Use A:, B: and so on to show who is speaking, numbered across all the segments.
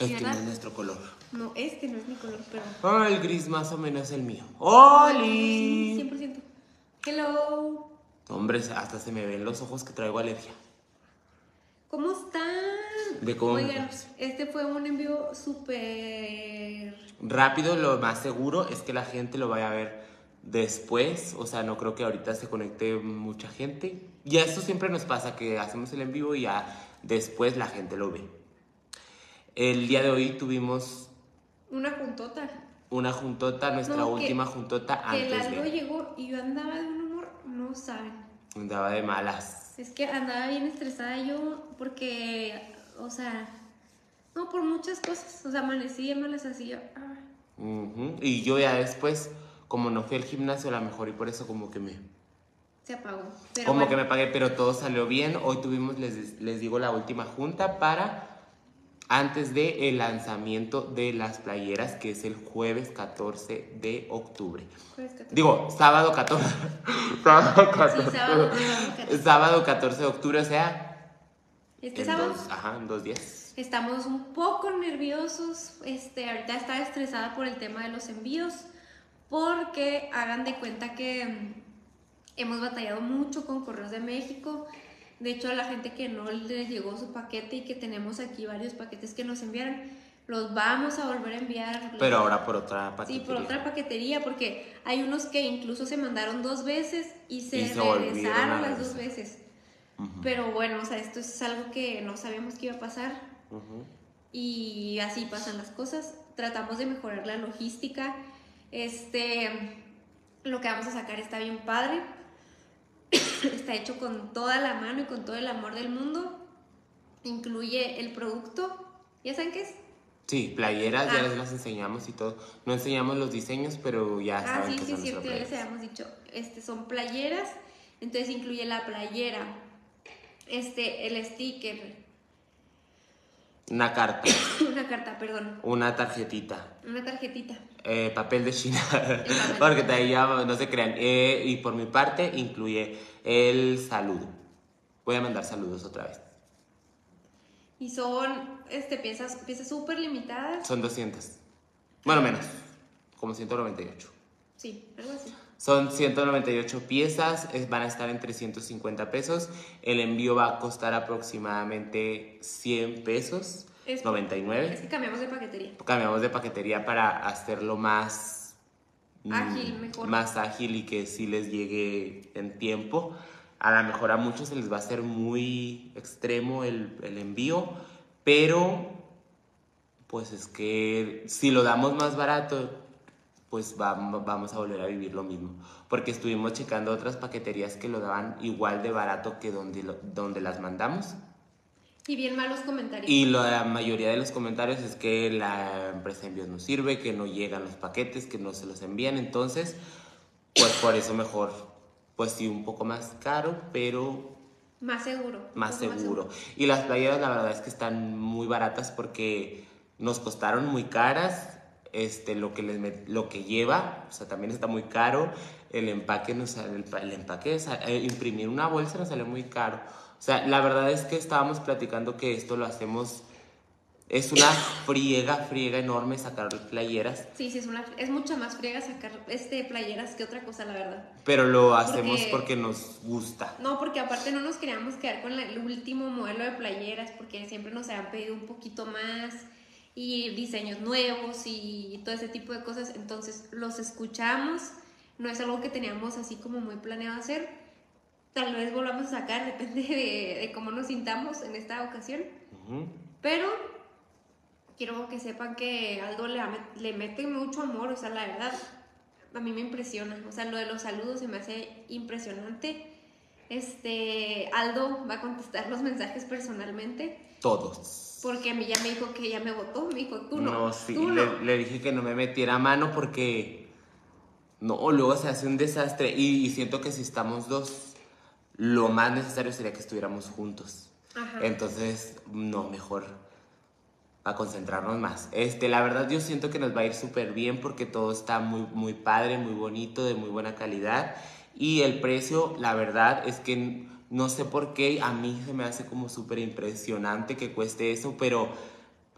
A: Es que no
B: ¿verdad?
A: es nuestro color.
B: No, este no es mi color, pero.
A: Ah, el gris más o menos es el mío. ¡Oli!
B: 100%. Hello.
A: Hombre, hasta se me ven los ojos que traigo alergia.
B: ¿Cómo están?
A: De cómo
B: Oigan,
A: andamos.
B: este fue un envío súper.
A: Rápido, lo más seguro es que la gente lo vaya a ver después. O sea, no creo que ahorita se conecte mucha gente. Y esto siempre nos pasa, que hacemos el en vivo y ya después la gente lo ve. El día de hoy tuvimos
B: Una juntota.
A: una juntota, nuestra
B: No, que-
A: última juntota
B: Que el
A: antes
B: algo
A: de...
B: llegó y yo andaba de un humor, no saben.
A: Andaba de malas.
B: Es que andaba bien estresada yo porque, o sea, no por muchas cosas. O sea, amanecí de malas así yo. ah.
A: Ujú. Y yo ya después, como no fui al gimnasio a lo mejor y por eso como que me...
B: Se apagó. Pero
A: Como
B: bueno,
A: que me pagué, pero todo salió bien. Hoy tuvimos, les, les digo, la última junta para antes del el lanzamiento de las playeras, que es el jueves 14 de octubre.
B: jueves 14.
A: Digo, sábado 14. sábado 14.
B: pues, Sí, sábado, sábado 14.
A: Sábado 14 de octubre, o sea,
B: Este
A: en
B: sábado
A: dos, ajá, en dos días.
B: estamos un poco nerviosos. Este, ahorita estaba estresada por el tema de los envíos. Porque hagan de cuenta que mm, hemos batallado mucho con Correos de México. De hecho, a la gente que no les llegó su paquete y que tenemos aquí varios paquetes que nos enviaron, los vamos a volver a enviar.
A: Pero ahora por otra
B: Sí,
A: paquetería.
B: por otra paquetería, porque hay unos que incluso se mandaron dos veces y se,
A: Y se volvieron a
B: regresaron las dos
A: regresar.
B: veces. Pero bueno, o sea, esto es algo que no sabíamos que iba a pasar
A: Ujú.
B: y así pasan las cosas. Tratamos de mejorar la logística. Este, lo que vamos a sacar está bien padre. está hecho con toda la mano y con todo el amor del mundo. Incluye el producto. ¿Ya saben qué es?
A: Sí, playeras,
B: Ah.
A: ya les las enseñamos y todo. No enseñamos los diseños, pero ya
B: Ah,
A: saben
B: sí,
A: que
B: sí,
A: son
B: es cierto,
A: nuestras
B: ya
A: playeras.
B: les habíamos dicho. Este, son playeras, entonces incluye la playera, este, el sticker,
A: Una carta,
B: una carta, perdón,
A: una tarjetita,
B: una tarjetita.
A: Eh, papel de China,
B: papel.
A: porque de ahí ya no se crean. Eh, y por mi parte incluye el saludo. Voy a mandar saludos otra vez.
B: Y son este, piezas piezas súper limitadas.
A: Son 200. Bueno, menos. Como 198.
B: Sí, algo así.
A: Son 198 piezas, es- van a estar en 350 pesos. El envío va a costar aproximadamente 100 pesos,
B: Es-
A: 99.
B: Es que cambiamos de paquetería.
A: cambiamos de paquetería para hacerlo más mm,
B: Ágil, mejor.
A: más ágil y que sí les llegue en tiempo. A lo mejor a muchos se les va a hacer muy extremo el, el envío, pero pues es que si lo damos más barato, pues vam- vamos a volver a vivir lo mismo. Porque estuvimos checando otras paqueterías que lo daban igual de barato que donde, lo- donde las mandamos.
B: Y bien malos comentarios.
A: Y la mayoría de los comentarios es que la empresa de envíos no sirve, que no llegan los paquetes, que no se los envían. Entonces, pues por eso mejor, pues sí, un poco más caro, pero
B: más seguro. un
A: más
B: poco
A: seguro. Y las playeras, la verdad es que están muy baratas porque nos costaron muy caras. Este, lo que les met- lo que lleva, o sea, también está muy caro. El empaque nos sale- el, pa- el empaque, sa- eh, imprimir una bolsa nos sale muy caro. O sea, la verdad es que estábamos platicando que esto lo hacemos es una friega, friega enorme sacar playeras,
B: Sí, sí, es, una, es mucho más friega sacar este, playeras que otra cosa, la verdad.
A: pero lo hacemos
B: Porque-
A: porque nos gusta.
B: No, porque aparte no nos queríamos quedar con la- el último modelo de playeras, porque siempre nos habían pedido un poquito más y diseños nuevos y todo ese tipo de cosas. Entonces los escuchamos, no es algo que teníamos así como muy planeado hacer. Tal vez volvamos a sacar, depende de, de cómo nos sintamos en esta ocasión.
A: Ujú.
B: Pero quiero que sepan que Aldo le, ame- le mete mucho amor, o sea, la verdad, a mí me impresiona. O sea, lo de los saludos se me hace impresionante. Este, Aldo va a contestar los mensajes personalmente,
A: Todos.
B: porque a mí ya me dijo que ya me votó, me dijo, tú no,
A: No, sí,
B: tú no.
A: Le, le dije que no me metiera mano porque no, luego se hace un desastre y, y siento que si estamos dos, lo más necesario sería que estuviéramos juntos.
B: Ajá.
A: Entonces, no, mejor a concentrarnos más. Este, la verdad yo siento que nos va a ir súper bien porque todo está muy, muy padre, muy bonito, de muy buena calidad. Y el precio, la verdad es que n- no sé por qué, a mí se me hace como súper impresionante que cueste eso, pero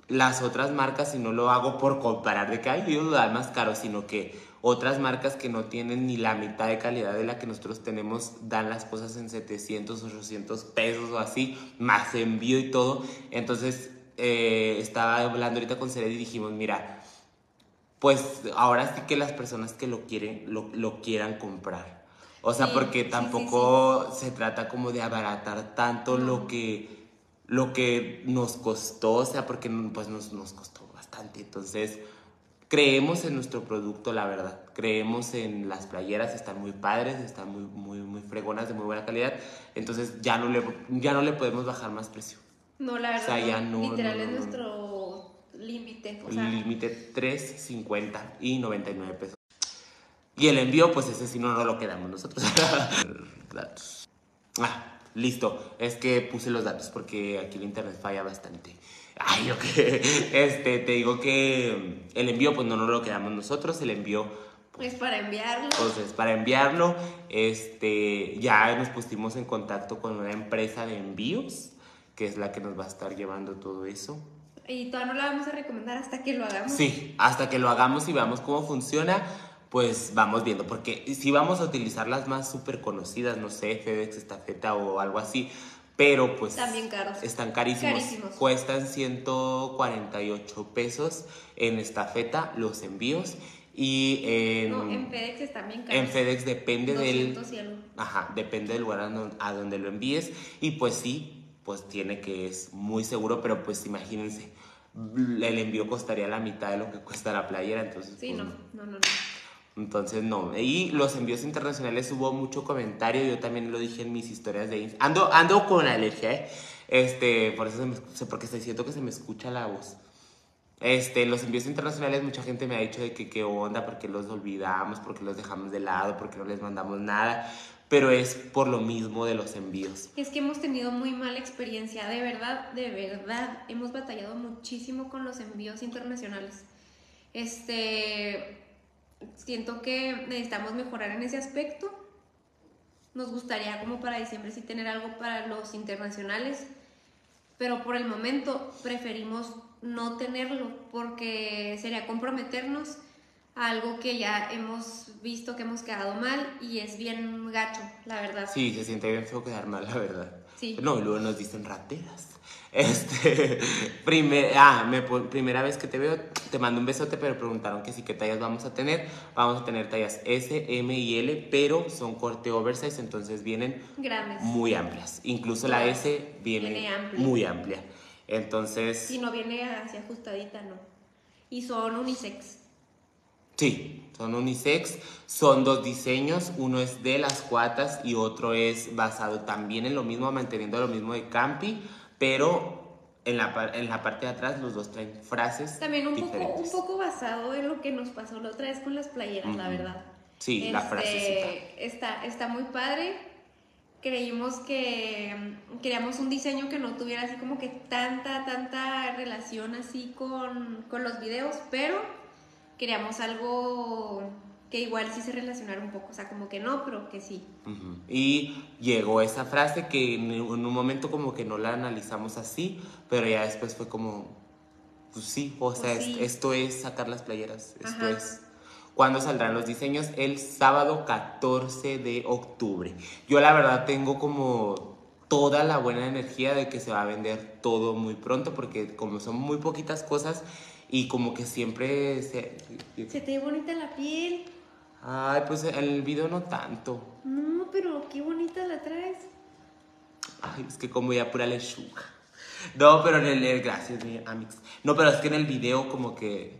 A: las otras marcas y no lo hago por comparar de que ay, ellos lo dan más caro, sino que otras marcas que no tienen ni la mitad de calidad de la que nosotros tenemos dan las cosas en 700, 800 pesos o así, más envío y todo. Entonces eh, estaba hablando ahorita con Cered y dijimos, mira, pues ahora sí que las personas que lo quieren, lo, lo quieran comprar. O sea,
B: Sí,
A: porque
B: sí, sí,
A: tampoco se trata como de abaratar tanto
B: No.
A: lo que lo que nos costó, o sea, porque pues nos, nos costó bastante. Entonces, creemos en nuestro producto, la verdad. Creemos en las playeras, están muy padres, están muy, muy, muy fregonas, de muy buena calidad. Entonces, ya no le, ya no le podemos bajar más precio.
B: No, la verdad.
A: O sea, ya
B: no.
A: no, no,
B: Literal
A: no,
B: es
A: no.
B: nuestro límite. O sea,
A: Límite 3.50 y 99 pesos. Y el envío, pues ese sí no, no lo quedamos nosotros. datos. Ah, listo. Es que puse los datos porque aquí el internet falla bastante. Ay, ok. Este, te digo que mm, el envío, pues no, no lo quedamos nosotros. El envío,
B: es para enviarlo.
A: entonces, para enviarlo, este, ya nos pusimos en contacto con una empresa de envíos, que es la que nos va a estar llevando todo eso.
B: Y todavía no la vamos a recomendar hasta que lo hagamos.
A: Sí, hasta que lo hagamos y veamos cómo funciona, pues vamos viendo. Porque si vamos a utilizar las más súper conocidas, no sé, FedEx, Estafeta o algo así, pero pues.
B: También caros.
A: Están carísimos.
B: Carísimos.
A: Cuestan 148 pesos en Estafeta los envíos y en.
B: No, en FedEx está bien caro.
A: en FedEx depende del.
B: 200 y algo.
A: Ajá, depende del lugar a don- a donde lo envíes. Y pues sí, pues tiene que es muy seguro, pero pues imagínense, el envío costaría la mitad de lo que cuesta la playera, entonces.
B: Sí,
A: pues,
B: no, no, no. no.
A: Entonces no. Y los envíos internacionales hubo mucho comentario, yo también lo dije en mis historias de Instagram. Ando, ando con alergia, ¿eh? Este, por eso se me, se- porque se siento que se me escucha la voz. Este, los envíos internacionales, mucha gente me ha dicho de que qué onda, porque los olvidamos, porque los dejamos de lado, porque no les mandamos nada. Pero es por lo mismo de los envíos.
B: Es que hemos tenido muy mala experiencia, de verdad, de verdad. Hemos batallado muchísimo con los envíos internacionales. Este, siento que necesitamos mejorar en ese aspecto. Nos gustaría como para diciembre sí tener algo para los internacionales, pero por el momento preferimos no tenerlo porque sería comprometernos a algo que ya hemos visto que hemos quedado mal y es bien gacho, la verdad.
A: Sí, se siente bien feo quedar mal, la verdad.
B: Sí.
A: No, y luego nos dicen rateras. Este, primer- ah, me pon- primera vez que te veo, te mando un besote, pero preguntaron que sí, qué tallas vamos a tener. Vamos a tener tallas S, M y L, pero son corte oversize, entonces vienen
B: Grandes.
A: muy amplias. Incluso la S viene,
B: Viene amplia.
A: muy amplia. Entonces,
B: Si no viene así ajustadita, no. Y son unisex.
A: Sí, son unisex, son dos diseños, uno es de las cuatas y otro es basado también en lo mismo, manteniendo lo mismo de Campi, pero en la, par- en la parte de atrás los dos traen frases
B: También un poco,
A: diferentes.
B: un poco basado en lo que nos pasó la otra vez con las playeras, la
A: Ujú.
B: verdad.
A: Sí, la
B: Este,
A: frasecita.
B: Está, está muy padre. Creímos que mm, queríamos un diseño que no tuviera así como que tanta, tanta relación así con, con los videos, pero queríamos algo que igual sí se relacionara un poco. O sea, como que no, pero que sí.
A: Ujú. Y llegó esa frase que en en un momento como que no la analizamos así, pero ya después fue como, pues sí, o
B: Pues
A: sea, es-
B: sí.
A: esto es sacar las playeras, esto
B: Ajá.
A: es. ¿Cuándo saldrán los diseños? El sábado 14 de octubre. Yo la verdad tengo como toda la buena energía de que se va a vender todo muy pronto, porque como son muy poquitas cosas y como que siempre se...
B: Se te ve bonita la piel.
A: Ay, pues en el video no tanto.
B: No, pero qué bonita la traes.
A: Ay, es que como ya pura lechuga. No, pero en el, el- gracias, mi amix. No, pero es que en el video como que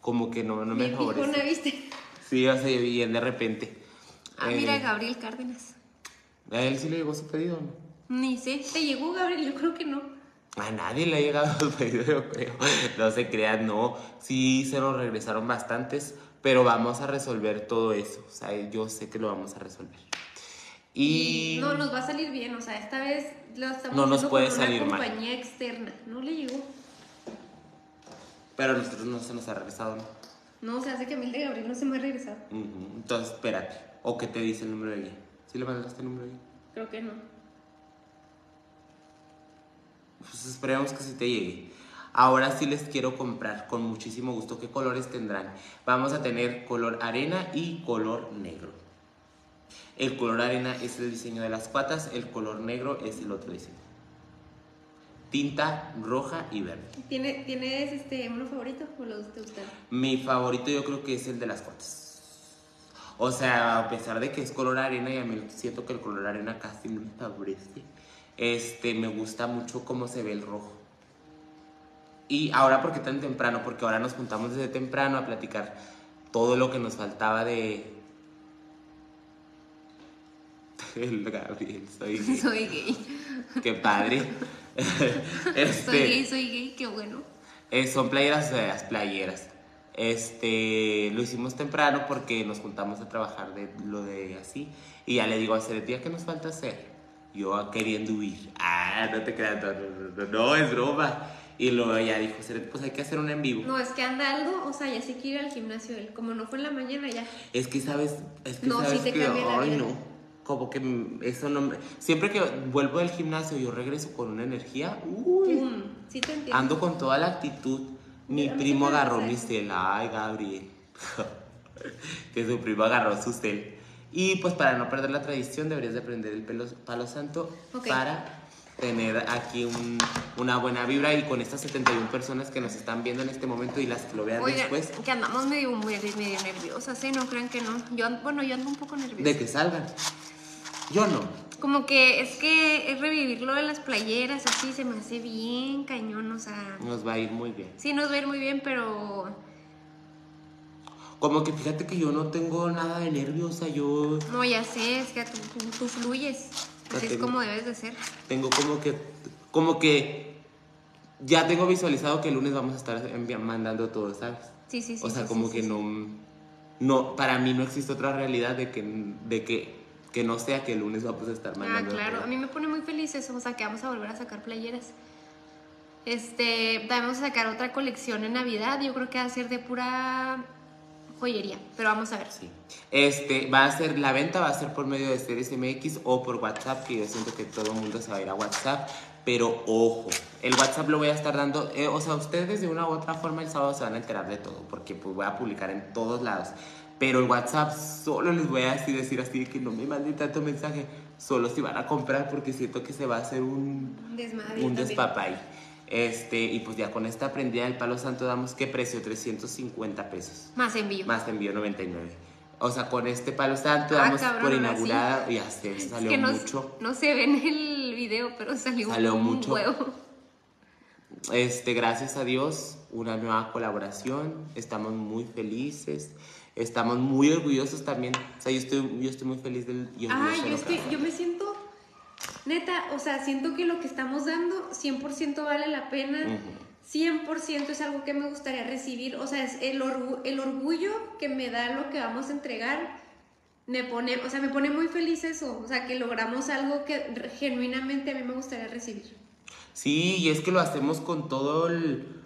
A: como que no, no me
B: Bien fijona,
A: favorece.
B: ¿viste?
A: Sí, o sea, y bien de repente.
B: Ah,
A: Eh,
B: mira, Gabriel Cárdenas.
A: A él sí le llegó su pedido, ¿no?
B: Ni sé, ¿te llegó Gabriel? Yo creo que no.
A: A nadie le ha llegado su pedido, yo creo. No se crean, no. Sí, se nos regresaron bastantes, pero vamos a resolver todo eso. O sea, yo sé que lo vamos a resolver. Y...
B: No, nos va a salir bien, o sea, esta vez lo estamos
A: No nos
B: haciendo
A: puede
B: con una
A: salir mal.
B: compañía externa. No le llegó.
A: Pero a nosotros no se nos ha regresado, ¿no?
B: No, se hace que a mí el de Gabriel no se me ha regresado.
A: Ujú, Entonces, espérate. ¿O qué te dice el número de guía? ¿Sí le mandaste el número de guía?
B: Creo que no.
A: Pues esperemos que sí te llegue. Ahora sí les quiero comprar con muchísimo gusto. ¿Qué colores tendrán? Vamos a tener color arena y color negro. El color arena es el diseño de las patas, el color negro es el otro diseño. Tinta roja y verde.
B: ¿Tiene, ¿Tienes este, uno favorito o los te gustan?
A: Mi favorito yo creo que es el de las patas. O sea, a pesar de que es color arena y a mí siento que el color arena casi no me favorece, este, me gusta mucho cómo se ve el rojo. Y ahora, ¿por qué tan temprano? Porque ahora nos juntamos desde temprano a platicar todo lo que nos faltaba de... El Gabriel, soy gay.
B: Soy gay.
A: Qué padre. Este,
B: Soy gay, soy gay, qué bueno.
A: eh, son playeras de las playeras. Este, lo hicimos temprano porque nos juntamos a trabajar de lo de así. Y ya le digo a Ceretía que nos falta hacer. Yo queriendo huir. Ah, no te creas, no, no, no, no, no, es broma. Y luego ya dijo Ceretía, pues hay que hacer un en vivo.
B: No, es que anda algo, o sea, ya sé que ir al gimnasio él. Como no fue en la mañana, ya.
A: Es que sabes, es que
B: No, sí
A: sabes
B: te
A: que,
B: cambia la
A: ay
B: vida.
A: no. Como que mm, eso no me- Siempre que vuelvo del gimnasio, yo regreso con una energía. uy,
B: Mm, Sí te entiendo.
A: Ando con toda la actitud. Mi
B: Pero a mí
A: primo
B: me
A: agarró
B: pasa
A: mi
B: eso.
A: cel. Ay, Gabriel. que su primo agarró su cel. Y pues para no perder la tradición deberías de prender el pelo- palo santo
B: Ok.
A: para tener aquí un- una buena vibra y con estas 71 personas que nos están viendo en este momento y las que lo vean
B: Oigan,
A: después,
B: que andamos medio, medio, medio nerviosas, ¿eh? No crean que no. Yo, an- bueno, yo ando un poco nerviosa.
A: de que salgan. Yo no.
B: Como que es que es revivir lo de las playeras, así se me hace bien cañón, o sea.
A: Nos va a ir muy bien.
B: Sí, nos va a ir muy bien, pero
A: Como que fíjate que yo no tengo nada de nerviosa, yo
B: no, ya sé, es que tú, tú- tú fluyes. Así es
A: Ok.
B: como debes de ser.
A: Tengo como que, como que ya tengo visualizado que el lunes vamos a estar envi- mandando todo, ¿sabes?
B: Sí, sí, sí.
A: o sea,
B: sí,
A: como
B: sí,
A: que
B: sí,
A: no, no, para mí no existe otra realidad de que, de que, que no sea que el lunes vamos a estar
B: Ah,
A: mandando.
B: claro,
A: todo.
B: a mí me pone muy feliz eso, o sea, que vamos a volver a sacar playeras. Este, vamos a sacar otra colección en Navidad, yo creo que va a ser de pura joyería, pero vamos a ver.
A: Sí. Este, va a ser, la venta va a ser por medio de Series MX o por WhatsApp, que yo siento que todo el mundo se va a ir a WhatsApp, pero ojo, el WhatsApp lo voy a estar dando, eh, o sea, ustedes de una u otra forma el sábado se van a enterar de todo, porque pues voy a publicar en todos lados, pero el WhatsApp solo les voy a así decir así, de que no me manden tanto mensaje, solo si van a comprar, porque siento que se va a hacer un
B: Un desmadre.
A: un
B: también.
A: despapay. Este, y pues ya con esta prendida del palo santo damos qué precio, 350 pesos
B: Más envío.
A: más envío 99. O sea, con este palo santo
B: Ah,
A: damos
B: cabrón,
A: por
B: ahora
A: inaugurada y hacer
B: Es
A: salió
B: que no,
A: mucho.
B: no se ve en el video, pero salió,
A: Salió
B: un
A: mucho.
B: huevo.
A: Este, gracias a Dios, una nueva colaboración. Estamos muy felices. Estamos muy orgullosos también. O sea, yo estoy, yo estoy muy feliz del y
B: Ah,
A: orgulloso de
B: yo,
A: lo
B: estoy,
A: que hago.
B: yo me siento, neta, o sea, siento que lo que estamos dando 100% vale la pena,
A: Ujú.
B: 100% es algo que me gustaría recibir, o sea, es el, orgu- el orgullo que me da lo que vamos a entregar, me pone, o sea, me pone muy feliz eso, o sea, que logramos algo que re- genuinamente a mí me gustaría recibir.
A: Sí, y es que lo hacemos con todo el.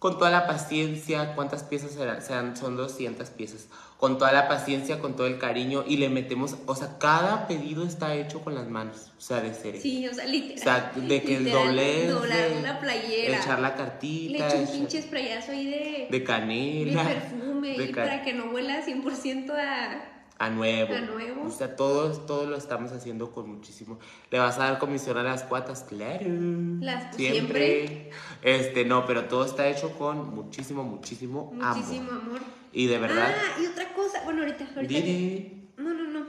A: Con toda la paciencia, ¿cuántas piezas serán? Serán- son 200 piezas. Con toda la paciencia, con todo el cariño, y le metemos, o sea, cada pedido está hecho con las manos, o sea, de serie.
B: Sí, o sea, literal.
A: O sea, de que el
B: literal,
A: doblez,
B: Doblar
A: de
B: la playera.
A: Echar la
B: Le
A: cartita.
B: eché un
A: echar-
B: pinche sprayazo ahí de,
A: De
B: de
A: canela.
B: perfume
A: de
B: y
A: ca-
B: para que no huela 100% a...
A: A nuevo.
B: A nuevo.
A: O sea, todo, todo lo estamos haciendo con muchísimo. ¿Le vas a dar comisión a las cuatas? Claro.
B: Las-
A: Este, no, pero todo está hecho con muchísimo, muchísimo, amor.
B: Muchísimo amor.
A: Y de verdad.
B: Ah, y otra cosa. Bueno, ahorita, ahorita.
A: Didi,
B: No, no, no.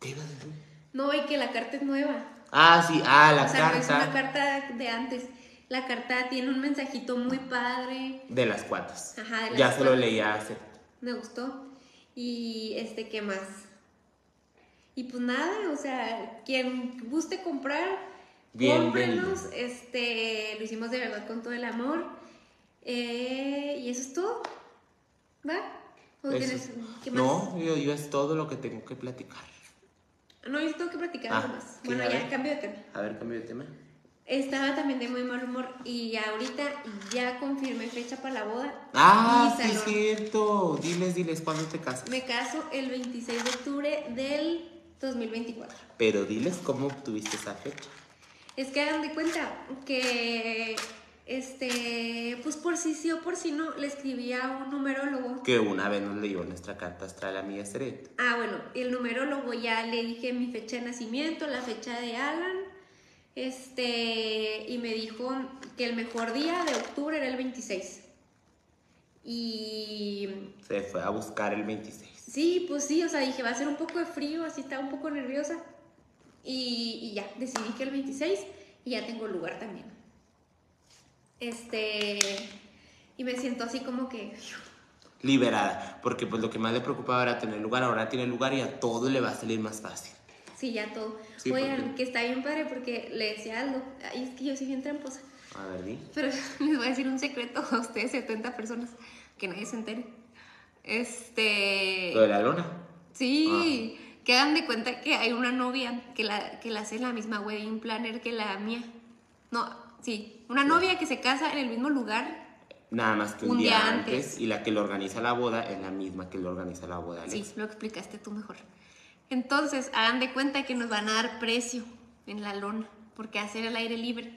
A: ¿qué ibas a decir?
B: No, y que la carta es nueva.
A: Ah, sí, ah, la
B: o sea,
A: carta.
B: no es una carta de antes. La carta tiene un mensajito muy padre.
A: De las cuatas.
B: Ajá, Ah, de las
A: ya se lo
B: cuatas.
A: leía hace.
B: Me gustó. Y este, ¿qué más? Y pues nada, o sea, quien guste comprar,
A: Bienvenido.
B: cómprenos. Este, lo hicimos de verdad con todo el amor. Eh, y eso es todo. ¿Va? ¿O
A: Eso
B: tienes-
A: es-
B: ¿Qué más?
A: no, yo, yo es todo lo que tengo que platicar.
B: No, yo tengo que platicar
A: Ah,
B: algo más.
A: sí,
B: Bueno,
A: a
B: ya
A: ver.
B: cambio de tema.
A: A ver, cambio de tema.
B: Estaba también de muy mal humor y ya ahorita ya confirmé fecha para la boda.
A: Ah,
B: y
A: sí, es
B: salón.
A: cierto. Diles, diles, ¿cuándo te casas?
B: Me caso el 26 de octubre del 2024.
A: Pero diles cómo obtuviste esa fecha.
B: Es que hagan de cuenta que este, pues por si sí, o por si no, le escribí a un numerólogo.
A: Que una vez nos leyó nuestra carta astral a mí Seret.
B: Ah, bueno, el numerólogo ya le dije mi fecha de nacimiento, la fecha de Alan, este, y me dijo que el mejor día de octubre era el 26. Y
A: Se fue a buscar el 26.
B: Sí, pues sí, o sea, dije, va a ser un poco de frío, así estaba un poco nerviosa. Y, y ya, decidí que el 26 y ya tengo lugar también. Este, y me siento así como que,
A: Liberada. Porque pues lo que más le preocupaba era tener lugar. Ahora tiene lugar y a todo le va a salir más fácil.
B: sí, ya todo.
A: Sí,
B: Oigan,
A: porque-
B: que está bien padre porque le decía algo, ay, es que yo soy bien tramposa.
A: A ver, di.
B: Pero les voy a decir un secreto a ustedes, 70 personas, que nadie se entere. Este...
A: Lo de la lona.
B: Sí,
A: Ah.
B: que hagan de cuenta que hay una novia que la, que la hace la misma wedding planner que la mía. No, sí, una novia que se casa en el mismo lugar.
A: Nada más que un, día, antes. y la que le organiza la boda es la misma que le organiza la boda. a Alex.
B: Sí, lo explicaste tú mejor. Entonces, hagan de cuenta que nos van a dar precio en la lona, porque hacer el aire libre.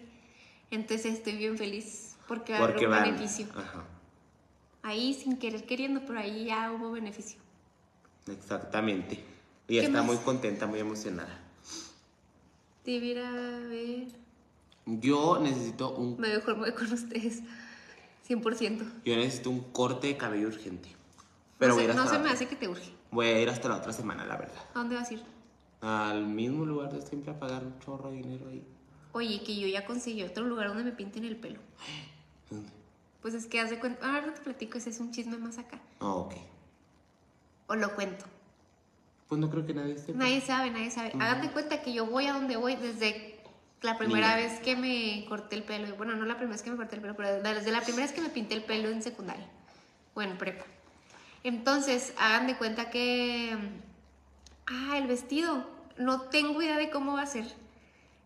B: Entonces, estoy bien feliz porque va a haber
A: Porque
B: un
A: van.
B: beneficio.
A: Ajá.
B: Ahí, sin querer queriendo, pero ahí ya hubo beneficio.
A: Exactamente. Y
B: ¿Qué
A: está
B: más?
A: muy contenta, muy emocionada.
B: Debiera haber.
A: Yo necesito un
B: Mejor me voy con ustedes. 100%.
A: yo necesito un corte de cabello urgente.
B: no
A: Pero voy,
B: se,
A: a ir
B: no
A: hasta
B: se
A: la
B: me
A: otra-
B: hace que te urge.
A: voy a ir hasta la otra semana, la verdad.
B: ¿A dónde vas a ir?
A: Al mismo lugar de siempre a pagar un chorro de dinero ahí.
B: Oye, que yo ya conseguí otro lugar donde me pinten el pelo.
A: ¿Dónde?
B: Pues es que haz de cuenta. Ahora te platico, ese es un chisme más acá.
A: Ah, ok.
B: O lo cuento.
A: Pues no creo que nadie sepa.
B: Nadie sabe, nadie sabe. Hagan de cuenta que yo voy a donde voy desde la primera vez que me corté el pelo. Bueno, no la primera vez que me corté el pelo, pero desde la primera vez que me pinté el pelo en secundaria. O en prepa. Entonces, hagan de cuenta que. Ah, el vestido. No tengo idea de cómo va a ser.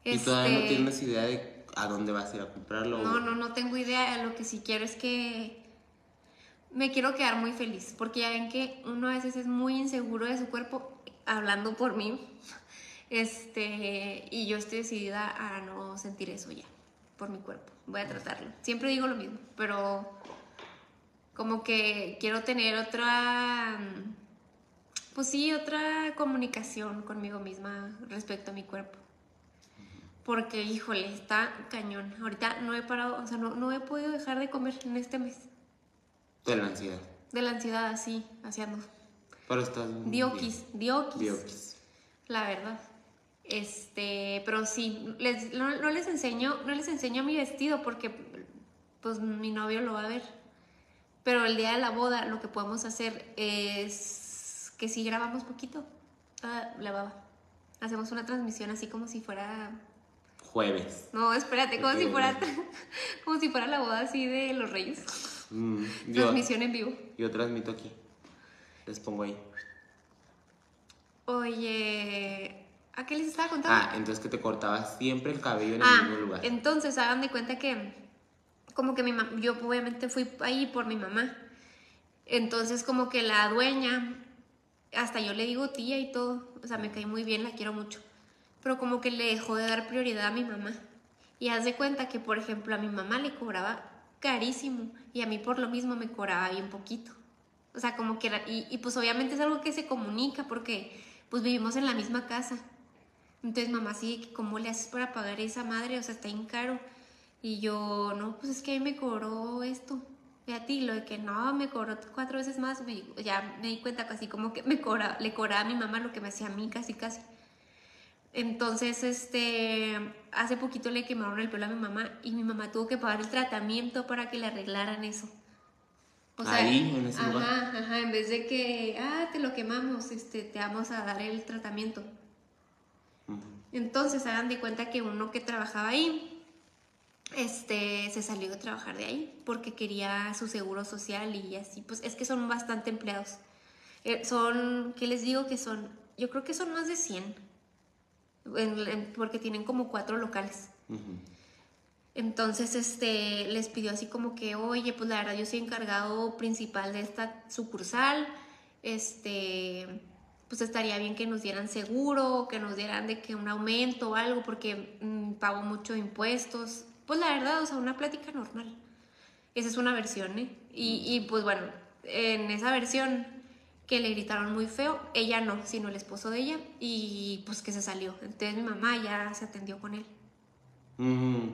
A: Y todavía no
B: Este-
A: tienes idea de a dónde vas a ir a comprarlo.
B: No, no, no tengo idea. Lo que sí quiero es que me quiero quedar muy feliz, porque ya ven que uno a veces es muy inseguro de su cuerpo, hablando por mí, este, y yo estoy decidida a no sentir eso ya, por mi cuerpo. Voy a tratarlo. Siempre digo lo mismo, pero como que quiero tener otra, mm, pues sí, otra comunicación conmigo misma respecto a mi cuerpo. Porque, híjole, está cañón. Ahorita no he parado, o sea, no, no he podido dejar de comer en este mes.
A: De la ansiedad.
B: De la ansiedad, así, así ando.
A: Pero estás. muy
B: Dioquis,
A: bien.
B: dioquis,
A: Dioquis.
B: la verdad. Este, pero sí, les- no, no les enseño, no les enseño mi vestido porque, pues, mi novio lo va a ver. Pero el día de la boda, lo que podemos hacer es que si grabamos poquito, ah, la baba. Hacemos una transmisión así como si fuera
A: Jueves.
B: No, espérate, como
A: Ok.
B: si fuera como si fuera la boda así de los reyes.
A: Mm, Yo,
B: Transmisión en vivo.
A: yo transmito aquí. Les pongo ahí.
B: Oye, ¿a qué les estaba contando?
A: Ah, entonces que te cortabas siempre el cabello en el
B: Ah,
A: mismo lugar.
B: entonces hagan de cuenta que como que mi mamá, yo obviamente fui ahí por mi mamá. Entonces como que la dueña, hasta yo le digo tía y todo, o sea, me cae muy bien, la quiero mucho. Pero como que le dejó de dar prioridad a mi mamá. Y haz de cuenta que, por ejemplo, a mi mamá le cobraba carísimo y a mí por lo mismo me cobraba bien poquito. O sea, como que era, y, y pues obviamente es algo que se comunica porque pues vivimos en la misma casa. Entonces mamá sí, ¿cómo le haces para pagar esa madre? O sea, está bien caro. Y yo, no, pues es que a mí me cobró esto. Y a ti, lo de que no, me cobró cuatro veces más, me- ya me di cuenta casi como que me cobra, le cobraba a mi mamá lo que me hacía a mí casi casi. Entonces, este, hace poquito le quemaron el pelo a mi mamá y mi mamá tuvo que pagar el tratamiento para que le arreglaran eso.
A: Ahí, en ese
B: ajá,
A: lugar.
B: ajá, en vez de que, ah, te lo quemamos, este, te vamos a dar el tratamiento.
A: Ujú.
B: Entonces hagan de cuenta que uno que trabajaba ahí, este, se salió de trabajar de ahí porque quería su seguro social y así. Pues es que son bastante empleados. Eh, son, ¿qué les digo que son? Yo creo que son más de 100, en- en- porque tienen como cuatro locales.
A: Ujú.
B: Entonces, este, les pidió así como que, oye, pues la verdad yo soy encargado principal de esta sucursal, este, pues estaría bien que nos dieran seguro, que nos dieran de que un aumento o algo, porque mm, pago mucho impuestos, Pues la verdad, o sea, una plática normal. Esa es una versión, ¿eh? Y, y pues bueno, en esa versión que le gritaron muy feo, ella no, sino el esposo de ella, y pues que se salió. Entonces mi mamá ya se atendió con él.
A: Mm,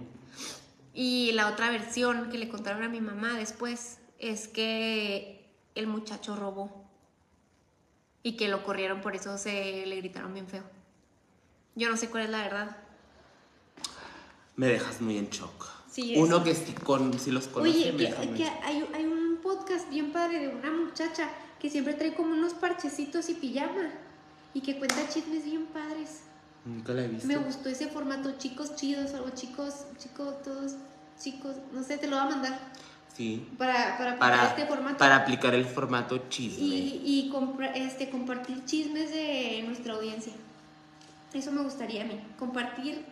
B: Y la otra versión que le contaron a mi mamá después es que el muchacho robó y que lo corrieron, por eso se le gritaron bien feo. Yo no sé cuál es la verdad.
A: me dejas muy en shock.
B: Sí,
A: Uno
B: es-
A: que sí, con, sí los conoce
B: Oye,
A: me
B: que,
A: deja muy en
B: que
A: shock.
B: hay, hay un podcast bien padre de una muchacha que siempre trae como unos parchecitos y pijama y que cuenta chismes bien padres.
A: Nunca la he visto.
B: Me gustó ese formato, chicos chidos, algo chicos, chicos, todos chicos, no sé, te lo voy a mandar
A: Sí.
B: para, para,
A: Para,
B: para este formato.
A: para aplicar el formato chisme.
B: y, y compra- este, compartir chismes de nuestra audiencia. Eso me gustaría a mí, compartir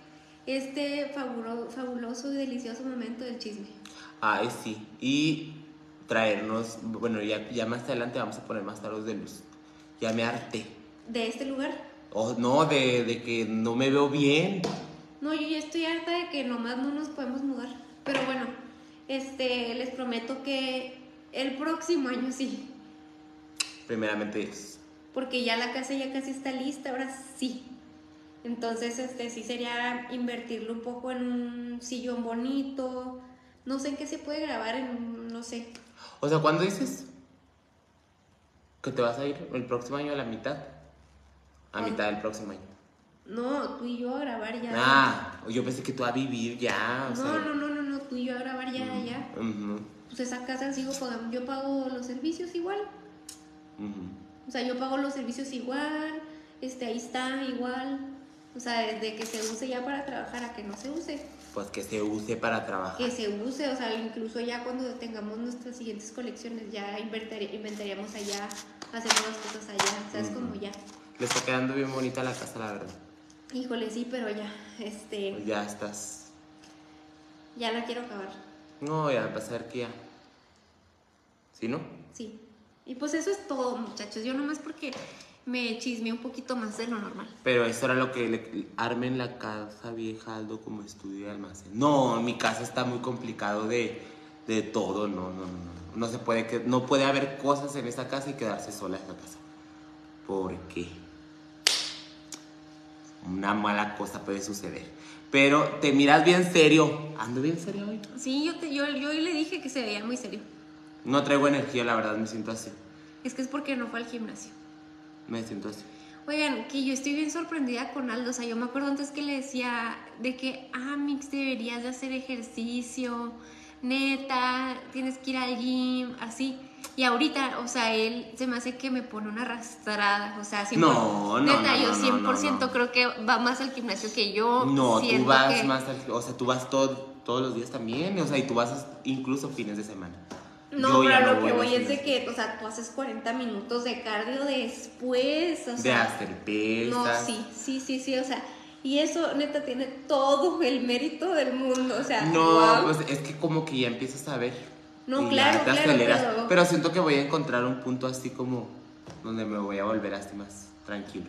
B: este fabulo- fabuloso y delicioso momento del chisme.
A: Ay, Ah, sí. Y traernos, bueno, ya, ya más adelante vamos a poner más taros de luz. Ya me harté.
B: De este lugar.
A: Oh, no, de, de que no me veo bien.
B: No, yo ya estoy harta de que nomás no nos podemos mudar. Pero bueno, este, les prometo que el próximo año sí.
A: Primeramente Dios.
B: Porque ya la casa ya casi está lista, ahora sí. Entonces, este, sí sería invertirlo un poco en un sillón bonito. No sé en qué se puede grabar, en, no sé,
A: O sea, ¿cuándo dices que te vas a ir el próximo año a la mitad? A
B: Ah.
A: mitad del próximo año.
B: No, tú y yo a grabar ya.
A: Ah, yo pensé que tú a vivir ya. O
B: no,
A: sea,
B: no, no, no, no, tú y yo a grabar ya,
A: Mm.
B: ya.
A: Ujú,
B: Pues esa casa sigo pagando, yo pago los servicios igual.
A: ujú.
B: O sea, yo pago los servicios igual, este, ahí está igual. O sea, desde que se use ya para trabajar a que no se use.
A: Pues que se use para trabajar.
B: Que se use, o sea, incluso ya cuando tengamos nuestras siguientes colecciones, ya inventari- inventaríamos allá, hacemos las cosas allá, ¿sabes?
A: Ujú.
B: Como ya.
A: Le está quedando bien bonita la casa, la verdad. Pues
B: Híjole, sí, pero ya, este,
A: Ya estás.
B: ya la quiero acabar.
A: No, ya va a pasar que ya. ¿Sí, no?
B: Sí. Y pues eso es todo, muchachos. Yo nomás porque me chismeé un poquito más de lo normal.
A: Pero eso era lo que le armen la casa vieja Aldo como estudio de almacén. No, mi casa está muy complicado de, de todo, no, no, no, no. No se puede que no puede haber cosas en esa casa y quedarse sola esa casa. ¿Por qué? Una mala cosa puede suceder. Pero te miras bien serio. Ando bien serio hoy.
B: Sí, yo, te, yo, yo hoy le dije que se veía muy serio.
A: No traigo energía, la verdad, me siento así.
B: Es que es porque no fue al gimnasio.
A: Me siento así.
B: Oigan, que yo estoy bien sorprendida con Aldo. O sea, yo me acuerdo antes que le decía de que, ah, Mix, deberías de hacer ejercicio. Neta, tienes que ir al gym, así. Y ahorita, o sea, él se me hace que me pone una arrastrada. O sea, 100%,
A: No, no,
B: neta,
A: no, no,
B: yo
A: no,
B: 100%
A: no, no.
B: creo que va más al gimnasio que yo.
A: No, tú
B: Siento
A: vas
B: que-
A: más, al- o sea, tú vas todo- todos los días también, o sea, y tú vas incluso fines de semana.
B: No,
A: Yo ya
B: pero lo que
A: al
B: voy es de
A: gimnasio.
B: que, o sea, tú haces 40 minutos de cardio después, o
A: de
B: sea.
A: hacer pesas.
B: No, sí, sí, sí, sí, o sea, y eso neta tiene todo el mérito del mundo, o sea,
A: No,
B: guau.
A: pues es que como que ya empiezas a ver.
B: No,
A: y ya
B: claro,
A: te
B: claro,
A: aceleras.
B: pero-
A: Pero siento que voy a encontrar un punto así como donde me voy a volver así más tranquilo.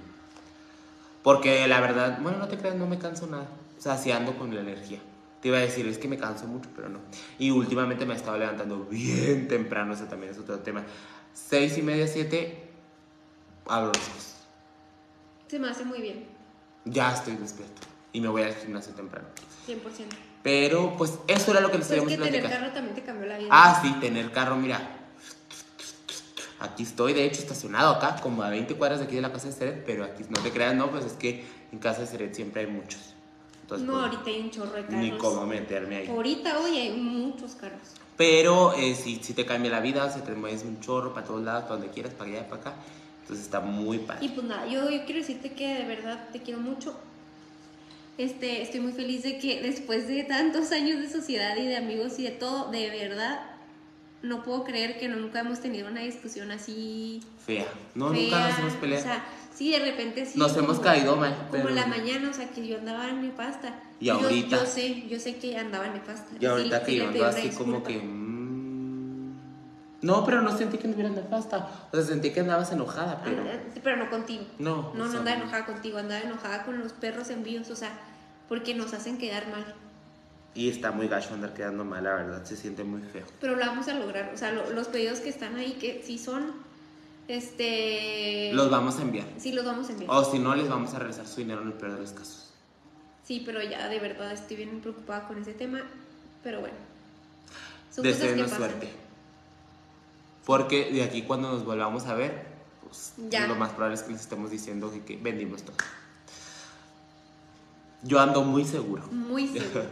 A: Porque la verdad, bueno, no te creas, no me canso nada. O sea, sí ando con la energía. Te iba a decir, es que me canso mucho, pero no. Y últimamente me he estado levantando bien temprano, eso también es otro tema. Seis y media, siete, abro los ojos.
B: se me hace muy bien,
A: Ya estoy despierto. Y me voy al gimnasio temprano.
B: 100%.
A: Pero, pues, eso era lo que les
B: Pues es
A: queríamos
B: que tener
A: platicar.
B: carro también te cambió la vida.
A: Ah, sí, tener carro, mira. Aquí estoy, de hecho, estacionado acá, como a 20 cuadras de aquí de la casa de Seret, pero aquí no te creas, no, pues es que en casa de Seret siempre hay muchos. Entonces,
B: no,
A: pues,
B: ahorita hay un chorro de carros.
A: ni cómo meterme ahí.
B: Ahorita hoy hay muchos carros.
A: Pero eh, sí, sí te cambia la vida, se te mueves un chorro para todos lados, para donde quieras, para allá, para acá. Entonces está muy
B: Y
A: padre.
B: pues nada, yo, yo quiero decirte que de verdad te quiero mucho. Este, estoy muy feliz de que después de tantos años de sociedad y de amigos y de todo, de verdad no puedo creer que nunca hemos tenido una discusión así
A: Fea. No, nunca
B: fea,
A: nos hemos peleado.
B: O sea, sí, de repente sí.
A: Nos hemos caído mal,
B: Como
A: pero-
B: la mañana, o sea, que yo andaba nefasta.
A: Y
B: Yo-
A: ahorita.
B: Yo, sé, yo sé que andaba nefasta.
A: y ahorita
B: Sí,
A: que
B: sí
A: yo
B: le
A: ando
B: pedí una
A: así como
B: disculpa.
A: que... mm, No, pero no sentí que anduviera nefasta. O sea, sentí que andabas enojada,
B: Ah,
A: pero...
B: ah, Pero no contigo.
A: No,
B: No,
A: o
B: no
A: sea,
B: andaba enojada contigo, andaba enojada con los perros envíos, o sea, porque nos hacen quedar mal.
A: Y está muy gacho andar quedando mal, la verdad, se siente muy feo.
B: Pero lo vamos a lograr. O sea, lo- los pedidos que están ahí, que sí son, este...
A: Los Oh. vamos a enviar.
B: Sí, los vamos a enviar.
A: O si no, les vamos a regresar su dinero en el peor de los casos.
B: Sí, pero ya de verdad estoy bien preocupada con ese tema. Pero bueno. Son cosas que
A: Deseenos
B: pasan.
A: suerte. Porque de aquí cuando nos volvamos a ver, pues
B: Ya.
A: lo más probable es que les estemos diciendo que, que vendimos todo. Yo ando muy seguro.
B: Muy seguro.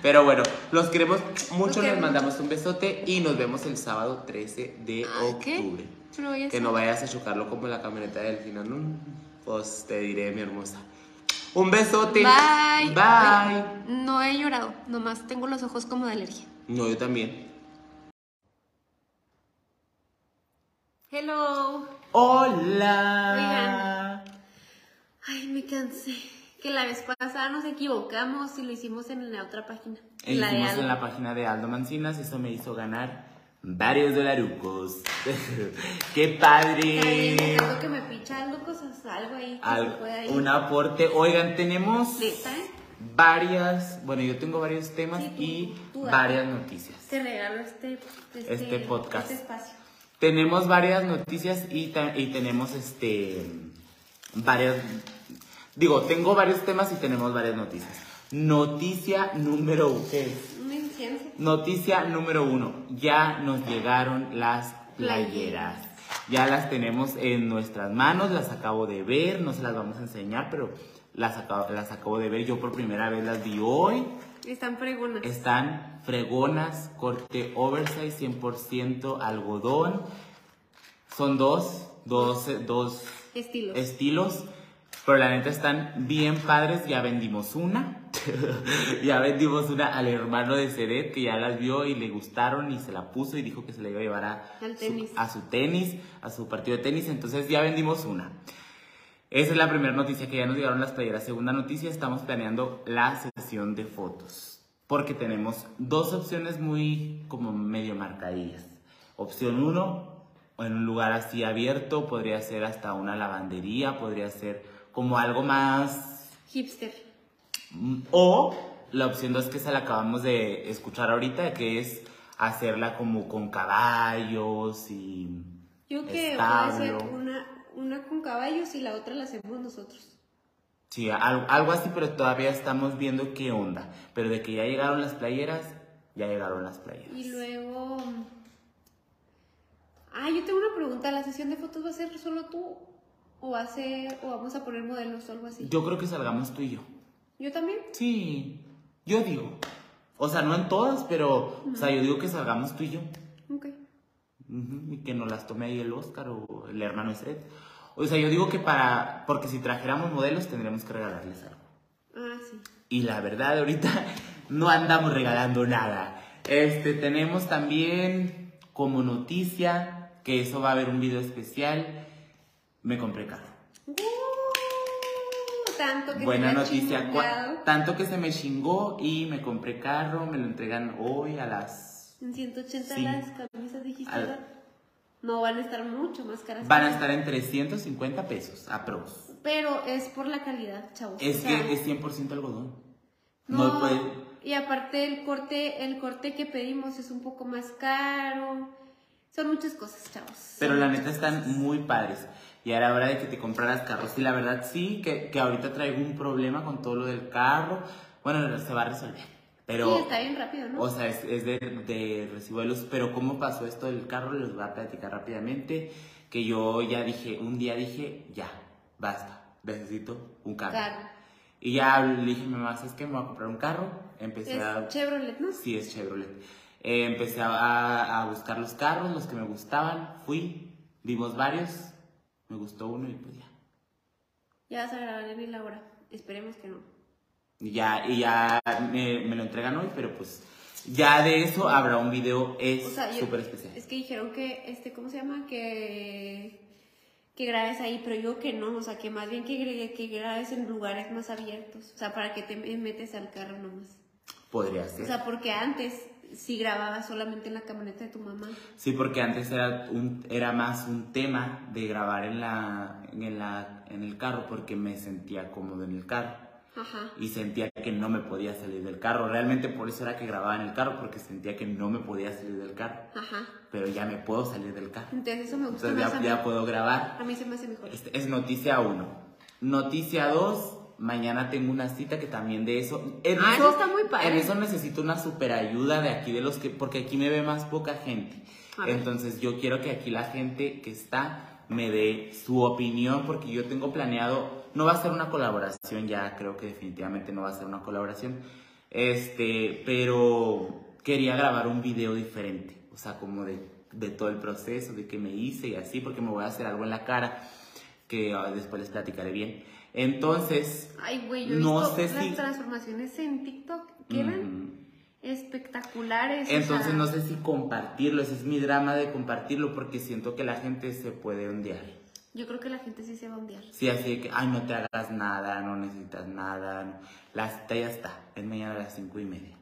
A: Pero bueno, los queremos mucho, les
B: queremos
A: mandamos un besote y nos vemos el sábado 13 de
B: Ay, Ah, ¿qué?
A: octubre.
B: Lo voy a
A: Que
B: hacer.
A: no vayas a chocarlo como la camioneta del final, ¿no? Pues te diré, mi hermosa. Un besote.
B: Bye.
A: Bye.
B: No he llorado, nomás tengo los ojos como de alergia.
A: No, yo también.
B: Hello.
A: Hola.
B: Ay, me cansé. Que la vez pasada nos equivocamos y lo hicimos en la otra página.
C: E
B: la de
C: hicimos
B: Aldo.
C: en la página de Aldo Mancinas, eso me hizo ganar varios dolarucos. ¡Qué
B: Ay,
C: padre!
B: siento que me picha algo, cosas, algo ahí. que se
C: Al-
B: pueda ir.
C: un aporte. Oigan, tenemos
B: Neta, ¿eh?
C: varias, bueno, yo tengo varios temas
B: Sí, tú-
C: y
B: tú dale.
C: varias noticias.
B: Te regalo este, este,
C: Este podcast.
B: este espacio.
C: Tenemos varias noticias y, ta- y tenemos este varias digo, tengo varios temas y tenemos varias noticias. Noticia número uno.
B: Un incienso.
C: Noticia número uno. Ya nos llegaron las playeras. Ya las tenemos en nuestras manos, las acabo de ver, no se las vamos a enseñar, pero las acabo, las acabo de ver. Yo por primera vez las vi hoy.
B: Están pregonas.
C: Están fregonas, corte oversize, 100% algodón. Son dos, dos, dos
B: Estilos.
C: estilos. Pero la neta están bien padres. Ya vendimos una. ya vendimos una al hermano de Seret que ya las vio y le gustaron y se la puso y dijo que se la iba a llevar a,
B: Al
C: su-
B: tenis.
C: a su tenis, a su partido de tenis. Entonces ya vendimos una. Esa es la primera noticia que ya nos llegaron las playeras. Segunda noticia, estamos planeando la sesión de fotos. Porque tenemos dos opciones muy como medio marcadillas. Opción uno, en un lugar así abierto, podría ser hasta una lavandería, podría ser como algo más...
B: Hipster.
C: mm, O la opción dos, que esa la acabamos de escuchar ahorita, que es hacerla como con caballos y...
B: Yo que voy a hacer
C: Establo.
B: una, una con caballos y la otra la hacemos nosotros.
C: Sí, al- algo así, pero todavía estamos viendo qué onda. Pero de que ya llegaron las playeras, ya llegaron las playeras.
B: Y luego. Ah, yo tengo una pregunta. ¿La sesión de fotos va a ser solo tú? ¿O va a ser, o vamos a poner modelos o algo así?
C: Yo creo que salgamos tú y yo.
B: Yo también.
C: Sí, yo digo. O sea, no en todas, pero, o sea, yo digo que salgamos tú y yo.
B: Ok.
C: Ujú, Y que nos las tome ahí el Oscar o el hermano Estret. O sea, yo digo que para, porque si trajéramos modelos tendríamos que regalarles algo.
B: Ah, sí.
C: Y la verdad, ahorita no andamos regalando nada. Este, tenemos también como noticia que eso va a haber un video especial. Me compré carro.
B: ¡Uh! tanto que
C: Buena
B: se me ha
C: noticia. Cu-
B: chingado.
C: Tanto que se me chingó y me compré carro. Me lo entregan hoy a las.
B: En 180
C: Sí.
B: las camisas dijiste.
C: Al-
B: ¿verdad? No van a estar mucho más caras.
C: Van a estar en 350 pesos, aprox.
B: Pero es por la calidad, chavos.
C: Es
B: O sea,
C: que es 100% algodón.
B: No,
C: No puede.
B: y aparte el corte, el corte que pedimos es un poco más caro. Son muchas cosas, chavos.
C: Pero
B: Son
C: la
B: muchas
C: neta están muy padres. Y era hora de que te compraras carros. Y la verdad sí, que, que ahorita traigo un problema con todo lo del carro. Bueno, se va a resolver. Pero,
B: Sí, está bien rápido, ¿no?
C: o sea, es, es de, de recibo de luz. Pero cómo pasó esto del carro, les voy a platicar rápidamente. Que yo ya dije, un día dije, ya, basta, necesito un carro.
B: Carro.
C: Y ya le dije a mi mamá, ¿sabes qué? Me voy a comprar un carro. Empecé a
B: Es Chevrolet, ¿no?
C: Sí, es Chevrolet. Eh, empecé a- a, a buscar los carros, los que me gustaban. Fui, vimos varios. Me gustó uno y pues ya.
B: Ya vas a grabar en la hora. Esperemos que no.
C: Y ya, y ya me, me lo entregan hoy, pero pues ya de eso habrá un video es
B: O sea, yo-
C: súper especial.
B: Es que dijeron que, este, ¿cómo se llama? Que, que grabes ahí, pero yo que no, o sea, que más bien que, gre- que grabes en lugares más abiertos, o sea, para que te metes al carro nomás.
C: Podría
B: O
C: ser.
B: sea, porque antes sí grababas solamente en la camioneta de tu mamá.
C: Sí, porque antes era, un, era más un tema de grabar en, la, en, la, en el carro porque me sentía cómodo en el carro.
B: Ajá.
C: y sentía que no me podía salir del carro. Realmente por eso era que grababa en el carro, porque sentía que no me podía salir del carro.
B: Ajá.
C: Pero ya me puedo salir del carro.
B: Entonces eso me gusta
C: Entonces
B: más a
C: ya,
B: mí.
C: ya puedo grabar.
B: A mí se me hace mejor.
C: Este es noticia 1. Noticia 2. Mañana tengo una cita que también de eso. En
B: Ah, eso está muy padre.
C: En eso necesito una super ayuda de aquí de los que. Porque aquí me ve más poca gente.
B: A ver.
C: Entonces yo quiero que aquí la gente que está me dé su opinión. Porque yo tengo planeado. No va a ser una colaboración, ya creo que definitivamente no va a ser una colaboración. Este, pero quería grabar un video diferente. O sea, como de, de todo el proceso, de qué me hice y así, porque me voy a hacer algo en la cara que ah, después les platicaré bien. Entonces,
B: Ay, güey, yo he
C: No
B: visto
C: sé
B: las
C: si-
B: transformaciones en TikTok quedan
C: mm,
B: espectaculares. o
C: entonces
B: sea,
C: no sé si compartirlo, ese es mi drama de compartirlo porque siento que la gente se puede ondear.
B: Yo creo que la gente sí se va a ondear.
C: Sí, así de que, ay, no te hagas nada, no necesitas nada. no. La cita ya está, es mañana a las cinco y media.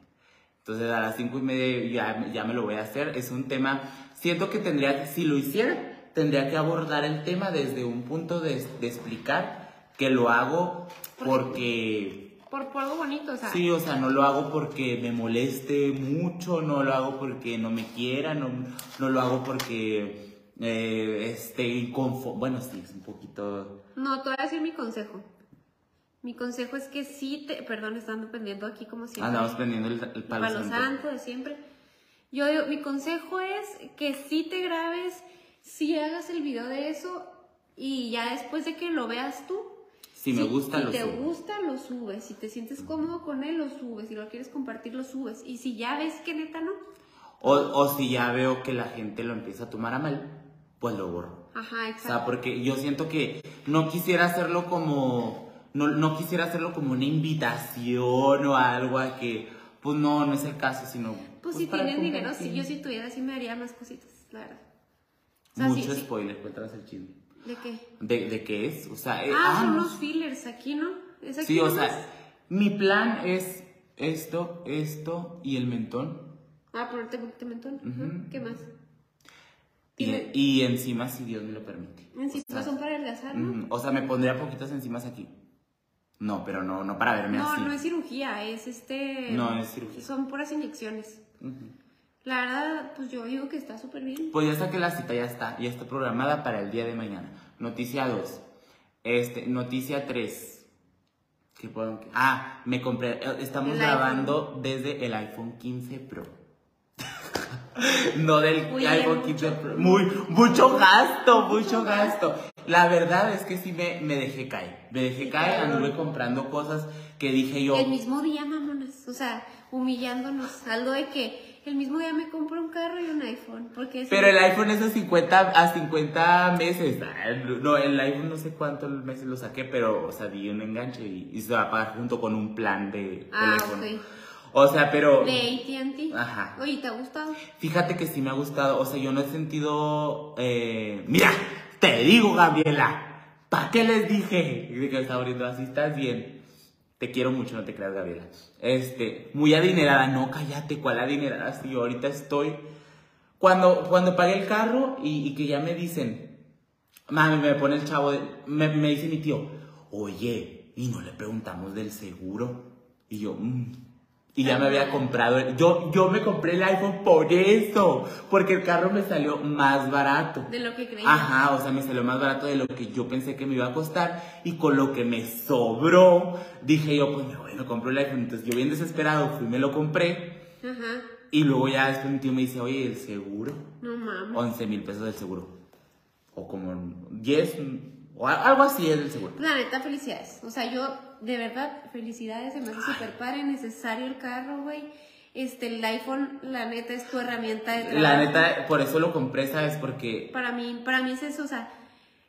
C: Entonces a las cinco y media ya, ya me lo voy a hacer. Es un tema, siento que tendría, que- si lo hiciera, tendría que abordar el tema desde un punto de, de explicar que lo hago porque...
B: Por, por algo bonito, o sea.
C: Sí, o sea, no lo hago porque me moleste mucho, no lo hago porque no me quiera, no, no lo hago porque eh, esté inconforme. Bueno, sí, es un poquito...
B: No, te voy a decir mi consejo. Mi consejo es que sí te. Perdón, estando pendiendo aquí como siempre.
C: Andamos prendiendo el, el palo,
B: Para los
C: santo.
B: santo de siempre. Yo digo, mi consejo es que si te grabes, si hagas el video de eso y ya después de que lo veas tú,
C: Si me gusta,
B: si
C: lo
B: te
C: subo.
B: gusta lo subes, si te sientes cómodo con él lo subes, si lo quieres compartir lo subes y si ya ves que neta no,
C: O, o si ya veo que la gente lo empieza a tomar a mal, pues lo borro.
B: ajá,
C: O sea,
B: exacto.
C: porque yo siento que no quisiera hacerlo como... No, no quisiera hacerlo como una invitación o algo a que... Pues no, no es el caso, sino...
B: pues, si
C: para
B: tienes dinero,
C: compartir.
B: si yo si tuviera sí me daría más cositas, la verdad. O sea,
C: Mucho
B: sí, sí.
C: spoiler, cuéntanos el chisme.
B: ¿De qué?
C: ¿De, de qué es? O sea, eh,
B: Ah, son
C: no.
B: los fillers aquí, ¿no? ¿Es aquí
C: Sí, o
B: nomás?
C: sea, mi plan es esto, esto y el mentón.
B: Ah, ponerte poquito mentón. ajá.
C: Ujú.
B: ¿Qué más?
C: Y,
B: Y-
C: y encima, si Dios me lo permite.
B: Encima
C: o sea,
B: son para adelgazar, ¿no?
C: ujú, o sea, me pondría poquitas encimas aquí. No, pero no, no para verme
B: No,
C: así.
B: no es cirugía, es este.
C: No, es cirugía.
B: Son puras inyecciones.
C: Ujú.
B: La verdad, pues yo digo que está súper bien.
C: Pues ya saqué la cita, ya está. Ya está programada para el día de mañana. Noticia 2. Este, noticia 3. ¿Qué puedo? Ah, me compré. eh, Estamos
B: El
C: grabando desde el iPhone 15 Pro. no del
B: Uy,
C: iPhone
B: mucho.
C: 15 Pro. Muy, mucho gasto, mucho gasto. La verdad es que sí me, me dejé caer. Me dejé
B: Sí,
C: caer,
B: claro.
C: anduve comprando cosas que dije yo.
B: El mismo día, mamonas. O sea, humillándonos. Algo de que el mismo día me compro un carro y un iPhone. Porque es
C: Pero el iPhone es a 50, a 50 meses. Ah, No, el iPhone no sé cuántos meses lo saqué, pero, o sea, di un enganche y, y se va a pagar junto con un plan de
B: Ah,
C: teléfono.
B: ok.
C: O sea, pero
B: de ATT.
C: Ajá.
B: Oye, ¿te ha gustado?
C: fíjate que sí me ha gustado. O sea, yo no he sentido. eh, Mira, te digo, Gabriela, ¿para qué les dije? Y de que me estaba abriendo así, estás bien. Te quiero mucho, no te creas, Gabriela. Este, muy adinerada. No, cállate, ¿cuál adinerada? Sí, yo ahorita estoy. Cuando, cuando pagué el carro y, y que ya me dicen, mami, me pone el chavo, de- me, me dice mi tío, oye, y no le preguntamos del seguro. Y yo, "Mm". Y ya me había comprado, el- yo, yo me compré el iPhone por eso, porque el carro me salió más barato.
B: De lo que creí.
C: Ajá, o sea, me salió más barato de lo que yo pensé que me iba a costar y con lo que me sobró, dije yo, pues me voy, me compro el iPhone. Entonces yo bien desesperado fui, y me lo compré
B: Ajá.
C: y luego ya después mi tío me dice, oye, el seguro.
B: No mames.
C: 11 mil pesos del seguro. O como 10, o a- algo así es del seguro.
B: La neta, felicidades. O sea, yo, de verdad, felicidades. Se me hace súper padre, necesario el carro, güey. Este, el iPhone, la neta, es tu herramienta de trabajo.
C: La neta, por eso lo compré, ¿sabes? Porque
B: Para mí, para mí es eso, o sea,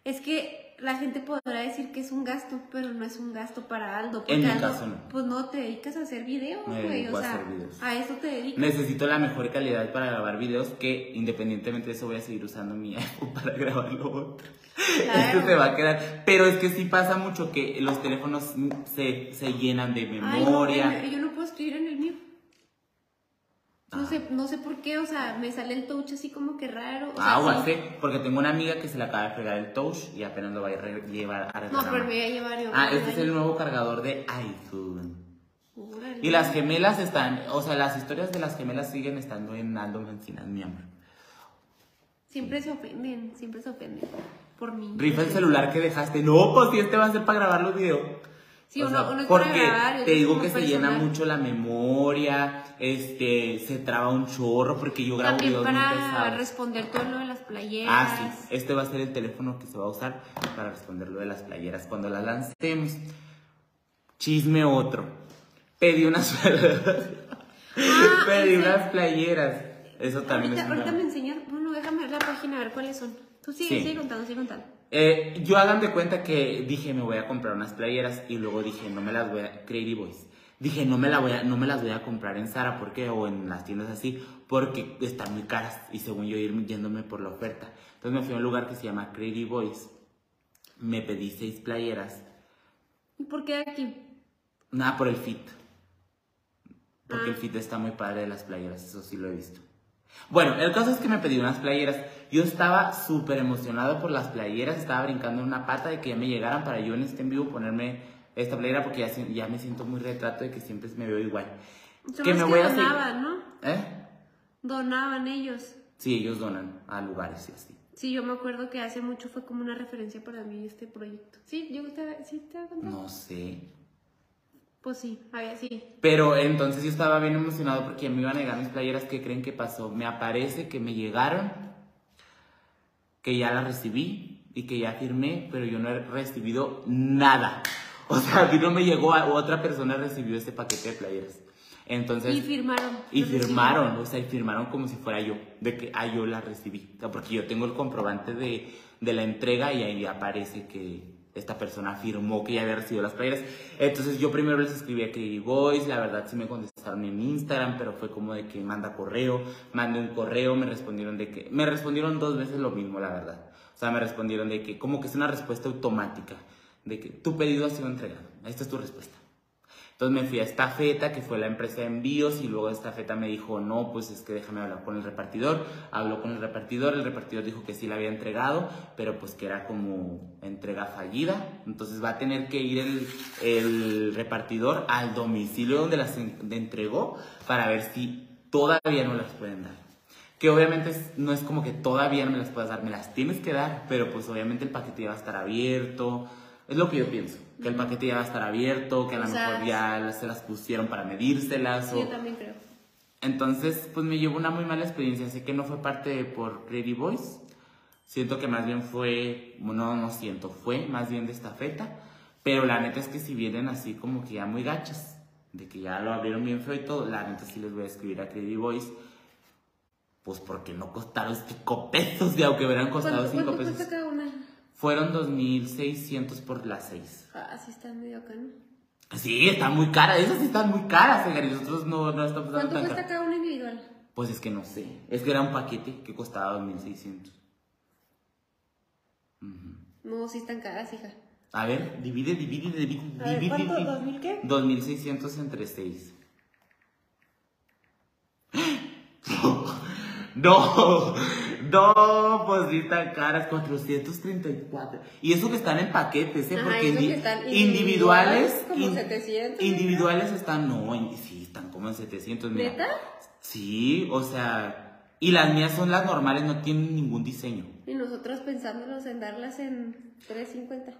B: es que la gente podrá decir que es un gasto, pero no es un gasto para Aldo. porque
C: En mi
B: Aldo,
C: caso, no.
B: Pues no te dedicas a hacer videos,
C: Me
B: güey,
C: dedico
B: o
C: a
B: sea,
C: hacer videos.
B: a eso te dedicas.
C: necesito la mejor calidad para grabar videos que independientemente de eso voy a seguir usando mi iPhone para grabar lo otro.
B: Claro.
C: Esto Este se va a quedar. Pero es que sí pasa mucho que los teléfonos se, se llenan de
B: Ay, no,
C: memoria.
B: güey, yo no puedo escribir en el mío.
C: Ah.
B: No sé, no sé por qué, o sea, me sale el touch así como que raro. O sea,
C: Ah, o
B: sí.
C: porque tengo una amiga que se le acaba de fregar el touch y apenas lo va a ir re- llevar a
B: No,
C: reclamar.
B: pero me voy a llevar yo.
C: Ah,
B: me
C: este es
B: voy a
C: el
B: llevar.
C: nuevo cargador de iPhone.
B: Órale.
C: Y las gemelas están, o sea, las historias de las gemelas siguen estando en Aldo Mancinas, mi amor.
B: Siempre se ofenden, siempre se ofenden. Por mí.
C: Rifa el celular que dejaste. No, pues si este va a ser para grabar los videos.
B: Sí,
C: O
B: uno-
C: sea,
B: uno es para
C: porque
B: grabar y
C: te
B: otro es
C: digo
B: como
C: que se
B: personal.
C: llena mucho la memoria, este, se traba un chorro porque yo grabo
B: También
C: videos muy
B: para
C: pesados.
B: responder todo lo de las playeras.
C: Ah, sí, este va a ser el teléfono que se va a usar para responder lo de las playeras cuando las lancemos. Chisme otro. Pedí unas
B: Ah,
C: pedí
B: ese.
C: unas playeras. Eso también
B: Ahorita,
C: es una-
B: ahorita me enseñas. Bueno, déjame ver la página a ver cuáles son. Tú sigue,
C: Sí.
B: sigue contando, sigue contando.
C: Eh, yo hagan de cuenta que dije me voy a comprar unas playeras y luego dije no me las voy a Crazy Boys. Dije no me, la voy a, no me las voy a comprar en Zara porque o en las tiendas así porque están muy caras y según yo ir yéndome por la oferta. Entonces me fui a un lugar que se llama Crazy Boys. Me pedí seis playeras.
B: ¿Y por qué aquí?
C: Nada por el fit. Porque
B: Ah.
C: el fit está muy padre de las playeras, eso sí lo he visto. Bueno, el caso es que me pedí unas playeras. Yo estaba súper emocionado por las playeras, estaba brincando en una pata de que ya me llegaran para yo en este en vivo ponerme esta playera porque ya, si- ya me siento muy retrato de que siempre me veo igual.
B: Son
C: Que
B: los
C: me
B: que
C: voy a seguir.
B: donaban, ¿no?
C: ¿Eh?
B: Donaban ellos.
C: Sí, ellos donan a lugares y así.
B: Sí, yo me acuerdo que hace mucho fue como una referencia para mí este proyecto. Sí, yo te, sí te voy a contar.
C: No sé.
B: Pues sí, había sí.
C: Pero entonces yo estaba bien emocionado porque me iban a llegar mis playeras. ¿Qué creen que pasó? Me aparece que me llegaron, que ya las recibí y que ya firmé, pero yo no he recibido nada. O sea, a mí no me llegó, a, otra persona recibió ese paquete de playeras. Entonces,
B: Y firmaron.
C: y
B: Entonces, sí.
C: firmaron, o sea, y firmaron como si fuera yo, de que ah, yo la recibí. O sea, porque yo tengo el comprobante de, de la entrega y ahí aparece que esta persona firmó que ya había recibido las playeras. Entonces yo primero les escribí a Crazy Boys, la verdad sí me contestaron en Instagram, pero fue como de que manda correo, mandé un correo, me respondieron de que, me respondieron dos veces lo mismo, la verdad. O sea, me respondieron de que como que es una respuesta automática, de que tu pedido ha sido entregado, esta es tu respuesta. Entonces me fui a Estafeta, que fue la empresa de envíos, y luego Estafeta me dijo, no, pues es que déjame hablar con el repartidor. Habló con el repartidor, el repartidor dijo que sí la había entregado, pero pues que era como entrega fallida. Entonces va a tener que ir el, el repartidor al domicilio donde las en- de entregó para ver si todavía no las pueden dar. Que obviamente es- no es como que todavía no me las puedas dar, me las tienes que dar, pero pues obviamente el paquete ya va a estar abierto. Es lo que yo pienso, que el paquete ya va a estar abierto, que a lo
B: O sea,
C: mejor ya se las pusieron para medírselas.
B: Sí,
C: o-
B: yo también creo.
C: Entonces, pues me llevó una muy mala experiencia. Sé que no fue parte de por Ready Boys. Siento que más bien fue, no, no siento, fue más bien de estafeta. Pero la neta es que si vienen así como que ya muy gachas, de que ya lo abrieron bien feo y todo, la neta sí les voy a escribir a Ready Boys. Pues porque no costaron 5 pesos, y aunque hubieran costado
B: ¿Cuánto,
C: 5
B: cuánto
C: pesos.
B: cuesta cada una?
C: Fueron 2.600 por las 6.
B: Ah, sí están medio acá, ¿no?
C: Sí, están muy caras, esas sí están muy caras, oigan, y nosotros no, no estamos dando
B: ¿Cuánto
C: tan
B: cuesta
C: caras.
B: cada una individual?
C: Pues es que no sé. Es que era un paquete que costaba 2.600.
B: No, sí están caras, hija.
C: A ver, divide, divide, divide,
B: A ver,
C: divide.
B: ¿cuánto? ¿2000 qué?
C: divide. 2.600 entre 6. No, no, pues sí están caras, 434. Y eso que están en paquetes, ¿eh?
B: Ajá,
C: Porque
B: eso que
C: indi-
B: están
C: individuales.
B: individuales, como 700, ¿no?
C: Individuales están, no, en- sí, están como en 700. Mira.
B: ¿Neta?
C: Sí, o sea, y las mías son las normales, no tienen ningún diseño.
B: Y nosotros pensándonos en darlas en 3.50.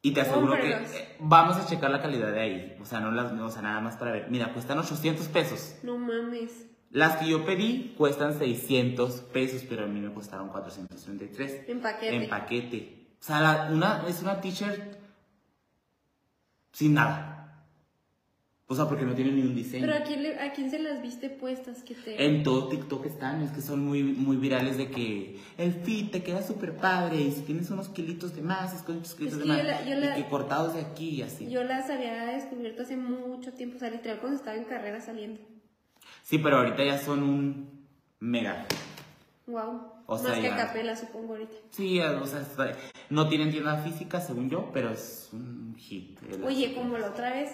C: Y te aseguro
B: Cómpralas.
C: que eh, vamos a checar la calidad de ahí. O sea, no las, no, o sea, nada más para ver. Mira, cuestan 800 pesos.
B: No mames.
C: Las que yo pedí cuestan 600 pesos, pero a mí me costaron 433
B: En paquete.
C: en paquete. O sea, la- una, es una t-shirt sin nada. O sea, porque no tiene ningún diseño.
B: Pero ¿a quién, le- ¿a quién se las viste puestas? Que te...
C: En todo TikTok están, es que son muy, muy virales de que el fit te queda súper padre y si tienes unos kilitos de más, es con unos kilitos
B: que
C: de más,
B: yo la- yo la-
C: y que cortados de aquí y así.
B: Yo las había descubierto hace mucho tiempo, o sea, literal cuando estaba en carrera saliendo.
C: Sí, pero ahorita ya son un mega.
B: Wow.
C: O sea,
B: Más que
C: ya-
B: a capela, supongo, ahorita.
C: Sí, o sea, está- no tienen tienda física, según yo, pero es un hit. el
B: Oye,
C: azúcar.
B: como la otra vez,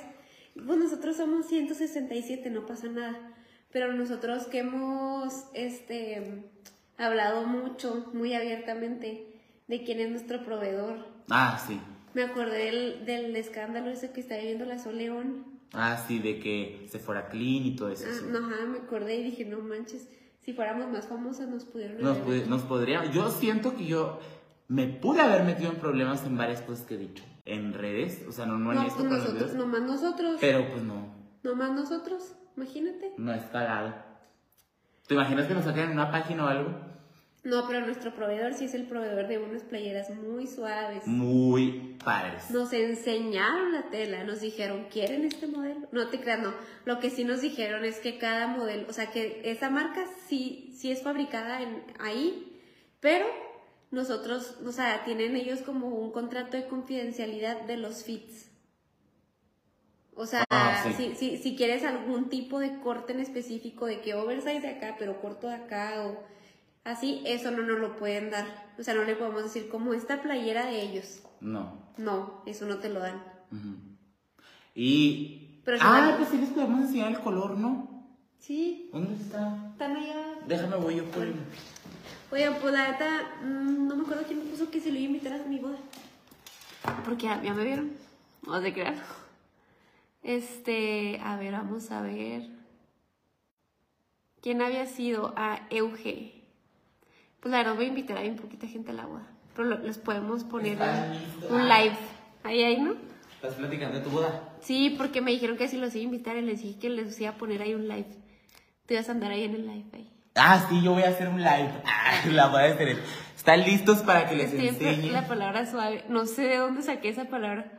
B: pues nosotros somos 167, no pasa nada. Pero nosotros que hemos este, hablado mucho, muy abiertamente, de quién es nuestro proveedor.
C: Ah, sí.
B: Me acordé del, del escándalo ese que está viviendo la Sol León.
C: Ah, sí, de que se fuera clean y todo eso.
B: Ah,
C: sí.
B: no, ajá, me acordé y dije, no manches, si fuéramos más famosas nos pudieron
C: Nos,
B: haber-
C: pod- nos podría. Yo siento que yo me pude haber metido en problemas en varias cosas que he dicho. En redes, o sea, no, no en
B: No,
C: esto,
B: pues
C: pero en
B: nosotros,
C: redes,
B: nomás nosotros,
C: Pero pues no,
B: nomás nosotros, imagínate.
C: no es cagado. ¿Te imaginas que nos saquen en una página o algo?
B: No, pero nuestro proveedor sí es el proveedor de unas playeras muy suaves.
C: Muy padres.
B: Nos enseñaron la tela, nos dijeron, ¿quieren este modelo? No te creas, no. Lo que sí nos dijeron es que cada modelo, o sea, que esa marca sí, sí es fabricada en, ahí, pero nosotros, o sea, tienen ellos como un contrato de confidencialidad de los fits. O sea,
C: Ah,
B: si,
C: sí.
B: si, si quieres algún tipo de corte en específico, de que oversize de acá, pero corto de acá, o así, eso no nos lo pueden dar. O sea, no le podemos decir como esta playera de ellos.
C: No.
B: No, eso no te lo dan.
C: Ujú. Y.
B: Pero
C: ah,
B: si-
C: pues sí les podemos enseñar el color, ¿no?
B: Sí,
C: ¿Dónde está?
B: están allá.
C: Déjame, voy yo por él.
B: Oigan, pues la neta, mm, no me acuerdo quién me puso que se lo iba a invitar a mi boda. Porque ya, ya me vieron. No se crean. Este, a ver, vamos a ver. ¿Quién había sido? A Euge. Pues la verdad voy a invitar a bien poquita gente a la boda. Pero lo- les podemos poner
C: Está
B: un-
C: listo.
B: un live. Ahí, ahí, ¿no?
C: Estás platicando de tu boda.
B: Sí, porque me dijeron que si los iba a invitar y les dije que les iba a poner ahí un live. Tú ibas a andar ahí en el live ahí.
C: Ah, sí, yo voy a hacer un live. Ah, la boda de Teresa. ¿Están listos para que les
B: Siempre
C: enseñe?
B: la palabra suave. No sé de dónde saqué esa palabra.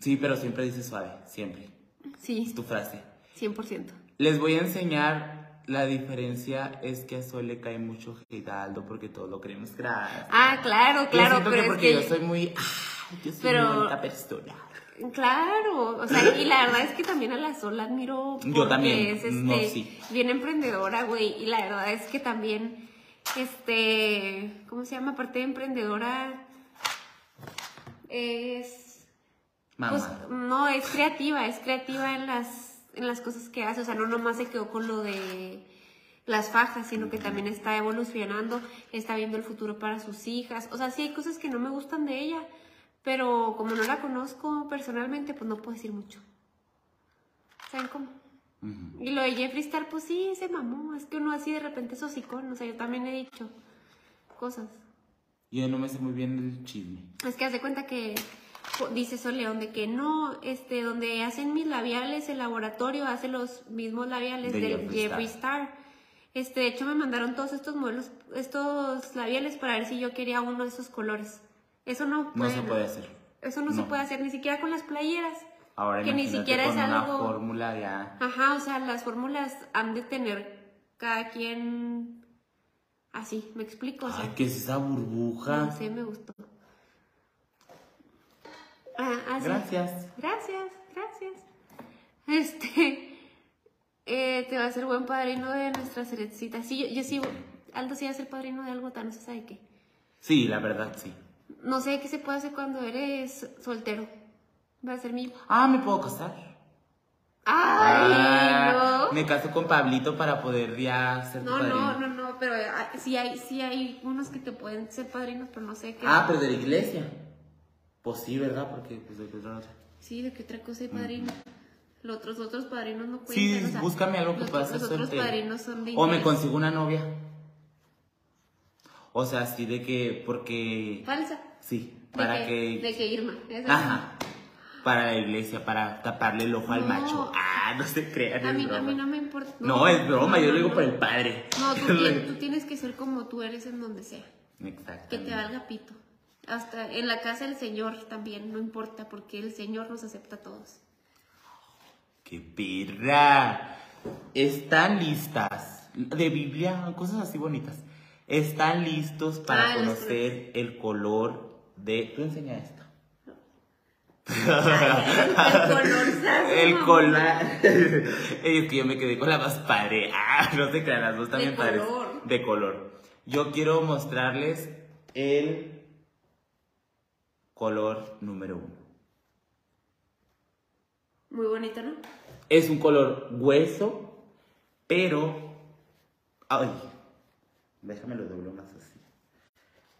C: Sí, pero siempre dice suave, siempre. Es
B: Sí,
C: tu frase.
B: 100%.
C: Les voy a enseñar la diferencia es que a Sol le cae mucho hate a Aldo porque todos lo creemos grave.
B: Ah, claro, claro, pero
C: Yo siento que
B: es
C: porque
B: que.
C: yo soy muy ah, yo soy
B: Pero-
C: una bonita persona.
B: Claro, o sea, y la verdad es que también a la Sol la admiro.
C: Yo
B: porque
C: también,
B: Es, este,
C: no, sí.
B: Bien emprendedora, güey. Y la verdad es que también, este. ¿Cómo se llama? Aparte de emprendedora, es.
C: Mamá.
B: Pues no, es creativa, es creativa en las, en las cosas que hace. O sea, no nomás se quedó con lo de las fajas, sino que también está evolucionando, está viendo el futuro para sus hijas. O sea, sí hay cosas que no me gustan de ella, pero como no la conozco personalmente, pues no puedo decir mucho. ¿Saben cómo? pues
C: Ujú.
B: Y lo de Jeffree Star, pues sí, se mamó. Es que uno así de repente es hocicón. O sea, yo también he dicho cosas.
C: Yo no me sé muy bien el chisme.
B: Es que hace cuenta que po- dice Sol León de que no, este, donde hacen mis labiales, el laboratorio hace los mismos labiales
C: De
B: del
C: Jeffree
B: Jeffree Star. Este, de hecho me mandaron todos estos modelos, estos labiales para ver si yo quería uno de esos colores. Eso no,
C: No
B: puede-
C: se puede hacer.
B: Eso no, se
C: No.
B: puede hacer ni siquiera con las playeras.
C: Ahora
B: que ni
C: imagínate
B: siquiera
C: con
B: es
C: una
B: algo
C: fórmula ya.
B: Ajá, o sea, las fórmulas han de tener cada quien así, me explico, o sea,
C: Ay, ¿qué es esa burbuja?
B: no sé, me gustó. Ah, así.
C: Gracias.
B: Gracias, gracias. Este, eh, te va a ser buen padrino de nuestra cerecita. Sí, yo, yo sí, Aldo sí va a ser padrino de algo tan, no se sabe qué.
C: Sí, la verdad sí.
B: No sé qué se puede hacer cuando eres soltero. Va a ser mi...
C: Ah, me puedo casar.
B: ¡Ay,
C: Ah,
B: no!
C: Me caso con Pablito para poder ya ser tu
B: No,
C: padrino.
B: no, no, no, pero eh, ah, sí hay, sí hay unos que te pueden ser padrinos, pero no sé qué.
C: Ah, pero de la iglesia. Pues sí, ¿verdad? Porque pues de qué otra cosa.
B: Sí, de qué otra cosa hay padrino. Los otros, los otros padrinos no cuentan.
C: Sí,
B: o sea,
C: búscame algo que
B: los-
C: pueda ser
B: Los otros
C: soltero.
B: padrinos son de
C: O me
B: interés.
C: consigo una novia. O sea, así de que, porque...
B: Falsa.
C: Sí,
B: De
C: para que...
B: De que Irma. esa
C: Ajá. Para la iglesia, para taparle el ojo al
B: No.
C: macho. Ah, no se crean,
B: es. A
C: es
B: mí,
C: broma.
B: a mí no me importa.
C: No, es broma, yo lo digo
B: no.
C: por el padre.
B: No, tú, tien- tú tienes que ser como tú eres en donde sea.
C: Exacto.
B: Que te valga pito. Hasta en la casa del Señor también, no importa, porque el Señor nos acepta a todos.
C: ¡Qué perra! Están listas. De Biblia, cosas así bonitas. Están listos para
B: Ah, los
C: conocer el color de. Tú enseña esto.
B: El color,
C: El color. es que yo me quedé con la más padre. Ah, no se crean, las dos también padres.
B: color.
C: De color. Yo quiero mostrarles el color número uno.
B: Muy bonito, ¿no?
C: Es un color hueso, Pero, ay, déjame lo doblo más así.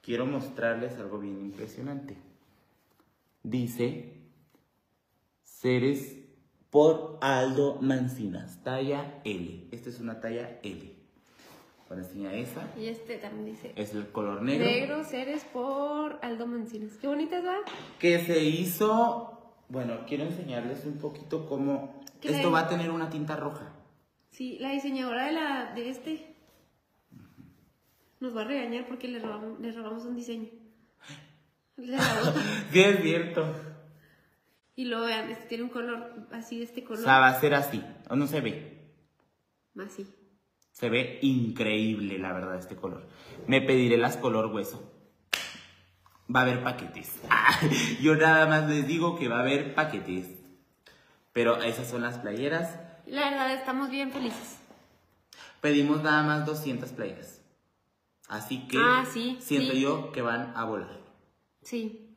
C: Quiero mostrarles algo bien impresionante. Dice Seres por Aldo Mancinas, talla L. Esta es una talla L. Ahora enseña esa.
B: Y este también dice.
C: Es el color negro.
B: Negros seres por Aldo Mancinas. Qué bonita es, ¿verdad?
C: que se hizo. Bueno, quiero enseñarles un poquito cómo.
B: ¿Qué
C: Esto
B: hay?
C: va a tener una tinta roja.
B: Sí, la diseñadora de la de este nos va a regañar porque le robamos, le robamos un diseño. Le robamos.
C: Sí, es cierto.
B: y luego vean, este tiene un color así de este
C: O
B: color.
C: sea, va a ser así. O No se ve.
B: Así.
C: Se ve increíble, la verdad, este color. Me pediré las color hueso. Va a haber paquetes. Yo nada más les digo que va a haber paquetes. Pero esas son las playeras.
B: La verdad, estamos bien felices.
C: Pedimos nada más 200 playeras. Así que
B: Ah, sí,
C: siento
B: sí.
C: yo que van a volar.
B: Sí.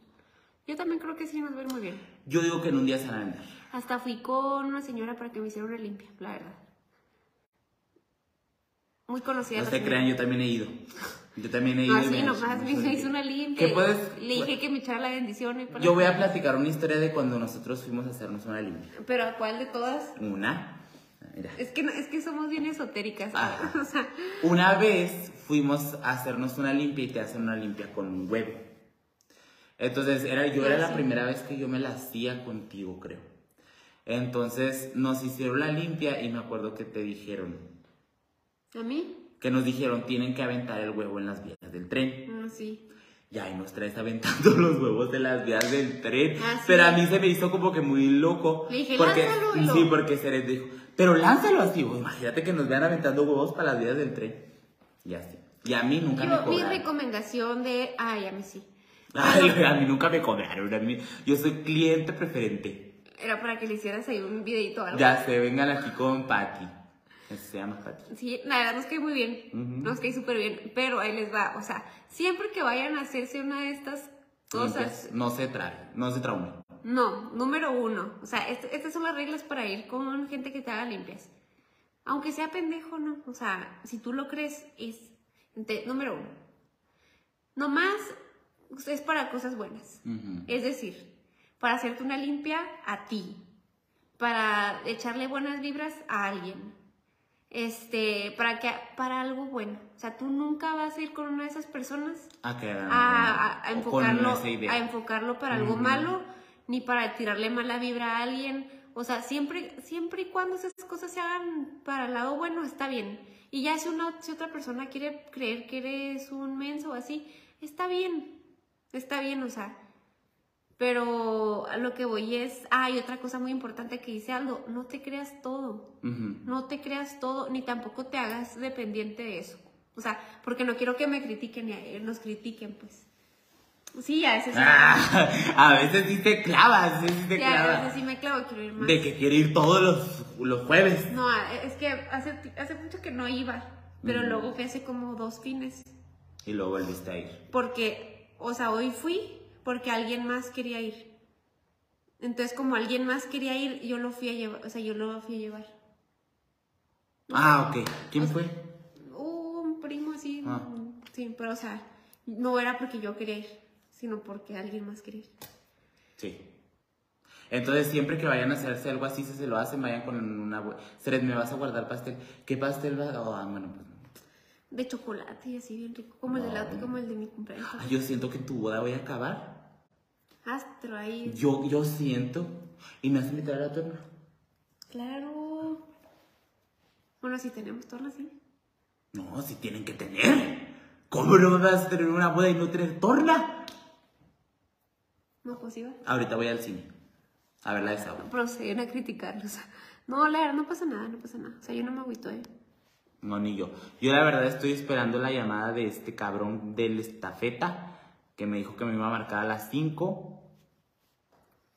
B: Yo también creo que sí nos va a ir muy bien.
C: Yo digo que en un día se van a vender.
B: Hasta fui con una señora para que me hiciera una limpia, la verdad. Muy conocida.
C: No
B: la
C: se
B: señora.
C: crean, yo también he ido. Yo también he ido. y
B: Así
C: me han-
B: nomás me
C: me han-
B: hizo una limpia.
C: ¿Qué puedes?
B: Le dije que me echara la bendición. y para-
C: Yo voy a platicar una historia de cuando nosotros fuimos a hacernos una limpia.
B: Pero ¿a cuál de todas?
C: Una. Mira.
B: Es que, no- es que somos bien esotéricas.
C: Ah.
B: o sea,
C: Una vez fuimos a hacernos una limpia y te hacen una limpia con un huevo. Entonces, era, yo
B: Ah,
C: era la
B: sí.
C: primera vez que yo me la hacía contigo, creo. Entonces, nos hicieron la limpia y me acuerdo que te dijeron,
B: ¿a mí?
C: que nos dijeron, tienen que aventar el huevo en las vías del tren.
B: No, sí.
C: Y ahí nos traes aventando los huevos de las vías del tren.
B: Ah, sí.
C: Pero a mí se me hizo como que muy loco.
B: Le dije,
C: porque,
B: "Lánzalo", y lo-
C: Sí, porque se les dijo, pero lánzalo así. güey, imagínate que nos vean aventando huevos para las vías del tren. Y así. Y a mí nunca me
B: Yo, mi
C: cobraron.
B: recomendación de... Ay, a mí sí.
C: Ay, a mí nunca me cobraron. a mí- yo soy cliente preferente.
B: Era para que le hicieras ahí un videito o algo.
C: Ya se vengan aquí con Patty. Eso se llama Patty.
B: Sí, la verdad nos cae muy bien.
C: Ujú.
B: Nos cae súper bien. Pero ahí les va. O sea, siempre que vayan a hacerse una de estas cosas...
C: Entonces, no se trae, no se traume.
B: No, número uno. O sea, est- estas son las reglas para ir con gente que te haga limpias. Aunque sea pendejo, no. O sea, si tú lo crees, es. Ente- número uno. Nomás pues, es para cosas buenas.
C: Ujú.
B: Es decir, para hacerte una limpia a ti. Para echarle buenas vibras a alguien. Este, para que para algo bueno. O sea, tú nunca vas a ir con una de esas personas
C: A que
B: a,
C: hagan
B: Ah, a- a
C: o con
B: enfocarlo,
C: esa idea.
B: a em- enfocarlo para algo
C: Ujú.
B: malo, ni para tirarle mala vibra a alguien. O sea, siempre, siempre y cuando esas cosas se hagan para el lado bueno, está bien. Y ya si, una, si otra persona quiere creer que eres un menso o así, está bien. Está bien, o sea. Pero a lo que voy es, hay otra cosa muy importante que dice Aldo, no te creas todo
C: Ujú.
B: no te creas todo ni tampoco te hagas dependiente de eso. O sea, porque no quiero que me critiquen ni a- eh, nos critiquen, pues. Sí, a veces, sí-
C: Ah, a veces sí te clavas, a veces sí te
B: sí, a
C: clavas.
B: veces sí me clavo, quiero ir más.
C: De que quiere ir todos los, los jueves.
B: No, a- es que hace, ti- hace mucho que no iba, pero
C: Ujú.
B: luego fui hace como dos fines.
C: Y luego volviste a ir.
B: Porque, o sea, hoy fui porque alguien más quería ir. Entonces, como alguien más quería ir, yo lo fui a llevar, o sea, yo lo fui a llevar.
C: Ah, ok. ¿Quién fue?
B: Hubo un primo así,
C: Ah.
B: sí, pero o sea, no era porque yo quería ir, sino porque alguien más quería ir.
C: Sí. Entonces, siempre que vayan a hacerse algo así, si se lo hacen, vayan con una. bu- Ceres, ¿me vas a guardar pastel? ¿Qué pastel va? Oh, ah, bueno, pues no.
B: De chocolate y así bien rico, como el de la,
C: Ay.
B: como el de mi cumpleaños. Ah,
C: Ay, yo siento que en tu boda voy a acabar.
B: Astro ahí.
C: Yo, yo siento. Y me hacen invitar a la torna.
B: Claro. Bueno, si tenemos torna, sí.
C: No, si tienen que tener. ¿Cómo no vas a tener una boda y no tener torna?
B: No, pues iba.
C: Ahorita voy al cine. A ver la de Saúl.
B: Proceden a criticarlos. No, la verdad, no pasa nada, no pasa nada. O sea, yo no me agüito, eh.
C: No, ni yo. Yo la verdad estoy esperando la llamada de este cabrón del estafeta que me dijo que me iba a marcar a las 5.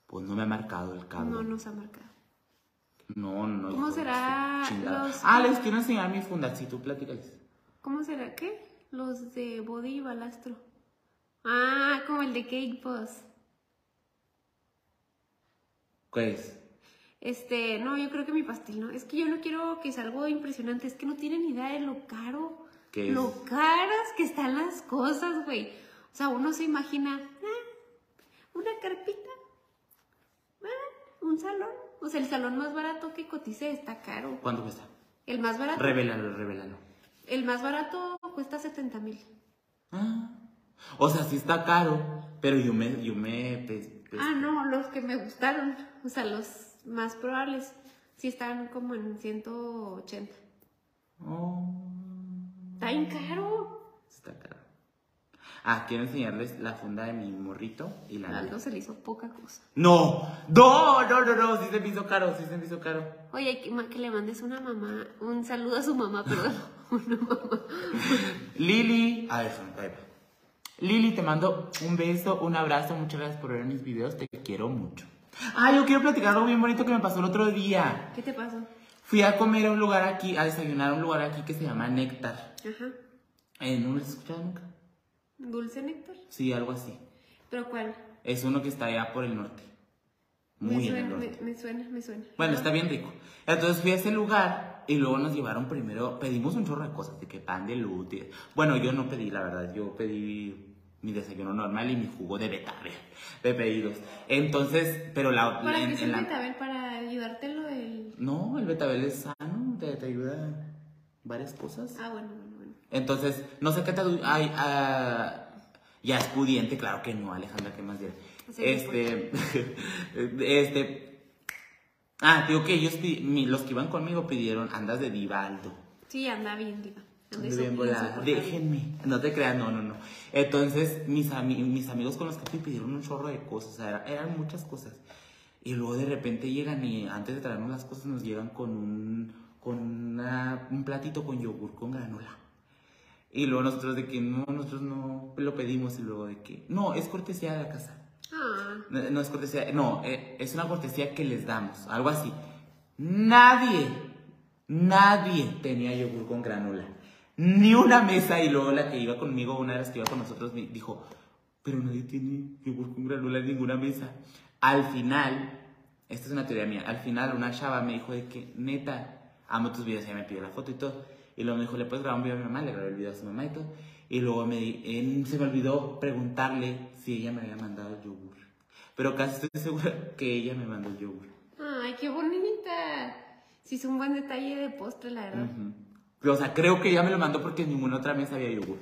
C: Pues no me ha marcado el
B: No
C: cabrón.
B: nos ha marcado.
C: No, no. no
B: ¿Cómo
C: hijo de
B: será
C: su chingada.
B: los-
C: Ah, les quiero enseñar mi funda. Si tú platicas.
B: ¿Cómo será? ¿Qué? Los de body y balastro. Ah, como el de Cake Boss.
C: ¿Qué es?
B: Este, no, yo creo que mi pastel no. Es que yo no quiero que sea algo impresionante. Es que no tienen idea de lo caro.
C: ¿Qué es?
B: Lo caras que están las cosas, güey. O sea, uno se imagina ah, una carpita, ah, un salón. O sea, el salón más barato que cotice está caro.
C: ¿Cuánto cuesta?
B: El más barato,
C: Revélalo, revélalo.
B: el más barato cuesta 70 mil.
C: Ah. O sea, sí está caro, pero yo me, yo me pues, pues,
B: Ah, no, los que me gustaron. O sea, los más probables. Sí están como en 180.
C: oh.
B: Está bien caro.
C: Está caro. Ah, quiero enseñarles la funda de mi morrito y la
B: Aldo
C: mía.
B: se le hizo poca cosa.
C: No, no, no, no, no, sí se me hizo caro, sí se me hizo caro.
B: Oye, que, ma- que le mandes una mamá, un saludo a su mamá, perdón. Una mamá.
C: Lili, a ver, son- ahí va. Lili, te mando un beso, un abrazo, muchas gracias por ver mis videos, te quiero mucho. Ah, yo quiero platicar algo bien bonito que me pasó el otro día.
B: ¿Qué te pasó?
C: Fui a comer a un lugar aquí, a desayunar a un lugar aquí que se llama Néctar.
B: Ajá.
C: Eh, ¿No lo has escuchado nunca?
B: Dulce Néctar.
C: Sí, algo así.
B: ¿Pero cuál?
C: Es uno que está allá por el norte.
B: me,
C: Muy en el
B: suena,
C: norte.
B: me, me suena, me suena.
C: Bueno, está bien rico. Entonces fui a ese lugar y luego nos llevaron primero, pedimos un chorro de cosas, de que pan de luz. de- Bueno, yo no pedí, la verdad, yo pedí mi desayuno normal y mi jugo de betabel de pedidos. Entonces, pero la...
B: ¿Para
C: en-
B: qué
C: en
B: sirve
C: la-
B: Tabel? ¿Para ayudártelo el...?
C: No, el betabel es sano, te, te ayuda en varias cosas.
B: Ah, bueno, bueno, bueno.
C: Entonces, no sé qué te... du- Ay, ah, ya es pudiente, claro que no, Alejandra, ¿qué más dirá?
B: Sí,
C: este... este... Ah, digo que ellos, pi- mi- los que iban conmigo pidieron andas de Divaldo.
B: Sí, anda bien, diva. Anda
C: Ando bien
B: insoportable.
C: volada. Déjenme. No te creas, no, no, no. Entonces, mis, ami- mis amigos con los que fui pidieron un chorro de cosas, o sea, era- eran muchas cosas. Y luego de repente llegan y antes de traernos las cosas nos llegan con un, con una- un platito con yogur con granola. Y luego nosotros de que no, nosotros no lo pedimos y luego de que no, es cortesía de la casa.
B: Ah,
C: No, no es cortesía, no, eh, es una cortesía que les damos, algo así. Nadie, nadie tenía yogur con granola. Ni una mesa y luego la que iba conmigo, una de las que iba con nosotros, me dijo, pero nadie tiene yogur con granola en ninguna mesa. Al final, esta es una teoría mía, al final una chava me dijo de que, neta, amo tus videos, y me pidió la foto y todo. Y luego me dijo, ¿le puedes grabar un video a mi mamá? Le grabé el video a su mamá y todo. Y luego me, di- él- se me olvidó preguntarle si ella me había mandado el yogur. Pero casi estoy segura que ella me mandó el yogur.
B: ay, qué bonita. Sí, es un buen detalle de postre, la verdad.
C: Ujú. O sea, creo que ya me lo mandó porque en ninguna otra mesa había yogur.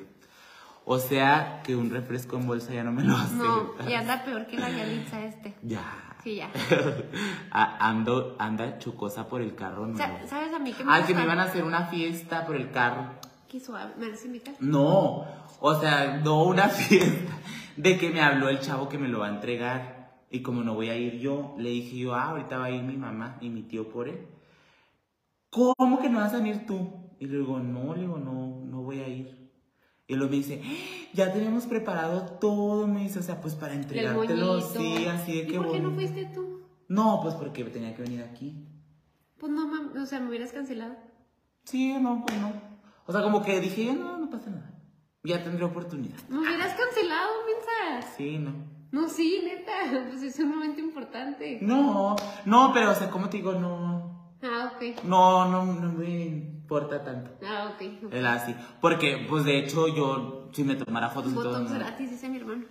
C: O sea, que un refresco en bolsa ya no me lo hace.
B: No, y anda peor que la Yalitza este.
C: Ya.
B: Sí, ya.
C: A- ando, anda chocosa por el carro
B: O
C: nuevo.
B: sea, ¿sabes a mí que me
C: Ah, que me
B: gusta?
C: iban a hacer una fiesta por el carro.
B: Qué suave. ¿Me vas a invitar?
C: No, o sea, no una fiesta. De que me habló el chavo que me lo va a entregar. Y como no voy a ir yo, le dije yo, ah, ahorita va a ir mi mamá y mi tío por él. ¿Cómo que no vas a venir tú? Y le digo, no, le digo, no, no voy a ir. Y luego me dice, "Ah, ya tenemos preparado todo, me dice, o sea, pues para
B: El
C: entregártelo,
B: moñito.
C: sí, así de
B: ¿Y
C: que
B: por qué no
C: bonito".
B: fuiste tú?
C: No, pues porque tenía que venir aquí.
B: Pues no mames, o sea, me hubieras cancelado.
C: Sí, no, pues no. O sea, como que dije, no, no pasa nada. Ya tendré oportunidad.
B: Me hubieras cancelado, mensas.
C: Sí, no.
B: No, sí, neta, pues es un momento importante.
C: No, no, pero o sea, ¿cómo te digo? No,
B: Ah, ok.
C: no, no, no me importa tanto.
B: Ah, ok.
C: El así. Porque, pues de hecho, yo, si me tomara fotos y todo.
B: Botox
C: no.
B: gratis, dice mi hermano.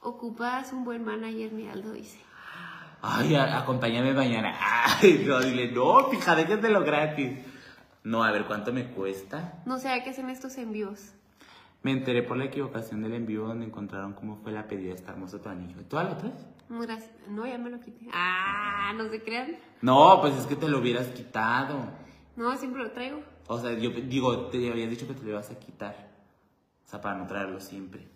B: Ocupas un buen manager, mi Aldo dice.
C: Ay, a- acompáñame mañana. Ay, no, dile, no, fíjate que es de lo gratis. No, a ver cuánto me cuesta.
B: No sé a qué hacen estos envíos.
C: Me enteré por la equivocación del envío donde encontraron cómo fue la pedida de este hermoso tu anillo. ¿Tú lo traes?
B: Muy gracias. No, ya me lo quité. Ah, no se crean.
C: No, pues es que te lo hubieras quitado.
B: No, siempre lo traigo.
C: O sea, yo digo, te habías dicho que te lo ibas a quitar. O sea, para no traerlo siempre.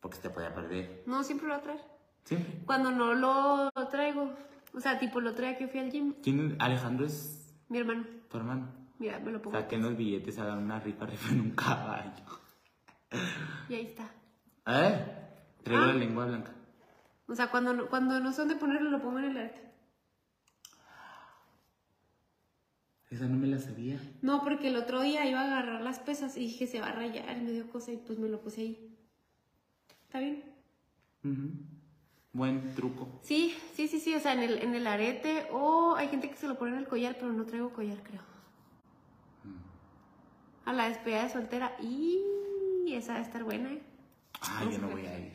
C: Porque se te podía perder.
B: No, siempre lo voy a traer.
C: ¿Siempre?
B: Cuando no lo traigo, o sea, tipo lo trae que fui al gym,
C: ¿Quién es? Alejandro es
B: mi hermano.
C: tu hermano.
B: Mira, me lo pongo.
C: Saquen los billetes, hagan una rifa, rifen un caballo.
B: Y ahí está.
C: ¿Eh? Traigo
B: Ah.
C: la lengua blanca.
B: O sea, cuando no, cuando no son de ponerlo, lo pongo en el arte.
C: Esa no me la sabía.
B: No, porque el otro día iba a agarrar las pesas y dije se va a rayar y me dio cosa y pues me lo puse ahí. ¿Está bien?
C: Ujú. Buen truco.
B: Sí, sí, sí, sí, o sea, en el, en el arete o hay gente que se lo pone en el collar, pero no traigo collar, creo.
C: Mm.
B: A la despedida de soltera y esa va a estar buena. ¿eh?
C: Ah, yo no voy a ir.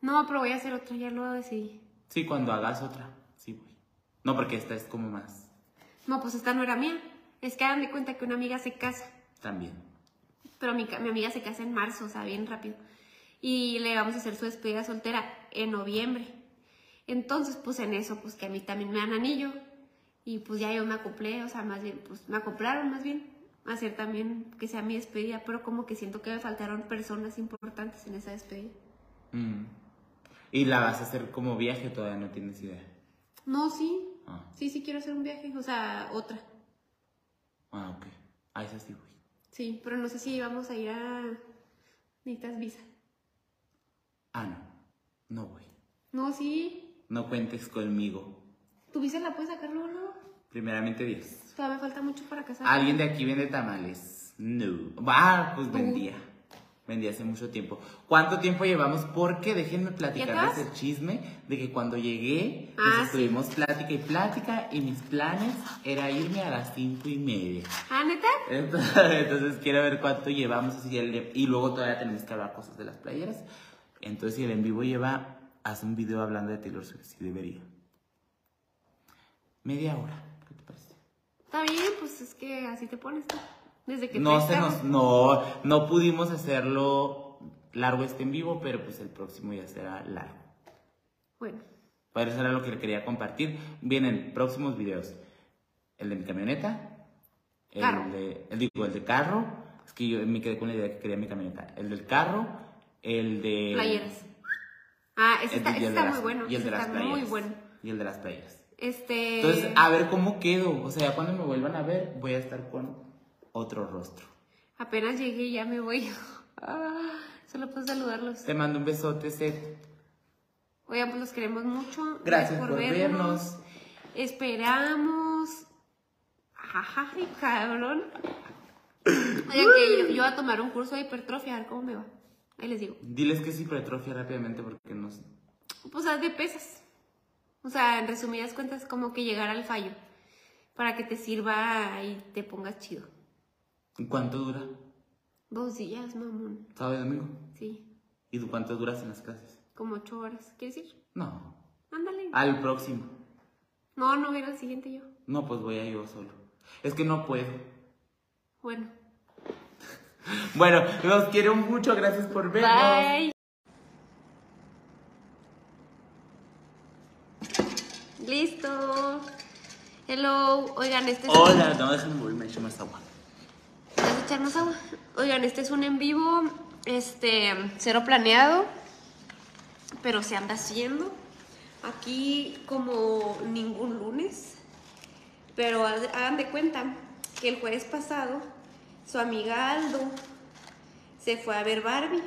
B: No, pero voy a hacer otra, ya lo decidí.
C: Sí, cuando hagas otra. Sí, voy. No, porque esta es como más.
B: No, pues esta no era mía. Es que hagan de cuenta que una amiga se casa,
C: También.
B: pero mi, ca- mi amiga se casa en marzo, o sea, bien rápido. Y le vamos a hacer su despedida soltera en noviembre. Entonces, pues en eso, pues que a mí también me dan anillo. Y pues ya yo me acoplé, o sea, más bien, pues me acoplaron más bien a hacer también que sea mi despedida, pero como que siento que me faltaron personas importantes en esa despedida.
C: Mm. Y la vas a hacer como viaje, todavía no tienes idea.
B: No, sí,
C: Ah,
B: sí, sí quiero hacer un viaje, o sea, otra.
C: ah ok. A esa sí voy.
B: Sí, pero no sé si vamos a ir a... Necesitas visa.
C: Ah, no. No voy.
B: No, sí.
C: No cuentes conmigo.
B: ¿Tu visa la puedes sacar luego, luego?
C: Primeramente Dios.
B: Todavía me falta mucho para casar.
C: ¿Alguien de aquí vende tamales? No. Ah, pues
B: Tú.
C: vendía. Vendía hace mucho tiempo. ¿Cuánto tiempo llevamos? Porque déjenme platicarles
B: ¿Quietas?
C: el chisme de que cuando llegué, pues
B: Ah, sí.
C: estuvimos plática y plática y mis planes era irme a las cinco y media.
B: ¿Ah, neta?
C: Entonces, entonces quiero ver cuánto llevamos así el- y luego todavía tenemos que hablar cosas de las playeras. Entonces si el en vivo lleva, haz un video hablando de Taylor Swift, si debería. Media hora, ¿qué te parece?
B: Está bien, pues es que así te pones tú. Desde que
C: No
B: traes
C: se
B: carro.
C: nos, no, no pudimos hacerlo largo este en vivo, pero pues el próximo ya será largo.
B: Bueno,
C: Pero eso era lo que le quería compartir. Vienen próximos videos. El de mi camioneta. El
B: Carro.
C: de. El, digo, el de carro. Es que yo me quedé con la idea que quería mi camioneta. El del carro. El de.
B: playeras. Ah,
C: el
B: ese está,
C: de- y Eh,
B: ese
C: el de
B: está
C: las-
B: muy bueno.
C: Y el
B: ese
C: de las
B: está muy
C: playeras.
B: bueno.
C: Y el de las playas.
B: Este...
C: Entonces, ah, a ver cómo quedo. O sea, ya cuando me vuelvan a ver, voy a estar con otro rostro.
B: Apenas llegué y ya me voy. Ah, solo puedo saludarlos.
C: Te mando un besote, Seth.
B: Oigan, pues los queremos mucho.
C: Gracias por vernos.
B: Esperamos. Ajá, ay, cabrón. Oigan, que yo, yo voy a tomar un curso de hipertrofia, a ver cómo me va. Ahí les digo.
C: Diles que sí, pero atrofia rápidamente porque no sé.
B: Pues haz de pesas. O sea, en resumidas cuentas, como que llegar al fallo. Para que te sirva y te pongas chido.
C: ¿Cuánto dura?
B: Dos días, mamón.
C: ¿Sábado y domingo?
B: Sí,
C: ¿Y tú cuánto duras en las clases?
B: como ocho horas. ¿Quieres ir?
C: No.
B: Ándale.
C: Al próximo.
B: No, no, era el siguiente yo.
C: No, pues voy a yo solo. Es que no puedo.
B: Bueno.
C: Bueno, los quiero mucho. Gracias por vernos.
B: Bye. Listo. Hello. Oigan, este es un-
C: Hola, no, déjenme volverme a echar más agua.
B: ¿Vas a echar más agua? Oigan, este es un en vivo, este, cero planeado, pero se anda haciendo. Aquí como ningún lunes. Pero haz- hagan de cuenta que el jueves pasado su amiga Aldo se fue a ver Barbie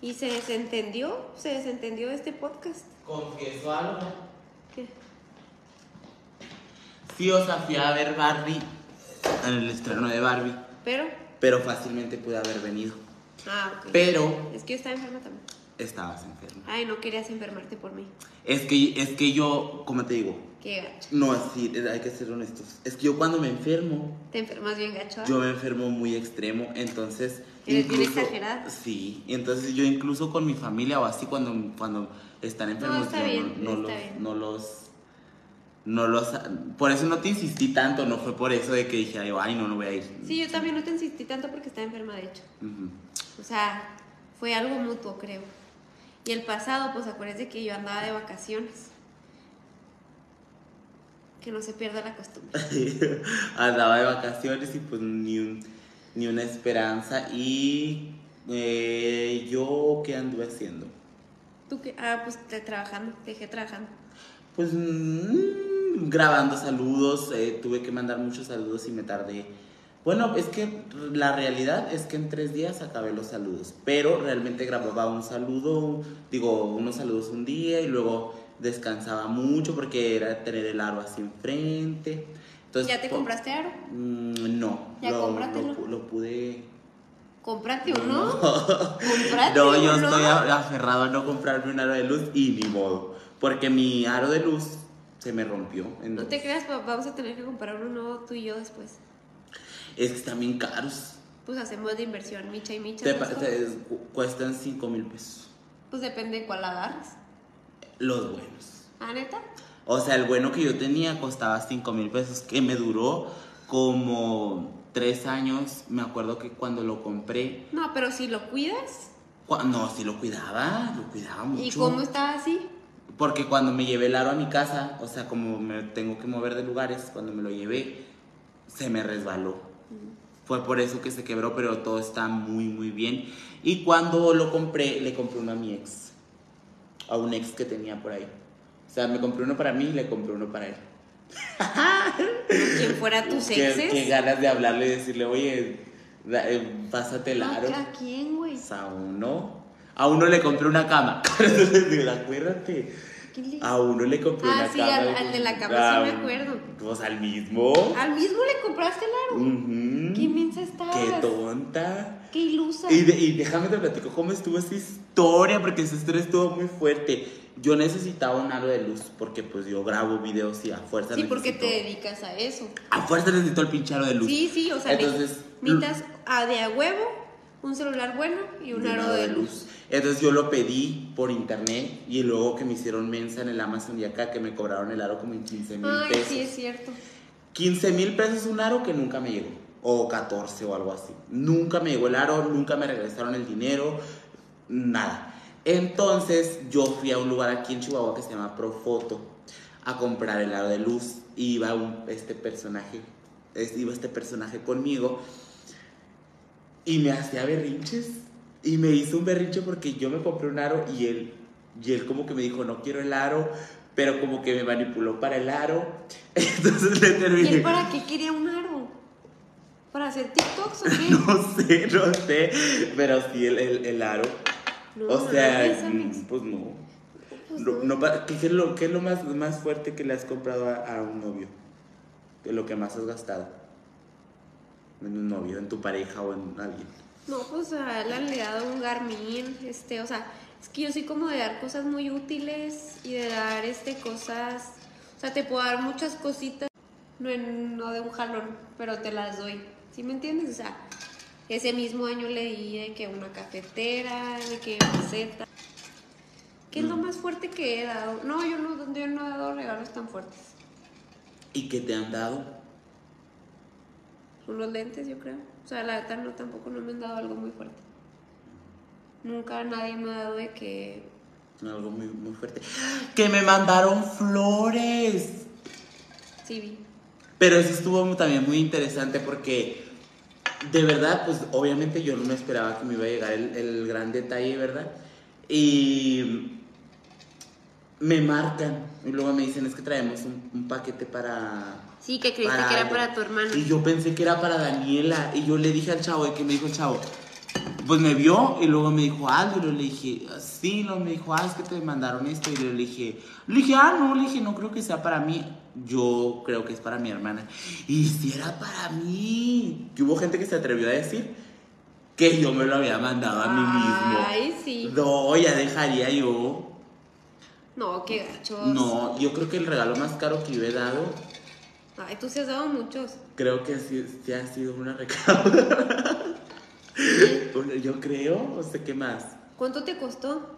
B: y se desentendió, se desentendió de este podcast.
C: Confieso algo.
B: ¿Qué?
C: Sí, o sea, fui a ver Barbie en el estreno de Barbie,
B: Pero,
C: pero fácilmente pude haber venido.
B: ah, ok.
C: Pero
B: Es que yo estaba enferma también.
C: estabas enferma.
B: Ay, no querías enfermarte por mí.
C: Es que, es que yo, como te digo,
B: Qué gacho.
C: no, sí, hay que ser honestos. Es que yo cuando me enfermo,
B: Te enfermas bien gacho. ¿ah?
C: Yo me enfermo muy extremo, entonces...
B: Eres bien exagerada.
C: Sí, entonces yo incluso con mi familia o así cuando, cuando están enfermos,
B: está
C: yo
B: bien,
C: no,
B: está
C: los,
B: bien.
C: no los... No los... Por eso no te insistí tanto, no fue por eso de que dije, ay, ay, no, no voy a ir.
B: Sí, yo también no te insistí tanto porque estaba enferma, de hecho.
C: Ujú.
B: O sea, fue algo mutuo, creo. Y el pasado, pues acuérdense que yo andaba de vacaciones. Que no se pierda la costumbre.
C: Andaba de vacaciones y pues ni, un- ni una esperanza. Y eh, yo, ¿qué anduve haciendo?
B: ¿Tú qué? Ah, pues te- trabajando, te dejé trabajando.
C: Pues mm, grabando saludos, eh, tuve que mandar muchos saludos y me tardé. Bueno, es que la realidad es que en tres días acabé los saludos, pero realmente grababa un saludo, digo, unos saludos un día y luego descansaba mucho porque era tener el aro así enfrente. Entonces,
B: ¿Ya te
C: po-
B: compraste aro?
C: Mm, Pues, no,
B: Ya
C: lo,
B: cómpratelo.
C: lo pu- lo pude
B: Cómprate uno. Cómprate
C: No, yo
B: uno.
C: estoy a- aferrado a no comprarme un aro de luz y ni modo. Porque mi aro de luz se me rompió. en
B: No
C: dos.
B: te creas, pa- vamos a tener que comprar uno nuevo tú y yo después.
C: Es que están bien caros.
B: Pues hacemos de inversión, micha y micha.
C: Te
B: ¿no?
C: pa- te- cu- cuestan 5 mil pesos.
B: Pues depende de cuál agarres.
C: Los buenos.
B: Ah, neta.
C: O sea, el bueno que yo tenía costaba 5 mil pesos, que me duró como 3 años. Me acuerdo que cuando lo compré,
B: No, pero si lo cuidas.
C: cua- no, sí lo cuidaba, lo cuidaba mucho.
B: ¿Y cómo está así?
C: Porque cuando me llevé el aro a mi casa, o sea, como me tengo que mover de lugares, cuando me lo llevé, se me resbaló. Fue por eso que se quebró, pero todo está muy, muy bien. Y cuando lo compré, le compré uno a mi ex. A un ex que tenía por ahí. O sea, me compré uno para mí y le compré uno para él.
B: Quien fuera tus
C: Qué,
B: exes.
C: qué ganas de hablarle y decirle, oye, da- eh, pásate el
B: No,
C: aro.
B: ¿A quién, güey?
C: Pues A uno. A uno le compré una cama. Digo, Acuérdate.
B: ¿A quién le-
C: A uno le compré
B: Ah,
C: una
B: sí,
C: pues, cama.
B: al- al de la cama,
C: Ah,
B: sí me acuerdo.
C: Pues al mismo.
B: Al mismo le compraste el aro.
C: Ujú.
B: Qué mensa estás.
C: Qué tonta.
B: Qué ilusa.
C: Y, de- y déjame te platico cómo estuvo esa historia, porque esa historia estuvo muy fuerte. Yo necesitaba un aro de luz, porque pues yo grabo videos y a fuerza
B: Sí, porque te
C: necesito-
B: dedicas a eso.
C: A fuerza necesito el pinche aro de luz.
B: Sí, sí, o sea,
C: Entonces,
B: necesitas a de a huevo, un celular bueno y un aro de luz.
C: Entonces yo lo pedí por internet y luego que me hicieron mensa en el Amazon y acá que me cobraron el aro como en 15 mil
B: Ay,
C: pesos.
B: sí, es cierto.
C: 15 mil pesos un aro que nunca me llegó. O 14 o algo así. Nunca me llegó el aro, nunca me regresaron el dinero, nada. Entonces yo fui a un lugar aquí en Chihuahua que se llama Profoto a comprar el aro de luz. Y iba un, este personaje, es- iba este personaje conmigo y me hacía berrinches. Y me hizo un berrinche porque yo me compré un aro y él, y él como que me dijo, no quiero el aro, pero como que me manipuló para el aro. Entonces le
B: ¿Y
C: terminé.
B: él para qué quería un aro? ¿Para hacer TikToks o qué?
C: No sé, no sé, pero sí el, el, el aro.
B: No,
C: o sea,
B: mames, Alex.
C: mm, pues no.
B: Pues
C: No-
B: no.
C: no pa- ¿Qué qué es lo, qué es lo más, más fuerte que le has comprado a, a un novio? De lo que más has gastado. En un novio, en tu pareja o en alguien.
B: No, pues a él han dado un Garmin, este, o sea, es que yo soy como de dar cosas muy útiles y de dar este cosas, o sea, te puedo dar muchas cositas, no, en- no de un jalón, pero te las doy. ¿Sí me entiendes? O sea, ese mismo año le di de que una cafetera, de que maceta. ¿Qué es lo más fuerte que he dado? No, yo no, yo no he dado regalos tan fuertes.
C: ¿Y qué te han dado?
B: Unos lentes, yo creo. O sea, la verdad no, tampoco no me han dado algo muy fuerte. Nunca nadie me ha dado de que...
C: Algo muy, muy fuerte. Que me mandaron flores.
B: Sí, vi.
C: Pero eso estuvo mu- también muy interesante porque de verdad, pues obviamente yo no me esperaba que me iba a llegar el, el gran detalle, ¿verdad? Y me marcan y luego me dicen es que traemos un, un paquete para...
B: Sí, que creíste
C: para
B: que era
C: algo".
B: para tu hermano.
C: Y yo pensé que era para Daniela y yo le dije al chavo, ¿y qué me dijo el chavo? Pues me vio y luego me dijo algo y luego le dije, sí, luego me dijo, ah, es que te mandaron esto y luego le dije, le dije, ah, no, le dije, no creo que sea para mí, yo creo que es para mi hermana. Y si era para mí, que hubo gente que se atrevió a decir que yo me lo había mandado a mí mismo.
B: Ay, sí.
C: No, ya dejaría yo.
B: No, qué gachos.
C: No, yo creo que el regalo más caro que yo he dado,
B: Ay, tú sí has dado muchos.
C: creo que sí, sí ha sido una recarga. Bueno, Yo creo, o sea, ¿qué más?
B: ¿Cuánto te costó?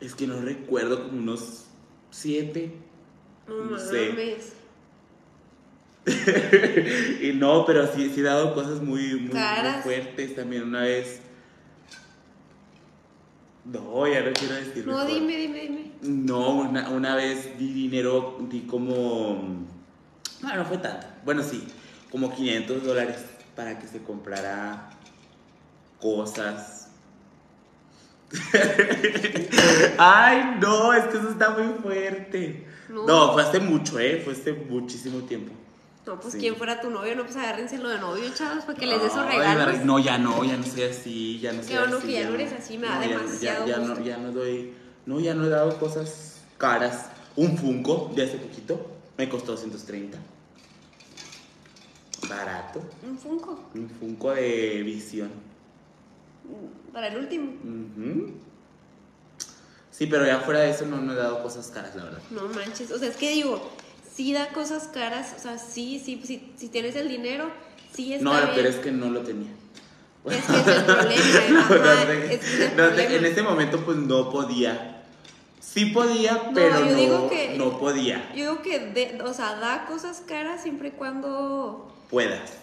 C: Es que no recuerdo, como unos siete.
B: No
C: No
B: mames.
C: sé. y no, pero sí, sí he dado cosas muy, muy, muy
B: Caras.
C: fuertes. También una vez. No, ya no quiero decir.
B: No,
C: mejor.
B: dime, dime, dime.
C: No, una, una vez di dinero, di como. No, no fue tanto. Bueno, sí, como 500 dólares para que se comprara cosas. Ay, no, es que eso está muy fuerte.
B: No.
C: No, fue hace mucho, ¿eh? Fue hace muchísimo tiempo.
B: No, pues
C: Sí.
B: quién fuera tu novio, no, pues agárrenselo de novio, chavos, para que les des esos
C: Ay,
B: regalos.
C: Mar- No, ya no, ya no soy así, ya no soy
B: bueno
C: así.
B: que ya no eres así, me da
C: ya- ya-
B: demasiado
C: ya,
B: gusto.
C: no, ya no doy, no, ya no he dado cosas caras. Un Funko de hace poquito me costó 230. Barato.
B: Un Funko.
C: Un Funko de visión.
B: Para el último.
C: Ujú. Sí, pero ya fuera de eso no, no he dado cosas caras, la verdad.
B: No manches. O sea, es que digo, sí da cosas caras. O sea, sí, sí, sí, si tienes el dinero, sí está
C: no,
B: bien.
C: pero es que no lo tenía.
B: Es que ese es el problema.
C: No,
B: ajá,
C: no
B: es
C: sé.
B: que ese es el
C: No sé,
B: problema.
C: en este momento pues no podía. Sí podía,
B: No,
C: pero
B: yo
C: no,
B: digo que-
C: no podía.
B: Yo digo que, de- o sea, da cosas caras siempre y cuando,
C: Puedas.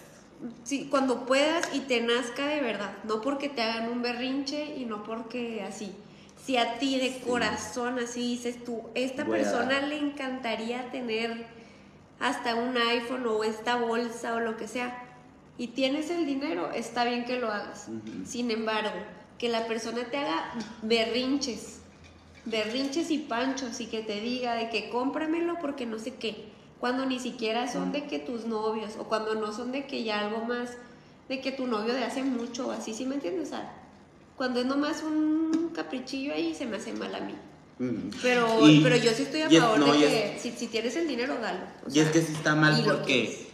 B: sí, cuando puedas y te nazca de verdad. No porque te hagan un berrinche y no porque así. Si a ti de corazón así dices tú, esta
C: Voy a
B: persona
C: dar.
B: le encantaría tener hasta un iPhone o esta bolsa o lo que sea, y tienes el dinero, está bien que lo hagas.
C: Ujú.
B: Sin embargo, que la persona te haga berrinches, berrinches y panchos y que te diga de que cómpramelo porque no sé qué, cuando ni siquiera son de que tus novios o cuando no son de que ya algo más, de que tu novio de hace mucho o así, ¿sí me entiendes? O sea, cuando es nomás un caprichillo ahí se me hace mal a mí.
C: Mm.
B: Pero,
C: Y-
B: pero yo sí estoy a
C: y es-
B: favor
C: no,
B: de
C: y es-
B: que si, si tienes el dinero, dalo. o
C: Y es
B: sea,
C: que sí está mal
B: y lo quieres.
C: porque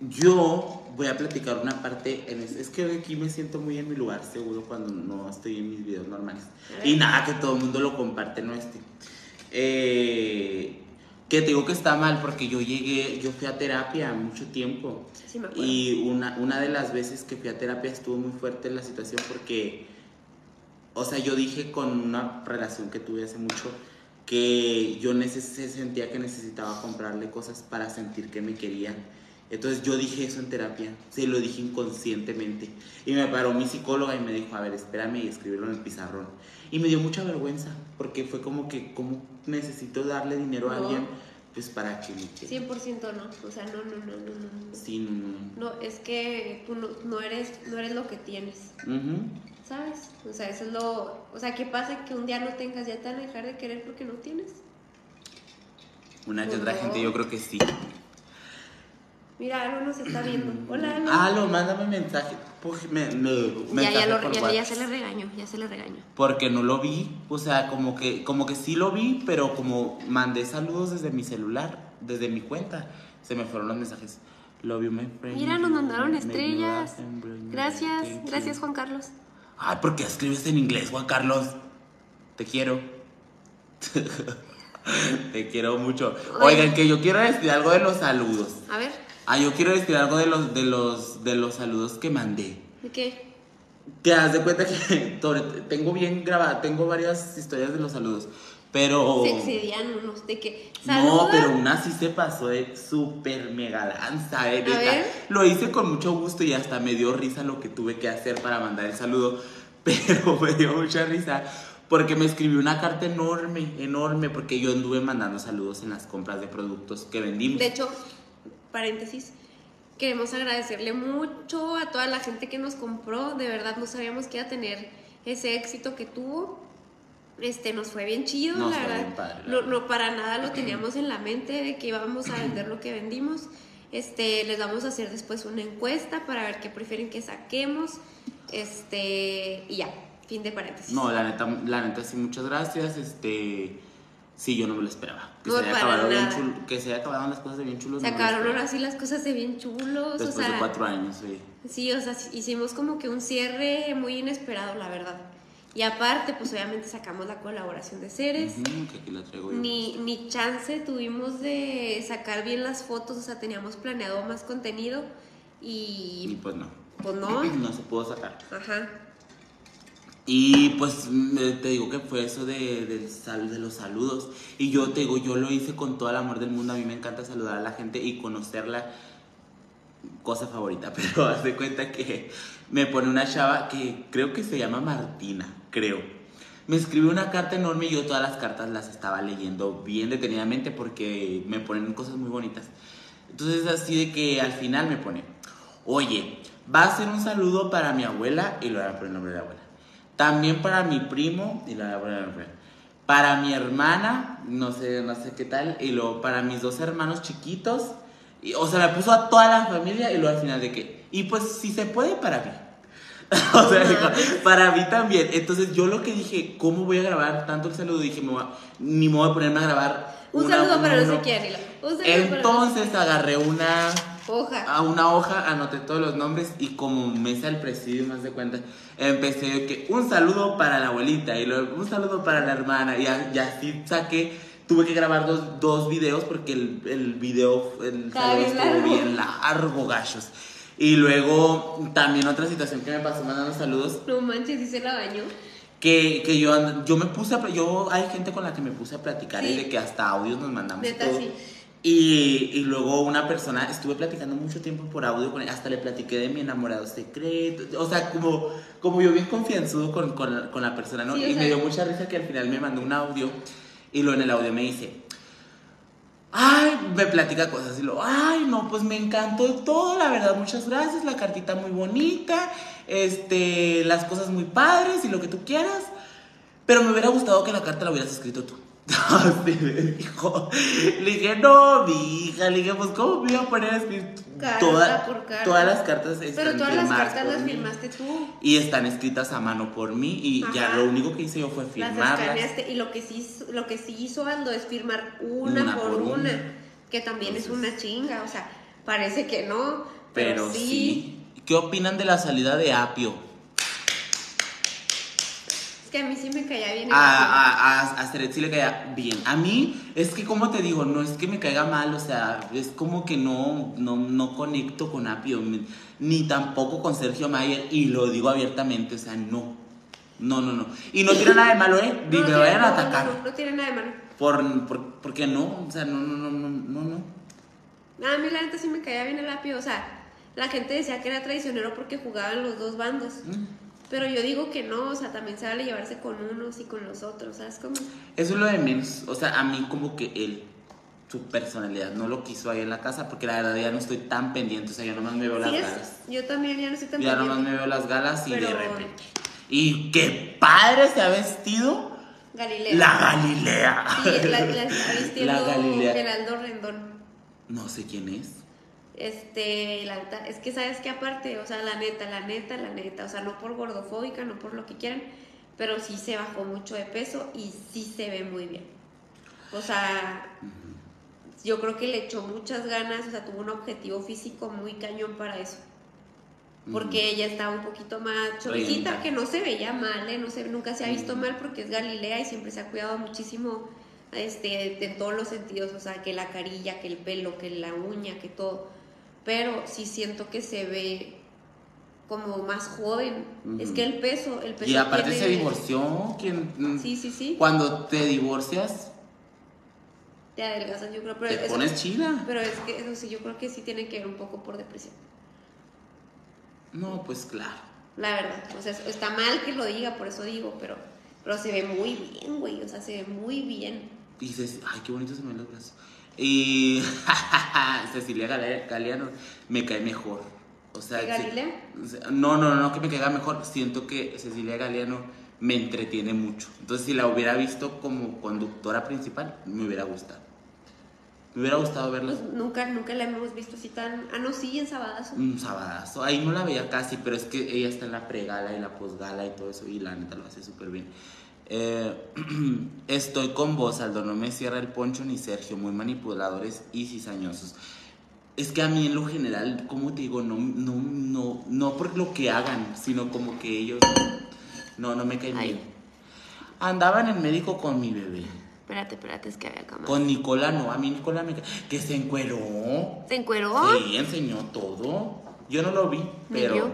C: yo voy a platicar una parte. En es, es que aquí me siento muy en mi lugar seguro cuando no estoy en mis videos normales.
B: A ver.
C: Y nada, que todo el mundo lo comparte, no este. Eh, que te digo que está mal porque yo llegué, yo fui a terapia mucho tiempo.
B: Sí, me acuerdo.
C: Y una, una de las veces que fui a terapia estuvo muy fuerte la situación porque, o sea, yo dije con una relación que tuve hace mucho que yo neces- se sentía que necesitaba comprarle cosas para sentir que me quería. Entonces yo dije eso en terapia, se lo dije inconscientemente. Y me paró mi psicóloga y me dijo, a ver, espérame y escríbelo en el pizarrón. Y me dio mucha vergüenza porque fue como que, ¿cómo necesito darle dinero a
B: No.
C: alguien? Pues para que me quiera.
B: 100% no, o sea, no, no, no, no, no. no.
C: Sí, no, no, no.
B: No, es que tú no, no eres, no eres lo que tienes,
C: Ujú.
B: ¿sabes? O sea, eso es lo. O sea, ¿qué pasa que un día no tengas? Ya te van a dejar de querer porque no tienes.
C: Una que
B: Pues
C: otra
B: no.
C: gente, yo creo que sí.
B: Mira, Alo nos está
C: Mm.
B: viendo. Hola, Alo.
C: Alo, mándame mensaje. Puj- me- Ah, me-
B: ya,
C: mensaje
B: ya, lo,
C: por
B: ya,
C: WhatsApp.
B: ya se le regaño, ya se le regaño.
C: Porque no lo vi. O sea, como que, como que sí lo vi, pero como mandé saludos desde mi celular, desde mi cuenta, se me fueron los mensajes. Love you, my friend.
B: Mira, nos mandaron
C: Make me
B: estrellas.
C: laugh and bring me
B: Gracias,
C: Mm, thank you.
B: gracias, Juan Carlos.
C: Ay, ¿por qué escribes en inglés, Juan Carlos? Te quiero. Te quiero mucho.
B: Oye.
C: Oigan, que yo quiero decir algo de los saludos.
B: A ver,
C: Ah, yo quiero decir algo de los, de los, de los saludos que mandé.
B: ¿de qué?
C: Te das de cuenta que sobre- tengo bien grabada, tengo varias historias de los saludos, pero...
B: Se excedían unos, de que.
C: Oh. No,
B: saluda.
C: pero una sí se pasó de súper mega lanza, eh, neta.
B: ver.
C: Lo hice con mucho gusto y hasta me dio risa lo que tuve que hacer para mandar el saludo, pero me dio mucha risa porque me escribió una carta enorme, enorme, porque yo anduve mandando saludos en las compras de productos que vendimos.
B: De hecho, paréntesis, queremos agradecerle mucho a toda la gente que nos compró. De verdad no sabíamos que iba a tener ese éxito que tuvo. Este, nos fue bien chido,
C: Nos
B: la
C: fue
B: verdad.
C: bien padre, la
B: no,
C: verdad.
B: no, para nada lo teníamos en la mente de que íbamos a vender lo que vendimos. Este, les vamos a hacer después una encuesta para ver qué prefieren que saquemos. Este, y ya, fin de paréntesis.
C: No, la neta, la neta sí, muchas gracias. Este, sí, yo no me lo esperaba. Que,
B: No,
C: se, haya
B: para
C: acabado bien
B: nada.
C: chulo- que se haya acabado las cosas de bien chulos.
B: se
C: no me lo
B: acabaron
C: esperaba.
B: ahora sí las cosas de bien chulos. o
C: Después de
B: sea,
C: cuatro años, sí.
B: Sí, o sea, sí- hicimos como que un cierre muy inesperado, la verdad. Y aparte, pues obviamente sacamos la colaboración de Ceres.
C: Ujú, que aquí la traigo yo.
B: pues, Ni, ni chance tuvimos de sacar bien las fotos, o sea, teníamos planeado más contenido
C: Y
B: y
C: pues no.
B: pues no.
C: No se pudo sacar.
B: Ajá.
C: Y pues me- te digo que fue eso de, del sal- de los saludos. Y yo te digo, yo lo hice con todo el amor del mundo. A mí me encanta saludar a la gente y conocerla. Cosa favorita, pero haz de cuenta que me pone una chava que creo que se llama Martina, creo. Me escribió una carta enorme y yo todas las cartas las estaba leyendo bien detenidamente porque me ponen cosas muy bonitas. Entonces así de que al final me pone, oye, va a ser un saludo para mi abuela y le voy a poner el nombre de la abuela. También para mi primo y le voy a poner el nombre. Para mi hermana, no sé, no sé qué tal, y luego para mis dos hermanos chiquitos. Y, o sea, le puso a toda la familia y luego al final de que, y pues si se puede para mí. o sea, dijo, para mí también. Entonces yo lo que dije, ¿cómo voy a grabar tanto el saludo? Dije, me voy a- ni me voy a ponerme a grabar.
B: Un
C: una-
B: saludo
C: uno,
B: para no
C: uno.
B: sé quién. y la- O sea, no, pero-
C: Entonces ah. agarré una,
B: Hoja.
C: a una hoja, anoté todos los nombres y como mesa al presidio, más de cuenta, empecé de que un saludo para la abuelita y luego un saludo para la hermana y, a- y así saqué, tuve que grabar dos, dos videos porque el, el video, el
B: Estaba
C: saludo
B: bien
C: estuvo
B: largo.
C: bien largo, gachos. Y luego también otra situación que me pasó mandando saludos
B: No manches, sí se la bañó.
C: que, que yo, and- yo me puse a, pl- yo hay gente con la que me puse a platicar y
B: Sí.
C: de que hasta audios nos mandamos y
B: Neta,
C: todo.
B: sí.
C: Y, y luego una persona, estuve platicando mucho tiempo por audio con él, hasta le platiqué de mi enamorado secreto, o sea, como, como yo bien confianzudo con, con, con la persona, ¿no?
B: Sí, o
C: y
B: sea-
C: me dio mucha risa que al final me mandó un audio y luego en el audio me dice, Ay, me platica cosas y lo, ay, no, pues me encantó todo, la verdad, muchas gracias, la cartita muy bonita, este, las cosas muy padres y lo que tú quieras, pero me hubiera gustado que la carta la hubieras escrito tú. Así me dijo. Le dije, no, mi hija, le dije, pues, ¿cómo me iba a poner a escribir
B: Carta
C: toda-
B: por carta.
C: todas las cartas?
B: Pero
C: están
B: todas las
C: firmadas
B: cartas
C: por
B: las
C: mí
B: firmaste tú.
C: Y están escritas a mano por mí y ya
B: Ajá.
C: lo único que hice yo fue
B: Las
C: firmarlas.
B: escaneaste y lo que sí, hizo- lo que sí hizo Ando es firmar una,
C: Una
B: por
C: por
B: una,
C: una.
B: que también es
C: Entonces-
B: una chinga, o sea, parece que no, pero,
C: Pero
B: sí.
C: sí. ¿Qué opinan de la salida de Apio?
B: Es que a mí sí me caía bien. el Apio.
C: A, a, a, a Seret sí le caía bien. A mí, es que como te digo, no es que me caiga mal, o sea, es como que no, no, no conecto con Apio, ni- ni tampoco con Sergio Mayer, y lo digo abiertamente, o sea, no. No, no, no. Y no tiene nada de malo, ¿eh? Ni
B: No,
C: me
B: no
C: vayan a
B: tiene- no, no,
C: atacar.
B: No, no tiene nada de malo.
C: Por, por- porque no, o sea, no, no, no, no, no, no.
B: No, a mí la neta sí me caía bien el apio, o sea, la gente decía que era traicionero porque jugaban los dos bandos. Pero yo digo que no, o sea, también se vale llevarse con unos y con los otros, ¿sabes cómo?
C: Eso es lo de menos. O sea, a mí como que él, su personalidad, no lo quiso ahí en la casa, porque la verdad ya no estoy tan pendiente, o sea, yo nomás me veo las
B: Sí, es-
C: galas.
B: yo también ya no soy tan
C: Ya
B: pendiente.
C: nomás me veo las galas y
B: Pero-
C: de repente. Y qué padre se ha vestido
B: Galilea.
C: la Galilea.
B: Sí, la, la está vistiendo
C: La Galilea.
B: Geraldo Rendón.
C: No sé quién es.
B: Este, la neta, es que sabes que aparte, o sea, la neta, la neta, la neta, o sea, no por gordofóbica, no por lo que quieran, pero sí se bajó mucho de peso y sí se ve muy bien. O sea, yo creo que le echó muchas ganas, o sea, tuvo un objetivo físico muy cañón para eso. Porque ella estaba un poquito más choricita,
C: Rellenita.
B: que no se veía mal, ¿eh? no se, nunca se ha visto mal porque es Galilea y siempre se ha cuidado muchísimo este, en todos los sentidos, o sea, que la carilla, que el pelo, que la uña, que todo. Pero sí siento que se ve como más joven. Es
C: Ujú.
B: que el peso, el peso.
C: Y aparte
B: tiene-
C: se divorció. ¿quién?
B: Sí, sí, sí.
C: Cuando te divorcias,
B: Te adelgazas, yo creo. Pero,
C: te
B: eso-
C: pones chida.
B: pero es que eso sí, yo creo que sí tiene que ver un poco por depresión.
C: No, pues claro.
B: La verdad. O sea, está mal que lo diga, por eso digo, pero, pero se ve muy bien, güey. O sea, se ve muy bien.
C: Y dices, ay, qué bonito se me ven los brazos. Y Cecilia Gale- Galeano me cae mejor. O sea,
B: ¿Que
C: Ah, sí-
B: Galilea?
C: o sea, no, no, no, que me caiga mejor. Siento que Cecilia Galeano me entretiene mucho. Entonces, si la hubiera visto como conductora principal, me hubiera gustado. Me hubiera gustado verla
B: Pues nunca, nunca la hemos visto así tan. Ah, no, sí, en Sabadazo.
C: un sabadazo. Ahí no la veía casi, pero es que ella está en la pregala y la posgala y todo eso. Y la neta lo hace súper bien. Eh, estoy con vos, Aldo. No me cierra el poncho ni Sergio. Muy manipuladores y cizañosos. Es que a mí en lo general, como te digo, no, no, no, no por lo que hagan, sino como que ellos no, no me caen
B: Ay.
C: bien. Andaba en el médico con mi bebé,
B: Espérate, espérate, es que había cama.
C: con Nicola no, a mí Nicola me ca- que se encueró.
B: ¿Se encueró?
C: Sí, enseñó todo. Yo no lo vi,
B: Ni
C: pero
B: yo.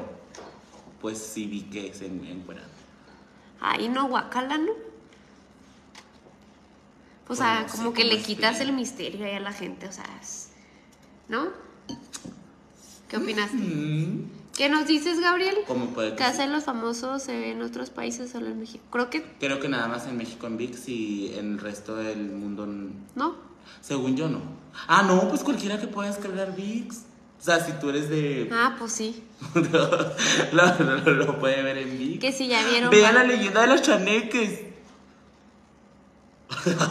C: pues sí vi que se encuentra.
B: Ay, no, guacala, ¿no? O sea,
C: Pues no sé
B: como que
C: cómo
B: le
C: es
B: quitas
C: que-
B: el misterio ahí a la gente, o sea, es- ¿no? ¿Qué opinas? ¿Qué nos dices, Gabriel?
C: ¿Cómo Mm. puede que
B: Casa
C: sí?
B: de los famosos se ve en otros países, solo en México. Creo que
C: Creo que nada más en México en VIX y en el resto del mundo, n-
B: no.
C: según yo no. Ah, no, pues cualquiera que pueda descargar VIX. O sea, si tú eres de...
B: Ah, pues sí.
C: lo, lo- lo puede ver en VIX.
B: Que si ya vieron.
C: Vean la leyenda de los chaneques.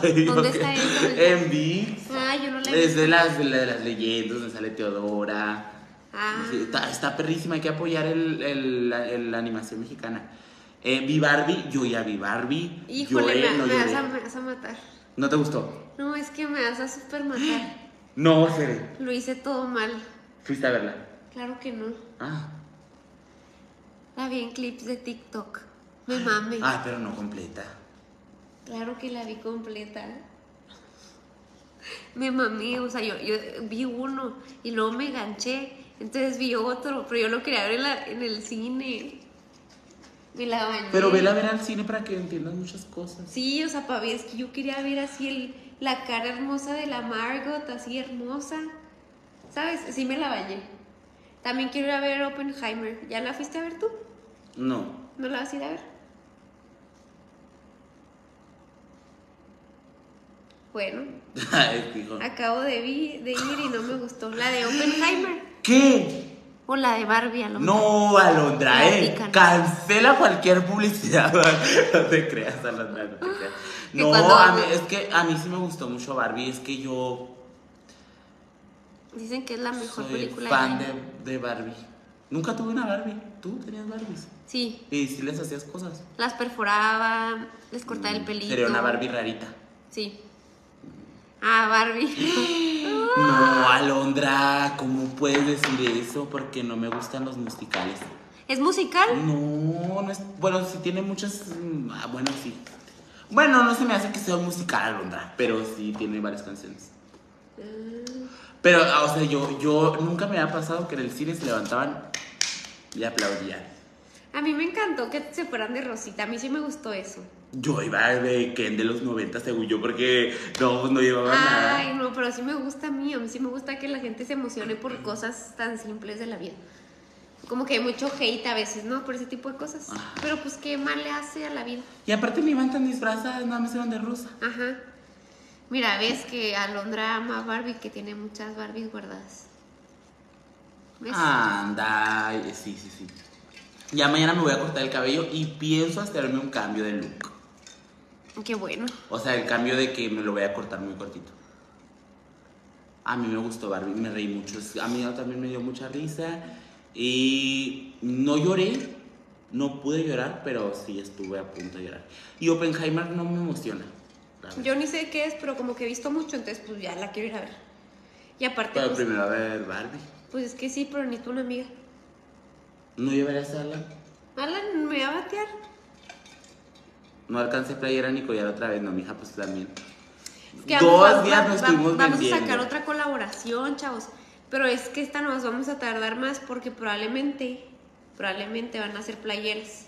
C: Ay,
B: ¿Dónde
C: ok.
B: está eso?
C: En VIX.
B: Ah, yo no la he
C: Es
B: visto.
C: de las, de la- de las leyendas donde sale Teodora.
B: Ah.
C: Sí, está, está perrísima, hay que apoyar el, el- la- el- la animación mexicana. Eh, vi Barbie, yo ya vi Barbie.
B: Híjole,
C: lloré,
B: me,
C: no,
B: me vas
C: lloré.
B: a, me vas a matar.
C: ¿No te gustó?
B: No, es que me vas a super matar.
C: No, Cere.
B: Lo hice todo mal.
C: Fuiste a verla.
B: Claro que no.
C: Ah,
B: La vi en clips de TikTok. Me mame.
C: ah, pero no completa.
B: Claro que la vi completa. Me mamé, o sea, yo, yo vi uno y luego me ganché. Entonces vi otro, pero yo lo quería ver en, la- en el cine. Me la bañé.
C: Pero vela a ver al cine para que entiendas muchas cosas.
B: Sí, o sea, pa' ver, es que yo quería ver así el, la cara hermosa de la Margot, así hermosa. ¿Sabes? Sí me la bañé. También quiero ir a ver Oppenheimer. ¿Ya la fuiste a ver tú?
C: No.
B: ¿No la vas a ir a ver? Bueno,
C: Ay, dijo.
B: acabo de, vi- de ir y no me gustó. La de Oppenheimer
C: ¿Qué?
B: o la de Barbie, a lo mejor.
C: No, Alondra, eh.
B: Platican.
C: Cancela cualquier publicidad. No te creas, Alondra, no te creas.
B: Que
C: No,
B: Ah. cuando-
C: a mí, es que a mí sí me gustó mucho Barbie. Es que yo
B: Dicen que es la mejor
C: soy
B: película del
C: fan
B: año.
C: de, de Barbie. Nunca tuve una Barbie. ¿Tú tenías Barbies?
B: Sí,
C: Y sí les hacías cosas. Mm,
B: las perforaba, les cortaba el pelito.
C: Sería una Barbie rarita.
B: Sí. Ah, Barbie.
C: No, Alondra, ¿cómo puedes decir eso? Porque no me gustan los musicales.
B: ¿Es musical?
C: No, no es. Bueno, sí tiene muchas. mm, ah, bueno, sí. Bueno, no se me hace que sea un musical, Alondra, pero sí tiene varias canciones. Pero, ah, o sea, yo, yo nunca me ha pasado que en el cine se levantaban y aplaudían.
B: A mí me encantó que se fueran de Rosita. A mí sí me gustó eso.
C: Yo iba de Ken de los 90, según yo, porque no, no llevaba
B: Ay,
C: nada.
B: no, pero sí me gusta a mí. A mí sí me gusta que la gente se emocione por cosas tan simples de la vida. Como que hay mucho hate a veces, ¿no? Por ese tipo de cosas. Pero pues qué mal le hace a la vida.
C: Y aparte me iban tan disfrazadas, nada más eran de rosa.
B: Ajá. Mira, ves que Alondra ama a Barbie, que tiene muchas Barbies guardadas. ¿Ves?
C: Ah. Anda, ay, sí, sí, sí. Ya mañana me voy a cortar el cabello y pienso hacerme un cambio de look.
B: Qué bueno.
C: O sea, el cambio de que me lo voy a cortar muy cortito. A mí me gustó Barbie, me reí mucho. A mí también me dio mucha risa. Y no lloré, no pude llorar, pero sí estuve a punto de llorar. Y Oppenheimer no me emociona. la verdad.
B: Yo ni sé qué es, pero como que he visto mucho, entonces pues ya la quiero ir a ver. Y aparte,
C: Pero
B: pues,
C: primero a ver Barbie.
B: pues, es que sí, pero necesito una amiga.
C: No llevaré a sala.
B: Alan, me va a batear.
C: No alcancé playera ni collar otra vez, no, mija, pues también.
B: Es que
C: Dos
B: vamos-
C: días
B: va-
C: nos
B: va-
C: estuvimos
B: Vamos a
C: vendiendo.
B: sacar otra colaboración, chavos. Pero es que esta nos vamos a tardar más porque probablemente, probablemente van a ser playeras.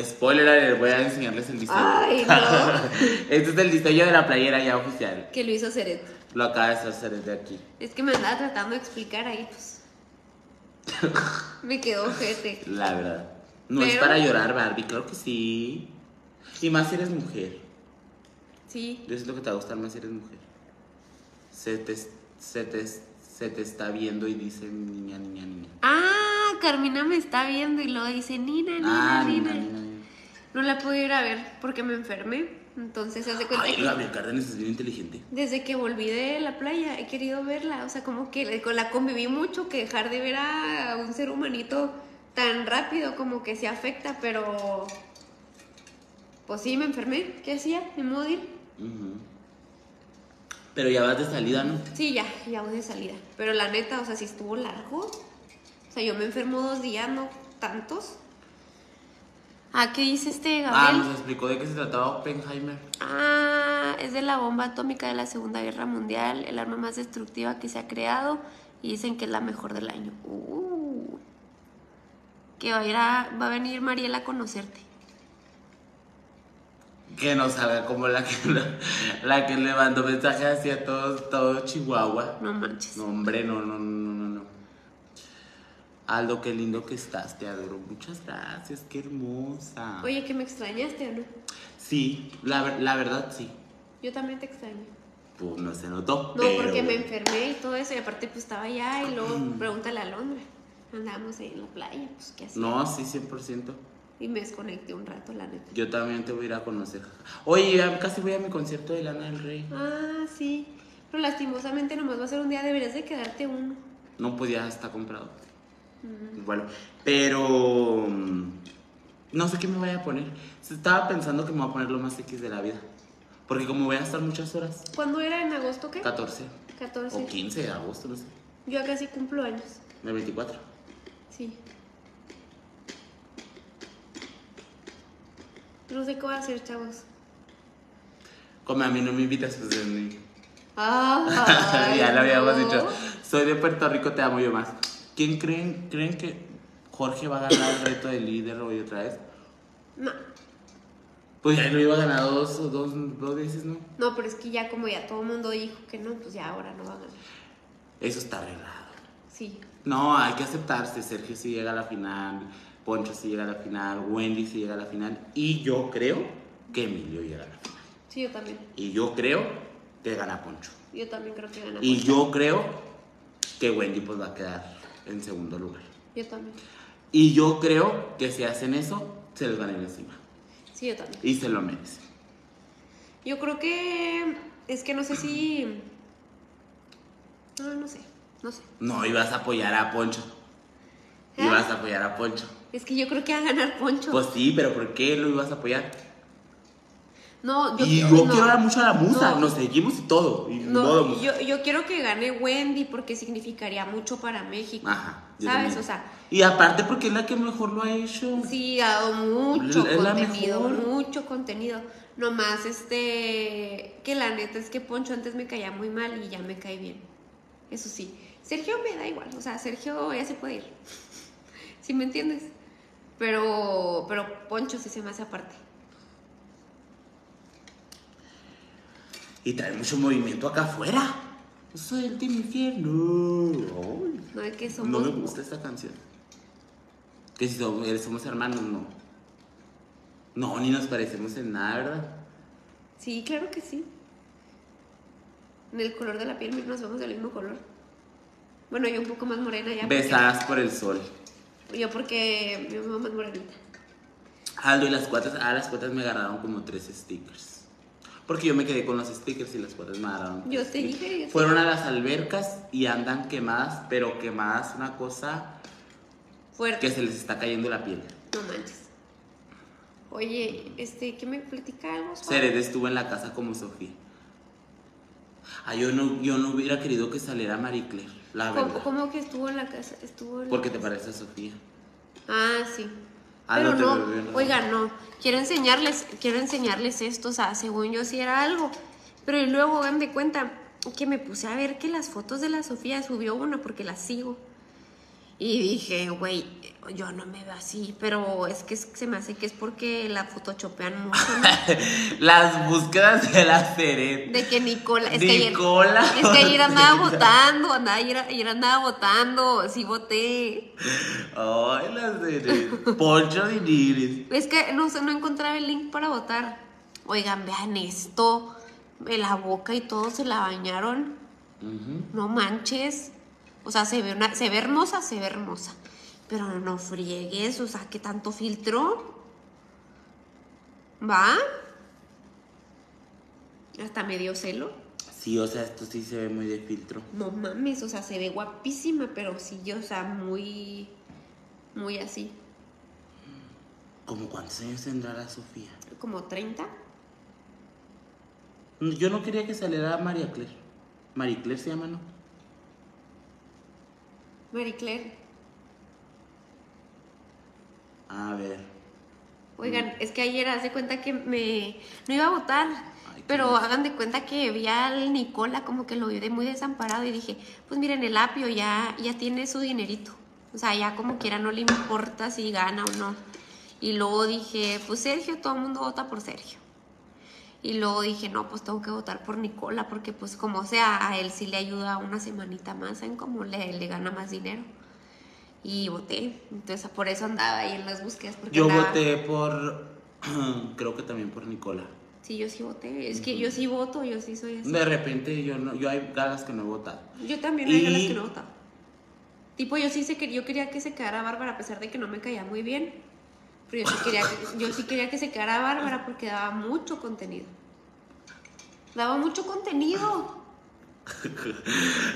C: Spoiler alert, voy a enseñarles el diseño.
B: Ay, no.
C: este es el diseño de la playera ya oficial.
B: Que lo hizo Ceret.
C: Lo acaba de hacer desde aquí.
B: Es que me andaba tratando de explicar ahí, pues. me quedó ojete.
C: La verdad. No es
B: Pero-
C: para llorar, Barbie, claro que sí. Y más si eres mujer.
B: Sí.
C: Yo siento que te va a gustar más si eres mujer. Se te, se te, se te está viendo y dice niña, niña, niña.
B: Ah, Carmina me está viendo y luego dice Nina, Nina,
C: Ah, niña,
B: Nina.
C: niña, niña.
B: No la pude ir a ver porque me enfermé. Entonces, haz de cuenta
C: Ay,
B: que
C: Gabriel Cárdenas es bien inteligente.
B: desde que volví de la playa he querido verla. O sea, como que con la conviví mucho, que dejar de ver a un ser humanito tan rápido como que se afecta, pero. Pues sí, me enfermé. ¿Qué hacía? ¿Me modo de ir?
C: Ujú. Pero ya vas de salida, ¿no?
B: Sí, ya, ya voy de salida. Pero la neta, o sea, si estuvo largo. O sea, yo me enfermo dos días, no tantos. Ah, ¿qué dice este
C: Ah,
B: Gabriel?
C: nos explicó de qué se trataba Oppenheimer.
B: Ah, es de la bomba atómica de la Segunda Guerra Mundial, el arma más destructiva que se ha creado y dicen que es la mejor del año. Uh. que va a, ir a, va a venir Mariela a conocerte.
C: Que no salga como la que, la que le mandó mensaje hacia todo, todo Chihuahua.
B: No manches.
C: No, hombre, no, no, no, no, no. Aldo, qué lindo que estás, te adoro. Muchas gracias, qué hermosa.
B: Oye, que me extrañaste o no.
C: Sí, la, ver- la verdad sí.
B: Yo también te extraño.
C: Pues no se notó.
B: No,
C: pero-
B: porque me enfermé y todo eso, y aparte pues estaba allá y luego pregúntale a Londra. Andábamos ahí en la playa, pues qué hacía.
C: No, sí, 100%.
B: Y me desconecté un rato, la neta.
C: Yo también te voy a ir a conocer. Oye, ya casi voy a mi concierto de Lana del Rey.
B: Ah, sí. Pero lastimosamente nomás va a ser un día, deberías de quedarte uno.
C: No podía estar comprado. Bueno, pero mm, no sé qué me voy a poner. Se- Estaba pensando que me voy a poner lo más X de la vida.
A: Porque como voy a gastar muchas horas,
B: ¿Cuándo era en agosto qué?
A: 14 o
B: 14.
A: 15 de agosto, no sé,
B: Yo acá sí cumplo años.
A: de 24.
B: Sí. No sé qué voy a hacer, chavos.
A: Como a mí no me invitas, pues es mi-
B: Ah,
A: ya lo habíamos
B: no.
A: dicho. Soy de Puerto Rico, te amo yo más. ¿Quién creen, creen que Jorge va a ganar el reto de líder hoy otra vez?
B: No,
A: Pues ya lo iba a ganar dos, o dos, dos veces, ¿no?
B: no, pero es que ya como ya todo el mundo dijo que no, pues ya ahora no va a ganar.
A: Eso está arreglado.
B: Sí.
A: No, hay que aceptarse. Sergio si llega a la final, Poncho si llega a la final, Wendy si llega a la final. Y yo creo que Emilio llega a la final.
B: Sí, yo también.
A: Y yo creo que gana Poncho.
B: Yo también creo que gana.
A: Y yo creo que Wendy pues va a quedar en segundo lugar.
B: Yo también.
A: Y yo creo que si hacen eso, se les van a ir encima.
B: Sí, yo también.
A: Y se lo merecen.
B: Yo creo que es que no sé si no, no sé, no sé.
A: No, y vas a apoyar a Poncho. Y
B: ¿Eh?
A: vas a apoyar a Poncho.
B: Es que yo creo que va a ganar Poncho.
A: Pues sí, pero ¿por qué lo ibas a apoyar?
B: no, yo,
A: Y yo
B: no.
A: quiero hablar mucho a la musa.
B: No.
A: Nos seguimos y todo. Y
B: No,
A: modo pues. musa.
B: yo, yo quiero que gane Wendy porque significaría mucho para México.
A: Ajá. yo
B: ¿Sabes?
A: también.
B: O sea,
A: Y aparte porque es la que mejor lo ha hecho.
B: sí, ha dado mucho
A: Es la
B: contenido,
A: mejor.
B: mucho contenido. Nomás este, que la neta es que Poncho antes me caía muy mal y ya me cae bien. Eso sí. Sergio me da igual, o sea, Sergio ya se puede ir. ¿Sí me entiendes? Pero, pero Poncho sí se me hace aparte.
A: Y trae mucho movimiento acá afuera. Yo soy el Team Infierno. Ay,
B: No es que somos.
A: no me gusta esta canción. Que si somos, somos hermanos, no. No, ni nos parecemos en nada, ¿verdad?
B: Sí, claro que sí. En el color de la piel mira, nos vemos del mismo color. Bueno, yo un poco más morena ya.
A: Besadas por el sol.
B: porque- yo porque mi mamá es más morenita.
A: Aldo y las cuatas, a las cuatas me agarraron como tres stickers. Porque yo me quedé con los stickers y las cuatas me agarraron.
B: Yo
A: tres
B: te
A: stickers.
B: dije, yo te
A: Fueron a las albercas y andan quemadas, pero quemadas una cosa que
B: Fuerte.
A: se les está cayendo la piel.
B: No manches. Oye, este, ¿qué me platica algo? suave?
A: Cered estuvo en la casa como Sofía. Ah, yo no, yo no hubiera querido que saliera Marie Claire, la
B: ¿Cómo,
A: verdad.
B: cómo que estuvo en la casa? Estuvo en la-
A: Porque te parece a Sofía.
B: Ah, sí.
A: Ah,
B: Pero
A: no te
B: no,
A: lo veo, ¿no?
B: oigan, no. Quiero enseñarles, quiero enseñarles esto, o sea, según yo sí era algo. Pero y luego hagan de cuenta que me puse a ver que las fotos de la Sofía subió una porque las sigo. Y dije, güey, yo no me veo así, pero es que es- se me hace que es porque la photoshopean mucho, ¿no?
A: Las búsquedas de la Cered.
B: De que Nicola, es
A: Nicola
B: que ayer, es que ayer andaba
A: Ortega.
B: votando, andaba, ayer, ayer andaba votando, sí voté.
A: Ay, la Cered. Poncho de Niris.
B: Es que no, sé, no encontraba el link para votar. Oigan, vean esto. Eh, La boca y todo se la bañaron. No manches. O sea, se ve, una, se ve hermosa, se ve hermosa. Pero no friegues, o sea, ¿qué tanto filtro? ¿Va? Hasta me dio celo.
A: Sí, o sea, esto sí se ve muy de filtro.
B: No mames, o sea, se ve guapísima, pero sí, yo, o sea, muy. Muy así.
A: ¿Cómo cuántos años tendrá la Sofía?
B: Como 30.
A: Yo no quería que saliera María Claire. Marie Claire se llama, ¿no?
B: Marie Claire.
A: A ver.
B: Oigan, es que ayer haz de cuenta que me no iba a votar,
A: qué
B: pero hagan de cuenta que vi al Nicola como que lo vi de muy desamparado y dije, pues miren, el apio ya, ya tiene su dinerito. O sea, ya como quiera no le importa si gana o no. Y luego dije, pues Sergio, todo el mundo vota por Sergio. Y luego dije, no, pues tengo que votar por Nicola, porque pues como sea, a él sí le ayuda una semanita más, en cómo le, le gana más dinero. Y voté. Entonces por eso andaba ahí en las búsquedas. Porque
A: Yo
B: andaba-
A: voté por. creo que también por Nicola.
B: Sí, yo sí voté. Es que yo sí voto, yo sí soy así.
A: De repente yo no, yo hay galas que no he votado.
B: Yo también hay ganas
A: Y-
B: que no votaba. Tipo, yo sí sé que yo quería que se quedara Bárbara a pesar de que no me caía muy bien. Pero yo sí quería que, yo sí quería que se quedara Bárbara porque daba mucho contenido. Daba mucho contenido.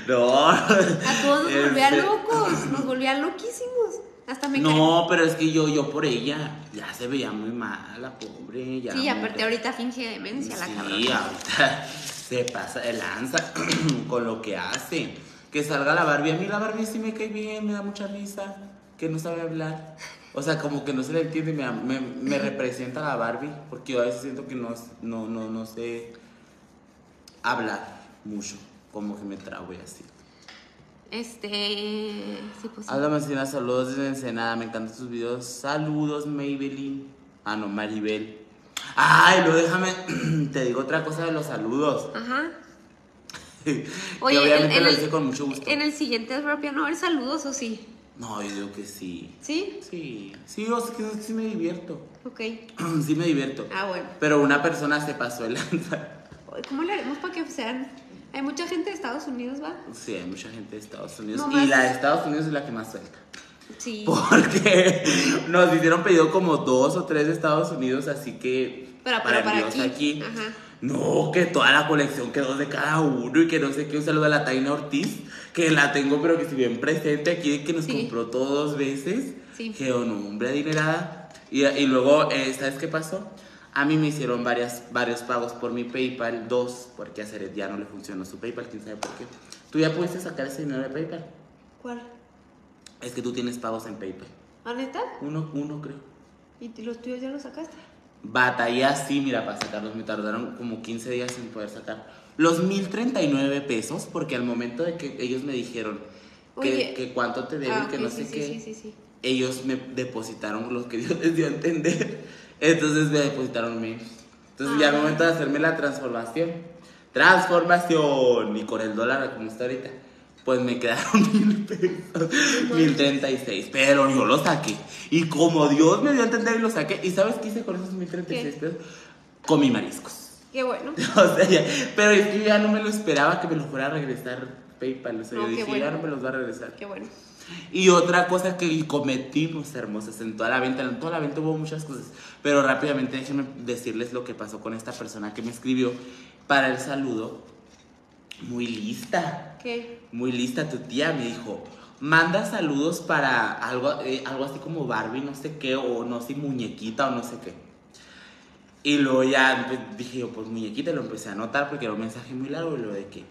A: No.
B: A todos nos volvía
A: Este,
B: locos, nos volvía loquísimos. Hasta me
C: No, pero es que yo, yo por ella, ya se veía muy mal, la pobre. Ya
B: cae. Sí,
C: muy-
B: aparte ahorita finge demencia la
C: Sí,
B: cabrona.
C: ahorita se pasa de lanza con lo que hace. Que salga la Barbie. A mí la Barbie sí me cae bien, me da mucha risa. Que no sabe hablar. O sea, como que no se le entiende. Me, me- me representa la Barbie. Porque yo a veces siento que no, no, no, no sé hablar mucho. Como que me trabo y así.
B: Este, sí, pues sí.
C: Habla Cina, saludos desde Ensenada, me encantan tus videos. Saludos, Maybelline. Ah, no, Maribel. Ay, lo déjame, te digo otra cosa de los saludos.
B: Ajá.
C: que
B: Oye, en-
C: obviamente
B: en
C: lo
B: el-
C: hice con mucho gusto.
B: En el siguiente propio no va a haber saludos, ¿o sí?
C: No, yo digo que sí.
B: ¿Sí?
C: Sí, sí, o sea, que sí me divierto.
B: Ok.
C: sí me divierto.
B: Ah, bueno.
C: Pero una persona se pasó el lanza.
B: Oye, ¿Cómo le haremos para que sean? Hay mucha gente de Estados Unidos, ¿va?
C: Sí, hay mucha gente de Estados Unidos.
B: No
C: y
B: más.
C: la de Estados Unidos es la que más suelta.
B: Sí.
C: Porque nos hicieron pedido como dos o tres de Estados Unidos, así que
B: Pero- pero para Ah.
C: envíos
B: aquí, ajá.
C: No, que toda la colección quedó de cada uno y que no sé qué. Un saludo a la Taina Ortiz, que la tengo, pero que si bien presente aquí, que nos
B: Sí.
C: compró todo dos veces.
B: Sí.
C: Que un "Oh, hombre adinerada. Y, y luego, eh, ¿sabes qué pasó? A mí me hicieron varias, varios pagos por mi PayPal, dos, porque a Ceret ya no le funcionó su PayPal, quién sabe por qué. ¿Tú ya pudiste sacar ese dinero de PayPal?
B: ¿Cuál?
C: Es que tú tienes pagos en PayPal.
B: ¿Ah, neta?
C: Uno, uno creo.
B: ¿Y t- los tuyos ya los sacaste?
C: Batallé así, mira, para sacarlos. Me tardaron como 15 días en poder sacar los 1039 pesos, porque al momento de que ellos me dijeron que,
B: Oye.
C: que cuánto te debo
B: ah,
C: y que
B: ok,
C: no
B: sí,
C: sé
B: sí,
C: qué,
B: sí, sí, sí.
C: ellos me depositaron lo que Dios les dio a entender. Entonces me depositaron mil. Entonces ya al
B: Ah.
C: momento de hacerme la transformación, transformación, y con el dólar como está ahorita, pues me quedaron mil pesos, mil treinta y seis. Pero yo lo saqué. Y como Dios me dio a entender y lo saqué, ¿y sabes qué hice con esos mil treinta y seis
B: ¿Qué?
C: pesos? Comí mariscos.
B: Qué bueno.
C: O sea, ya- pero es que yo ya no me lo esperaba que me lo fuera a regresar PayPal. O sea,
B: No,
C: yo
B: qué
C: dije, ya
B: bueno.
C: no me los va a regresar.
B: Qué bueno.
C: Y otra cosa que cometimos, hermosas, en toda la venta, en toda la venta hubo muchas cosas, pero rápidamente déjenme decirles lo que pasó con esta persona que me escribió para el saludo. Muy lista,
B: ¿Qué?
C: muy lista tu tía, me dijo, manda saludos para algo, eh, algo así como Barbie, no sé qué, o no sé, muñequita o no sé qué. Y luego ya empe- dije yo, pues muñequita, y lo empecé a anotar porque era un mensaje muy largo y lo de que,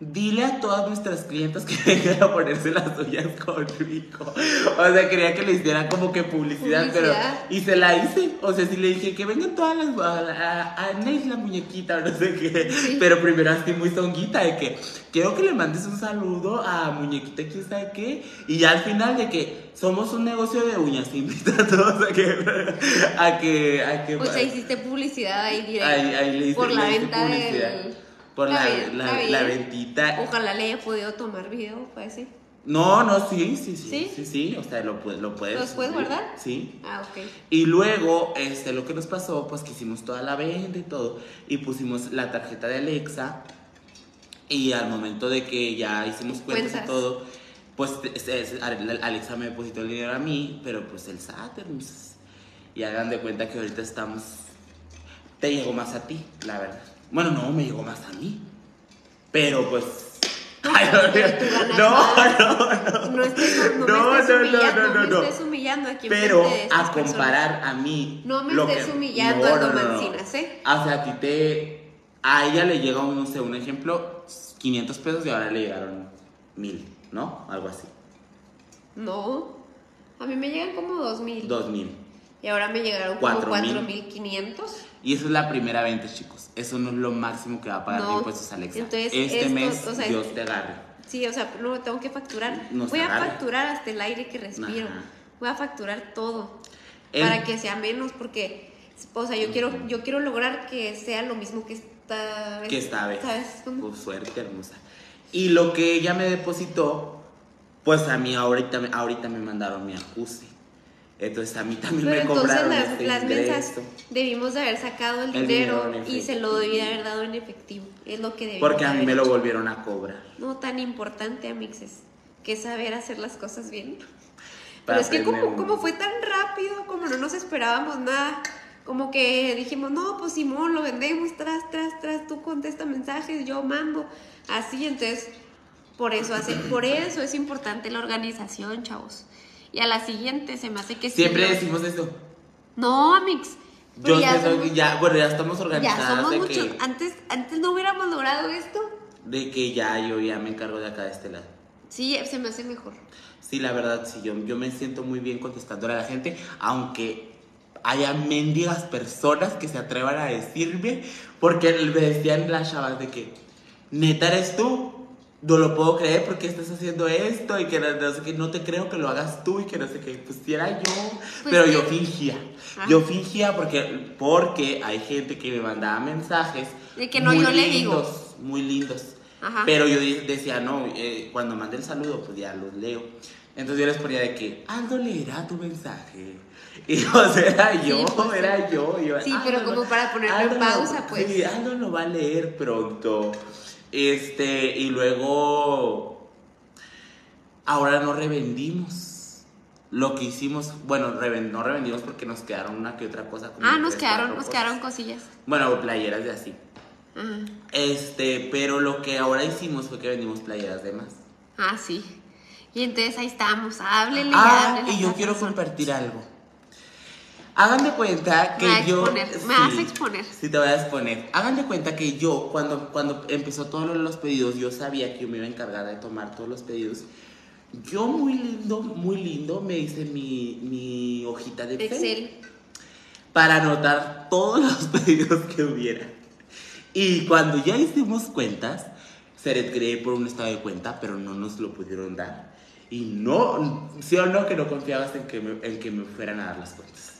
C: dile a todas nuestras clientas que dejen de ponerse las suyas conmigo. O sea, quería que le hicieran como que publicidad,
B: Publicidad.
C: pero... Y se la hice, o sea, sí le dije que vengan todas las... A, a, a Anaís la muñequita o no sé qué, pero primero así muy songuita de que quiero que le mandes un saludo a muñequita quién sabe qué, y ya al final de que somos un negocio de uñas, invita a todos a que... A que, a que
B: O sea, hiciste publicidad ahí directa.
C: Ahí, ahí le hice,
B: Por la
C: le hice
B: venta
C: publicidad.
B: del...
C: Por la,
B: ve-
C: la-
B: ve-
C: la ventita.
B: Ojalá le haya podido tomar video, parece.
C: No, no, sí, sí, sí. Sí,
B: ¿Sí?
C: sí, o sea, lo, pu- lo puedes.
B: ¿Los puedes
C: subir,
B: guardar?
C: Sí.
B: Ah, ok.
C: Y luego, este, lo que nos pasó, pues que hicimos toda la venta y todo, y pusimos la tarjeta de Alexa, y al momento de que ya hicimos cuentas,
B: Cuentas.
C: y todo, pues es- es- Alexa me depositó el dinero a mí, pero pues el SAT, pues, y hagan de cuenta que ahorita estamos, te llegó más a ti, la verdad. Bueno, no, me llegó más a mí, pero pues... Ay, no,
B: pero tú ganas más.
C: no, no, no.
B: No, estés, no, me
C: No, no,
B: estés
C: no,
B: humillando,
C: no,
B: no,
C: no.
B: me estés humillando aquí
C: Pero
B: enfrente de estas
C: a comparar a mí.
B: No me
C: lo
B: estés humillando, Aldo Mancinas, ¿eh?
C: O sea, a ti te. A ella le llega, no sé, un ejemplo, 500 pesos y ahora le llegaron 1000, ¿no? Algo así.
B: personas. No, a mí me llegan como 2000
C: 2000.
B: y ahora me llegaron
C: Cuatro
B: como
C: mil.
B: 4500.
C: Y eso es la primera venta, chicos. Eso no es lo máximo que va a pagar de
B: No.
C: impuestos Alexa.
B: Entonces,
C: este
B: esto,
C: mes,
B: o sea,
C: Dios te agarre.
B: Sí, o sea, no tengo que facturar.
C: Nos
B: Voy a
C: agarra.
B: facturar hasta el aire que respiro.
C: Ajá.
B: Voy a facturar todo
C: El-
B: para que sea menos porque o sea, yo quiero yo quiero lograr que sea lo mismo que esta vez.
C: Que esta vez.
B: ¿Sabes? Como-
C: Con suerte, hermosa. Y lo que ella me depositó, pues a mí ahorita, me- ahorita me mandaron mi acuse. Entonces a mí también
B: Pero
C: me
B: entonces
C: cobraron
B: las,
C: este
B: las mesas
C: ingreso.
B: debimos de haber sacado el,
C: El dinero
B: dinero,
C: en
B: y se
C: efectivo.
B: lo debí de haber dado en efectivo. Es lo que debimos
C: Porque a
B: de
C: mí
B: haber
C: me lo
B: hecho.
C: volvieron a cobrar.
B: No tan importante, Amixes, que saber hacer las cosas bien.
C: Para
B: Pero es que
C: aprender
B: como,
C: uno.
B: como fue tan rápido, como no nos esperábamos nada, como que dijimos, no, pues Simón, lo vendemos, tras, tras, tras, tú contesta mensajes, yo mambo, así, entonces, por eso, hace, por eso es importante la organización, chavos. Y a la siguiente se me hace que sí
A: Siempre
B: lo-
A: decimos eso.
B: No, Amix.
A: Yo
B: pero pues ya
A: ya,
B: somos-
A: ya, bueno, ya estamos
B: Ya
A: organizadas
B: somos
A: de,
B: muchos.
A: que,
B: Antes, antes no hubiéramos logrado esto.
A: de que ya yo ya me encargo de acá de este lado.
B: Sí, se me hace mejor.
A: Sí, la verdad, sí, yo, yo me siento muy bien contestando a la gente, aunque haya mendigas personas que se atrevan a decirme, porque me decían las chavas de que, neta eres tú, no lo puedo creer porque estás haciendo esto y que no, no sé qué, no te creo que lo hagas tú y que no sé qué, pues si era yo, pero
B: sí.
A: yo fingía,
B: Ah.
A: yo fingía porque, porque hay gente que me mandaba mensajes.
B: De que no, yo le digo.
A: lindos, Muy lindos.
B: Ajá.
A: Pero yo de- decía, no, eh, cuando mande el saludo, pues ya los leo. Entonces yo les ponía de que, Aldo leerá tu mensaje. Y pues era yo,
B: pues, sí.
A: era yo, yo.
B: Sí,
A: "Aldo
B: pero
A: lo-
B: como para ponerlo en
A: Aldo lo-
B: pausa, pues".
A: Sí, Aldo lo va a leer pronto. Este, y luego, ahora no revendimos. Lo que hicimos, bueno, reven- no revendimos porque nos quedaron una que otra cosa. como
B: Ah, nos
A: tres,
B: quedaron,
A: cuatro
B: nos
A: cosas.
B: quedaron cosillas.
A: Bueno, playeras de así.
B: Ah,
A: Este, pero lo que ahora hicimos fue que vendimos playeras de más.
B: ah, sí. Y entonces ahí estamos. Háblele
A: Ah,
B: háblele a
A: y yo
B: cada
A: quiero
B: persona.
A: compartir algo. Hagan de cuenta que
B: Me va a
A: yo.
B: exponer, me vas a exponer.
A: Sí, te voy a exponer. Hagan de cuenta que yo, cuando, cuando empezó todos lo- los pedidos, yo sabía que yo me iba a encargar de tomar todos los pedidos. Yo, muy lindo, muy lindo, me hice mi, mi hojita de Excel.
B: Excel.
A: para anotar todos los pedidos que hubiera. Y cuando ya hicimos cuentas, se les creé por un estado de cuenta, pero no nos lo pudieron dar. Y no, sí o no, que no confiabas en que me, en que me fueran a dar las cuentas.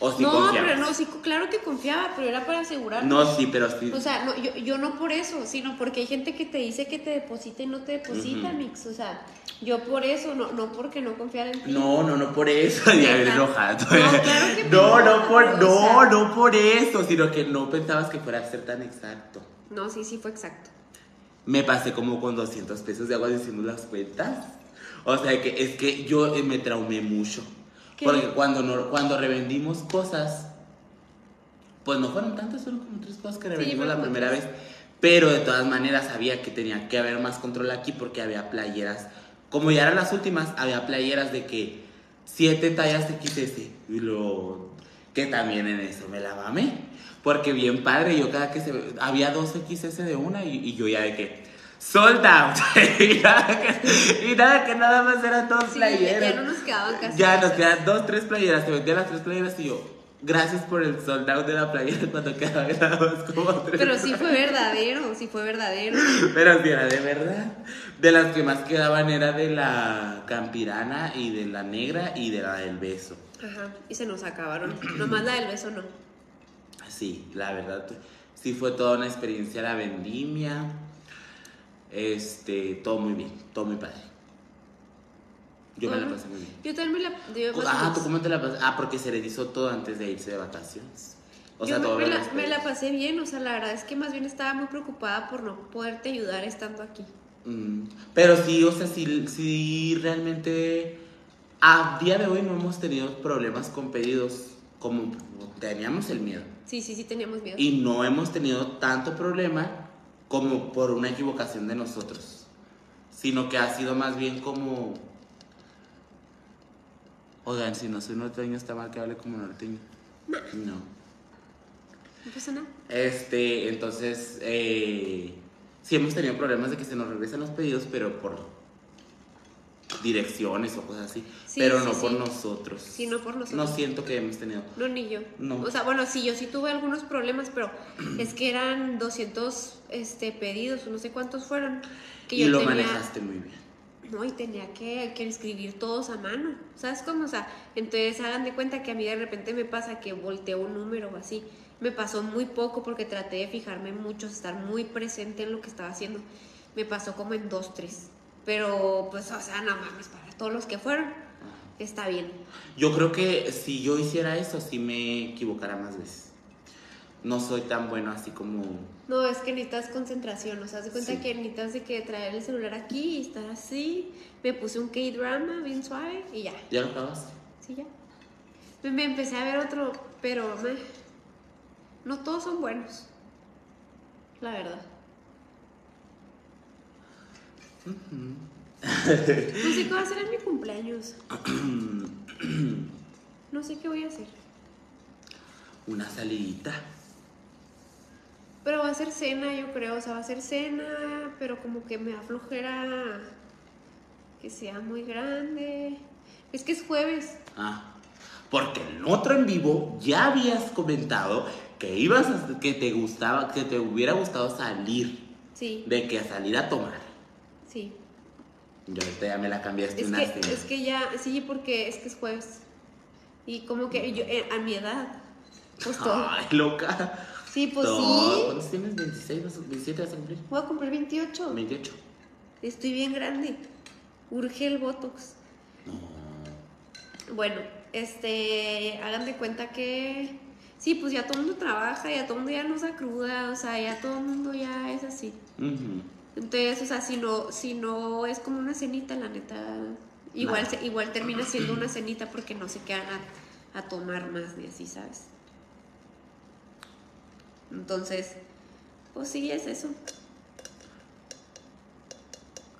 A: O sí
B: no,
A: confiabas.
B: pero no, sí, claro que confiaba, pero era para asegurar.
A: No, sí, pero sí.
B: O sea, no, yo, yo no por eso, sino porque hay gente que te dice que te deposita y no te deposita,
A: Ujú.
B: Mix. O sea, yo por eso, no, no porque no confiara en ti.
A: No, no, no por eso. Ya
B: Neta.
A: me enojado.
B: No, claro que
A: no,
B: no,
A: no por,
B: o
A: no,
B: sea.
A: no por eso, sino que no pensabas que fuera a ser tan exacto.
B: No, sí, sí fue exacto.
A: me pasé como con 200 pesos de agua hicimos las cuentas. O sea que es que yo eh, me traumé mucho.
B: ¿Qué?
A: Porque cuando, no, cuando revendimos cosas, pues no fueron tantas, fueron como tres cosas que revendimos
B: fueron
A: la
B: como
A: primera
B: tres.
A: vez. Pero de todas maneras sabía que tenía que haber más control aquí porque había playeras. Como ya eran las últimas, había playeras de que siete tallas XS. Y lo que también en eso me la mamé. Porque bien padre, yo cada que se había dos XS de una y, y yo ya de que sold out. y, nada que, y nada que nada más eran dos
B: Sí, ya,
A: playeras.
B: ya no nos quedaban casi.
A: Ya nos quedan dos, tres playeras, se vendían las tres playeras y yo, gracias por el sold out de la playera cuando quedaban nada más como tres.
B: Pero sí fue verdadero, sí fue verdadero.
A: Pero si era de verdad. De las que más quedaban era de la campirana y de la negra y de la del beso.
B: Ajá, y se nos acabaron. Nomás la del beso no.
A: Sí, la verdad, sí fue toda una experiencia la vendimia. Este, todo muy bien, todo muy padre. Yo me la
B: Ajá.
A: pasé muy bien.
B: Yo también me la... Yo, más o
A: Ah,
B: menos-
A: ¿tú cómo te la pasaste? Ah, porque se realizó todo antes de irse de vacaciones. O sea,
B: yo me-
A: todo
B: me,
A: lo de
B: la,
A: los
B: me la
A: pedidos.
B: pasé bien, o sea, la verdad es que más bien estaba muy preocupada por no poderte ayudar estando aquí.
A: Mm, Pero sí, o sea, sí, sí realmente a día de hoy no hemos tenido problemas con pedidos como teníamos el miedo.
B: Sí, sí, sí teníamos miedo.
A: Y no hemos tenido tanto problema como por una equivocación de nosotros. Sino que ha sido más bien como... Oigan, si no soy norteño está mal que hable como norteño. No.
B: No pasa nada.
A: Este, entonces, eh, sí hemos tenido problemas de que se nos regresan los pedidos, pero por direcciones o cosas así.
B: Sí,
A: pero
B: sí,
A: no
B: sí.
A: por nosotros.
B: Sí, no por nosotros.
A: No siento que hemos tenido.
B: No, ni yo.
A: No.
B: O sea, bueno, sí, yo sí tuve algunos problemas, pero es que eran 200 este, pedidos, o no sé cuántos fueron. Que
A: Y
B: yo
A: lo
B: tenía,
A: manejaste muy bien.
B: No, y tenía que, que escribir todos a mano. ¿Sabes cómo? O sea, entonces hagan de cuenta que a mí de repente me pasa que volteo un número o así. Me pasó muy poco porque traté de fijarme mucho, estar muy presente en lo que estaba haciendo. Me pasó como en dos, tres. Pero, pues, o sea, no mames, para todos los que fueron, está bien.
A: Yo creo que si yo hiciera eso, sí me equivocara más veces. No soy tan bueno así como.
B: No, es que necesitas concentración, o sea, haz de cuenta
A: Sí.
B: que necesitas de que traer el celular aquí y estar así. Me puse un K-drama bien suave y ya,
A: ¿Ya lo acabas?
B: sí, ya. Me, me empecé a ver otro, pero meh, no todos son buenos, la verdad. No sé qué va a hacer en mi cumpleaños. No sé qué voy a hacer.
A: Una salidita.
B: Pero va a ser cena, yo creo. O sea, va a ser cena, pero como que me da flojera que sea muy grande. Es que es jueves.
A: Ah, porque en otro en vivo ya habías comentado que ibas a- que te gustaba, que te hubiera gustado salir,
B: Sí,
A: de que a salir a tomar.
B: sí.
A: Yo ahorita ya me la cambiaste
B: Es
A: una
B: que,
A: cena.
B: es que ya, sí, porque es que es jueves. Y como que yo, eh, a mi edad, pues todo.
A: Ay, loca.
B: Sí, pues
A: No,
B: sí.
A: ¿Cuántos tienes? ¿26? vas a- ¿27 vas a cumplir?
B: Voy a cumplir 28.
A: 28.
B: Estoy bien grande. Urge el Botox. Bueno, este, hagan de cuenta que sí, pues ya todo el mundo trabaja, ya todo el mundo ya no se cruda, o sea, ya todo el mundo ya es así.
A: Ujú.
B: Entonces, o sea, si no, si no es como una cenita, la neta, igual,
A: Nada.
B: se- igual termina siendo una cenita porque no se quedan a, a tomar más ni así, ¿sabes? Entonces, pues sí, es eso.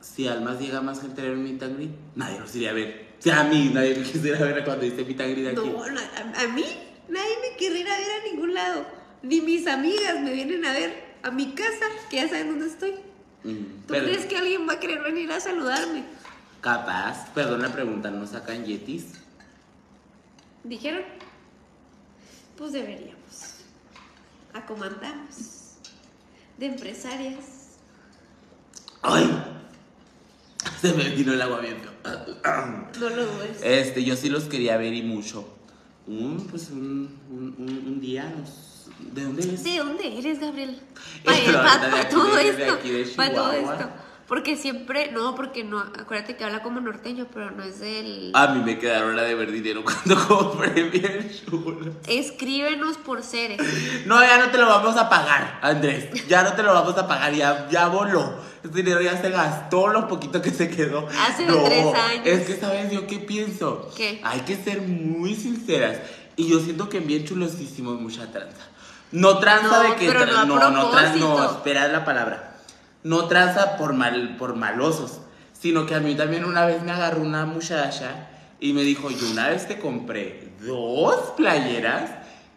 A: Si Almas llega más gente a ver mi meet and greet, nadie nos iría a ver. O sea, a mí nadie me quisiera ver cuando hice meet and greet aquí.
B: No, no, a, a mí nadie me quiere ir a ver a ningún lado. Ni mis amigas me vienen a ver a mi casa, que ya saben dónde estoy.
A: Mm,
B: ¿Tú
A: pero-
B: crees que alguien va a querer venir a saludarme?
A: Capaz, perdón la pregunta, ¿no sacan yetis?
B: Dijeron, pues deberíamos. Acomandamos. De empresarias.
A: ¡Ay! Se me vino el agua bien feo.
B: No lo dudes.
A: Este, yo sí los quería ver y mucho. Un, pues, un, un, un- un día nos... ¿De dónde es?
B: ¿De dónde eres, Gabriel?
A: Es que la
B: Para,
A: verdad, de aquí
B: todo
A: de- de
B: esto.
A: aquí de
B: para todo
A: Chihuahua.
B: esto. Porque siempre, no, porque no, acuérdate que habla como norteño, pero no es del...
A: A mí me quedaron la de ver dinero cuando compré bien chulo.
B: Escríbenos por seres.
A: No, ya no te lo vamos a pagar, Andrés. Ya no te lo vamos a pagar, ya, ya voló. Ese dinero ya se gastó lo poquito que se quedó.
B: Hace
A: No,
B: tres años.
A: Es que sabes yo qué pienso.
B: ¿Qué?
A: Hay que ser muy sinceras. Y yo siento que en bien chulos sí hicimos mucha tranza. No tranza
B: No,
A: de que
B: pero
A: tra-
B: no a
A: no, no, tranza, no,
B: propósito.
A: espera la palabra. No tranza por mal, por malosos. Sino que a mí también una vez me agarró una muchacha y me dijo, yo una vez te compré dos playeras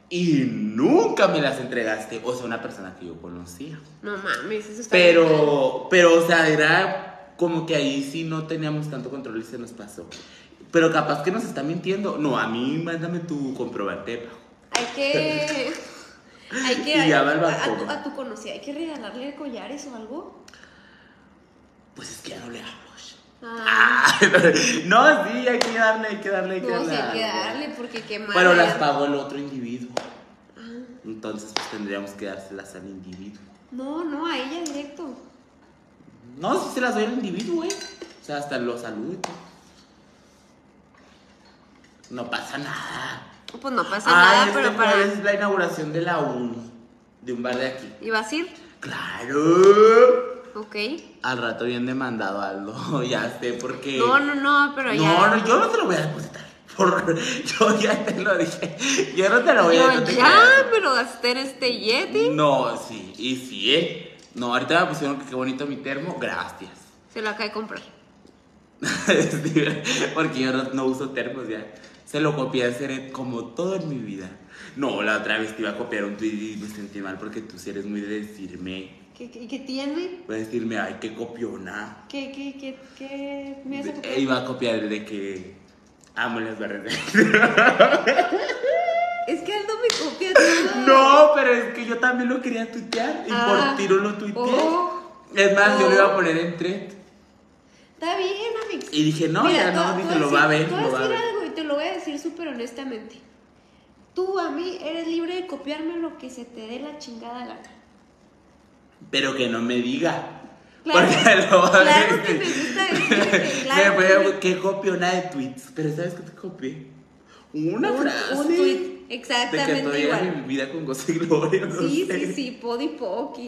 A: y nunca me las entregaste. O sea, una persona que yo conocía.
B: No mames, eso está bien mal.
A: Pero, pero, o sea, era como que ahí sí no teníamos tanto control y se nos pasó. Pero capaz que nos está mintiendo. No, a mí mándame tu comprobante de pago.
B: Hay que. Hay que.
A: Y ya va al
B: a, a
A: balcón.
B: tu, a tu conocida, hay que regalarle collares o algo.
A: Pues es que ya no le hablo.
B: Ah,
A: no, sí, hay que darle, hay que darle, hay que
B: no,
A: darle.
B: sí, hay que
A: algo.
B: darle porque qué mal.
A: Pero Ah, las pagó el otro individuo.
B: Ah.
A: Entonces, pues tendríamos que dárselas al individuo.
B: No, no, a ella directo.
A: No, si se las doy al individuo, güey. O sea, hasta los saludo. y todo. No pasa nada.
B: Pues no pasa
A: Ah,
B: nada,
A: este
B: pero para.
A: jueves es la inauguración de la uni, de un bar de aquí.
B: ¿Y vas a ir?
A: ¡Claro!
B: Ok.
A: Al rato bien demandado algo, ya sé, porque...
B: No, no, no, pero ya.
A: No, no, yo no te lo voy a depositar. Por- Yo ya te lo dije. Yo no te lo voy a
B: Yo
A: no te
B: ya
A: creas.
B: me lo gasté en este Yeti.
A: No, sí, y sí, ¿eh? No, ahorita me pusieron que qué bonito mi termo, gracias.
B: Se lo acabé de comprar.
A: Sí, Porque yo no, no uso termos ya. Se lo copié a Ceret como todo en mi vida. No, la otra vez te iba a copiar un tweet y me sentí mal porque tú sí eres muy de decirme.
B: ¿Qué, qué, qué tiene?
A: Voy a decirme, ay, qué copiona.
B: ¿Qué, qué, qué, qué me hace
A: E iba a copiar el de que amo las barras de-
B: Es que Aldo me copia todo.
A: No, pero es que yo también lo quería tuitear y
B: Ah.
A: por tiro lo tuiteé.
B: Oh.
A: es más, yo lo
B: Oh.
A: iba a poner en thread.
B: Está bien, Amix.
A: Y dije, no, ya
B: Mira,
A: no,
B: te-
A: dije,
B: te
A: lo
B: voy
A: va a
B: decir-
A: ver,
B: Te voy
A: lo va a
B: decir
A: ver.
B: algo y te lo voy a decir súper honestamente. Tú a mí eres libre de copiarme lo que se te dé la chingada gana.
A: Pero que no me diga.
B: Claro.
A: porque lo va a
B: Claro
A: ver.
B: que me gusta decirte, claro
A: Me
B: que
A: voy
B: me-
A: a- qué copiona de tweets. Pero ¿sabes qué te copié? Una
B: Un-
A: frase.
B: un tweet,
A: De que
B: exactamente
A: todavía
B: igual.
A: mi vida con gozo y gloria. no
B: Sí,
A: sé.
B: sí, sí, podi poqui.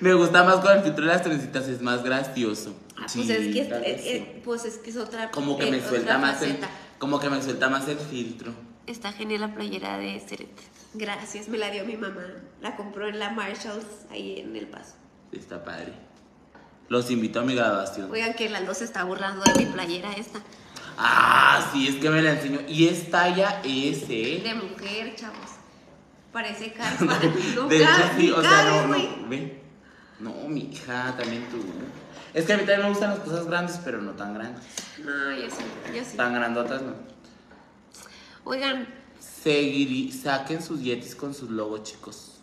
A: Me gusta más con el filtro de las trencitas, es más gracioso.
B: Ah, pues,
A: Sí,
B: es que, es-
A: claro que
B: es-
A: sí.
B: es- pues es que es otra.
A: Como que
B: eh,
A: me
B: otra
A: suelta más
B: faceta.
A: el. Como que me suelta más el filtro.
B: Está genial la playera de Ceret. Gracias, me la dio mi mamá. La compró en la Marshalls, ahí en El Paso.
A: Está padre. Los invito a mi graduación.
B: Oigan, que el Aldo se está burlando de mi playera esta.
A: Ah, sí, es que me la enseñó. Y es talla S. ¿eh?
B: De mujer, chavos. Parece calma. No,
A: De hecho,
B: ca-
A: sí,
B: ni
A: o sea,
B: cabe,
A: no,
B: güey.
A: no, ve. No, mi hija, también tú. ¿no? Es que a mí también me gustan las cosas grandes, pero no tan grandes.
B: No, yo sí, yo sí.
A: Tan grandotas no.
B: Oigan,
A: Seguir, saquen sus yetis con sus logos, chicos.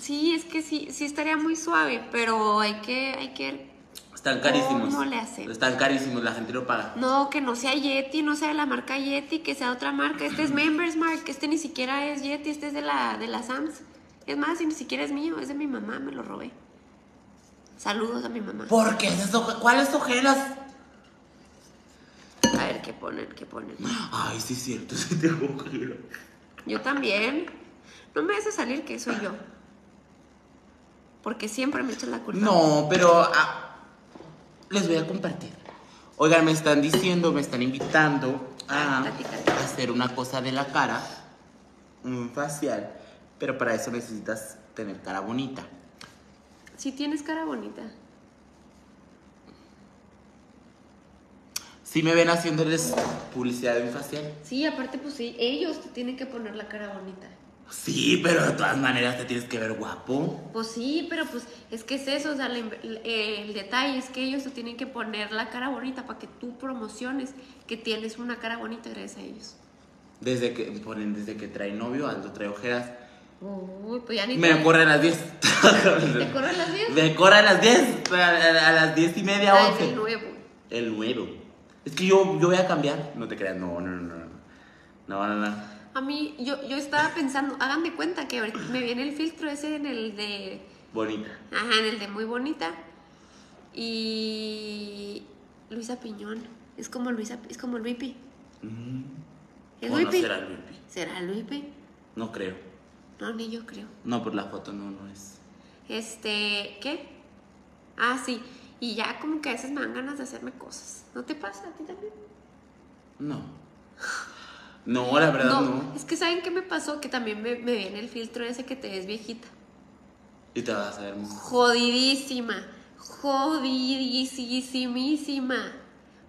B: sí, es que sí, sí estaría muy suave, pero hay que, hay que.
A: Están carísimos.
B: ¿Cómo le hacen?
A: Están carísimos, la gente lo paga.
B: No, que no sea Yeti, no sea de la marca Yeti, que sea otra marca. Este es Members Mark, este ni siquiera es Yeti, este es de la, de la Sams. Es más, y ni siquiera es mío, es de mi mamá, me lo robé. Saludos a mi mamá.
A: ¿Por qué? Esas oje- ¿Cuáles ojeras?
B: A ver qué ponen, qué ponen.
A: Ay, sí es cierto, sí tengo ojeras.
B: Yo también. No me hace salir que soy yo. Porque siempre me echan la culpa.
A: No, pero ah, les voy a compartir. Oigan, me están diciendo, me están invitando a
B: Platícate.
A: hacer una cosa de la cara, un facial, pero para eso necesitas tener cara bonita.
B: Si tienes cara bonita.
A: Si me ven haciéndoles publicidad de un facial.
B: Sí, aparte, pues sí, ellos te tienen que poner la cara bonita.
A: Sí, pero de todas maneras te tienes que ver guapo.
B: Pues sí, pero pues es que es eso, o sea, la inv- el, el detalle es que ellos te tienen que poner la cara bonita para que tú promociones que tienes una cara bonita gracias a ellos.
A: Desde que ponen, desde que trae novio, Aldo trae ojeras.
B: Uy, pues ya ni
A: Me corre a las 10.
B: ¿Te corren las 10?
A: Me corre a las 10. A, a- a las 10 y media,
B: Ah,
A: 11.
B: el nuevo.
A: El nuevo. Es que yo, yo voy a cambiar. No te creas, no, no, no, no. No, no, no.
B: A mí, yo, yo estaba pensando, hagan de cuenta que ahorita me viene el filtro ese en el de
A: Bonita.
B: Ajá, en el de Muy Bonita. Y Luisa Piñón. Es como Luisa, es como Luipi.
A: Mm.
B: ¿Es
A: O no
B: Luipi?
A: será Luipi.
B: ¿Será Luipi?
A: No creo.
B: No, ni yo creo.
A: No, por la foto no, no es.
B: Este, ¿qué? Ah, sí. Y ya como que a veces me dan ganas de hacerme cosas. ¿No te pasa a ti también?
A: No. No, la verdad no.
B: es que ¿saben qué me pasó? Que también me, me viene el filtro ese que te ves viejita.
A: Y te vas a ver muy.
B: jodidísima, jodidísimísima.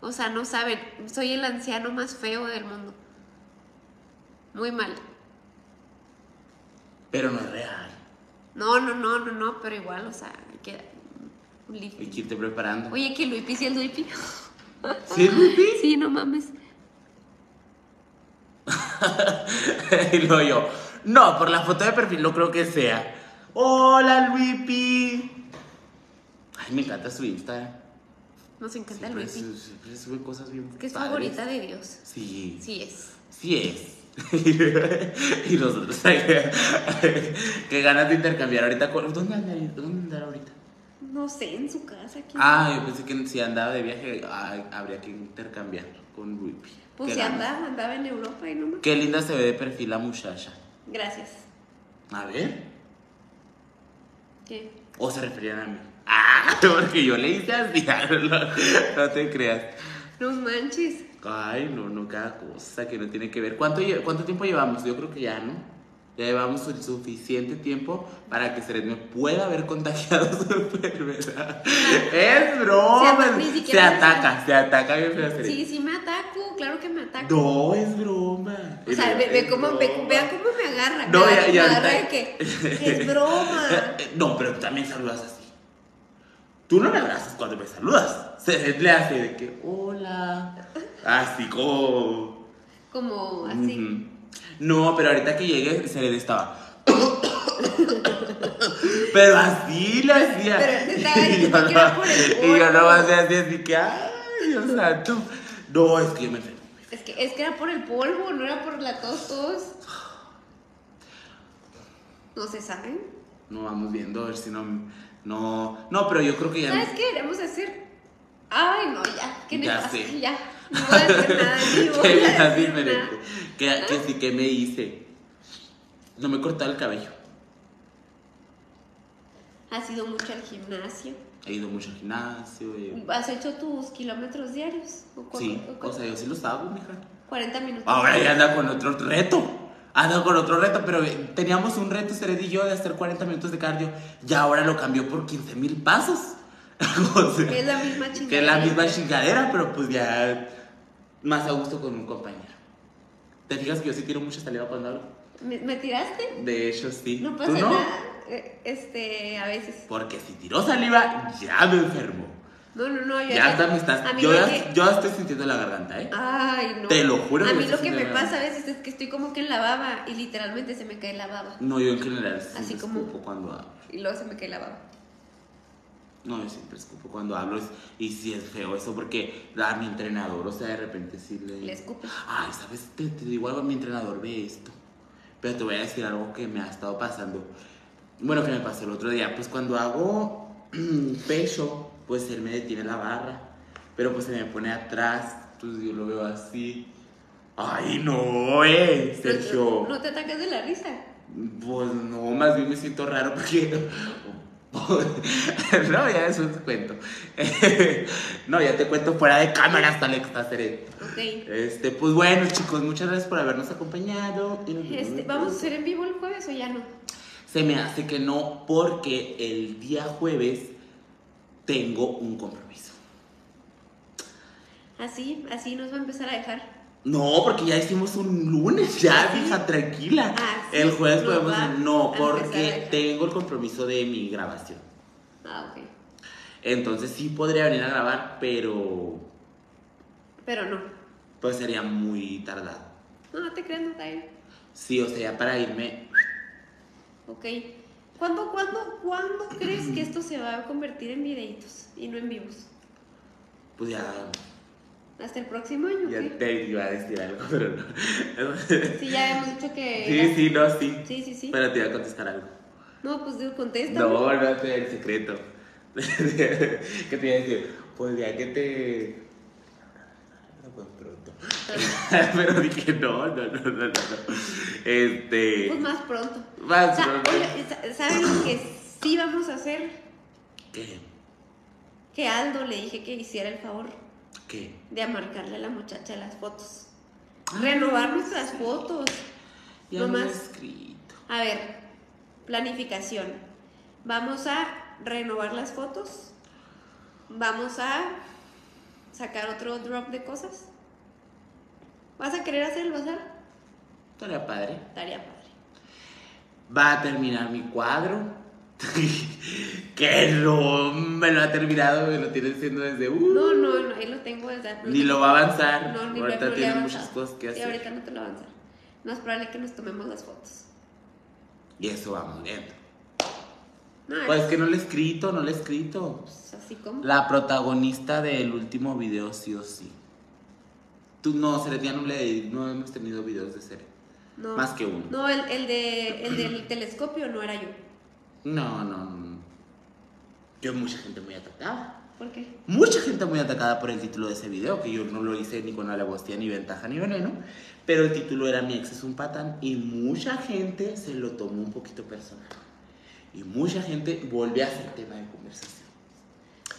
B: O sea, no saben, soy el anciano más feo del mundo. Muy mal.
A: Pero no es real.
B: No, no, no, no, no, pero igual, o sea, hay que...
A: Hay que irte preparando.
B: Oye, que Luipi sí es Luipi.
A: ¿Sí es Luipi?
B: Sí, no mames.
A: y luego yo. No, por la foto de perfil no creo que sea. Hola, Luipi. Ay, me encanta su Instagram.
B: Nos encanta
A: Siempre,
B: Luipi.
A: su- siempre sube cosas bien.
B: Que es
A: padres.
B: favorita de Dios.
A: Sí.
B: Sí es.
A: Sí es. y nosotros que, ganas de intercambiar ahorita con- ¿Dónde andar, dónde andar ahorita?
B: No sé, en su casa. ¿quién
A: Ah, yo pensé que si andaba de viaje ay, habría que intercambiar con Ruipi.
B: sabe? Pues
A: Qué
B: se
A: ganas.
B: andaba, andaba en Europa y no más.
A: Qué linda se ve de perfil la muchacha.
B: Gracias.
A: A ver.
B: ¿Qué?
A: O se referían a mí. Ah, porque yo le hice así. No, no te creas.
B: No manches.
A: Ay, no, no, cada cosa que no tiene que ver. ¿Cuánto, lle- cuánto tiempo llevamos? Yo creo que ya, ¿no? Ya llevamos el suficiente tiempo para que se me pueda haber contagiado su enfermedad. ¡Es broma!
B: Sí, ni
A: Se
B: siquiera
A: ataca, se ataca bien feo, Cered.
B: Sí, sí me ataco, claro que me ataco.
A: No, es broma.
B: O sea,
A: Es
B: ve, ve cómo, ve-
A: broma.
B: vea cómo me agarra.
A: No,
B: me
A: ya-
B: agarra-
A: ya
B: me agarra de
A: ahorita-
B: que es broma.
A: Eh, No, pero tú también saludas así. Tú no me abrazas cuando me saludas. Se le hace de que, hola. Así como...
B: Como así.
A: Ujú. No, pero ahorita que llegue, se le estaba. pero así lo hacía.
B: Pero se estaba diciendo
A: Y yo
B: que era
A: no-
B: por el
A: Y yo no
B: polvo.
A: más hacía así, así que, ay, Dios santo. No, es que yo me enfermo.
B: Es, que, es que era por el polvo, no era por la tos, tos. No se saben.
A: No, vamos viendo, a ver si no. No, no, pero yo creo que ya.
B: ¿Sabes qué deberíamos hacer? Ay, no, ya. ¿Qué
A: Ya
B: nefasto,
A: sé.
B: Ya. No voy a hacer nada. Ni voy
A: Que me
B: a
A: hace
B: decir
A: diferente.
B: nada.
A: Que, que sí, que me hice. No me he cortado el cabello.
B: Has ido mucho al gimnasio.
A: He ido mucho al gimnasio. he-
B: ¿Has hecho tus kilómetros diarios? ¿O cu-
A: Sí,
B: o cu-
A: o sea, yo sí los hago, mija.
B: 40 minutos.
A: Ahora ya anda con otro reto. Anda con otro reto, pero eh, teníamos un reto, Cered y yo, de hacer 40 minutos de cardio. Y ahora lo cambió por 15 mil pasos. O sea,
B: Es la misma
A: que es la
B: chingadera.
A: misma chingadera, pero pues ya más a gusto con un compañero. ¿Te fijas que yo sí tiro mucha saliva cuando hablo?
B: ¿Me, me tiraste?
A: De hecho, sí.
B: No
A: ¿Tú
B: pasa
A: no?
B: nada. eh, Este, a veces.
A: Porque si tiró saliva, ya me enfermo.
B: No, no, no. Yo
A: Ya hasta me estás...
B: a mí
A: Yo
B: lo
A: ya,
B: que-
A: yo ya estoy sintiendo la garganta, ¿eh?
B: Ay, no.
A: Te lo juro que
B: A
A: me
B: mí lo
A: estás
B: que me
A: haciendo
B: pasa a veces es que estoy como que en la baba y literalmente se me cae la baba.
A: No, yo en general siempre
B: Así como-
A: escupo cuando hablo.
B: Y luego se me cae la baba.
A: No, yo siempre escupo cuando hablo es- y sí es feo eso porque a mi entrenador, o sea, de repente sí le...
B: Le escupe.
A: Ay, ¿sabes? Te, te digo algo, mi entrenador ve esto. Pero te voy a decir algo que me ha estado pasando. Bueno, que me pasó el otro día. Pues cuando hago pecho, pues él me detiene la barra. Pero pues se me pone atrás. Entonces yo lo veo así. Ay, no, eh, Sergio.
B: No te ataques de la risa.
A: Pues no, más bien me siento raro porque. no, ya eso te cuento. no, ya te cuento fuera de cámara hasta el hacer
B: Ok.
A: Este, pues bueno, chicos, muchas gracias por habernos acompañado. Y nos vemos
B: Este,
A: el
B: ¿Vamos a
A: jueves.
B: hacer en vivo el jueves o ya no?
A: Se me hace que no, porque el día jueves tengo un compromiso.
B: Así, así nos va a empezar a dejar.
A: No, porque ya hicimos un lunes, ya, hija, tranquila.
B: Ah, sí,
A: el jueves
B: nos
A: podemos.
B: va
A: No,
B: a empezar a
A: porque
B: dejar.
A: tengo el compromiso de mi grabación.
B: Ah, ok.
A: Entonces sí podría venir a grabar, pero
B: Pero no.
A: pues sería muy tardado.
B: No, no te creas, no cae.
A: Sí, o sea, para irme
B: Ok. ¿Cuándo, cuándo, cuándo crees que esto se va a convertir en videitos y no en vivos?
A: Pues ya,
B: ¿Hasta el próximo año? o
A: ya
B: qué?
A: te iba a decir algo, pero no.
B: Sí, ya hemos dicho que...
A: Sí, sí, no, sí.
B: Sí, sí, sí.
A: Pero te iba a contestar algo.
B: No, pues Dios, contesta.
A: No, no, el secreto. ¿Qué te iba a decir? Pues ya que te... Pues pronto. pero dije, no, no, no, no, no. no. Este...
B: Pues más pronto. O
A: Más
B: sea,
A: pronto.
B: oye, sa- ¿saben lo que sí vamos a hacer?
A: ¿Qué?
B: Que Aldo le dije que hiciera el favor
A: ¿Qué?
B: de marcarle a la muchacha las fotos. Renovar nuestras fotos.
A: Ah, Ya
B: No
A: no lo he
B: más.
A: escrito.
B: A ver, planificación. Vamos a renovar las fotos. Vamos a sacar otro drop de cosas. ¿Vas a querer hacer el bazar?
A: Estaría padre.
B: Estaría padre.
A: va a terminar mi cuadro. que no me lo ha terminado, me lo tiene haciendo desde uh,
B: No, no, no, ahí lo tengo desde Apple.
A: Ni lo va a avanzar.
B: No, ni
A: ahorita
B: Apple
A: tiene
B: le avanza.
A: muchas cosas que
B: Y
A: hacer.
B: ahorita no te lo avanza. No es probable que nos tomemos las fotos.
A: Y eso vamos viendo.
B: No,
A: Pues es que no lo he escrito, no lo he escrito.
B: es pues, así como.
A: La protagonista del último video, sí o sí. Tú no, Cere, ya no le no hemos tenido videos de Cere.
B: No.
A: Más que uno.
B: No, el, el de, el del telescopio no era yo.
A: No, no, no. Yo mucha gente muy atacada.
B: ¿Por qué?
A: Mucha gente muy atacada por el título de ese video, que yo no lo hice ni con alevosía, ni ventaja, ni veneno, pero el título era Mi ex es un patán y mucha gente se lo tomó un poquito personal. Y mucha gente volvió a ser tema de conversación.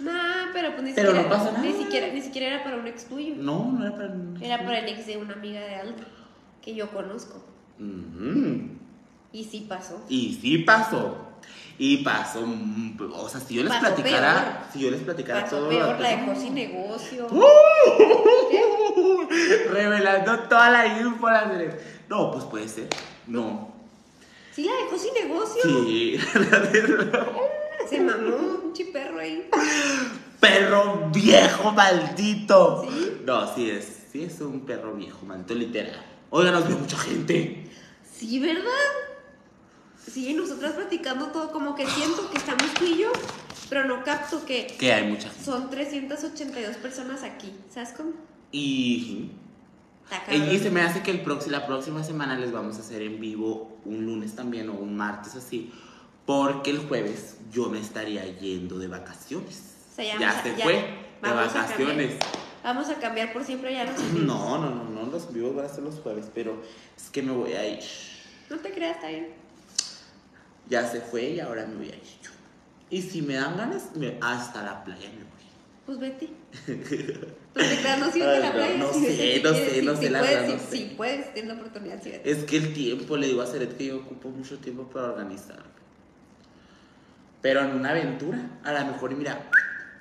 B: No, pero pues ni
A: Pero
B: siquiera.
A: no pasa nada.
B: Ni siquiera, ni siquiera era para un ex tuyo.
A: No, no era para... mí.
B: Era para el ex de una amiga de Aldo que yo conozco.
A: Ujú.
B: Y sí pasó.
A: Y sí pasó. Y pasó, mm, o sea, si yo les
B: Pasó
A: platicara,
B: peor.
A: si yo les platicara
B: Pasó
A: todo
B: peor,
A: lo- ¡Uh!
B: la dejó sin negocio.
A: revelando toda la info, la Cere. No, pues puede ser. No.
B: Sí, la dejó sin negocio.
A: Sí.
B: Se mamó un chiperro ahí.
A: perro viejo maldito.
B: ¿Sí?
A: No, sí es, sí es un perro viejo maldito, literal. Oigan, nos vio mucha gente.
B: Sí, ¿verdad? Sí, nosotras platicando todo, como que siento que estamos tú y yo, pero no capto que
A: Que hay mucha gente.
B: son 382 personas aquí. ¿Sabes cómo?
A: Y,
B: Está
A: y
B: cabrón.
A: se me hace que el próximo, la próxima semana les vamos a hacer en vivo un lunes también o un martes así. Porque el jueves yo me estaría yendo de vacaciones.
B: O sea, ya
A: ya
B: vamos a-
A: se
B: ya
A: fue. De
B: vamos a cambiar.
A: vacaciones.
B: Vamos a cambiar por siempre ya los amigos.
A: No, no, no, no, los vivos van a ser los jueves, pero es que me voy a ir.
B: No te creas, está bien.
A: Ya se fue y ahora me voy a ir yo. Y si me dan ganas, me- hasta la playa me voy.
B: Pues vete. Pues No te creas, no sirve
A: Ay,
B: la
A: no,
B: playa.
A: no
B: si
A: sé,
B: vete, si
A: no
B: quieres,
A: sé,
B: si-
A: no
B: si
A: sé, la
B: puedes,
A: verdad, no
B: si-
A: sé.
B: si puedes, tienes la oportunidad, sí, vete.
A: Es que el tiempo, le digo a Seret que yo ocupo mucho tiempo para organizarme. Pero en una aventura, a lo mejor, y mira,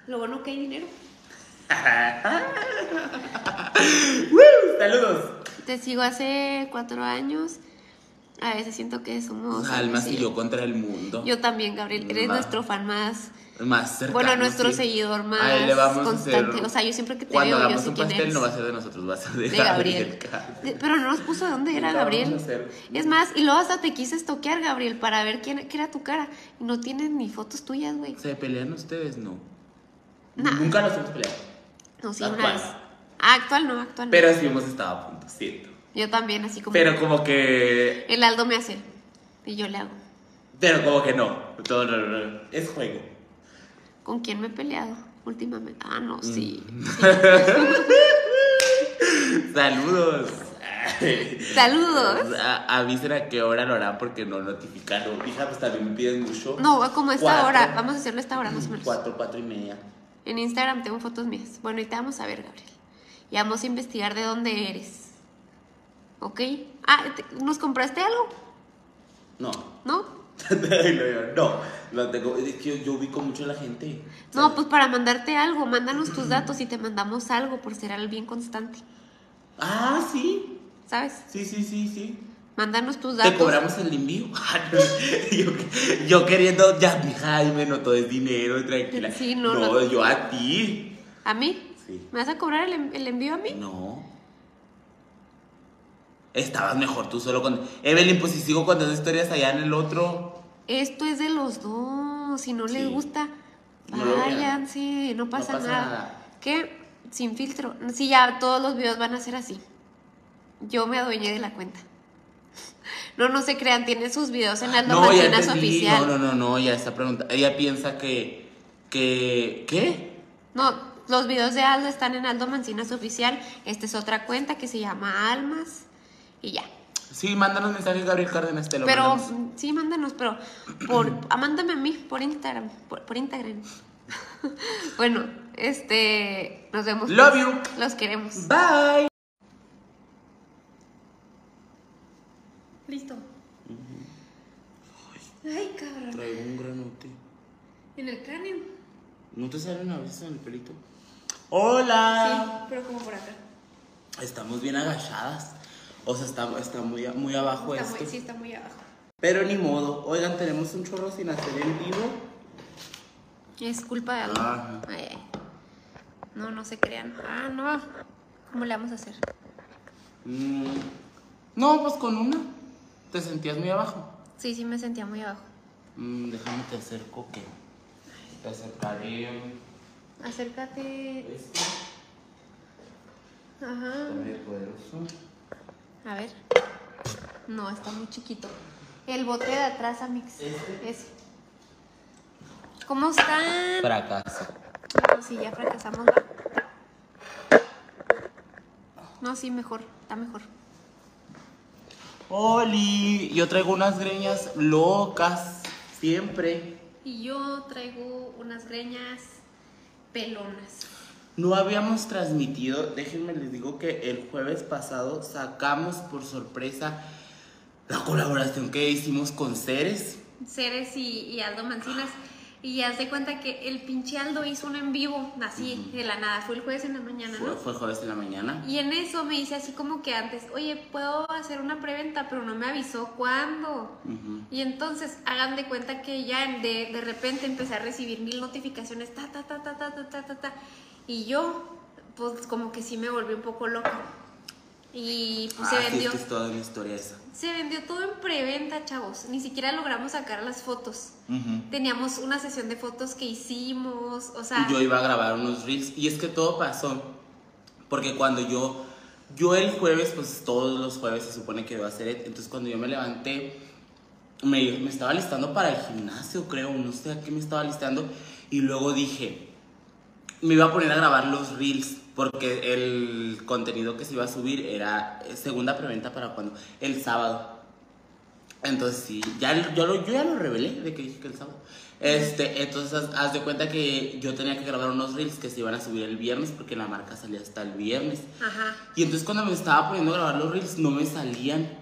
B: Lo bueno que hay dinero.
A: ¡Woo! Saludos.
B: Te sigo hace cuatro años. A veces siento que somos.
A: Almas y
B: sí.
A: yo contra el mundo.
B: Yo también, Gabriel. Eres
A: Ma.
B: nuestro fan más.
A: Más cercano.
B: bueno, nuestro
A: sí.
B: seguidor más
A: A él le vamos a hacer-
B: constante. O sea, yo siempre que te
A: Cuando
B: veo, yo
A: hagamos
B: sé
A: un
B: quién
A: pastel
B: eres.
A: no va a ser de nosotros, va a ser de,
B: de Gabriel.
A: Gabriel.
B: De- pero no nos puso de dónde era
A: Lo vamos a
B: Gabriel.
A: hacer.
B: Es más, y luego hasta te quise estoquear, Gabriel, para ver quién, qué era tu cara. Y no tienes ni fotos tuyas, güey.
A: ¿Se pelean ustedes? No.
B: Nah.
A: Nunca nos hemos peleado.
B: No, sí,
A: Tal
B: una
A: cual.
B: vez. Ah, actual no, actual no.
A: Pero sí hemos estado a punto, siento.
B: Yo también, así como.
A: Pero como que.
B: El Aldo me hace. Y yo le hago.
A: Pero como que no. Todo no, no, no. Es juego.
B: ¿Con quién me he peleado últimamente? Ah, no, sí.
A: Mm. Saludos.
B: Saludos.
A: A- avisen a qué hora lo harán porque no notificaron. Hija, pues también me piden mucho.
B: No, como a esta
A: Cuatro.
B: hora. Vamos a hacerlo a esta hora, más o menos.
A: Cuatro, cuatro y media.
B: En Instagram tengo fotos mías. Bueno, ahorita vamos a ver, Gabriel. Y vamos a investigar de dónde eres. ¿Ok? Ah, te- ¿nos compraste algo?
A: No.
B: ¿No?
A: Y lo digo, no, no tengo. Es que yo, yo ubico mucho a la gente.
B: No, pues para mandarte algo, mándanos tus datos y te mandamos algo por ser al bien constante.
A: Ah, sí.
B: ¿Sabes?
A: Sí, sí, sí, sí.
B: Mándanos tus
A: Te
B: datos.
A: cobramos el envío. Ah, yo, yo queriendo, ya, mija, y me notó es dinero, tranquila.
B: Sí, no,
A: no.
B: no.
A: yo a ti.
B: ¿A mí?
A: Sí.
B: ¿Me vas a cobrar el, en- el envío a mí?
A: No. Estabas mejor tú solo con. Evelyn, pues si sigo contando historias allá en el otro.
B: Esto es de los dos. Si no les
A: Sí.
B: gusta,
A: No lo vean.
B: váyanse. No pasa,
A: pasa
B: nada.
A: nada.
B: ¿Qué? Sin filtro. Sí, ya todos los videos van a ser así. Yo me adueñé de la cuenta. No, no se crean. Tiene sus videos en las
A: No, ya
B: Martinas
A: entendí.
B: oficial.
A: No, no, no, no, ya está preguntando. Ella piensa que. que ¿Qué?
B: No, los videos de Aldo están en Aldo Mancinas Oficial. Esta es otra cuenta que se llama Almas. Y ya.
A: Sí, mándanos mensajes, Gabriel Cárdenas, te lo
B: pero
A: mandamos.
B: mm, sí, mándanos, pero por, ah, mándame a mí por Instagram. Por, por Instagram. bueno, este. Nos vemos.
A: Love you.
B: Los queremos.
A: Bye.
B: Listo. Ay, cabrón.
A: Traigo un granote.
B: En el cráneo.
A: ¿No te salen a veces en el pelito? Hola.
B: pero como por acá.
A: Estamos bien agachadas. O sea, está, está muy, a- muy abajo esto.
B: está muy abajo.
A: Pero ni modo. Oigan, tenemos un chorro sin hacer en vivo.
B: Es culpa de algo.
A: Ajá.
B: Ay, ay. No, no se crean. Ah, no. ¿Cómo le vamos a hacer?
A: Mm, No, pues con una. Te sentías muy abajo.
B: Sí, sí me sentía muy abajo.
A: Mm, déjame te acerco que. Te acercaré.
B: Acércate.
A: Este
B: Ajá.
A: está medio poderoso.
B: A ver. No, está muy chiquito. El bote de atrás, Amix.
A: ¿Este?
B: Ese. ¿Cómo están?
A: Fracaso.
B: No, sí, ya fracasamos. va. No, sí, mejor. Está mejor.
A: Oli, yo traigo unas greñas locas. Siempre.
B: Y yo traigo unas greñas pelonas.
A: No habíamos transmitido, déjenme les digo que el jueves pasado sacamos por sorpresa la colaboración que hicimos con Ceres.
B: Ceres y, y Aldo Mancinas. Y haz de cuenta que el pinche Aldo hizo un en vivo, así, de la nada. Fue el jueves en la mañana,
A: Fue,
B: ¿no?
A: fue jueves en la mañana.
B: Y en eso me dice así como que antes, oye, puedo hacer una preventa, pero no me avisó cuándo.
A: Ujú.
B: Y entonces hagan de cuenta que ya de, de repente empecé a recibir mil notificaciones, ta, ta, ta, ta, ta, ta, ta, ta, ta. Y yo, pues como que sí me volví un poco loca. Y pues,
A: Ah,
B: se
A: sí,
B: vendió.
A: es que es toda una historia esa.
B: Se vendió todo en preventa, chavos. Ni siquiera logramos sacar las fotos.
A: Ujú.
B: Teníamos una sesión de fotos que hicimos, o sea,
A: Yo iba a grabar unos reels y es que todo pasó porque cuando yo yo el jueves pues todos los jueves se supone que iba a hacer et- entonces cuando yo me levanté me, me estaba listando para el gimnasio creo no sé a qué me estaba listando y luego dije me iba a poner a grabar los reels porque el contenido que se iba a subir era eh, segunda preventa para cuando el sábado entonces sí, ya, l- yo, lo, yo ya lo revelé de que dije que el sábado. Este, entonces haz, haz de cuenta que yo tenía que grabar unos reels que se iban a subir el viernes porque la marca salía hasta el viernes.
B: ajá.
A: Y entonces cuando me estaba poniendo a grabar los reels no me salían.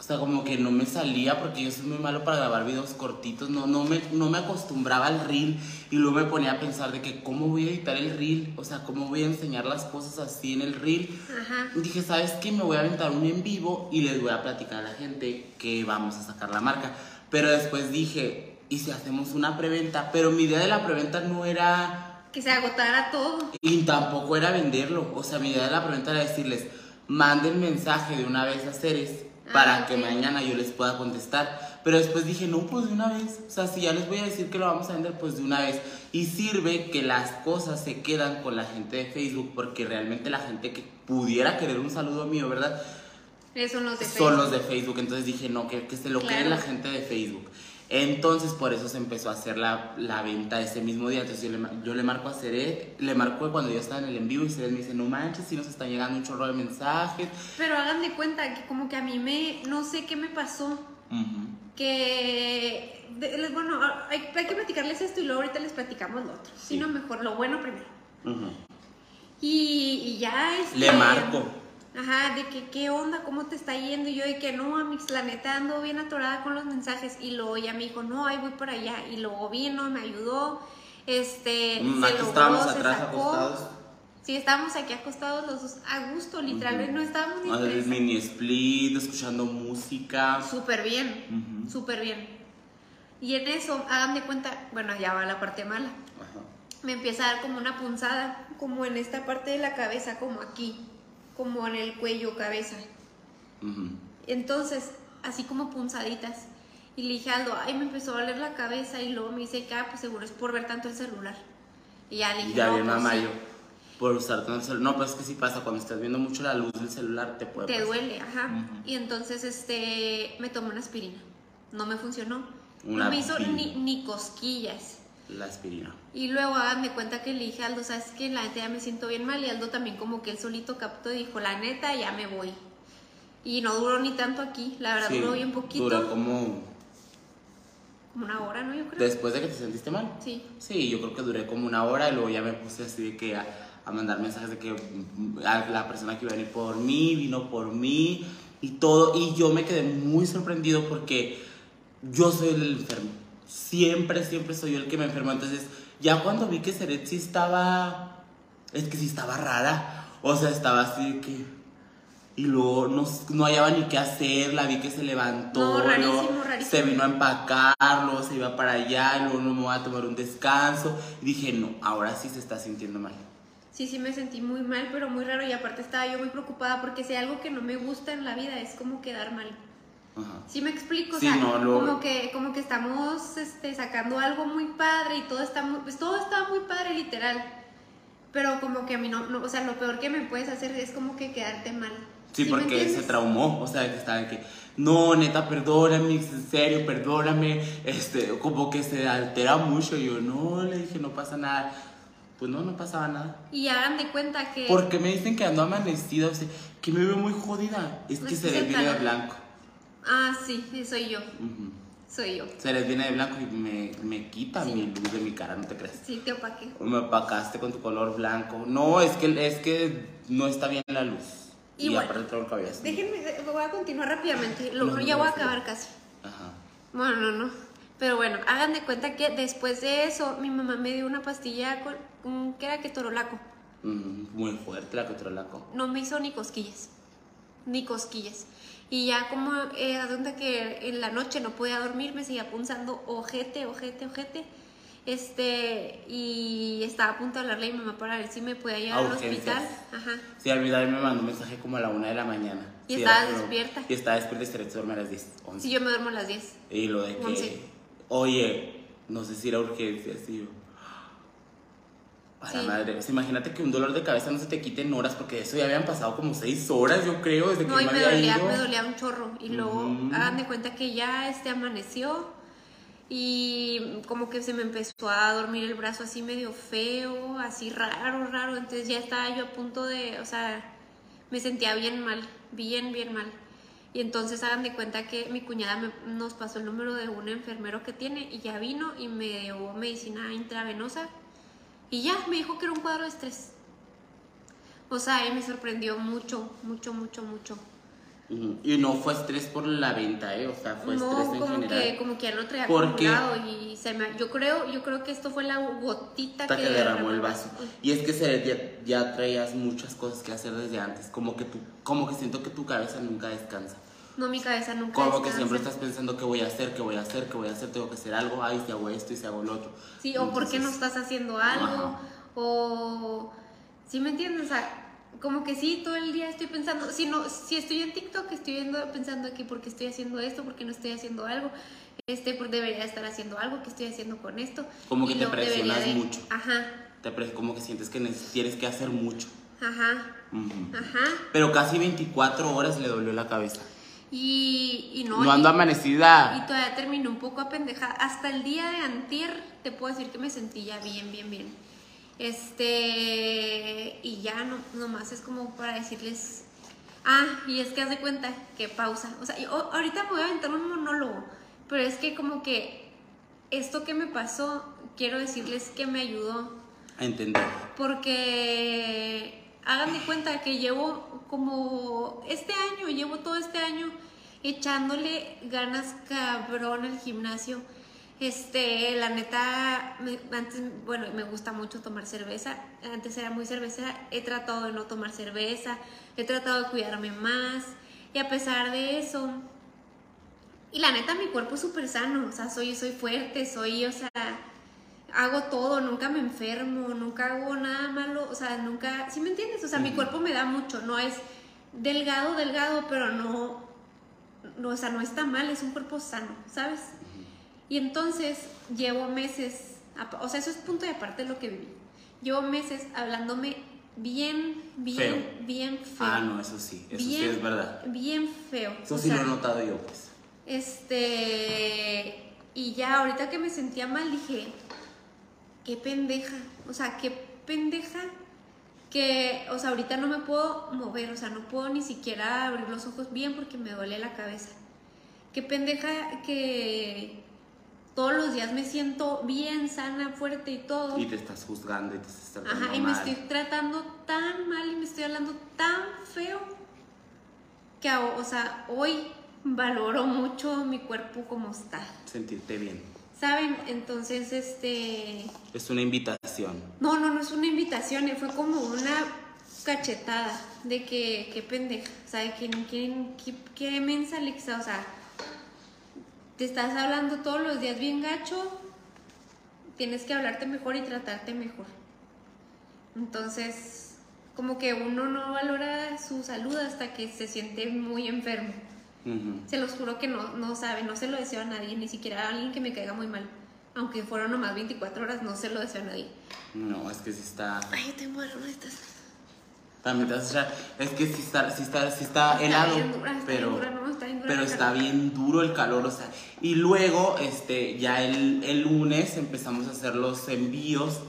C: O sea, como que no me salía porque yo soy muy malo para grabar videos cortitos. No, no, me, no me acostumbraba al reel y luego me ponía a pensar de que cómo voy a editar el reel. O sea, cómo voy a enseñar las cosas así en el reel.
B: Ajá.
C: Y Dije, ¿sabes qué? Me voy a aventar un en vivo y les voy a platicar a la gente que vamos a sacar la marca. Pero después dije, ¿y si hacemos una preventa? Pero mi idea de la preventa no era...
B: Que se agotara todo.
C: Y tampoco era venderlo. O sea, mi idea de la pregunta era decirles, manden mensaje de una vez a Ceres
B: Ah,
C: para
B: ok.
C: que mañana yo les pueda contestar. Pero después dije, no, pues de una vez. O sea, si ya les voy a decir que lo vamos a vender, pues de una vez. Y sirve que las cosas se quedan con la gente de Facebook, porque realmente la gente que pudiera querer un saludo mío, ¿verdad?
B: Eso no se
C: son los de Facebook. Entonces dije, no, que, que se lo
B: Claro.
C: creen la gente de Facebook. Entonces por eso se empezó a hacer la, la venta ese mismo día. Entonces yo le, ma- yo le marco a Ceret, le marco cuando yo estaba en el en vivo y Ceret me dice, no manches, si nos están llegando un chorro de mensajes.
B: Pero hagan de cuenta que como que a mí me, no sé qué me pasó,
C: Ujú.
B: que, de- les- bueno, a- hay, hay que platicarles esto y luego ahorita les platicamos lo otro. Si
C: Sí.
B: no, mejor lo bueno primero.
C: Ujú.
B: Y, y ya este,
C: Le marco.
B: Ajá, de que qué onda, cómo te está yendo. Y yo de que no, Amix, la neta ando bien atorada con los mensajes. Y luego ella me dijo, no, ahí voy para allá. Y luego vino, me ayudó. Este,
C: Mm,
B: se
C: Aquí
B: logró,
C: estábamos
B: se
C: atrás
B: sacó.
C: acostados.
B: Sí, estábamos aquí acostados los dos a gusto, literalmente. No estábamos ni
C: Al
B: estresados.
C: mini split, escuchando música.
B: Súper bien,
C: Ujú.
B: súper bien. Y en eso, háganme cuenta, bueno, ya va la parte mala.
C: Ajá.
B: Me empieza a dar como una punzada, como en esta parte de la cabeza, como aquí, como en el cuello, cabeza.
C: Ujú.
B: Entonces, así como punzaditas. Y le dije a Aldo, ay, me empezó a doler la cabeza. Y luego me dice que, ah, pues seguro es por ver tanto el celular. Y ya le dije,
C: Ya
B: no,
C: bien
B: pues
C: mamá
B: sí,
C: yo. Por usar tanto el celular. No, pues es que sí pasa, cuando estás viendo mucho la luz del celular te puede
B: te
C: pasar.
B: duele, ajá.
C: pues. Ujú.
B: Y entonces, este, me tomé una aspirina. No me funcionó.
C: Una
B: no me hizo
C: aspirina.
B: ni, ni cosquillas.
C: La aspirina.
B: Y luego háganme cuenta que le dije a Aldo, sabes que la neta ya me siento bien mal. Y Aldo también como que él solito captó y dijo, la neta, ya me voy. Y no duró ni tanto aquí, la verdad
C: Sí,
B: duró bien poquito.
C: Duró como.
B: Como una hora, ¿no? Yo creo.
C: Después de que te sentiste mal.
B: Sí.
C: Sí, yo creo que duré como una hora y luego ya me puse así de que a, a mandar mensajes de que mm, a la persona que iba a venir por mí vino por mí y todo. Y yo me quedé muy sorprendido porque yo soy el enfermo. Siempre, siempre soy yo el que me enfermo. Entonces, ya cuando vi que Seret sí estaba. Es que sí estaba rara. O sea, estaba así de que. Y luego no, no hallaba ni qué hacer, la vi que se levantó,
B: No, rarísimo,
C: luego
B: rarísimo.
C: se vino a empacar, luego se iba para allá, luego no me voy a tomar un descanso. Y dije, no, ahora sí se está sintiendo mal.
B: Sí, sí me sentí muy mal, pero muy raro y aparte estaba yo muy preocupada porque si hay algo que no me gusta en la vida es como quedar mal.
C: Ajá.
B: Sí me explico,
C: Sí,
B: o sea,
C: no, lo-
B: como que como que estamos este, sacando algo muy padre y todo está muy, pues todo está muy padre literal. Pero como que a mí no, no, o sea, lo peor que me puedes hacer es como que quedarte mal.
C: Sí,
B: ¿Sí me
C: porque se
B: entiendes?
C: traumó, o sea, que estaba de que, no, neta, perdóname, en serio, perdóname, este, como que se altera mucho. Y yo, no, le dije, no pasa nada. Pues no, no pasaba nada.
B: Y hagan de cuenta que
C: Porque me dicen que ando amanecida, o sea, que me veo muy jodida. Es
B: No,
C: que
B: es
C: se
B: que es
C: le
B: el
C: viene de
B: calor.
C: blanco.
B: Ah, sí, soy yo,
C: Ujú.
B: soy yo.
C: Se les viene de blanco y me, me quita
B: Sí.
C: mi luz de mi cara, no te creas.
B: Sí, te opaqué.
C: Me opacaste con tu color blanco. No, es que, es que no está bien la luz.
B: Y
C: Y,
B: bueno,
C: aparte traigo el cabello así.
B: Déjenme, voy a continuar rápidamente, lo-
C: No, no,
B: ya voy a
C: no, no.
B: acabar casi.
C: Ajá.
B: Bueno, no, no. Pero bueno, hagan de cuenta que después de eso, mi mamá me dio una pastilla con, un- que era que torolaco.
C: Mm, muy fuerte la que trae la co-
B: No me hizo ni cosquillas. Ni cosquillas. Y ya como eh, haz de cuenta que en la noche no podía dormir, me seguía punzando ojete, ojete, ojete. Este, y estaba a punto de hablarle a mi mamá para ver si me podía llevar
C: A
B: al
C: urgencias.
B: hospital. Ajá.
C: Sí, al final me mandó un mensaje como a la una de la mañana.
B: Y
C: Sí,
B: estaba
C: era como-
B: despierta.
C: Y estaba despierta y se le duerme a las 10, 11.
B: Si yo me duermo a las 10.
C: Y lo de que,
B: Once.
C: oye, no sé si era urgencia, sí. yo. A la
B: Sí.
C: madre, o sea, imagínate que un dolor de cabeza no se te quite en horas, porque de eso ya habían pasado como seis horas, yo creo, desde que
B: No, y
C: yo me
B: me
C: había
B: dolía,
C: ido.
B: me dolía un chorro. Y luego,
C: Ujú.
B: hagan de cuenta que ya este amaneció y como que se me empezó a dormir el brazo así medio feo, así raro, raro. Entonces ya estaba yo a punto de, o sea, me sentía bien mal, bien, bien mal. Y entonces hagan de cuenta que mi cuñada me- nos pasó el número de un enfermero que tiene y ya vino y me dio medicina intravenosa y ya me dijo que era un cuadro de estrés. O sea, y me sorprendió mucho, mucho, mucho, mucho.
C: Ujú. Y no fue estrés por la venta, ¿eh? O sea, fue estrés
B: no,
C: en
B: como
C: general.
B: que, como que ya lo traía
C: Porque-
B: acumulado y se me, yo creo, yo creo que esto fue la gotita
C: Hasta
B: que, pues.
C: que derramó el vaso.
B: Uy,
C: Y es que se, ya, ya traías muchas cosas que hacer desde antes. Como que, tú, como que siento que tu cabeza nunca descansa.
B: No, mi cabeza nunca
C: Como que
B: descansa.
C: siempre estás pensando qué voy a hacer, qué voy a hacer, qué voy a hacer, tengo que hacer algo, ay, si hago esto y si hago lo otro.
B: Sí, o por qué no
C: Entonces,
B: estás haciendo algo,
C: Ajá.
B: o... ¿Sí me entiendes? O sea, como que sí, todo el día estoy pensando, si, no, si estoy en TikTok, estoy viendo- pensando aquí por qué estoy haciendo esto, por qué no estoy haciendo algo, este, por debería estar haciendo algo, qué estoy haciendo con esto.
C: Como que
B: Y
C: te
B: luego debería
C: presionas
B: de-
C: mucho.
B: Ajá,
C: Te pre- como que sientes que neces- tienes que hacer mucho.
B: ajá,
C: Ujú.
B: ajá,
C: Pero casi 24 horas le dolió la cabeza.
B: y, y no...
C: No, ando
B: y- Y
C: amanecida.
B: todavía terminé un poco apendejada. Hasta el día de antier te puedo decir que me sentí ya bien, bien, bien. Este, y ya no, nomás es como para decirles, ah, y es que haz de cuenta que pausa. O sea, yo ahorita me voy a aventar un monólogo, pero es que como que esto que me pasó, quiero decirles que me ayudó
C: A entender.
B: porque hagan de cuenta que llevo como este año, llevo todo este año echándole ganas cabrón al gimnasio. Este, la neta, me- antes, bueno, me gusta mucho tomar cerveza. Antes era muy cervecera. He tratado de no tomar cerveza. He tratado de cuidarme más. Y a pesar de eso, y la neta, mi cuerpo es súper sano. O sea, soy, soy fuerte, soy, o sea, hago todo, nunca me enfermo, nunca hago nada malo, o sea, nunca, ¿sí me entiendes? O sea, mi cuerpo me da mucho, no es delgado, delgado, pero no, no, o sea, no está mal, es un cuerpo sano, ¿sabes? Y entonces llevo meses, apa- o sea, eso es punto y aparte de lo que viví. Llevo meses hablándome bien, bien,
C: Feo.
B: bien feo.
C: Ah, no, eso sí, eso sí es verdad.
B: Bien feo.
C: Eso
B: o
C: sí
B: sea,
C: lo he notado yo, pues.
B: este. Y ya ahorita que me sentía mal dije, qué pendeja. O sea, qué pendeja que, o sea, ahorita no me puedo mover, o sea, no puedo ni siquiera abrir los ojos bien porque me duele la cabeza. Qué pendeja que todos los días me siento bien, sana, fuerte y todo.
C: Y te estás juzgando y te estás tratando
B: Ajá, y me
C: mal.
B: estoy tratando tan mal y me estoy hablando tan feo que, a- o sea, hoy valoro mucho mi cuerpo como está.
C: Sentirte bien.
B: ¿Saben? Entonces, este...
C: Es una invitación.
B: No, no, no es una invitación, eh, fue como una cachetada de que, qué pendeja, o sea, de que, que, que, que mensa, Alexa, o sea, te estás hablando todos los días bien gacho, tienes que hablarte mejor y tratarte mejor. Entonces, como que uno no valora su salud hasta que se siente muy enfermo.
C: Ujú.
B: Se los juro que no, no sabe, no se lo deseo a nadie, ni siquiera a alguien que me caiga muy mal. Aunque fueron nomás 24 horas, no se lo deseo a nadie.
C: No, es que sí está.
B: Ay, yo tengo una de estas.
C: También te vas a echar- Es que sí está, sí está, sí está helado.
B: bien dura, está
C: pero.
B: bien dura, no, está bien dura
C: pero
B: la
C: está
B: carne.
C: bien duro el calor, o sea. Y luego, este, ya el, el lunes empezamos a hacer los envíos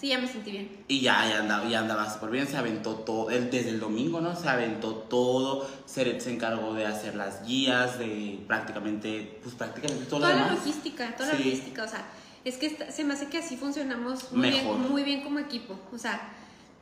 B: Sí, ya me sentí bien.
C: y ya, ya andaba, ya andaba súper bien. Se aventó todo, el- desde el domingo, ¿no? Se aventó todo. Se, se encargó de hacer las guías, de prácticamente, pues prácticamente todo
B: toda
C: lo
B: la
C: demás.
B: logística, toda la
C: Sí.
B: logística, o sea, es que esta- se me hace que así funcionamos muy
C: Mejor.
B: bien, muy bien como equipo, o sea,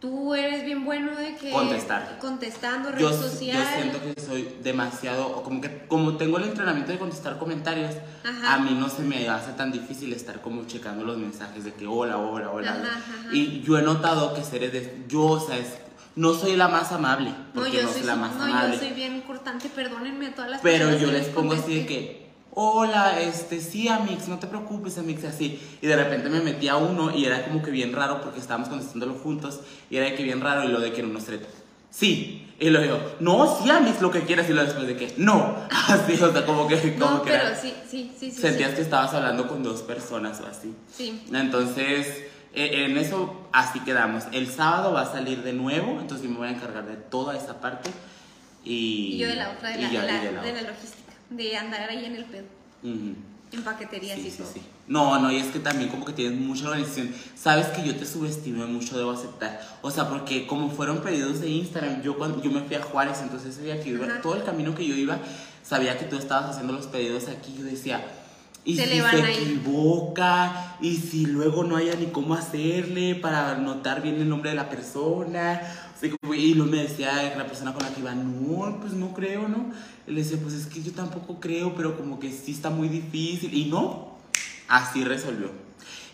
B: tú eres bien bueno de que
C: Contestar.
B: contestando
C: yo,
B: redes
C: yo siento
B: sociales.
C: que soy demasiado, o como que como tengo el entrenamiento de contestar comentarios,
B: Ajá.
C: a mí no se me hace tan difícil estar como checando los mensajes de que hola, hola, hola.
B: Ajá,
C: hola.
B: ajá.
C: Y yo he notado que seré de, yo, o sea, es- no soy la más amable,
B: No,
C: porque
B: yo
C: no, soy
B: soy
C: la
B: su-
C: más
B: no,
C: amable.
B: yo soy bien cortante, perdónenme a todas las
C: Pero
B: personas
C: yo
B: que
C: les pongo así de
B: contesté.
C: que, hola, este, sí, Amix, no te preocupes, Amix, así. Y de repente me metí a uno y era como que bien raro porque estábamos contestándolo juntos y era de que bien raro y lo de que en unos tres, sí. Y lo digo, no, sí, Amix, lo que quieras. Y lo después de que, no. Así, o sea, como que, como
B: No,
C: que
B: pero
C: era-
B: sí, sí, sí, sí.
C: sentías
B: sí.
C: que estabas hablando con dos personas o así.
B: Sí.
C: Entonces, e- en eso así quedamos. El sábado va a salir de nuevo, entonces yo me voy a encargar de toda esa parte. Y,
B: Y yo de la otra, de
C: y
B: la,
C: yo- y
B: la-
C: de la
B: de la
C: otra.
B: logística, de andar ahí en el pedo,
C: Ujú.
B: en paqueterías
C: Sí,
B: y
C: sí,
B: todo.
C: sí. No, no, y es que también como que tienes mucha organización. Sabes que yo te subestimé mucho, debo aceptar. O sea, porque como fueron pedidos de Instagram, yo cuando yo me fui a Juárez, entonces ese día que iba,
B: Ajá.
C: todo el camino que yo iba, sabía que tú estabas haciendo los pedidos aquí, yo decía, y
B: Se
C: si
B: le van
C: se
B: a ir.
C: equivoca, y si luego no haya ni cómo hacerle para anotar bien el nombre de la persona. O Así que, y luego me decía la persona con la que iba, no, pues no creo, ¿no? Y le decía, pues es que yo tampoco creo, pero como que sí está muy difícil. Y no, así resolvió.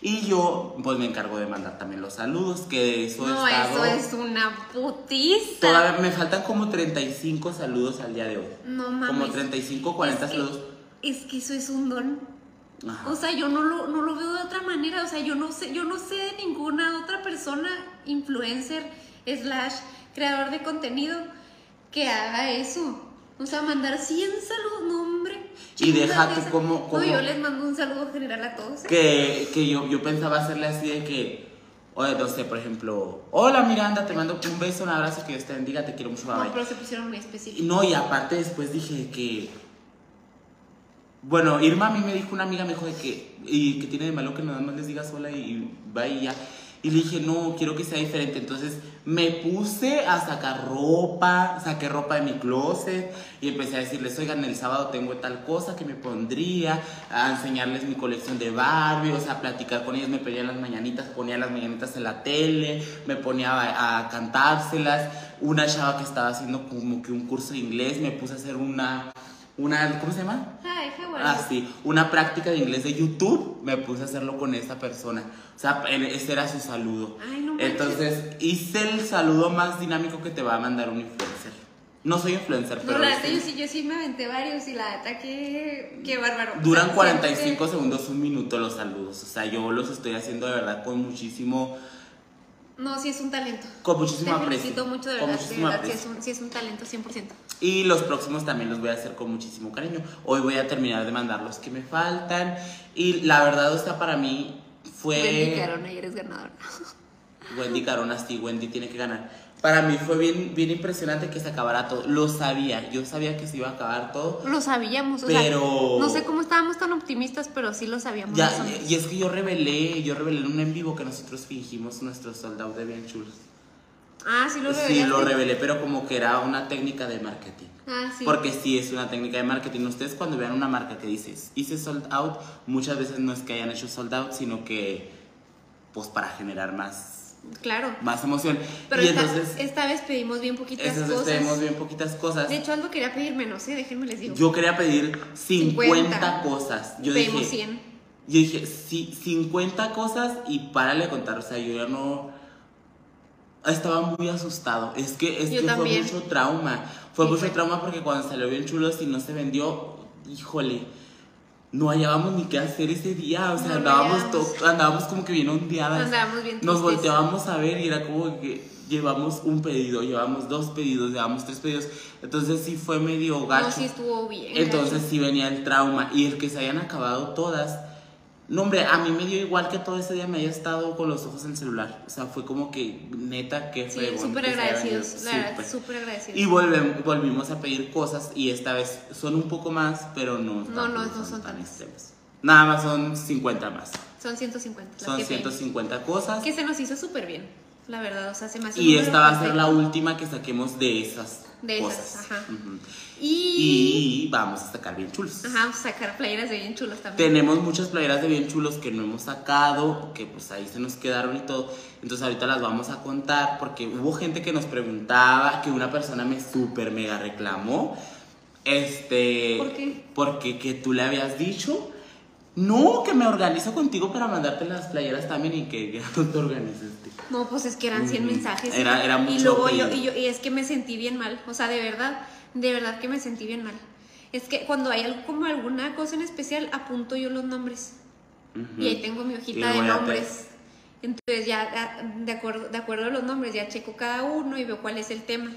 C: Y yo, pues me encargo de mandar también los saludos, que de eso he
B: No,
C: estado-
B: eso es una putiza.
C: Todavía me faltan como 35 saludos al día de hoy.
B: No mames.
C: Como 35, 40
B: Es que-
C: saludos.
B: Es que eso es un don.
C: Ajá.
B: O sea, yo no lo, no lo veo de otra manera. O sea, yo no sé, yo no sé de ninguna otra persona, influencer, slash, creador de contenido, que haga eso. O sea, mandar 100 saludos, no, hombre.
C: Y deja
B: Chingada
C: tú
B: esa.
C: como- como-
B: No, yo les mando un saludo general a todos. ¿eh?
C: que, que yo, yo pensaba hacerle así de que, oye, no sé, por ejemplo, hola Miranda, te mando un beso, un abrazo, que Dios te bendiga, te quiero mucho, bye,
B: No,
C: bye".
B: pero se pusieron muy específicos.
C: Y No, y aparte después dije que, bueno, Irma a mí me dijo una amiga, me dijo de que, y que tiene de malo que nada más les digas hola y, y bye y ya. Y le dije, no, quiero que sea diferente. Entonces me puse a sacar ropa, saqué ropa de mi closet y empecé a decirles, oigan, el sábado tengo tal cosa que me pondría, a enseñarles mi colección de Barbie, o sea, a platicar con ellos, me pedían las mañanitas, ponía las mañanitas en la tele, me ponía a, a cantárselas. Una chava que estaba haciendo como que un curso de inglés, me puse a hacer una, una ¿cómo se llama?
B: Ay,
C: Ah,
B: qué bueno.
C: Así, una práctica de inglés de YouTube, me puse a hacerlo con esta persona. O sea, él- ese era su saludo.
B: Ay, no manches.
C: Entonces, hice el saludo más dinámico que te va a mandar un influencer. No soy influencer,
B: No,
C: pero
B: la
C: lo
B: neta,
C: hice.
B: yo sí, yo sí me aventé varios y la neta que, qué bárbaro.
C: duran
B: O sea, siento
C: 45 segundos, un minuto los saludos. O sea, yo los estoy haciendo de verdad con muchísimo,
B: que- No, sí es un talento.
C: con muchísimo
B: Te
C: aprecio.
B: felicito mucho, de
C: con
B: verdad, de
C: muchísimo
B: verdad, sí
C: aprecio.
B: es un, sí es un talento 100%.
C: Y los próximos también los voy a hacer con muchísimo cariño. Hoy voy a terminar de mandar los que me faltan. Y la verdad, o sea, para mí fue...
B: Wendy Carona, y eres ganador.
C: Wendy Carona, sí, Wendy tiene que ganar. Para mí fue bien, bien impresionante que se acabara todo. Lo sabía, yo sabía que se iba a acabar todo.
B: Lo sabíamos, o
C: Pero-
B: sea, no sé cómo estábamos tan optimistas, pero sí lo sabíamos.
C: Ya,
B: nosotros.
C: y es que yo revelé, yo revelé en un en vivo que nosotros fingimos nuestro soldado de bien chulos.
B: ah, sí lo
C: Sí,
B: revelaste.
C: lo revelé, pero como que era una técnica de marketing.
B: Ah, sí.
C: Porque sí es una técnica de marketing. Ustedes cuando vean una marca que dice hice sold out, muchas veces no es que hayan hecho sold out, sino que pues para generar más,
B: Claro.
C: más emoción.
B: Pero
C: y
B: esta,
C: entonces,
B: esta vez pedimos bien poquitas
C: esas
B: cosas.
C: tenemos bien poquitas cosas.
B: De hecho, algo quería pedir menos, ¿eh? déjenme les digo.
C: Yo quería pedir 50,
B: 50.
C: cosas. Yo
B: Pedimos
C: dije,
B: 100.
C: Yo dije, sí, 50 cosas y párale de contar. O sea, yo ya no. Estaba muy asustado. Es que, es
B: Yo
C: que fue
B: también.
C: mucho trauma. Fue
B: Sí,
C: mucho
B: fue.
C: trauma porque cuando salió bien chulo, si no se vendió, híjole. No hallábamos ni qué hacer ese día, o sea,
B: No, no
C: andábamos,
B: hallábamos.
C: to- andábamos como que bien ondeadas.
B: Andábamos bien
C: Nos
B: tristes.
C: volteábamos a ver y era como que llevamos un pedido, llevamos dos pedidos, llevamos tres pedidos. Entonces sí fue medio gacho.
B: No, sí estuvo bien.
C: Entonces
B: gacho.
C: sí venía el trauma y el que se hayan acabado todas. No, hombre, a mí me dio igual que todo ese día me haya estado con los ojos en el celular. O sea, fue como que neta que fue.
B: Sí, súper agradecidos, la verdad, súper agradecidos.
C: Y volvem- volvimos a pedir cosas y esta vez son un poco más, pero no, tampoco
B: no, no son tan
C: extremos. Nada más son 50 más.
B: Son 150. las
C: Son
B: que pedimos.
C: 150 cosas.
B: Que se nos hizo súper bien, la verdad, o sea, se me hace un
C: Y
B: número
C: esta va a ser
B: perfecto.
C: la última que saquemos de esas
B: De esas,
C: cosas.
B: ajá.
C: Ujú.
B: Y...
C: Y vamos a sacar bien chulos.
B: Ajá, sacar playeras de bien chulas también.
C: Tenemos muchas playeras de bien chulos que no hemos sacado, que pues ahí se nos quedaron y todo. Entonces ahorita las vamos a contar porque hubo gente que nos preguntaba, que una persona me súper mega reclamó. Este...
B: ¿Por qué?
C: Porque que tú le habías dicho, no, que me organizo contigo para mandarte las playeras también y que ya no te organizaste.
B: No, pues es que eran 100
C: Ujú.
B: mensajes.
C: Era- era
B: Y
C: mucho
B: luego yo,
C: pedido.
B: y yo- y es que me sentí bien mal. O sea, de verdad, de verdad que me sentí bien mal. Es que cuando hay algo, como alguna cosa en especial, apunto yo los nombres.
C: Ujú.
B: Y ahí tengo mi
C: Y
B: hojita
C: luego
B: de
C: ya te-
B: nombres. Entonces ya, ah, de acuerdo, de acuerdo a los nombres, ya checo cada uno y veo cuál es el tema.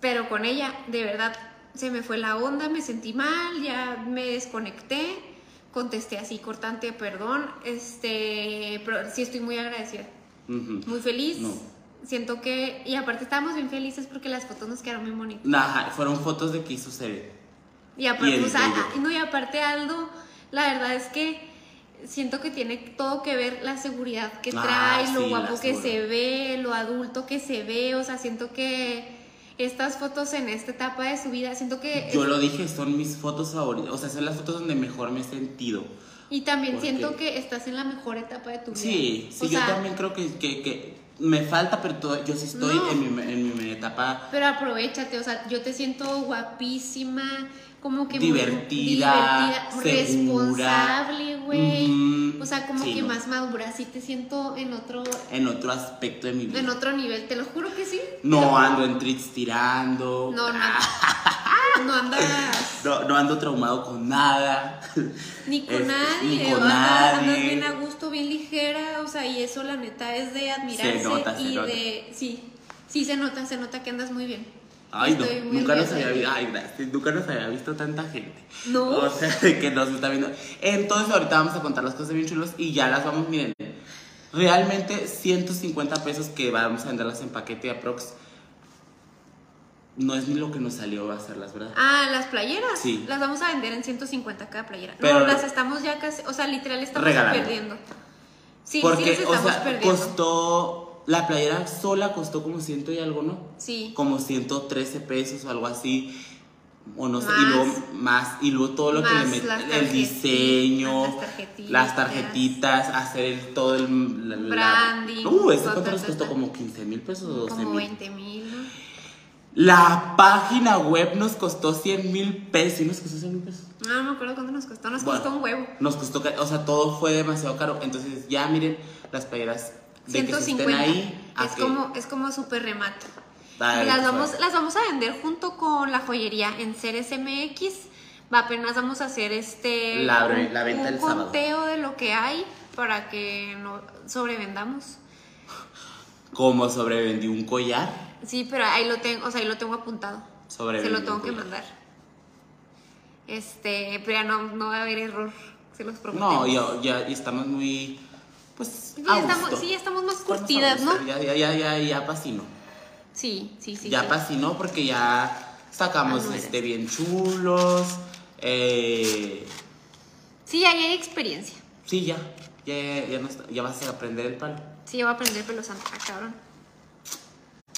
B: Pero con ella, de verdad, se me fue la onda, me sentí mal, ya me desconecté, contesté así cortante, perdón, este, pero sí estoy muy agradecida,
C: Ujú.
B: muy feliz.
C: No.
B: Siento que, y aparte estábamos bien felices porque las fotos nos quedaron muy bonitas.
C: Ajá, fueron fotos de que hizo Cere.
B: Y aparte,
C: Y el
B: o sea,
C: bello.
B: ah, no, y aparte Aldo, la verdad es que siento que tiene todo que ver la seguridad que
C: Ah,
B: trae, lo
C: sí,
B: guapo
C: la
B: que se
C: seguridad.
B: ve, lo adulto que se ve, o sea, siento que estas fotos en esta etapa de su vida, siento que...
C: Yo lo dije, son mis fotos favoritas. O sea, son las fotos donde mejor me he sentido.
B: y también
C: ¿Por
B: siento
C: qué?
B: que estás en la mejor etapa de tu vida.
C: Sí, sí,
B: O
C: yo
B: sea,
C: también creo que, que, que me falta, pero to- yo sí estoy
B: No.
C: en, mi, en mi etapa
B: Pero aprovechate, o sea, yo te siento guapísima, como que muy-
C: divertida,
B: divertida,
C: segura.
B: responsable, güey.
C: Ujú.
B: O sea, como
C: Sí,
B: que
C: no,
B: más madura, sí te siento en otro
C: En otro aspecto de mi vida.
B: en otro nivel, te lo juro que sí.
C: No ando en trits tirando.
B: No, no. No andas
C: No, no ando traumado con nada.
B: ni con
C: Este,
B: nadie,
C: ni con
B: andas, andas
C: nadie.
B: bien a gusto, bien ligera, o sea, y eso la neta es de admirarse
C: nota, se
B: y
C: nota.
B: de sí, sí se nota, se nota que andas muy bien.
C: Ay, no,
B: Estoy muy
C: nunca nos
B: orgullosa
C: había
B: de ti.
C: visto. Ay, gracias. Nunca nos había visto tanta gente.
B: No.
C: O sea, que nos está viendo. Entonces, ahorita vamos a contar las cosas bien chulas y ya las vamos, miren. Realmente, 150 pesos que vamos a venderlas en paquete aprox. No es ni lo que nos salió hacerlas, ¿verdad?
B: Ah, las playeras.
C: Sí.
B: Las vamos a vender en 150 cada playera.
C: Pero-
B: no, las estamos ya casi, o sea, literal estamos
C: Regalando.
B: perdiendo. Sí, sí
C: Porque,
B: las
C: o
B: estamos
C: sea,
B: perdiendo.
C: costó. La playera sola costó como ciento y algo, ¿no?
B: Sí.
C: como 113 pesos o algo así. O no sé, y
B: Más.
C: luego más, y luego todo lo que le
B: Más las
C: meten, el
B: tarjeti-
C: diseño,
B: las tarjetitas.
C: las tarjetitas, hacer el, todo el la- la-
B: Branding,
C: Uh, ¿eso
B: ta,
C: cuánto
B: ta,
C: nos
B: ta,
C: costó?
B: ta.
C: Como 15 mil pesos o 12
B: Como
C: mil.
B: 20 mil.
C: La página web nos costó 100 mil pesos. ¿Sí nos costó 100 mil pesos?
B: No, no me acuerdo cuánto nos costó. Nos
C: Bueno,
B: costó un huevo.
C: Nos costó, ca- o sea, todo fue demasiado caro. Entonces, ya miren las playeras de que se
B: 150.
C: estén ahí. a
B: es,
C: que-
B: como, es como súper remate.
C: Dale,
B: las,
C: pues,
B: vamos,
C: vale.
B: las vamos a vender junto con la joyería en Ceres MX. Va, apenas vamos a hacer este
C: La bre- la venta
B: un
C: el sábado.
B: conteo de lo que hay para que no sobrevendamos.
C: Como sobrevendí un collar.
B: Sí, pero ahí lo tengo, o sea, ahí lo tengo apuntado.
C: Sobrevendí
B: Se lo
C: un
B: tengo que
C: collar.
B: mandar. Este, pero ya no, no va a haber error. Se los prometo.
C: No, ya, ya estamos muy. Pues.
B: Sí,
C: a
B: estamos,
C: gusto.
B: sí, estamos más
C: Estamos a
B: curtidas, ¿no?
C: gusto, Ya, ya, ya, ya, ya pasino.
B: Sí, sí, sí.
C: ya
B: sí.
C: pasino porque ya
B: Ah,
C: sacamos
B: no eres.
C: este bien chulos. Eh,
B: Sí, ahí hay experiencia.
C: sí, ya. Ya, ya, ya no está- ya vas a aprender el palo.
B: Sí, yo voy a aprender pelo santo. Ah, cabrón.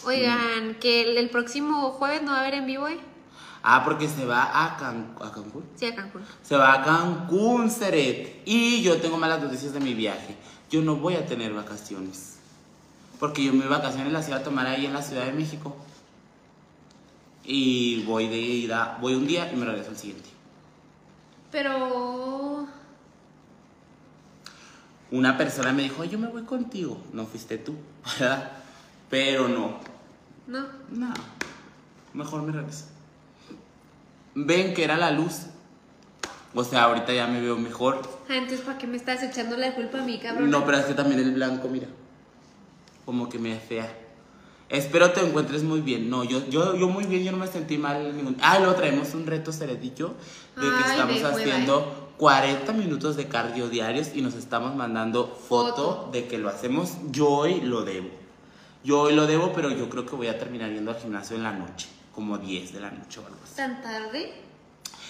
B: Oigan, que el, el próximo jueves no va a haber en vivo, ¿eh?
C: Ah, porque se va a, Can- a Cancún.
B: Sí, a Cancún.
C: Se va a Cancún, Seret. Y yo tengo malas noticias de mi viaje. Yo no voy a tener vacaciones. Porque yo mis vacaciones las iba a tomar ahí en la Ciudad de México. Y voy de ida, voy un día y me regreso al siguiente.
B: Pero.
C: Una persona me dijo, yo me voy contigo. No fuiste tú, ¿verdad? Pero no.
B: No.
C: No. Mejor me regreso. Ven que era la luz. O sea, ahorita ya me veo mejor.
B: Ah, entonces, ¿para qué me estás echando la culpa a mí, cabrón?
C: No, pero es que también el blanco, mira. Como que me fea. Espero te encuentres muy bien. No, yo, yo, yo muy bien, yo no me sentí mal. en Ningún... Ah, luego traemos un reto ceredillo de que
B: Ay,
C: estamos
B: de hueva,
C: haciendo 40 minutos de cardio diarios y nos estamos mandando foto,
B: Foto.
C: de que lo hacemos. Yo hoy lo debo. Yo hoy lo debo, pero yo creo que voy a terminar yendo al gimnasio en la noche, como 10 de la noche o algo así.
B: ¿Tan tarde?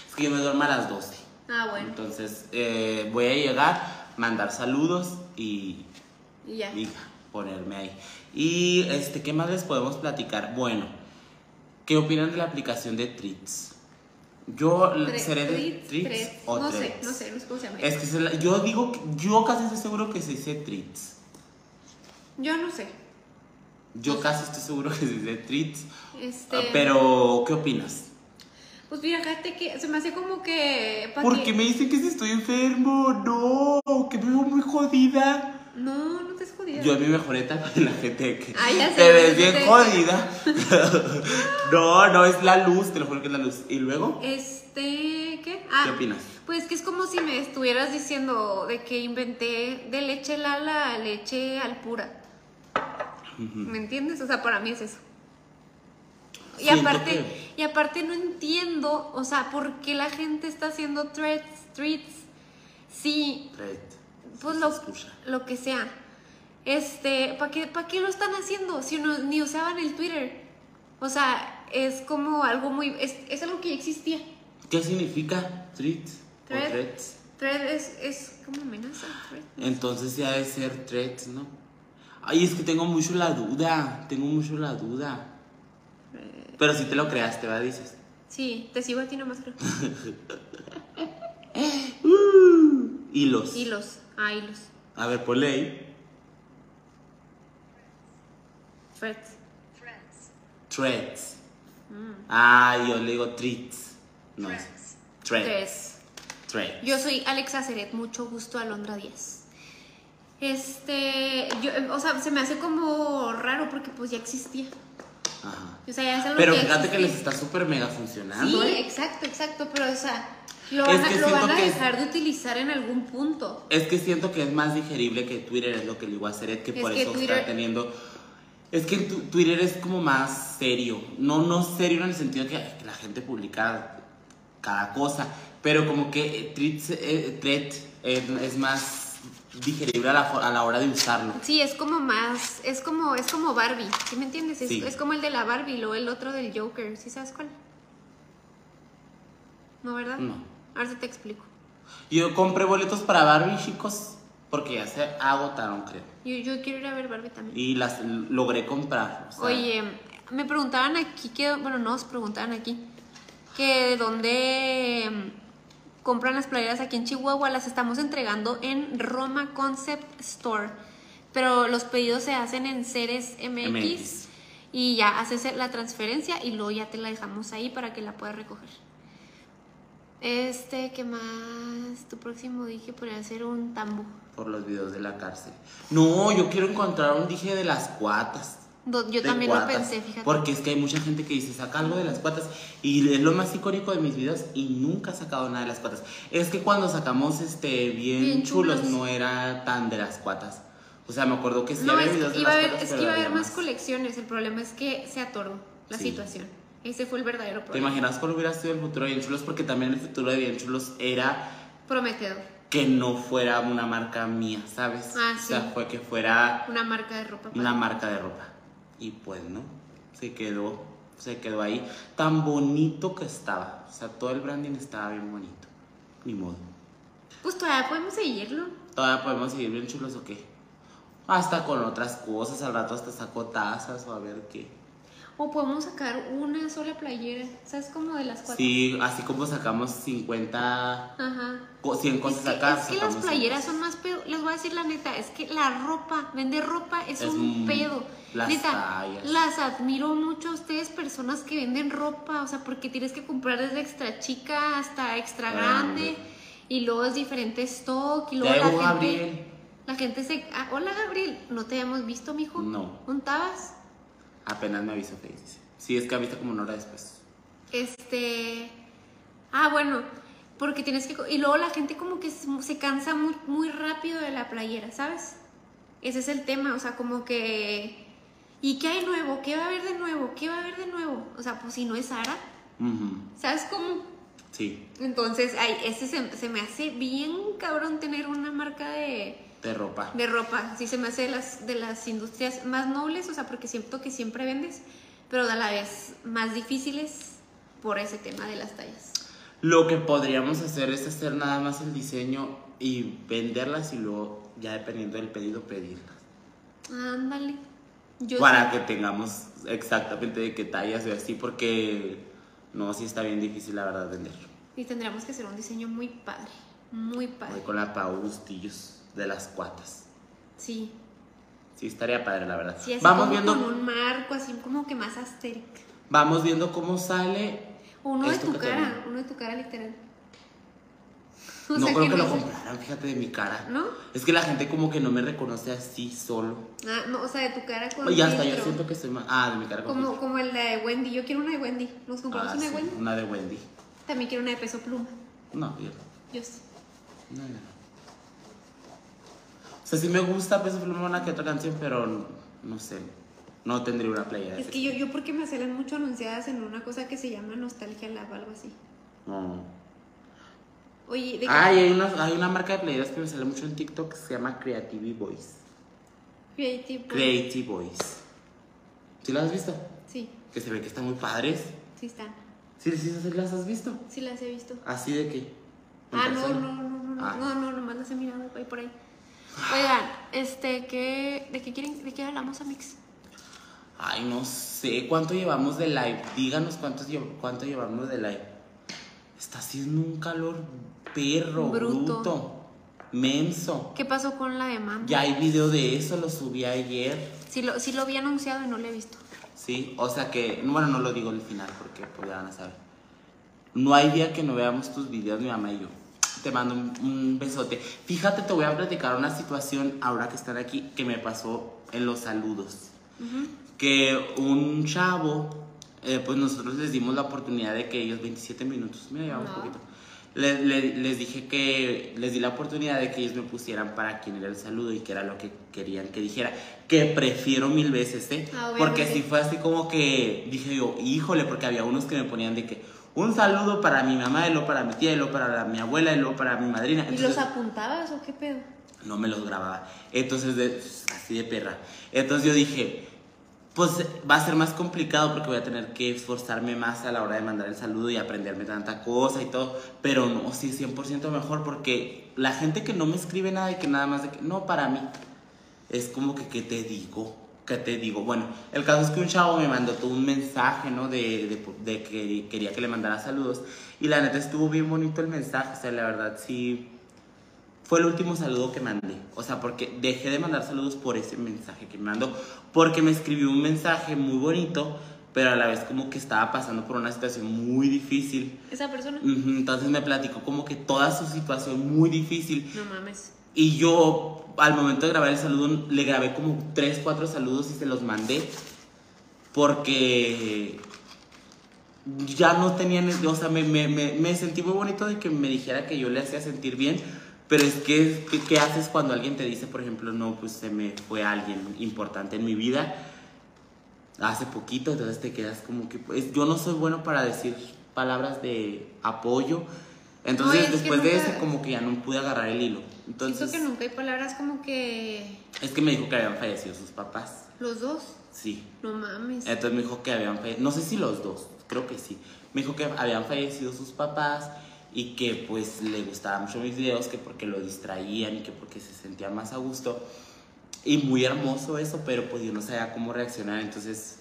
C: Es que yo me duermo a las 12.
B: Ah, bueno.
C: Entonces, eh, voy a llegar, mandar saludos y,
B: Y ya.
C: y ponerme ahí. Y este, ¿qué más les podemos platicar? Bueno, ¿qué opinan de la aplicación de Treats? Yo
B: Tre-
C: seré de
B: treats,
C: Treats
B: tres.
C: o
B: No sé,
C: Treats.
B: no sé, no sé cómo se llama.
C: Es que este, se la- yo digo, que- yo casi estoy seguro que se dice Treats.
B: Yo no sé.
C: Yo casi estoy seguro que se dice Treats.
B: Este.
C: Ah, Pero, ¿qué opinas?
B: Pues fíjate que se me hace como que. ¿pa'
C: Porque
B: qué?
C: me dicen que si estoy enfermo, no, que me veo muy jodida.
B: No, no te has jodido.
C: Yo en mi mejor etapa de la gente que
B: Ah, ya sé,
C: te ves
B: yo
C: bien
B: te-
C: jodida. no, no, es la luz, te lo juro que es la luz. Y luego,
B: Este, ¿qué? Ah,
C: ¿Qué opinas?
B: Pues que es como si me estuvieras diciendo de que inventé de leche lala a leche al pura. ¿Me entiendes? O sea, para mí es eso. Y
C: Siento
B: aparte,
C: que-
B: y aparte no entiendo, o sea, por qué la gente está haciendo threads, tweets, sí, pues
C: Se
B: lo,
C: escucha.
B: lo que sea. Este, ¿para qué, pa' qué lo están haciendo si no, ni usaban el Twitter? O sea, es como algo muy, es, es algo que ya existía.
C: ¿qué significa threads? o
B: Thread.
C: threads?
B: Thread es, es como amenaza. thread.
C: Entonces ya debe ser threads, ¿no? Ay, es que tengo mucho la duda, tengo mucho la duda. Pero si te lo creaste, ¿verdad? Dices.
B: Sí, te sigo a ti nomás creo.
C: Uh, hilos.
B: Hilos, ah, hilos.
C: A ver, ponle ahí.
B: Freds.
A: Threads. Ah, yo le digo treats. No es. Threads.
B: Tres.
A: Threads.
B: Yo soy Alexa Ceret, mucho gusto, Alondra Díaz. Este, yo, eh, o sea, se me hace como raro porque pues ya existía.
A: Ajá.
B: O sea, ya es algo
A: Pero
B: ya
A: fíjate que les
B: existía.
A: está súper mega funcionando,
B: Sí,
A: ¿eh?
B: exacto, exacto, pero o sea, lo
A: Es
B: van,
A: que
B: a, lo van
A: siento
B: a
A: que es-
B: dejar de utilizar en algún punto.
A: Es que siento que es más digerible que Twitter, es lo que le digo a Seret, que
B: Es
A: por
B: que
A: eso
B: Twitter-
A: está teniendo. Es que tu- Twitter es como más serio. No, no serio en el sentido que, ay, que la gente publica cada cosa, pero como que eh, tweets, eh, thread eh, es más digerible a la, fo- a la hora de usarlo.
B: Sí, es como más, es como, es como Barbie, ¿sí me entiendes? Es,
A: Sí.
B: es como el de la Barbie, luego el otro del Joker, ¿sí sabes cuál? ¿No, verdad?
A: No.
B: Ahora sí te explico.
A: Yo compré boletos para Barbie, chicos, porque ya se agotaron, creo.
B: Yo, yo quiero ir a ver Barbie también.
A: Y las l- logré comprar. o sea,
B: Oye, me preguntaban aquí que, bueno, nos preguntaban aquí que de dónde mm, compran las playeras aquí en Chihuahua, las estamos entregando en Roma Concept Store, pero los pedidos se hacen en Ceres MX,
A: MX.
B: y ya haces la transferencia y luego ya te la dejamos ahí para que la puedas recoger. Este, ¿qué más? Tu próximo dije podría ser un tambo.
A: Por los videos de la cárcel. No, yo quiero encontrar un dije de las cuatas.
B: Do- Yo
A: de
B: también lo
A: cuatas,
B: pensé, fíjate.
A: Porque es que hay mucha gente que dice, saca algo de las cuatas. Y es lo más icónico de mis videos y nunca he sacado nada de las cuatas. Es que cuando sacamos este bien,
B: Bien
A: chulos,
B: chulos.
A: no era tan de las cuatas. O sea, me acuerdo que sí
B: No,
A: había
B: es
A: Pues videos
B: que
A: de
B: iba a
A: las
B: haber,
A: cuatas,
B: es
A: pero
B: que iba a
A: había
B: haber más
A: más.
B: colecciones. El problema es que se atoró la
A: Sí.
B: situación. Ese fue el verdadero
A: ¿Te
B: problema.
A: imaginas cuál hubiera sido el futuro de Bien Chulos? Porque también el futuro de Bien Chulos era
B: Prometedor.
A: que no fuera una marca mía, ¿sabes?
B: Ah,
A: O sea,
B: sí.
A: fue que fuera
B: Una marca de ropa.
A: una marca de ropa. Y pues no, se quedó, se quedó ahí tan bonito que estaba. O sea, todo el branding estaba bien bonito. Ni modo.
B: Pues todavía podemos seguirlo.
A: Todavía podemos seguir bien chulos o qué. Hasta con otras cosas, al rato hasta saco tazas o a ver qué.
B: O podemos sacar una sola playera. ¿Sabes? Como de las cuatro.
A: Sí, así como sacamos 50,
B: Ajá.
A: co- 100
B: Es
A: cosas
B: que,
A: acá.
B: es que las
A: sacamos
B: playeras
A: 100
B: son más pedo. Les voy a decir la neta, es que la ropa, vender ropa es,
A: Es
B: un
A: un-
B: pedo.
A: las
B: neta,
A: tallas.
B: las admiro mucho a ustedes, personas que venden ropa, o sea, porque tienes que comprar desde extra chica hasta
A: Ah,
B: extra grande.
A: Grande.
B: Y luego es diferente stock. Y
A: Te
B: luego la
A: hago,
B: gente,
A: Gabriel.
B: la gente se. ah, hola Gabriel, ¿no te habíamos visto, mijo?
A: No.
B: ¿Juntabas?
A: Apenas me avisó Face. dice. Sí, es que avisa como una hora después.
B: Este. Ah, bueno, porque tienes que. co- Y luego la gente como que se se cansa muy, muy rápido de la playera, ¿sabes? Ese es el tema, o sea, como que. ¿Y qué hay nuevo? ¿Qué va a haber de nuevo? ¿Qué va a haber de nuevo? O sea, pues si no es Sara,
A: Ujú,
B: ¿sabes cómo?
A: Sí,
B: Entonces, ay, ese se, se me hace bien cabrón tener una marca de,
A: de ropa.
B: de ropa. Sí, se me hace de las, de las industrias más nobles, o sea, porque siento que siempre vendes, pero a la vez más difíciles por ese tema de las tallas.
A: Lo que podríamos hacer es hacer nada más el diseño y venderlas y luego, ya dependiendo del pedido, pedirlas.
B: Ándale. Yo
A: Para que tengamos exactamente de qué tallas y así, porque no, sí está bien difícil la verdad vender.
B: Y tendríamos que hacer un diseño muy padre. Muy
A: Voy
B: padre.
A: con la Pau Bustillos de las cuatas.
B: Sí.
A: Sí, estaría padre la verdad.
B: Sí, así
A: vamos
B: como
A: viendo,
B: con un marco, así como que más asteric.
A: vamos viendo cómo sale.
B: O uno de
A: Esto
B: tu
A: que te
B: cara,
A: digo.
B: uno de tu cara literal. O
A: No
B: sea,
A: creo que lo
B: no sé-
A: compraran, fíjate de mi cara.
B: ¿No?
A: Es que la gente como que no me reconoce así solo.
B: Ah, no, o sea, de tu cara con
A: Y hasta yo
B: filtro.
A: siento que estoy más. Ah, de mi cara con
B: Como,
A: filtro.
B: como el de Wendy. Yo quiero una de Wendy. ¿Nos compramos
A: Ah,
B: una
A: sí,
B: de Wendy?
A: una de Wendy.
B: También quiero una de peso pluma.
A: No, yo no.
B: Yo sí.
A: No, yo no. O sea, sí me gusta Peso Pluma una que otra canción, pero no, no sé. No tendría una playa.
B: Es que yo, yo porque me salen mucho anunciadas en una cosa que se llama Nostalgia Lab, algo así.
A: No.
B: Oye, ¿de qué?
A: Ay, hay una, hay una marca de playeras que me sale mucho en TikTok que se llama Creative Boys.
B: Creative. Boy.
A: Creative Boys. ¿Sí las has visto?
B: Sí,
A: Que se ve que están muy padres.
B: sí están.
A: ¿Sí, sí, sí las has visto?
B: Sí las he visto.
A: ¿Así de qué? ¿En
B: Ah, no,
A: persona?
B: no, no, no, no,
A: Ah.
B: no, no, nomás las he mirado ahí por ahí. Oigan, este, ¿qué, ¿de qué quieren, de qué hablamos, Amix?
A: Ay, no sé. ¿Cuánto llevamos de live? Díganos cuántos lle- cuánto llevamos de live. Está haciendo un calor perro,
B: Bruto.
A: bruto.
C: Menso.
B: ¿Qué pasó con la demanda?
C: Ya hay video de eso, lo subí ayer.
B: Si lo, si lo había anunciado y no lo he visto.
C: Sí, o sea que, bueno, no lo digo al final porque pues ya van a saber. No hay día que no veamos tus videos, mi mamá y yo. Te mando un, un besote. Fíjate, te voy a platicar una situación ahora que están aquí que me pasó en los saludos. Que un chavo, eh, pues nosotros les dimos la oportunidad de que ellos, 27 minutos, mira, llevamos
B: No.
C: poquito. Le- le- les dije que les di la oportunidad de que ellos me pusieran para quién era el saludo y qué era lo que querían que dijera. Que prefiero mil veces, ¿eh?
B: Ah,
C: Porque
B: obviamente.
C: si fue así como que dije yo, híjole, porque había unos que me ponían de que un saludo para mi mamá, y luego para mi tía, y luego para la- mi abuela, y luego para mi madrina.
B: ¿Y
C: Entonces,
B: los apuntabas o qué pedo?
C: no me los grababa. Entonces, de- así de perra. Entonces yo dije, pues va a ser más complicado porque voy a tener que esforzarme más a la hora de mandar el saludo y aprenderme tanta cosa y todo. Pero no, sí, 100% mejor porque la gente que no me escribe nada y que nada más de que, no, para mí, es como que, ¿qué te digo? ¿Qué te digo? Bueno, el caso es que un chavo me mandó todo un mensaje, ¿no? De, de- de que quería que le mandara saludos. Y la neta estuvo bien bonito el mensaje, o sea, la verdad sí. Fue el último saludo que mandé. O sea, porque dejé de mandar saludos por ese mensaje que me mandó. Porque me escribió un mensaje muy bonito, pero a la vez como que estaba pasando por una situación muy difícil.
B: Esa persona.
C: Ujú, Entonces me platicó como que toda su situación muy difícil.
B: No mames.
C: Y yo, al momento de grabar el saludo, le grabé como 3, 4 saludos y se los mandé. Porque ya no tenían, o sea, me, me- me- me sentí muy bonito de que me dijera que yo le hacía sentir bien. Pero es que, ¿qué, qué haces cuando alguien te dice, por ejemplo, no, pues se me fue alguien importante en mi vida? Hace poquito, entonces te quedas como que, pues, yo no soy bueno para decir palabras de apoyo. Entonces,
B: es que
C: después de
B: nunca-
C: ese, como que ya no pude agarrar el hilo. Entonces,
B: Siento que nunca hay palabras como que
C: es que me dijo que habían fallecido sus papás.
B: los dos.
C: Sí.
B: No mames.
C: Entonces me dijo que habían fallecido, no sé si los dos, creo que sí. Me dijo que habían fallecido sus papás y que pues le gustaban mucho mis videos, que porque lo distraían y que porque se sentía más a gusto. Y muy hermoso eso, pero pues yo no sabía cómo reaccionar. Entonces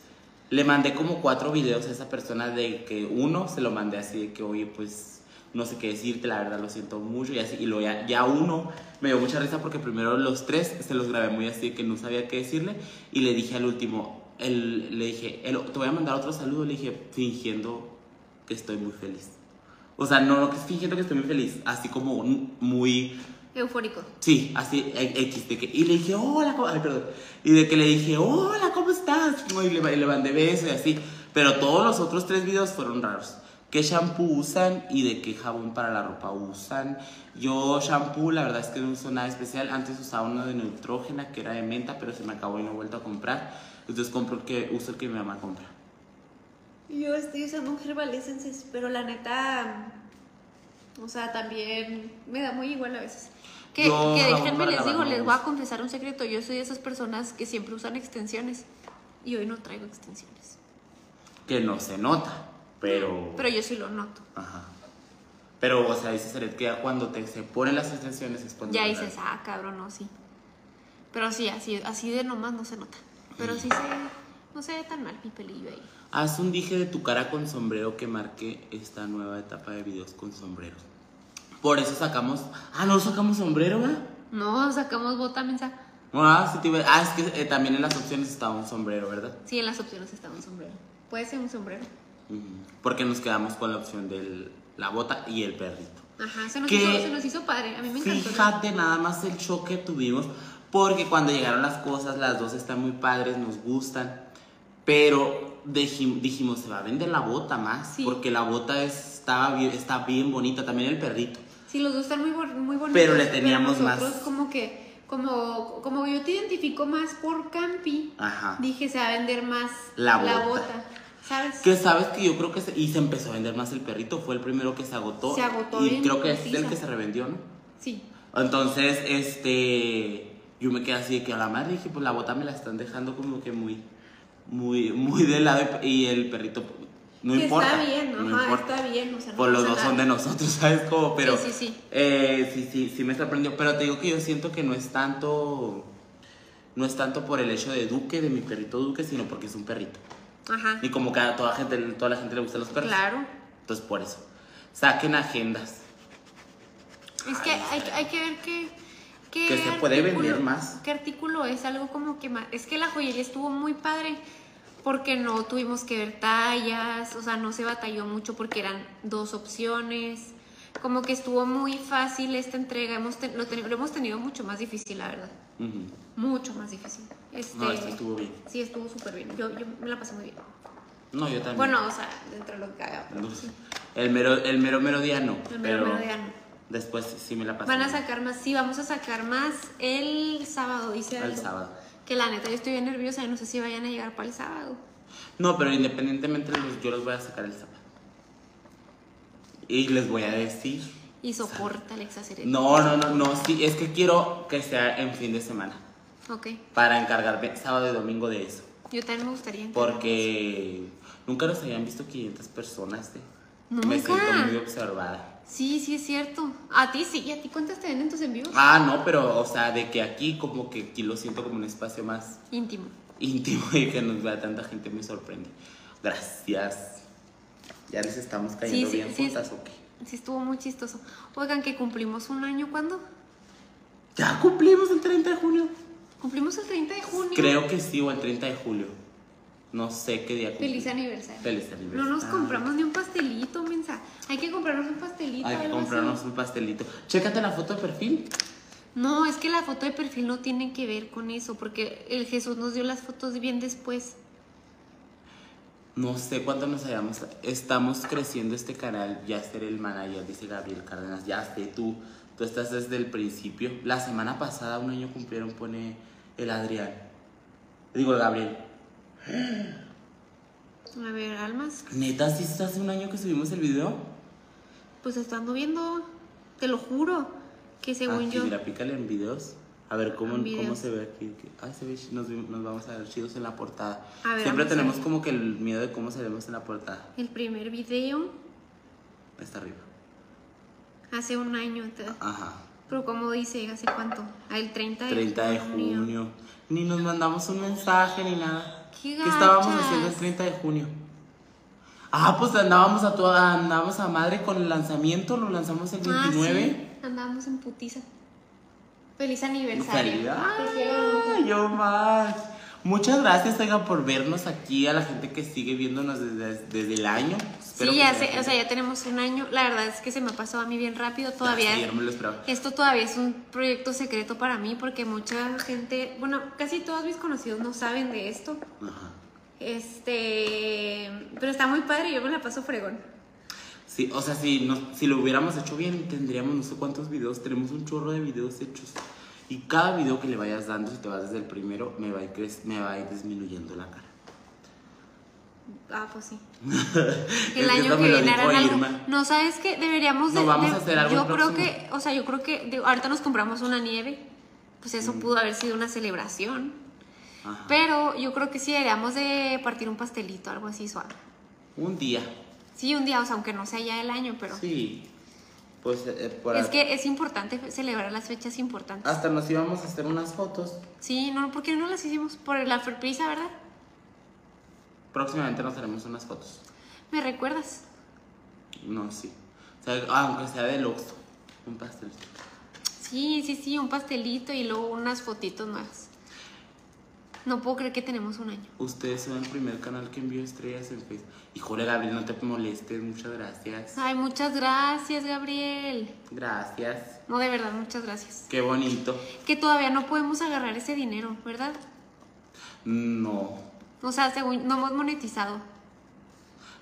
C: le mandé como cuatro videos a esa persona de que uno se lo mandé así de que, oye, pues no sé qué decirte, la verdad lo siento mucho y así. Y luego ya, ya uno me dio mucha risa porque primero los tres se los grabé muy así de que no sabía qué decirle. Y le dije al último, el- le dije, el- te voy a mandar otro saludo, le dije, fingiendo que estoy muy feliz. O sea, no, no, que fingiendo que estoy muy feliz, así como un- muy...
B: Eufórico.
C: Sí, así, e- X, de que, y le dije, hola, ¿cómo? Ay, perdón. Y de que le dije, hola, ¿cómo estás? No, Y le, y le mandé besos y así. Pero todos los otros tres videos fueron raros. ¿Qué shampoo usan y de qué jabón para la ropa usan? Yo shampoo, la verdad es que no uso nada especial. Antes usaba uno de neutrógena, que era de menta, pero se me acabó y no he vuelto a comprar. Entonces compro el que uso el que mi mamá compra.
B: Yo estoy usando un Herbal Essences, pero la neta, mm, o sea, también me da muy igual a veces. Que,
C: Yo
B: que
C: jabón
B: déjenme,
C: para
B: les
C: lavar
B: digo,
C: no
B: les voy a
C: uso.
B: confesar un secreto. Yo soy de esas personas que siempre usan extensiones y hoy no traigo extensiones.
C: Que no se nota, pero...
B: Pero yo sí lo noto.
C: Ajá. Pero, o sea, dice Saret que ya cuando te, se ponen las extensiones es cuando...
B: Ya
C: de
B: dices,
C: verdad-
B: ah, cabrón, no, sí. Pero sí, así, así de nomás no se nota.
C: Mm.
B: Pero sí se, no se ve tan mal mi pelillo ahí.
C: Haz un dije de tu cara con sombrero que marque esta nueva etapa de videos con sombreros. Por eso sacamos. Ah, no sacamos sombrero, ¿verdad?
B: No, sacamos bota mensa.
C: Ah, sí te iba- ah, es que eh, también en las opciones estaba un sombrero, ¿verdad?
B: Sí, en las opciones está un sombrero. Puede ser un sombrero.
C: Ujú. Porque nos quedamos con la opción de la bota y el perrito.
B: Ajá, se nos,
C: ¿Qué?
B: hizo, se nos hizo padre. A mí me encantó.
C: Fíjate nada más el show que tuvimos, porque cuando llegaron las cosas, las dos están muy padres, nos gustan, pero dijim- dijimos, se va a vender la bota más,
B: Sí.
C: porque la bota estaba bien, está bien bonita, también el perrito.
B: Sí, los dos están muy, bon- muy bonitos.
C: Pero le teníamos
B: nosotros
C: más.
B: como que, como, como yo te identifico más por Campi,
C: Ajá.
B: dije, se va a vender más
C: La bota.
B: ¿Sabes?
C: Que sabes que yo creo que se, y se empezó a vender más el perrito, fue el primero que se agotó.
B: Se agotó
C: Y
B: bien
C: creo que es el
B: putiza.
C: que se revendió, ¿no?
B: Sí.
C: Entonces, este, yo me quedé así de que a la madre dije, pues la bota me la están dejando como que muy, muy, muy de lado y el perrito, no
B: que
C: importa.
B: está bien,
C: no
B: ajá,
C: importa.
B: está bien. O sea, no
C: Pues los
B: pasa
C: dos son de
B: nada.
C: nosotros, ¿sabes cómo? Pero
B: Sí, sí, sí.
C: eh, sí, sí, sí me sorprendió. Pero te digo que yo siento que no es tanto, no es tanto por el hecho de Duque, de mi perrito Duque, sino porque es un perrito.
B: Ajá.
C: Y como que a toda, gente, toda la gente le gustan los perros.
B: Claro.
C: Entonces, por eso. Saquen agendas.
B: Es que hay, hay que ver qué. qué
C: Que se puede vender más.
B: ¿Qué artículo es? Algo como que más. Es que la joyería estuvo muy padre porque no tuvimos que ver tallas, o sea, no se batalló mucho porque eran dos opciones. Como que estuvo muy fácil esta entrega. Hemos ten- lo, ten- lo hemos tenido mucho más difícil, la verdad.
D: Ujú.
B: Mucho más difícil. Este,
C: No, esto estuvo bien.
B: Sí, estuvo súper bien. Yo, yo me la pasé muy bien.
C: No, yo también.
B: Bueno, o sea, dentro de lo que haga. pero
C: No.
B: sí.
C: El mero, el mero mero día no.
B: El mero
C: pero
B: mero día no.
C: Después sí me la pasé.
B: Van a
C: bien.
B: sacar más, sí, vamos a sacar más el sábado, dice
C: El
B: algo.
C: sábado.
B: Que la neta, yo estoy bien nerviosa, no sé si vayan a llegar para el sábado.
C: No, pero independientemente los- yo los voy a sacar el sábado. Y les voy a decir.
B: Y soporta el exacerbado.
C: No, no, no, no. Sí, es que quiero que sea en fin de semana.
B: Ok,
C: Para encargarme sábado y domingo de eso.
B: yo también me gustaría. entrar.
C: Porque nunca nos habían visto 500 personas. ¿eh? Me
B: Nunca.
C: siento muy observada.
B: Sí, sí, es cierto. A ti sí, ¿y a ti cuántas te ven en tus envíos?
C: Ah, no, pero, o sea, de que aquí como que aquí lo siento como un espacio más
B: Íntimo.
C: íntimo y que nos vea tanta gente me sorprende. Gracias. Ya les estamos cayendo
B: Sí, sí,
C: bien
B: sí,
C: juntas,
B: sí.
C: ¿o qué?
B: Sí, estuvo muy chistoso. Oigan, que cumplimos un año, ¿cuándo?
C: Ya cumplimos el 30 de junio.
B: Cumplimos el 30 de junio.
C: Creo que sí, o el 30 de julio. No sé qué día cumplimos.
B: Feliz aniversario.
C: Feliz
B: No
C: aniversario.
B: nos compramos ni un pastelito, mensa. Hay que comprarnos un pastelito.
C: Hay que
B: algo así.
C: comprarnos un pastelito. Chécate la foto de perfil.
B: No, es que la foto de perfil no tiene que ver con eso, porque el Jesús nos dio las fotos bien después.
C: No sé cuánto nos hayamos. Estamos creciendo este canal. Ya ser el manager, dice Gabriel Cárdenas. Ya sé tú. Tú estás desde el principio. La semana pasada, un año cumplieron, pone el Adrián. Digo, el Gabriel.
B: A ver, almas,
C: Neta, si es hace un año que subimos el video.
B: pues estando viendo, te lo juro, que según
C: Aquí,
B: yo.
C: Ah, Mira, pícale en videos. A ver cómo,
B: En
C: cómo
B: videos.
C: se ve aquí. que- Ay, se ve chi- nos, vi- nos vamos a ver chidos en la portada.
B: A ver, vamos
C: Siempre
B: a
C: tenemos
B: ver.
C: como que el miedo de cómo seremos en la portada.
B: El primer video
C: Está arriba.
B: hace un año, te-
C: Ajá.
B: pero como dice, ¿hace cuánto? Ah, El 30 de
C: 30 de
B: junio.
C: junio. Ni nos mandamos un mensaje ni nada.
B: ¡Qué
C: estábamos
B: gachas!
C: haciendo el 30 de junio? Ah, pues andábamos a toda, andábamos a madre con el lanzamiento, lo lanzamos el
B: Ah,
C: 29.
B: sí, andábamos en putiza. Feliz aniversario.
C: Felicidad.
B: Te quiero mucho.
C: yo más. Muchas gracias, oiga, por vernos aquí, a la gente que sigue viéndonos desde, desde el año. Espero
B: Sí,
C: que
B: ya
C: sea
B: sé, o sea, ya tenemos un año. La verdad es que se me pasó a mí bien rápido. Todavía
C: Ah, Sí, yo no me lo esperaba.
B: Esto todavía es un proyecto secreto para mí porque mucha gente, bueno, casi todos mis conocidos no saben de esto.
C: Ajá.
B: Este, pero está muy padre, yo me la paso fregón.
C: Sí, o sea, si, nos- si lo hubiéramos hecho bien, tendríamos no sé cuántos videos. Tenemos un chorro de videos hechos. Y cada video que le vayas dando, si te vas desde el primero, me va a ir, cre- me va a ir disminuyendo la cara.
B: Ah, pues sí.
C: Es
B: El año
C: esto
B: que
C: me lo
B: viene
C: dijo
B: harán algo.
C: Irma.
B: No sabes qué? deberíamos
C: No,
B: de,
C: vamos
B: de-
C: a hacer algo
B: Yo creo
C: próximo.
B: que, o sea, yo creo que de- ahorita nos compramos una nieve. Pues eso pudo haber sido una celebración.
C: Mm. Ajá.
B: Pero yo creo que sí deberíamos de partir un pastelito, algo así suave.
C: Un día.
B: Sí, un día, o sea, aunque no sea ya el año, pero
C: Sí. Pues eh, por Ah.
B: es
C: a-
B: que es importante fe- celebrar las fechas importantes.
C: hasta nos íbamos a hacer unas fotos.
B: Sí, no, porque no las hicimos por la sorpresa, ¿verdad?
C: Próximamente nos haremos unas fotos.
B: ¿Me recuerdas?
C: No, sí. O sea, aunque sea del Oxxo. Un pastel.
B: Sí, sí, sí, un pastelito y luego unas fotitos nuevas. No puedo creer que tenemos un año.
C: Ustedes son el primer canal que envió estrellas en Facebook. Híjole, Gabriel, no te molestes. Muchas gracias.
B: Ay, muchas gracias, Gabriel.
C: Gracias.
B: No, de verdad, muchas gracias.
C: Qué bonito.
B: Que todavía no podemos agarrar ese dinero, ¿verdad?
C: No.
B: O sea, según no hemos monetizado.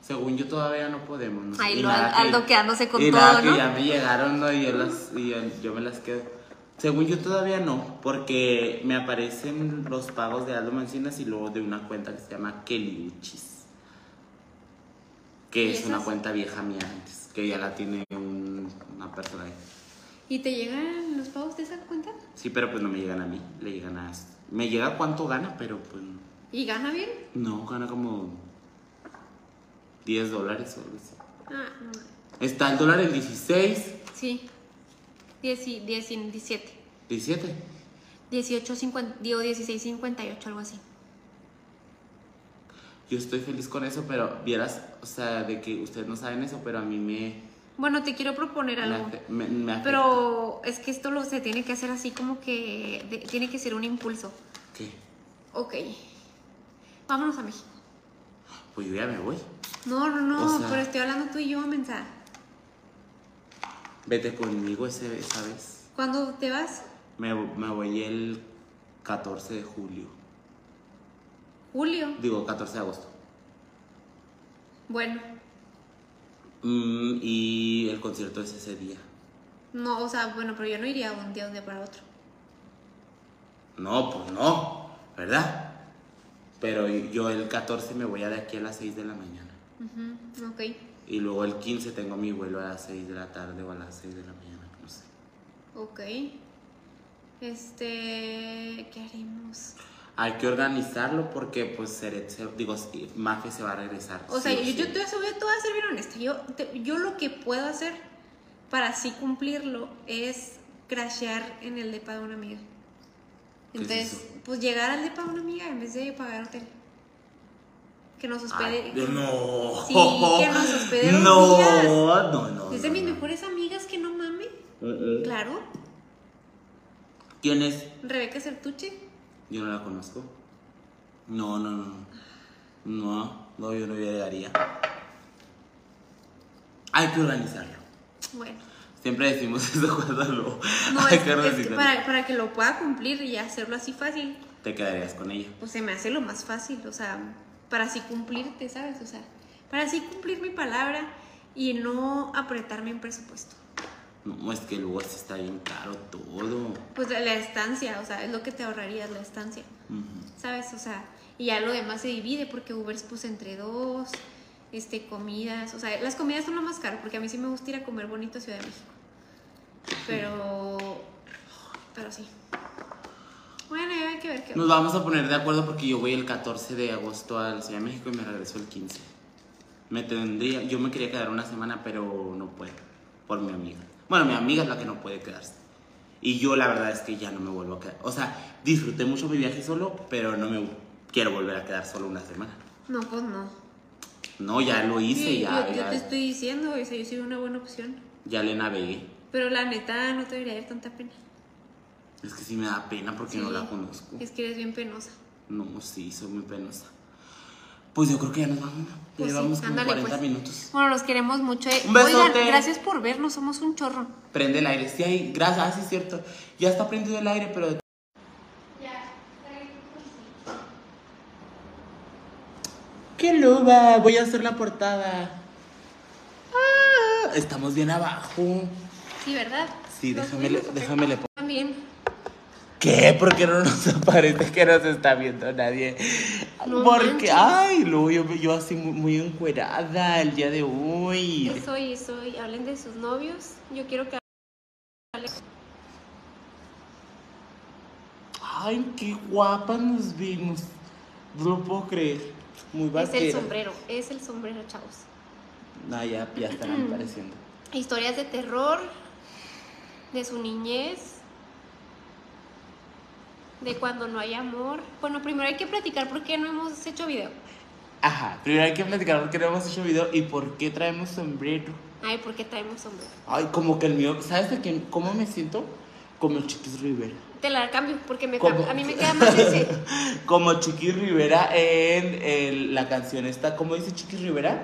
C: Según yo todavía no podemos. ¿no?
B: Ay,
C: Y
B: lo-
C: nada
B: Aldo quedándose con
C: y
B: todo,
C: nada que
B: ¿no?
C: ya me llegaron ¿no? y, yo, las, y yo, yo me las quedo. Según yo todavía no, porque me aparecen los pagos de Aldo Mancinas y luego de una cuenta que se llama Kelly Uchis.
B: ¿Y
C: Que es una
B: esas?
C: cuenta vieja mía antes, que ya la tiene un- una persona. ahí.
B: ¿Y te llegan los pagos de esa cuenta?
C: Sí, pero pues no me llegan a mí, le llegan a... Me llega cuánto gana, pero pues no.
B: ¿Y gana bien?
C: No, gana como 10 dólares o algo así.
B: Ah, no.
C: Está el dólar en 16,
B: Sí. Dieci, dieci- 17.
C: 17.
B: 18, 50, digo 16, 58, algo así.
C: pues, Yo estoy feliz con eso, pero vieras, o sea, de que ustedes no saben eso, pero a mí me,
B: Bueno, te quiero proponer
A: Me
B: algo.
A: afe- me- me afecta.
B: Pero es que esto lo se tiene que hacer así como que de- tiene que ser un impulso.
C: ¿Qué?
B: Ok. Vámonos a México.
C: Pues yo ya me voy.
B: No, no, no,
C: O sea-
B: pero estoy hablando tú y yo, mensa.
C: Vete conmigo ese, esa vez.
B: ¿Cuándo te vas?
C: Me, me voy el 14 de julio.
B: Julio.
C: Digo, 14 de agosto.
B: Bueno,
C: Mm, y el concierto es ese día.
B: no, o sea, bueno, pero yo no iría un día, un día para otro.
C: No, pues no, ¿verdad? Pero yo el 14 me voy a de aquí a las 6 de la mañana.
B: Ujú, ok,
C: Y luego el 15 tengo mi vuelo a las 6 de la tarde o a las 6 de la mañana, no sé.
B: ok. Este, ¿qué haremos?
C: Hay que organizarlo porque pues Seret se- digo, sí, Mafe se va a regresar.
B: O sea,
C: sí
B: yo,
C: sí.
B: yo te, voy a- te voy a ser bien honesta. Yo, te- yo lo que puedo hacer para así cumplirlo es crashear en el depa de una amiga.
C: ¿Qué es
B: Entonces,
C: eso?
B: pues llegar al depa de una amiga en vez de pagar hotel. Que nos hospede.
C: Ay, Ah, no.
B: Sí, que nos hospede dos
C: No,
B: días.
C: no, no, no.
B: es de mis
C: no.
B: mejores amigas que no mames.
C: Mm, mm.
B: Claro,
C: ¿Quién es?
B: Rebeca Sertuche.
C: Yo no la conozco. No, no, no. No, no, yo no llegaría. Hay que organizarlo.
B: Bueno,
C: Siempre decimos eso cuando lo.
B: no,
C: hay
B: es,
C: que
B: es que
C: organizarlo.
B: para, para que lo pueda cumplir y hacerlo así fácil,
C: Te quedarías con ella.
B: pues se me hace lo más fácil, o sea, para así cumplirte, ¿sabes? O sea, para así cumplir mi palabra y no apretarme en presupuesto.
C: No, es que luego sí está bien caro todo.
B: Pues la, la estancia, o sea, es lo que te ahorrarías la estancia,
C: Ujú.
B: ¿sabes? O sea, y ya lo demás se divide porque Ubers puso entre dos, este, comidas, o sea, las comidas son lo más caro porque a mí sí me gusta ir a comer bonito a Ciudad de México. Pero, pero sí. Bueno, ya hay que ver qué
C: Nos vamos a poner de acuerdo porque yo voy el 14 de agosto a la Ciudad de México y me regreso el 15. Me tendría, yo me quería quedar una semana, pero no puedo, por mi amiga. Bueno, mi amiga es la que no puede quedarse. Y yo la verdad es que ya no me vuelvo a quedar. O sea, disfruté mucho mi viaje solo, pero no me quiero volver a quedar solo una semana.
B: No, pues no.
C: No, ya lo hice,
B: Sí,
C: ya,
B: yo, yo
C: ya,
B: te estoy diciendo, o sea, yo soy una buena opción.
C: ya le navegué.
B: Pero la neta no te debería dar tanta pena.
C: Es que sí me da pena porque no
B: Sí,
C: la conozco.
B: Es que eres bien penosa.
C: No, sí, soy muy penosa. Pues yo creo que ya nos vamos. Ya
B: Pues sí,
C: llevamos como
B: ándale,
C: 40
B: pues.
C: minutos.
B: Bueno, los queremos mucho. eh.
C: Un besote.
B: Oigan, gracias por vernos, somos un chorro.
C: Prende el aire. Sí, hay gracias. Ah, sí, es cierto. Ya está prendido el aire, pero. ¡Qué luba! Voy a hacer la portada. Ah, estamos bien abajo.
B: Sí, ¿verdad?
C: Sí,
B: Los
C: déjame, le-
B: subimos, ¿ok?
C: déjame le pongo.
B: También.
C: ¿Qué? ¿Por qué no nos aparece que nos está viendo nadie?
B: No
C: Porque,
B: manches.
C: ay, luego yo, yo así muy, muy encuerada el día de hoy.
B: Eso y eso. y hablen de sus novios. Yo quiero que
C: Ay, qué guapa nos vimos. No lo puedo creer. Muy
B: es el
C: vaquera.
B: sombrero. Es el sombrero, chavos.
C: No, Ah, ya, ya están
B: Mm.
C: apareciendo.
B: Historias de terror. De su niñez. De cuando no hay amor. Bueno, primero hay que platicar por qué no hemos hecho video.
C: Ajá, primero hay que platicar por qué no hemos hecho video y por qué traemos sombrero.
B: Ay, ¿por qué traemos sombrero?
C: Ay, como que el mío, ¿sabes de quién? ¿Cómo me siento? Como Chiquis Rivera.
B: Te la cambio porque me
C: ¿Cómo?
B: cam- a mí me queda más ese.
C: Como Chiquis Rivera en el- la canción esta, ¿cómo dice Chiquis Rivera?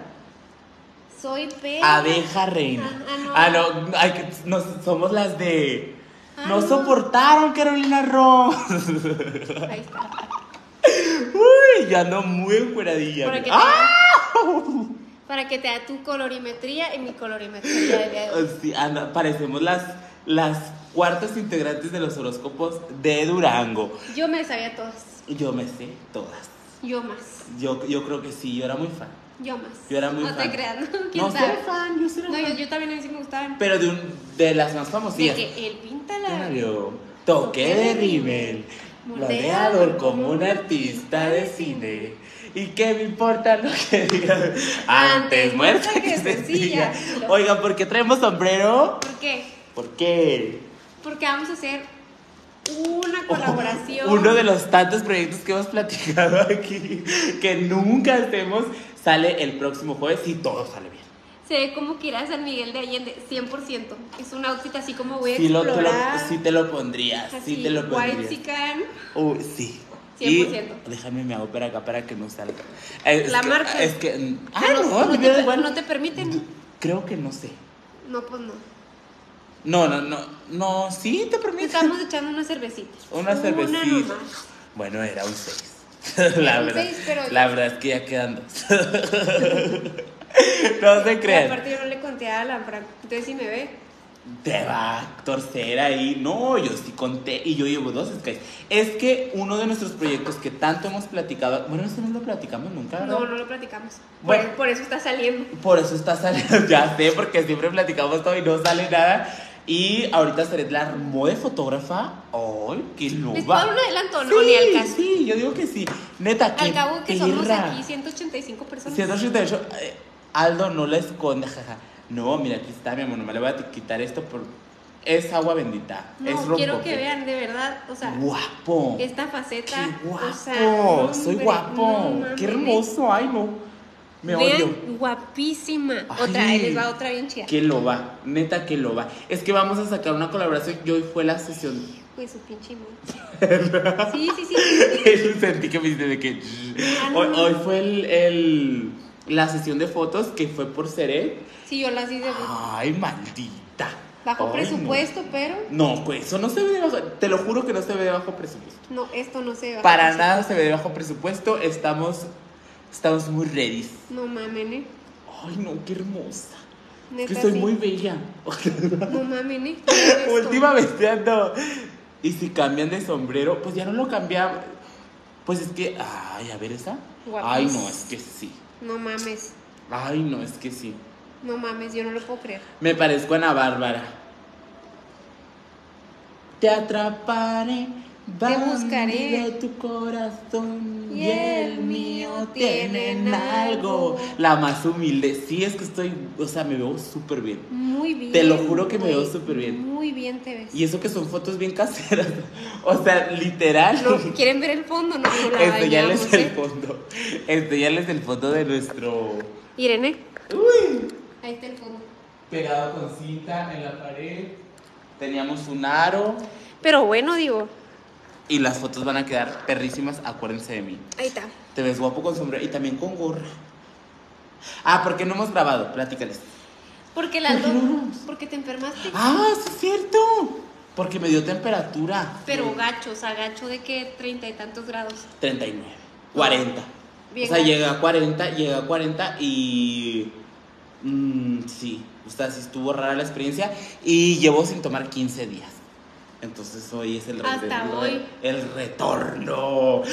B: Soy pe.
C: Abeja reina.
B: Ah,
C: Ah,
B: ah, no.
C: no, ay, que nos- somos las de...
B: Ah,
C: no
B: no.
C: soportaron Carolina Ross.
B: Ahí está.
C: Uy, ya ando muy encueradilla.
B: Para que, te,
C: ¡Ah!
B: para que te da tu colorimetría y mi colorimetría del día de hoy.
C: Ah, Sí, anda, parecemos las, las cuartas integrantes de los horóscopos de Durango.
B: Yo me sabía todas.
C: Yo me sé todas.
B: Yo más.
C: Yo, yo creo que sí, yo era muy fan.
B: Yo más.
C: Yo era muy
B: no
C: fan.
B: te creas, ¿no? ¿Quién
C: No sí
B: sabe?
C: era fan, yo sí era
B: No,
C: fan.
B: yo, yo también a mí sí me gustaban.
C: Pero de, un, de las más
B: de
C: famosillas.
B: que él pinta
C: Ya
B: la.
C: la vio. Toque de rímel, moldeador como un artista de cine. ¿Y qué me importa lo que diga? Antes muerta que sencilla. Oigan, ¿por qué traemos sombrero?
B: ¿Por qué?
C: ¿Por qué?
B: Porque vamos a hacer
C: Oh,
B: una colaboración.
C: Uno de los tantos proyectos que hemos platicado aquí que nunca hacemos sale el próximo jueves y todo sale bien.
B: Se- se ve como que ir a San Miguel de Allende, 100%. Es un outfit así como voy a
C: Sí, lo, te lo,
B: explorar.
C: sí te lo pondrías, sí
B: así,
C: te lo
B: white
C: pondrías.
B: chican.
C: Uy, sí.
B: 100%.
C: Y déjame me hago para acá para que no salga. Eh, Es
B: La
C: que-
B: marca.
C: Es que. mm, Ah,
B: Ah,
C: no,
B: no,
C: me
B: no,
C: hubiera
B: te,
C: igual.
B: no te permiten.
C: Creo que no sé.
B: No, pues no.
C: No, no, no. No, sí te permiten.
B: Estamos echando una cervecita.
C: Una cervecita.
B: nomás.
C: Bueno, era un 6. la
B: un
C: verdad.
B: seis, pero-
C: La verdad es que ya quedan dos. no se
B: Y
C: crean.
B: aparte yo no le conté a Alan Franco. Entonces si me ve.
C: Te va a torcer ahí. No, yo sí conté y yo llevo dos Skies. Es que uno de nuestros proyectos que tanto hemos platicado. Bueno, eso no lo platicamos nunca, ¿verdad?
B: No, no lo platicamos.
C: Bueno.
B: Por, por eso está saliendo.
C: Por eso está saliendo, ya sé, porque siempre platicamos todo y no sale nada. Y ahorita Saret la armó de fotógrafa. ¡Ay, qué
B: Les puedo dar
C: luba!
B: un adelanto, no, ni al
C: Oh, Sí,
B: caso.
C: sí, yo digo que sí. Neta, qué
B: Al cabo que somos
C: perra.
B: aquí 185 personas.
C: 188. eh, Aldo, no la esconda, jaja. No, mira, aquí está, mi amor, no me le voy a quitar esto por... Es agua bendita.
B: no,
C: es
B: quiero
C: rompope.
B: que vean, de verdad, o sea,
C: Guapo.
B: esta faceta.
C: Qué guapo.
B: o sea, no,
C: Soy
B: hombre,
C: guapo.
B: no mames.
C: qué hermoso. Ay, no. Me
B: vean,
C: odio.
B: guapísima.
C: Ay.
B: Otra, ahí les va otra bien chida.
C: Que lo va, neta que lo va. Es que vamos a sacar una colaboración. Yo hoy fue la sesión.
B: Hijo de Pues su pinche madre. sí, sí, sí, sí.
C: Sentí que me hiciste de que.
B: Ah, no.
C: Hoy, hoy fue el, el- la sesión de fotos que fue por Seré.
B: Sí, yo las hice
C: Ay, maldita.
B: bajo
C: Ah, Ay,
B: presupuesto, pero
C: No. No, pues eso no se ve de bajo. Te lo juro que no se ve de bajo presupuesto.
B: no, esto no se va.
C: Para nada se ve de bajo presupuesto. Estamos, estamos muy ready.
B: No mamen, eh.
C: Ay, no, qué hermosa.
B: Neta,
C: que soy
B: sí.
C: muy bella.
B: No mamen, eh.
C: Última vestiando. Y si cambian de sombrero, pues ya no lo cambiamos. Pues es que, ay, a ver esa.
B: Guapísima.
C: Ay, no, es que sí.
B: No mames.
C: Ay, no, es que sí.
B: No mames, yo no lo puedo creer.
C: Me parezco a Ana Bárbara. Te atraparé.
B: Te
C: bandido,
B: buscaré.
C: tu corazón
B: Y
C: y,
B: el
C: el
B: mío
C: mío tienen
B: tienen
C: algo.
B: algo.
C: La más humilde. Sí, es que estoy, o sea, me veo súper bien.
B: Muy bien.
C: Te lo juro que me
B: güey.
C: veo súper bien.
B: Muy bien te ves.
C: Y eso que son fotos bien caseras. O sea, literal.
B: No, ¿Quieren ver el fondo? No, no la
C: Este ya
B: bañamos,
C: les el
B: eh.
C: fondo. Este ya les el fondo de nuestro.
B: Irene. Ahí está el fondo.
C: Pegado con cinta en la pared. Teníamos un aro.
B: Pero bueno, digo,
C: Y las fotos van a quedar perrísimas, acuérdense de mí.
B: ahí está.
C: Te ves guapo con sombrero y también con gorra. Ah, porque no hemos grabado, platícales.
B: Porque
C: ¿Por
B: la
C: qué no?
B: porque te enfermaste.
C: Ah, sí es cierto. Porque me dio temperatura.
B: Pero gacho, o sea, gacho de que treinta y tantos grados.
C: 39, 40.
B: Bien
C: o sea,
B: gacho.
C: llega a 40, llega a 40 y... mm, sí, o sea, sí estuvo rara la experiencia y llevo sin tomar 15 días. Entonces hoy es el, re-
B: Hasta
C: el re-
B: hoy.
C: el retorno.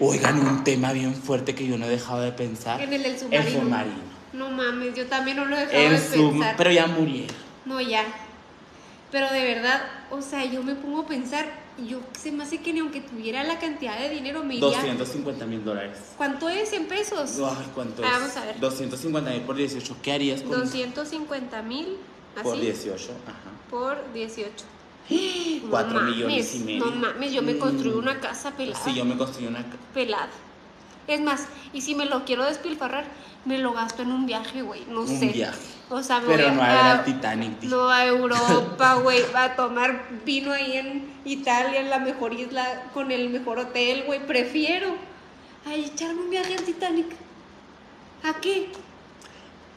C: Oigan, un tema bien fuerte que yo no he dejado de pensar.
B: En el del submarino.
C: El submarino.
B: No mames, yo también no lo he dejado
C: El
B: de
C: sub-
B: pensar.
C: Pero ya murieron.
B: No, ya. Pero de verdad, o sea, yo me pongo a pensar, yo se me hace que ni aunque tuviera la cantidad de dinero me iría.
C: 250 mil dólares.
B: ¿Cuánto es en pesos?
C: Ay, ¿cuánto
B: Ah,
C: es?
B: vamos a ver.
C: 250 mil por 18. ¿Qué harías con
B: 250 mil, así,
C: Por 18, ajá.
B: por 18. No
C: Cuatro
B: mames,
C: millones y medio.
B: No mames, yo me construí
C: Mm.
B: una casa pelada.
C: Sí, yo me construí una ca-
B: Pelada. Es más, y si me lo quiero despilfarrar, me lo gasto en un viaje, güey, no
C: un
B: sé.
C: viaje.
B: O sea, me
C: Pero
B: voy
C: no
B: a,
C: era el Titanic. di.
B: No a Europa, güey. A tomar vino ahí en Italia, en la mejor isla, con el mejor hotel, güey. Prefiero a echarme un viaje al Titanic. ¿A qué?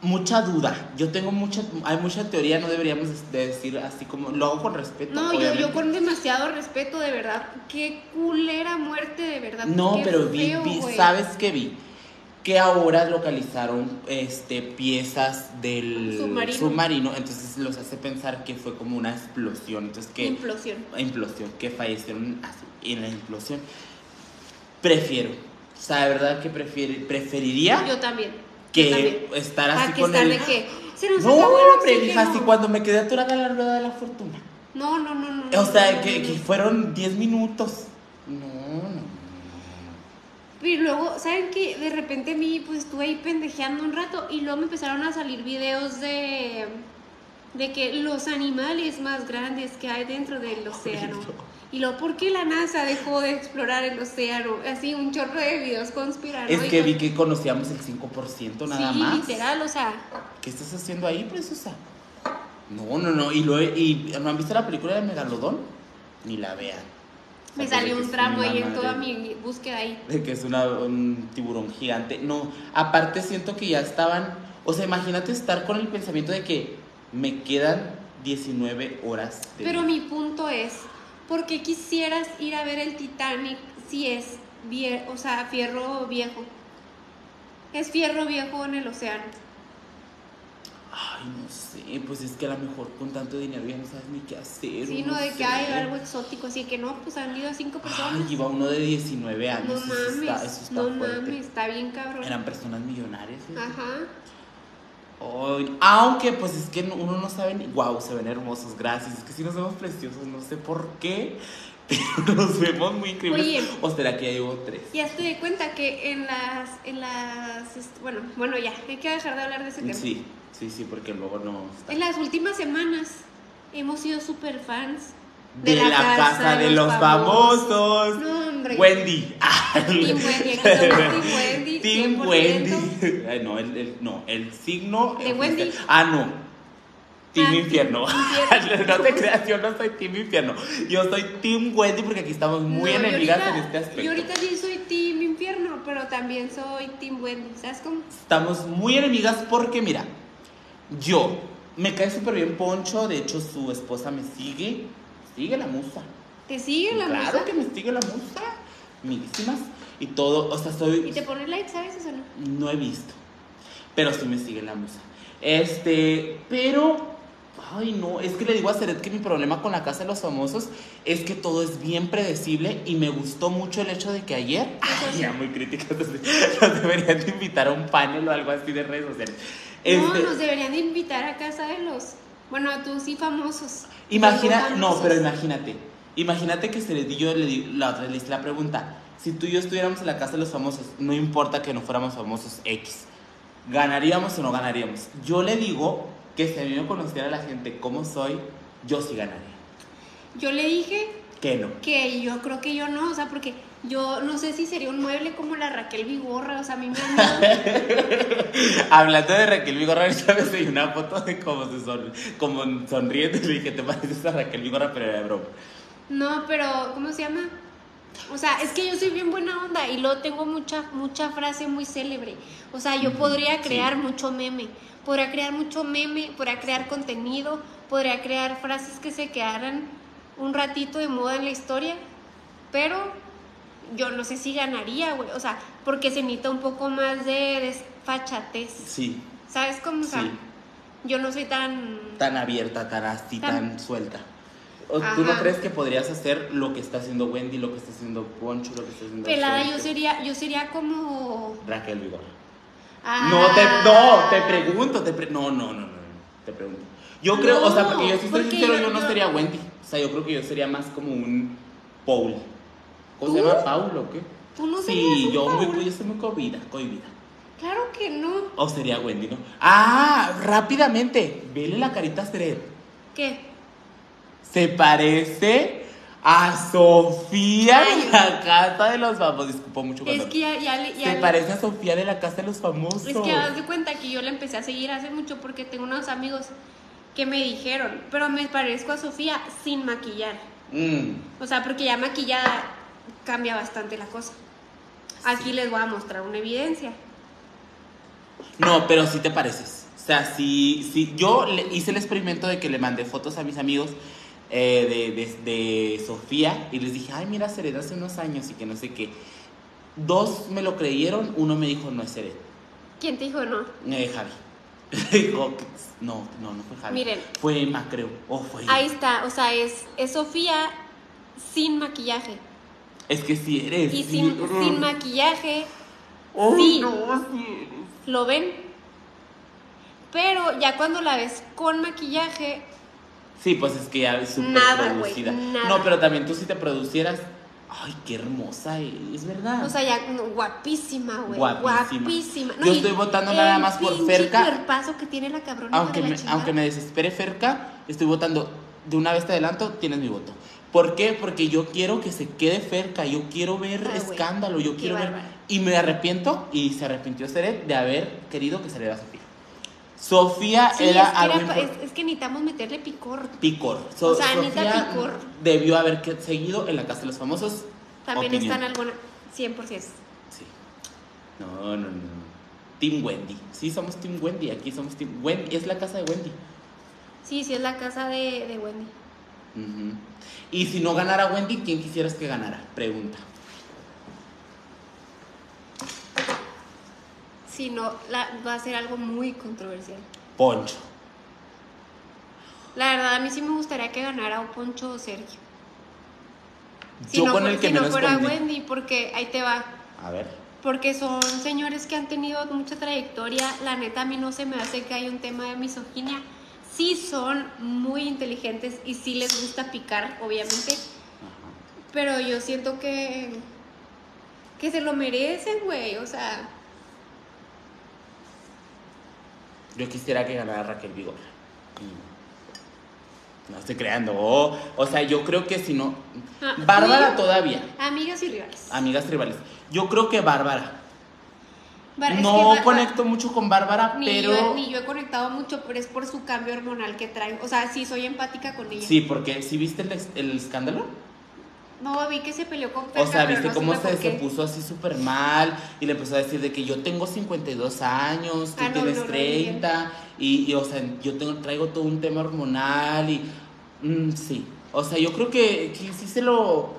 C: Mucha duda. Yo tengo mucha, hay mucha teoría, no deberíamos de decir así como, lo hago con respeto.
B: No, yo, yo
C: obviamente.
B: con demasiado respeto, de verdad. Qué culera muerte, de verdad.
C: No,
B: Qué
C: pero vi,
B: feo,
C: vi-
B: güey.
C: ¿sabes qué vi? Que ahora localizaron este, piezas del
B: Submarino.
C: submarino, entonces los hace pensar que fue como una explosión, entonces que...
B: Implosión.
C: implosión, que fallecieron así, en la implosión. Prefiero, o sea, de verdad que prefiero, preferiría
B: Yo también. yo
C: que
B: también.
C: estar
B: ¿A
C: así
B: que pues,
C: con
B: estar
C: el...
B: de qué? Se nos
C: No,
B: acabó el
C: hombre,
B: oxígeno.
C: hija, así cuando me quedé atorada en la rueda de la fortuna.
B: No, no, no, no.
C: O
B: no,
C: sea,
B: no,
C: que,
B: no,
C: que
B: no.
C: fueron 10 minutos. No, no.
B: Y luego, ¿saben qué? De repente a mí, pues estuve ahí pendejeando un rato y luego me empezaron a salir videos de, de que los animales más grandes que hay dentro del océano. Y luego, ¿por qué la NASA dejó de explorar el océano? Así, un chorro de videos conspiranoicos.
C: Es que vi que conocíamos el 5% nada
B: sí,
C: más.
B: literal, o sea,
C: ¿Qué estás haciendo ahí, preciosa? No, no, no. ¿Y, lo, y no han visto la película de Megalodón? Ni la vean.
B: me
C: O sea,
B: salió
C: de que
B: un
C: es
B: tramo
C: una
B: ahí en toda
C: madre-
B: mi búsqueda ahí.
C: De que es una- un tiburón gigante. No, aparte siento que ya estaban. O sea, imagínate estar con el pensamiento de que me quedan 19 horas de
B: Pero
C: vida.
B: mi punto es, ¿por qué quisieras ir a ver el Titanic si es, vie- o sea, fierro viejo? Es fierro viejo en el océano.
C: Ay, no sé. Pues es que a lo mejor con tanto dinero ya no sabes ni qué hacer.
B: Sino de
C: sé.
B: que hay algo exótico, así que no, pues han ido cinco personas.
C: Ay, iba uno de 19
B: no
C: años. eso
B: mames,
C: está, eso está
B: no
C: fuerte.
B: mames, está bien cabrón.
C: Eran personas millonarias. ¿eh?
B: Ajá.
C: Ay, aunque pues es que no- uno no sabe ni. ¡Wow! Se ven hermosos, gracias. Es que sí nos vemos preciosos, no sé por qué. Pero nos vemos muy increíbles.
B: Oye.
C: O será que ya llevo tres.
B: Ya estoy de cuenta que en las, en las, est- bueno, bueno ya, hay que dejar de hablar de ese tema.
C: Sí, sí, sí, porque luego no. está.
B: En las últimas semanas hemos sido super fans
C: De, la, casa, de los famosos.
B: No, hombre.
C: Wendy. Ah,
B: Team Wendy, aquí somos Team Wendy.
C: Team
B: 100%.
C: Wendy. Ay, no, el, el- no, el signo.
B: ¿De
C: es
B: Wendy?
C: este. Ah, no. Team
B: Ah,
C: Infierno.
B: Infierno.
C: no te creas, yo no soy Team Infierno. Yo soy Team Wendy porque aquí estamos muy
B: No, yo
C: enemigas
B: ahorita-
C: en este aspecto.
B: Yo ahorita sí soy Team Infierno, pero también soy Team Wendy, ¿sabes cómo?
C: Estamos muy enemigas porque, mira, yo me cae súper bien Poncho. De hecho, su esposa me sigue. Sigue la musa.
B: Te sigue la
C: claro
B: mesa
C: que me sigue la musa. Milísimas. Y todo. O sea, soy.
B: y te pone like, ¿sabes eso no?
C: No he visto. Pero sí me sigue la musa. Este, pero. Ay, no. Es que le digo a Seret que mi problema con la casa de los famosos es que todo es bien predecible y me gustó mucho el hecho de que ayer. Ay, ya muy críticas. Nos deberían de invitar a un panel o algo así de redes sociales.
B: No,
C: Este,
B: nos deberían de invitar a casa de los, bueno, a tus sí famosos.
C: Imagina,
B: Los
C: no,
B: famosos.
C: pero imagínate. Imagínate que se les di yo le di- la otra le hice la pregunta. Si tú y yo estuviéramos en la casa de los famosos, no importa que no fuéramos famosos X. ¿Ganaríamos o no ganaríamos? Yo le digo que si a mí me conociera la gente como soy, yo sí ganaría.
B: Yo le dije
C: ¿Qué no?
B: que yo creo que yo no, o sea, porque yo no sé si sería un mueble como la Raquel Vigorra, o sea, a mí me han dado-
C: Hablando de Raquel Vigorra, ahorita me enseñó una foto de cómo se son, como sonriendo y le dije, ¿te pareces a Raquel Vigorra? Pero era de broma.
B: No, pero ¿cómo se llama? O sea, es que yo soy bien buena onda y luego tengo mucha mucha frase muy célebre. O sea, yo podría crear mucho meme, podría crear mucho meme, podría crear contenido, podría crear frases que se quedaran un ratito de moda en la historia, pero yo no sé si ganaría, güey. O sea, porque se necesita un poco más de desfachatez.
C: Sí,
B: ¿Sabes cómo? O sea,
C: Sí.
B: yo no soy tan...
C: tan abierta, tan así, tan,
B: Tan-
C: suelta. ¿O ¿Tú no
B: Ajá.
C: crees que podrías hacer lo que está haciendo Wendy, lo que está haciendo Poncho, lo que está haciendo
B: pelada,
C: Sergio?
B: yo sería, yo sería como...
C: Raquel Vigor.
B: Ah.
C: No, te, no, te pregunto, te pre- no, no, no, no, no, te pregunto. Yo creo, o sea,
B: No,
C: porque yo si soy
B: porque
C: sincero, yo,
B: yo-
C: no
B: yo-
C: sería Wendy. O sea, yo creo que yo sería más como un Paul. ¿Cómo se
B: ¿Tú?
C: llama Paul o qué?
B: Tú no serías
C: sí,
B: un
C: yo, muy-
B: Paul.
C: yo soy muy cohibida, cohibida.
B: Claro que no.
C: O sería Wendy, ¿no? Ah, rápidamente, vele la carita a Sred.
B: ¿Qué?
C: se parece a Sofía
B: Ay.
C: de la Casa de los Famosos. Disculpo mucho cuando...
B: Es que ya, ya le... ya
C: Se
B: le-
C: parece a Sofía de la Casa de los Famosos.
B: Es que haz de cuenta que yo la empecé a seguir hace mucho porque tengo unos amigos que me dijeron, pero me parezco a Sofía sin maquillar.
C: Mm,
B: O sea, porque ya maquillada cambia bastante la cosa. Aquí les voy a mostrar una evidencia.
C: No, pero sí te pareces. O sea, sí, sí. Yo le- hice el experimento de que le mandé fotos a mis amigos eh, de, de- de Sofía y les dije, ay, mira, Seret hace unos años y que no sé qué. Dos me lo creyeron, uno me dijo, no es Seret.
B: ¿Quién te dijo no?
C: Eh, Javi. Dijo, no, no, no fue Javi.
B: Miren.
C: Fue Emma, creo. O fue.
B: Ahí está, o sea, es, es Sofía sin maquillaje.
C: Es que si eres.
B: Y
C: sí,
B: sin,
C: mm.
B: sin maquillaje
C: Ay,
B: sí.
C: Oh, no, sí eres.
B: lo ven. Pero ya cuando la ves con maquillaje,
C: Sí, pues es que ya es súper
B: Nada, güey,
C: producida.
B: nada.
C: No, pero también tú si te producieras. Ay, qué hermosa es, ¿verdad?
B: o sea, ya no, guapísima, güey.
C: Guapísima.
B: Guapísima.
C: Yo
B: y
C: estoy votando nada
B: el
C: más por
B: pinche
C: Ferca.
B: cuerpazo que tiene la cabrona.
C: aunque,
B: de la
C: me,
B: chingada.
C: aunque me desespere Ferca, estoy votando. De una vez te adelanto, tienes mi voto. ¿Por qué? Porque yo quiero que se quede cerca, yo quiero ver
B: Ah, güey.
C: escándalo, yo
B: Qué
C: quiero ver...
B: bárbaro.
C: Y me arrepiento, y se arrepintió Seret de haber querido que se le diera a Sofía. Sofía
B: Sí,
C: era
B: es, que
C: algo
B: era pa-
C: impor-
B: es- es que necesitamos meterle picor.
C: Picor. So-
B: O sea, Anita
C: Sofía
B: Picor.
C: debió haber que- seguido en la Casa de los Famosos.
B: También
C: Opinión.
B: están algunas. 100%.
C: Sí. No, no, no. Team Wendy. Sí, somos Team Wendy. Aquí somos Team Wendy. Es la casa de Wendy.
B: Sí, sí, es la casa de, de Wendy.
C: Ujú. Y si no ganara Wendy, ¿quién quisieras que ganara? Pregunta.
B: Si no, la- va a ser algo muy controversial.
C: Poncho.
B: La verdad, a mí sí me gustaría que ganara o Poncho o Sergio. Si
C: Yo
B: no,
C: con
B: fu-
C: el que
B: si no
C: menos
B: fuera
C: conviv-
B: Wendy, porque ahí te va.
C: A ver.
B: Porque son señores que han tenido mucha trayectoria. La neta, a mí no se me hace que hay un tema de misoginia. Sí son muy inteligentes y sí les gusta picar, obviamente. Pero yo siento que. que se lo merecen, güey. O sea,
C: Yo quisiera que ganara Raquel Vigor. Mm. No estoy creando. Oh, o sea, yo creo que si no.
B: Ah,
C: Bárbara
B: sí.
C: todavía.
B: amigas y rivales.
C: Amigas tribales. Yo creo que Bárbara.
B: Bar- es que
C: no
B: Bar- Bar-
C: conecto mucho con Bárbara,
B: Ni,
C: pero.
B: yo, ni yo he conectado mucho, pero es por su cambio hormonal que traen. O sea, sí, soy empática con ella.
C: Sí, porque si viste el, ex- el escándalo.
B: No, vi que se peleó con Ferca,
C: O sea,
B: pero
C: viste
B: no
C: cómo
B: supe
C: se,
B: por
C: se
B: qué.
C: puso así súper mal y le empezó a decir de que yo tengo 52 años, tú
B: Ah, no,
C: tienes
B: no, no, no,
C: 30 y, y, o sea, yo tengo, traigo todo un tema hormonal y mm, sí. O sea, yo creo que, que sí se lo...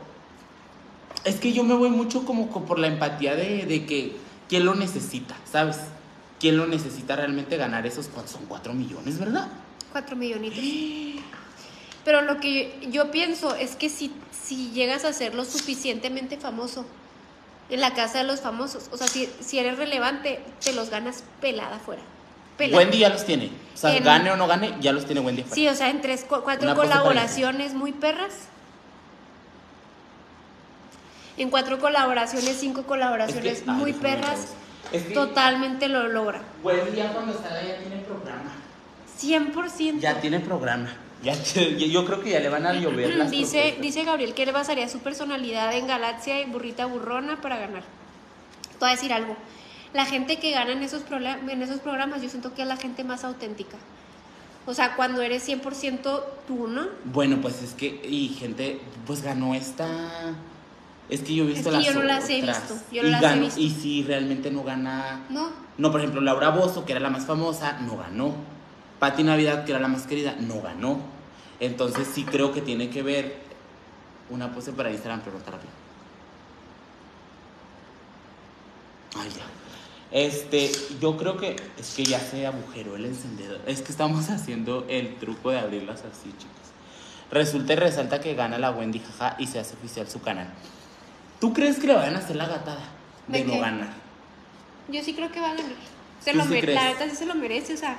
C: Es que yo me voy mucho como co- por la empatía de, de que quién lo necesita, ¿sabes? ¿Quién lo necesita realmente ganar esos cuántos son 4 millones, verdad?
B: Cuatro millonitos. Pero lo que yo, yo pienso es que si, si llegas a ser lo suficientemente famoso en la casa de los famosos, o sea, si, si eres relevante, te los ganas pelada afuera. Pelada.
C: Wendy ya los tiene. O sea,
B: En-
C: gane o no gane, ya los tiene Wendy. afuera.
B: Sí, o sea, en tres, cu- cuatro
C: Una cosa
B: colaboraciones muy perras. En cuatro colaboraciones, cinco colaboraciones
C: Es que- ay,
B: muy
C: déjame ver la
B: perras,
C: voz. Es que-
B: totalmente lo logra.
C: Wendy ya cuando salga ya tiene programa.
B: 100%.
C: Ya tiene programa. Ya, te- yo creo que ya le van a llover las
B: Mm, dice,
C: propuestas.
B: dice Gabriel que le basaría su personalidad en Galaxia y Burrita Burrona para ganar. Te voy a decir algo. La gente que gana en esos, prola- en esos programas, yo siento que es la gente más auténtica. O sea, cuando eres 100% tú, ¿no?
C: Bueno, pues es que, y gente, pues ganó esta. Es que yo he visto
B: Es que
C: las
B: yo no las he
C: otras.
B: visto, yo no
C: y
B: las he
C: ganó-
B: visto.
C: Y si realmente no gana.
B: No.
C: No, por ejemplo, Laura Bozo, que era la más famosa, no ganó. Patti Navidad, que era la más querida, no ganó. Entonces sí creo que tiene que ver una pose para Instagram, pero está rápido. Ay, ya. Este, yo creo que es que ya se agujeró el encendedor. Es que estamos haciendo el truco de abrirlas así, chicos. Resulta y resalta que gana la Wendy jaja y se hace oficial su canal. ¿Tú crees que le van a hacer la gatada de,
B: ¿De
C: no
B: qué?
C: ganar?
B: Yo sí creo que va a ganar. Se
C: ¿Tú
B: lo
C: sí
B: mere- La
C: crees?
B: verdad sí se lo merece, o sea.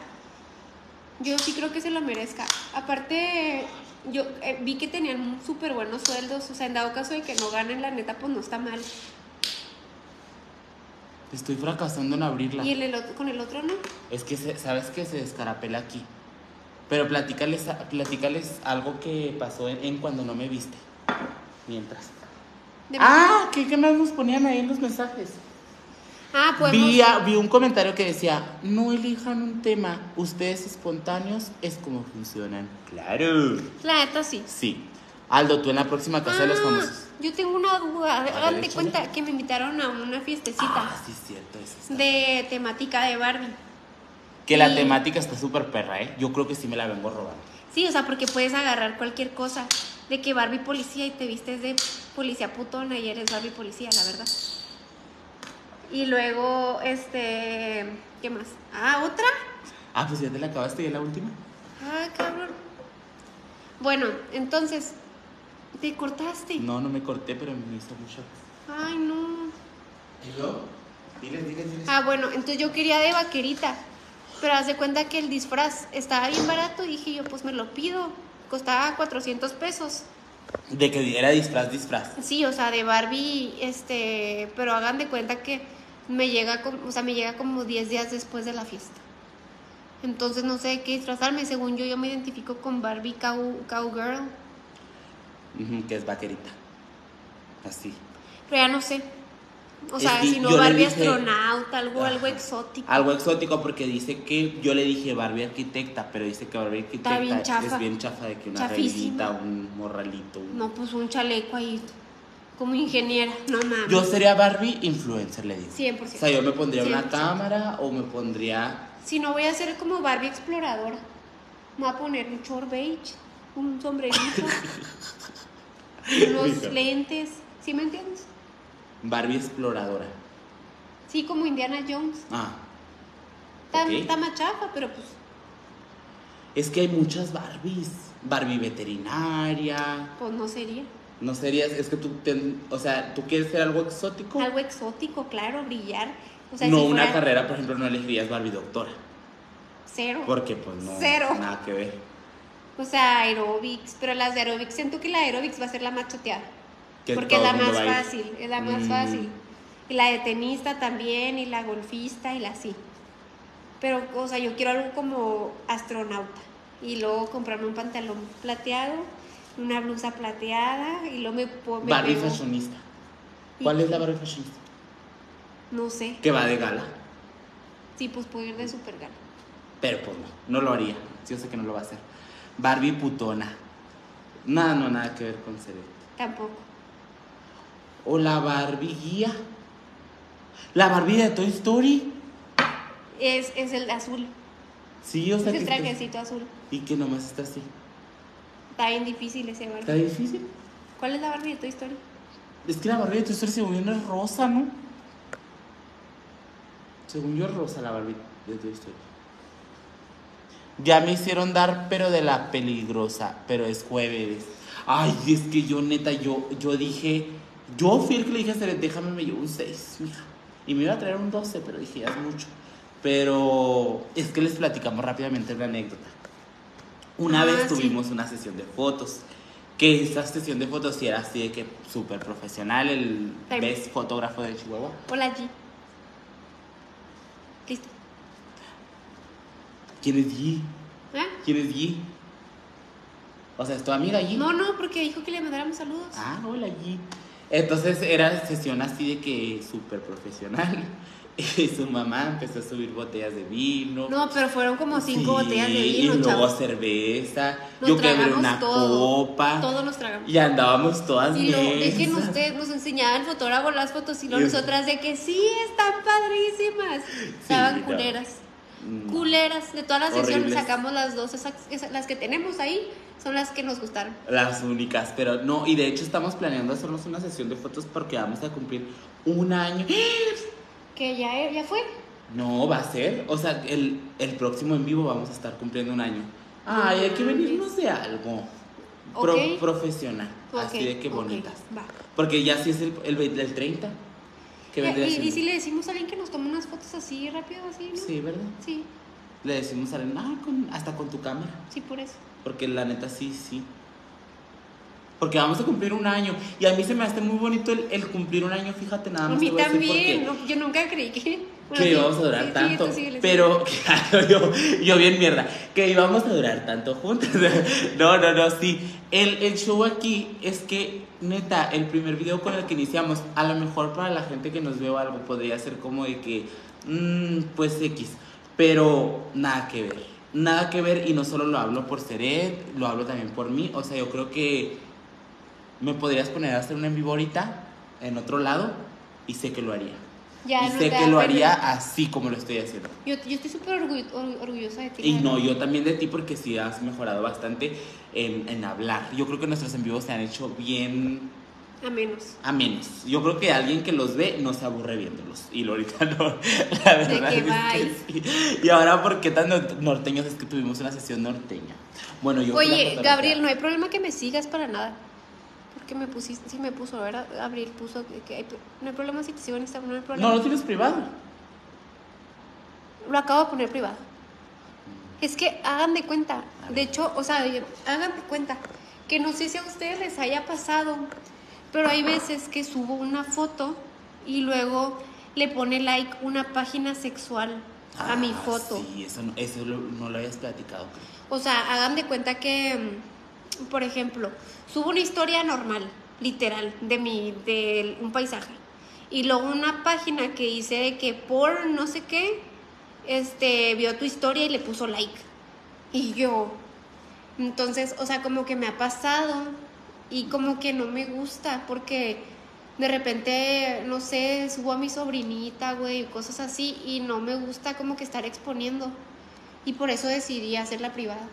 B: Yo sí creo que se lo merezca. Aparte, yo eh, vi que tenían súper buenos sueldos. O sea, en dado caso de que no ganen, la neta, pues no está mal.
C: Estoy fracasando en abrirla.
B: Y el, el otro- con el otro no.
C: Es que, se- ¿sabes que Se descarapela aquí. Pero platícales, a- platícales algo que pasó en, en cuando no me viste. Mientras.
B: De-
C: Ah, ¿qué, qué más nos ponían ahí en los mensajes?
B: Ah, podemos.
C: Vi, a- vi un comentario que decía, no elijan un tema, ustedes espontáneos es como funcionan. Claro.
B: La neta sí.
C: Sí. Aldo, tú en la próxima casa de los
B: Ah,
C: famosos.
B: Yo tengo una duda.
C: ver,
B: Hagan de
C: échale.
B: cuenta que me invitaron a una
C: Ah,
B: fiestecita
C: sí, es cierto. es esta.
B: de temática de Barbie.
C: Que la
B: Sí.
C: temática está súper perra, ¿eh? Yo creo que sí me la vengo robando.
B: Sí, o sea, porque puedes agarrar cualquier cosa. De que Barbie policía y te vistes de policía putona y eres Barbie policía, la verdad. Y luego, este. ¿Qué más? Ah, otra.
C: Ah, pues ya te la acabaste, ya la última.
B: Ah, cabrón. Bueno, entonces. Te cortaste.
C: No, no me corté, pero me hizo mucho.
B: Ay, no.
C: ¿Hello? Diles, diles, diles.
B: Ah, bueno, entonces yo quería de vaquerita. Pero haz de cuenta que el disfraz estaba bien barato y dije yo, pues me lo pido. Costaba 400 pesos.
C: De que era disfraz, disfraz.
B: Sí, o sea, de Barbie, este, pero hagan de cuenta que me llega, com- o sea, me llega como 10 días después de la fiesta. Entonces no sé de qué disfrazarme, según yo yo me identifico con Barbie cow, Cowgirl.
C: Ujú, que es vaquerita. Así.
B: Pero ya no sé. O
C: Es
B: sea,
C: que
B: si no
C: yo le
B: Barbie
C: dije-
B: astronauta, algo, algo
C: Ajá.
B: exótico.
C: Algo exótico porque dice que yo le dije Barbie arquitecta, pero dice que Barbie arquitecta
B: bien chafa.
C: es bien chafa de que una
B: Chafísima.
C: revista, un morralito. un-
B: No, pues un chaleco ahí. Como ingeniera, no mames.
C: Yo sería Barbie influencer, le digo.
B: 100%.
C: O sea, yo me pondría una
B: 100%.
C: cámara o me pondría
B: Si no voy a ser como Barbie exploradora, me voy a poner un short beige, un sombrerito, unos
C: Hija.
B: lentes. ¿Sí me entiendes?
C: Barbie exploradora.
B: Sí, como Indiana Jones.
C: Ah,
B: Está,
C: Ok.
B: está más chafa, pero pues.
C: es que hay muchas Barbies. Barbie veterinaria.
B: Pues no sería.
C: No serías, es que tú, ten- o sea, tú quieres ser algo exótico.
B: Algo exótico, claro, brillar. O sea,
C: no
B: si
C: una
B: fuera
C: carrera, por ejemplo, no elegirías Barbie doctora.
B: Cero.
C: Porque pues no.
B: Cero.
C: Nada que ver.
B: O sea, aerobics. Pero las de aerobics, siento que la de aerobics va a ser la más choteada.
C: Que
B: Porque es
C: todo
B: la
C: el
B: más
C: mundo va a ir.
B: fácil. Es la más
C: Mm.
B: fácil. Y la de tenista también, y la golfista, y la así. Pero, o sea, yo quiero algo como astronauta. Y luego comprarme un pantalón plateado, una blusa plateada, y luego me, po- me
C: Barbie
B: pego-
C: fashionista. ¿Cuál es la Barbie fashionista?
B: No sé.
C: Que va de gala.
B: Sí, pues puedo ir de supergala.
C: Pero pues no, no lo haría. Yo sé que no lo va a hacer. Barbie putona. Nada, no, nada que ver con ser.
B: Tampoco.
C: O la Barbie guía. La Barbie de Toy Story.
B: Es, es el azul.
C: Sí, o
B: Es
C: sea que
B: el
C: está-
B: trajecito azul.
C: Y que nomás está así.
B: Está bien difícil ese
C: Está
B: Barbie.
C: difícil.
B: ¿Cuál es la Barbie de Toy Story?
C: Es que la Barbie de Toy Story según yo no es rosa, ¿no? Según yo es rosa la Barbie de Toy Story. Ya me hicieron dar, pero de la peligrosa, pero es jueves. Ay, es que yo neta, yo, yo dije, yo fui el que le dije a Ceret, déjame me llevo un 6, mija. Y me iba a traer un 12, pero dije, ya es mucho. Pero es que les platicamos rápidamente una anécdota. Una
B: Ah,
C: vez
B: sí.
C: tuvimos una sesión de fotos, que esa sesión de fotos sí era así de que súper profesional, el
B: Pero-
C: best fotógrafo de Chihuahua.
B: Hola, G. Listo.
C: ¿Quién es G?
B: ¿Ah?
C: ¿Quién es G? O sea, es tu amiga G.
B: No, no, porque dijo que le mandáramos saludos.
C: Ah, hola G. Entonces era sesión así de que súper profesional. Y su mamá empezó a subir botellas de vino.
B: No, pero fueron como cinco
C: Sí,
B: botellas de
C: Y
B: vino,
C: luego
B: chavos.
C: cerveza.
B: Nos
C: yo quebré
B: tragamos
C: una
B: todo,
C: copa.
B: Todos los tragamos.
C: Y andábamos todas
B: Y luego, es que
C: mensas.
B: ustedes nos enseñaba el fotógrafo las fotos y no
C: Y-
B: nosotras de que sí, están padrísimas. Estaban
C: no.
B: culeras.
C: Mm.
B: Culeras. De todas las sesiones
C: Horribles.
B: sacamos las dos, esas- esas- las que tenemos ahí son las que nos gustaron.
C: Las únicas, pero no, y de hecho estamos planeando hacernos una sesión de fotos porque vamos a cumplir un año.
B: Que ya, ya fue.
C: No, va a ser, o sea, el, el próximo en vivo vamos a estar cumpliendo un año. Ay, hay que venirnos de algo pro-
B: Mm. Ok.
C: profesional, así
B: Ok,
C: de que
B: ok,
C: bonitas.
B: va.
C: Porque ya sí es el, el, ve- el 30, que vendría
B: y, y si
C: siendo.
B: le decimos a alguien que nos tome unas fotos así rápido, así, ¿no?
C: Sí, ¿verdad?
B: Sí,
C: Le decimos a alguien, "Ah, con- hasta con tu cámara.
B: sí, por eso.
C: Porque la neta sí, sí. Porque vamos a cumplir un año. Y a mí se me hace muy bonito el, el cumplir un año, fíjate, nada
B: A
C: más.
B: mí
C: te voy decir por
B: también,
C: qué.
B: no, yo nunca creí que... bueno, sí,
C: que íbamos a
B: sí,
C: durar
B: sí,
C: tanto.
B: esto síguele,
C: pero, claro, yo, yo bien mierda. Que íbamos a durar tanto juntos. no, no, no, sí. El, el show aquí es que, neta, el primer video con el que iniciamos, a lo mejor para la gente que nos veo algo, podría ser como de que, mm, pues X. Pero nada que ver. Nada que ver. Y no solo lo hablo por Seret, lo hablo también por mí. O sea, yo creo que me podrías poner a hacer un en vivo ahorita, en otro lado, y sé que lo haría
B: síguele. Ya,
C: y
B: no
C: sé
B: te
C: que
B: da
C: lo
B: pena.
C: haría así como lo estoy haciendo.
B: Yo, yo estoy súper orgullo- or- orgullosa de ti.
C: Y
B: la
C: no,
B: verdad.
C: yo también de ti porque sí has mejorado bastante en, en hablar. Yo creo que nuestros en vivos se han hecho bien
B: A menos.
C: a menos. Yo creo que alguien que los ve no se aburre viéndolos. Y lo ahorita no. La verdad
B: que
C: es que sí. Y ahora, ¿por qué tan nor- norteños? Es que tuvimos una sesión norteña. Bueno, yo...
B: Oye, Gabriel, no hay problema que me sigas para nada. Porque me pusiste, sí me puso, ¿verdad? Gabriel puso que, que hay pro- no hay problema si te sigo en Instagram, no hay problema.
C: No, lo tienes privado.
B: Lo acabo de poner privado. Es que hagan de cuenta. De hecho, o sea, oye, hagan de cuenta que no sé si a ustedes les haya pasado, pero hay veces que subo una foto y luego le pone like una página sexual a mi
C: Ah,
B: foto.
C: Sí, eso, no, eso lo- no lo habías platicado. creo.
B: O sea, hagan de cuenta que mm, por ejemplo, subo una historia normal, literal, de, mi, de un paisaje. Y luego una página que hice de que por no sé qué, este, vio tu historia y le puso like. Y yo, entonces, o sea, como que me ha pasado y como que no me gusta porque de repente, no sé, subo a mi sobrinita, güey, cosas así y no me gusta como que estar exponiendo. Y por eso decidí hacerla privada.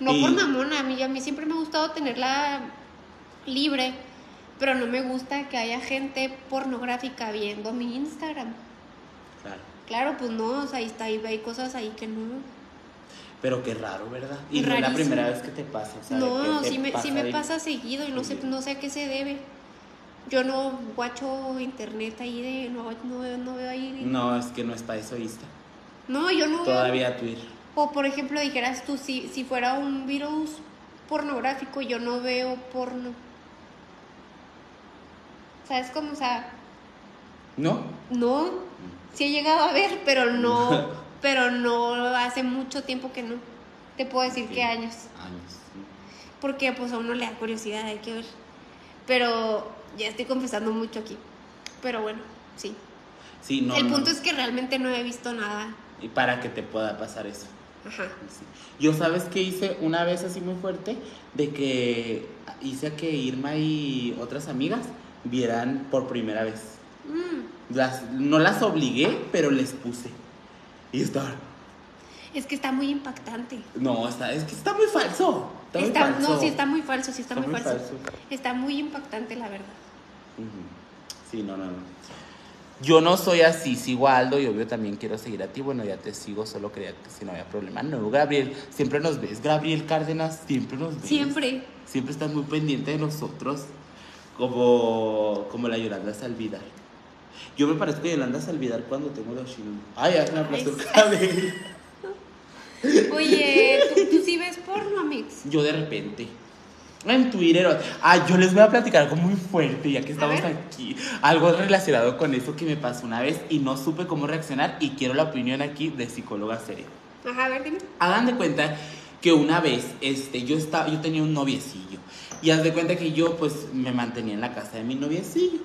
B: No
C: Y-
B: por mamona, a mí, a mí siempre me ha gustado tenerla libre, pero no me gusta que haya gente pornográfica viendo mi Instagram.
C: Claro.
B: Claro, pues no, o sea, ahí está, ahí hay cosas ahí que no.
C: Pero qué raro, ¿verdad? Y no es la
B: Rarísimo.
C: primera vez que te pasa. O sea,
B: No,
C: que te
B: sí me, sí me
C: de-
B: pasa seguido y no sé, no sé a qué se debe. Yo no guacho internet ahí de, no, no, veo- no veo ahí.
C: No, es que no es paesoísta.
B: No, yo no veo.
C: Todavía Twitter.
B: O por ejemplo, dijeras tú, si, si fuera un virus pornográfico, yo no veo porno. ¿Sabes cómo? O sea,
C: ¿No?
B: no, sí he llegado a ver, pero no, pero no hace mucho tiempo que no. Te puedo decir
C: Ok.
B: qué años.
C: Años.
B: porque pues a uno le da curiosidad, hay que ver. Pero ya estoy confesando mucho aquí. Pero bueno, sí.
C: Sí, no.
B: El
C: no.
B: punto es que realmente no he visto nada.
C: Y para que te pueda pasar eso.
B: Ajá.
C: Sí. Yo sabes que hice una vez así muy fuerte de que hice a que Irma y otras amigas vieran por primera vez.
B: Mm.
C: Las, no las obligué, pero les puse. Y estaban,
B: Es que está muy impactante.
C: no, está, es que está muy falso. Está, muy
B: Está-
C: falso.
B: no, sí está muy falso, sí está, muy, falso.
C: falso.
B: Está muy impactante, la verdad.
C: Ujú. Sí, no, no, no. Yo no soy así, sigo a Aldo y obvio también quiero seguir a ti. Bueno, ya te sigo, solo creía que si no había problema. No, Gabriel, siempre nos ves. Gabriel Cárdenas, siempre nos ves.
B: Siempre.
C: Siempre estás muy pendiente de nosotros, como, como la Yolanda Salvidar. Yo me parezco a Yolanda Salvidar cuando tengo los chinos. Ay, ya se me aplastó el
B: Ay,
C: cabello.
B: Oye, ¿tú, tú sí ves porno, Mix?
C: Yo de repente. En Twitter. Ah, yo les voy a platicar algo muy fuerte, ya que estamos
B: ver.
C: aquí. Algo relacionado con eso que me pasó una vez y no supe cómo reaccionar. Y quiero la opinión aquí de psicóloga seria.
B: Ajá, a ver, dime.
C: Hagan de cuenta que una vez este, yo, estaba, yo tenía un noviecillo. Y haz de cuenta que yo, pues, me mantenía en la casa de mi noviecillo.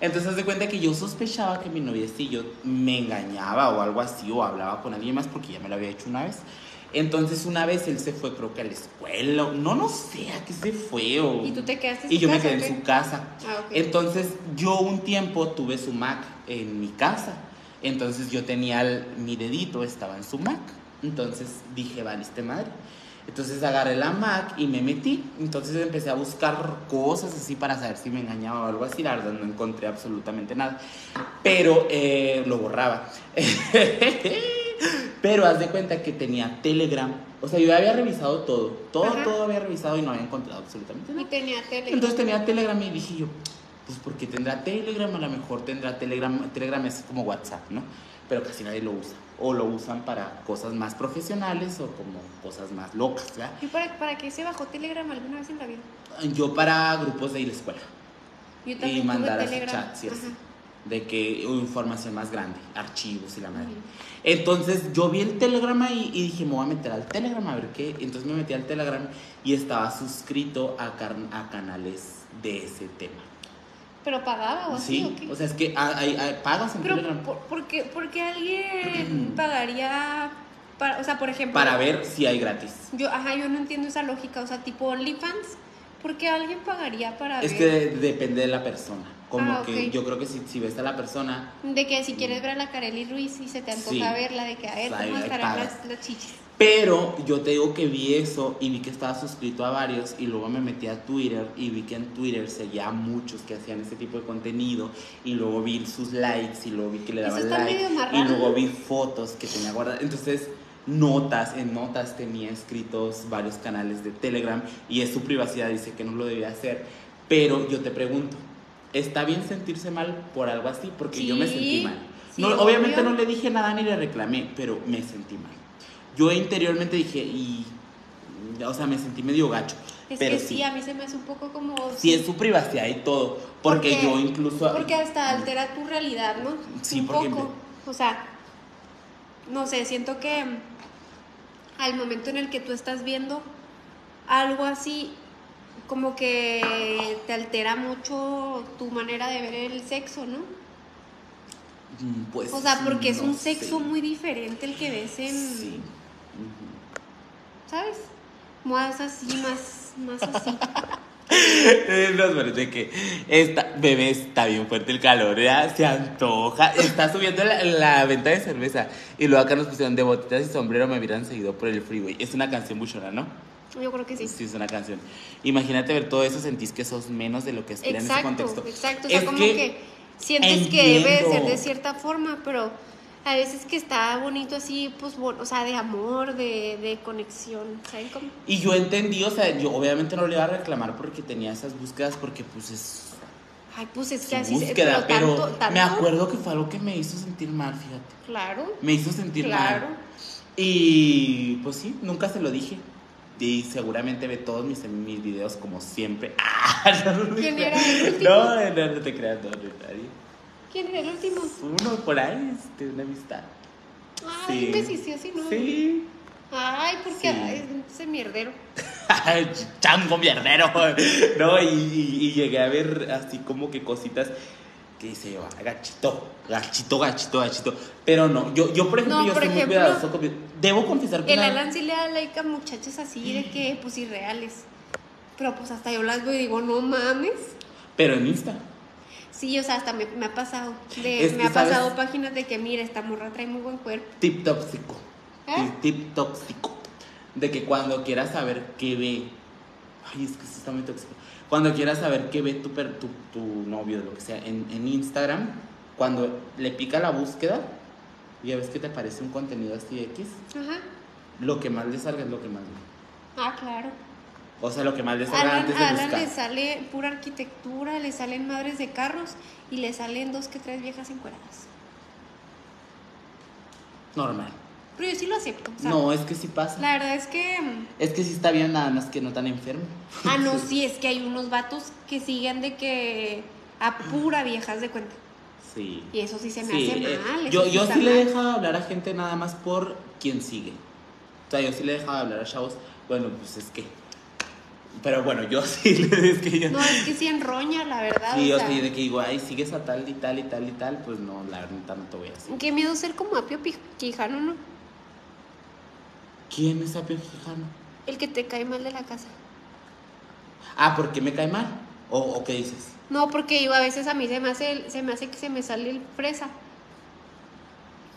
C: Entonces, haz de cuenta que yo sospechaba que mi noviecillo me engañaba o algo así, o hablaba con alguien más porque ya me lo había hecho una vez. Entonces, una vez él se fue, creo que a la escuela, o- no, no sé a qué se fue. O...
B: ¿Y tú te quedaste en
C: Y
B: su
C: yo me
B: casa,
C: quedé
B: o
C: en
B: qué?
C: su casa.
B: Ah, ok.
C: Entonces, yo un tiempo tuve su Mac en mi casa. Entonces, yo tenía el- mi dedito, estaba en su Mac. Entonces, dije, valiste madre. Entonces, agarré la Mac y me metí. Entonces, empecé a buscar cosas así para saber si me engañaba o algo así. La verdad, no encontré absolutamente nada. Pero eh, lo borraba. Pero haz de cuenta que tenía Telegram. O sea, yo ya había revisado todo. Todo,
B: Ajá.
C: todo había revisado y no había encontrado absolutamente
B: Y
C: nada.
B: tenía tele.
C: Entonces tenía Telegram y dije yo, pues porque tendrá Telegram, a lo mejor tendrá Telegram, Telegram es como WhatsApp, ¿no? Pero casi nadie lo usa. O lo usan para cosas más profesionales o como cosas más locas, ¿verdad?
B: ¿Y para, para qué se bajó Telegram alguna vez en la vida?
C: Yo para grupos de ir a la escuela
B: Yo también
C: y
B: tuve
C: mandar a
B: Telegram.
C: chats y así,
B: Ajá.
C: De que o información más grande, archivos y la madre. Entonces yo vi el telegrama y, y dije, me voy a meter al telegrama a ver qué. Entonces me metí al telegrama y estaba suscrito a, car- a canales de ese tema.
B: ¿Pero pagaba o así?
C: Sí,
B: o qué?
C: o sea, es que ah, ahí- ahí pagas en
B: Ah, Pero,
C: Telegram
B: ¿por, por qué, por qué alguien pagaría para, o sea, por ejemplo,
C: para ver si hay gratis.
B: yo, ajá, yo no entiendo esa lógica, o sea, tipo OnlyFans, ¿por qué alguien pagaría para
C: Es que
B: ver?
C: de- depende de la persona. Como
B: Ah,
C: que
B: ok.
C: yo creo que si, si ves a la persona,
B: De que si quieres ver a la Kareli Ruiz y se te antoja
C: Sí.
B: verla, de que a ver
C: Ahí-
B: cómo
C: ahí
B: estarán
C: pagas.
B: las, las chichis.
C: Pero yo te digo que vi eso y vi que estaba suscrito a varios y luego me metí a Twitter y vi que en Twitter seguía a muchos que hacían ese tipo de contenido y luego vi sus likes y luego vi que le
B: Eso
C: daban
B: está
C: like
B: medio
C: y
B: marrano.
C: luego vi fotos que tenía guardadas. Entonces notas, en notas tenía escritos varios canales de Telegram y es su privacidad, dice que no lo debía hacer. Pero yo te pregunto, ¿está bien sentirse mal por algo así? Porque yo me
B: Sí,
C: sentí mal.
B: sí,
C: no, obviamente
B: obvio.
C: no le dije nada ni le reclamé, pero me sentí mal. Yo interiormente dije, y. O sea, me sentí medio gacho.
B: Es
C: pero
B: que
C: sí,
B: sí, a mí se me hace un poco como...
C: sí es su privacidad y todo. Porque
B: Porque-
C: yo incluso.
B: Porque hasta altera tu realidad, ¿no?
C: Sí,
B: un
C: porque-
B: poco. O sea, no sé, siento que mm, al momento en el que tú estás viendo algo así, como que te altera mucho tu manera de ver el sexo, ¿no?
C: Mm, Pues,
B: O sea, porque es
C: no
B: un
C: sé.
B: sexo muy diferente el que ves en,
C: Sí. Ujú.
B: ¿sabes? Más así, más, más así.
C: Eh, Nos parece que esta bebé está bien fuerte el calor, ya se antoja. Está subiendo la, la venta de cerveza. Y luego acá nos pusieron de botitas y sombrero me hubieran seguido por el freeway. Es una canción buchona, ¿no?
B: Yo creo que sí.
C: Sí, es una canción. Imagínate ver todo eso, sentís que sos menos de lo que aspiran en ese
B: Exacto,
C: contexto.
B: exacto. O sea,
C: Es
B: como
C: que
B: que, sientes que debe de ser
C: entiendo.
B: de cierta forma, pero a veces que está bonito así, pues, bon- o sea, de amor, de, de conexión, ¿saben cómo?
C: Y yo entendí, o sea, yo obviamente no le iba a reclamar porque tenía esas búsquedas porque pues es
B: Ay, pues es que
C: su
B: así se
C: búsqueda, pero,
B: tanto- tanto,
C: me acuerdo que fue algo que me hizo sentir mal, fíjate.
B: Claro,
C: Me hizo sentir
B: claro.
C: mal. Y pues sí, nunca se lo dije. Y seguramente ve todos mis, mis videos como siempre. ¡Ah! No, no,
B: ¿Quién
C: no,
B: era el último?
C: No, no, no te creas, no, no, nadie.
B: ¿Quién era el último?
C: Uno por ahí, este, una amistad.
B: Ay,
C: Sí.
B: que sí, sí, así no.
C: Sí.
B: Ay,
C: Sí.
B: porque ay, ese mierdero.
C: Chango mierdero. No, y, y- y llegué a ver así como que cositas que dice yo, "Ah, gachito, gachito, gachito, gachito. Pero no, yo, yo por ejemplo,
B: No,
C: yo
B: por
C: soy
B: ejemplo,
C: muy cuidadoso con mi- Debo confesar que
B: El
C: una-
B: Alan sí le da like a muchachas así de que, pues, irreales. Pero pues hasta yo las veo y digo, no mames.
C: Pero en Insta.
B: Sí, o sea, hasta me, me ha pasado. de-
C: Es
B: me
C: que,
B: ha
C: ¿sabes?
B: pasado páginas de que, mira, esta morra trae muy buen cuerpo.
C: Tip tóxico.
B: ¿Eh?
C: Tip tóxico. De que cuando quieras saber qué ve. Ay, es que sí está muy tóxico. Cuando quieras saber qué ve tu, per- tu, tu novio, lo que sea, en, en Instagram, cuando le pica la búsqueda, ya ves que te aparece un contenido así X,
B: Ajá.
C: lo que más le salga es lo que más le.
B: Ah, claro.
C: O sea, lo que más le salga
B: Alan,
C: antes de
B: Alan
C: buscar.
B: le sale pura arquitectura, le salen madres de carros y le salen dos que tres viejas encueradas.
C: Normal.
B: Pero yo sí lo acepto. o sea,
C: No, es que sí pasa.
B: La verdad es que. mm,
C: Es que sí está bien, nada más que no tan enfermo.
B: Ah, no, sí, es que hay unos vatos que siguen de que. A pura viejas de cuenta.
C: Sí.
B: Y eso sí se me
C: Sí,
B: hace
C: eh,
B: mal.
C: yo
B: eso
C: yo
B: está
C: sí le
B: mal.
C: he dejado de hablar a gente nada más por quien sigue. O sea, yo sí le he dejado de hablar a chavos. Bueno, pues es que. Pero bueno, yo sí le es que yo.
B: No, es que sí enroña, la verdad.
C: sí,
B: o
C: yo
B: sea,
C: sí, de que digo, ay, sigues a tal y tal y tal y tal, pues no, la verdad no te voy a decir.
B: Qué miedo ser como Apio Pij- Quijano, ¿no?
C: ¿Quién es Apio Quijano?
B: El que te cae mal de la casa.
C: Ah, ¿por qué me cae mal? ¿O, o qué dices?
B: No, porque yo a veces a mí se me hace, el- se me hace que se me sale el fresa.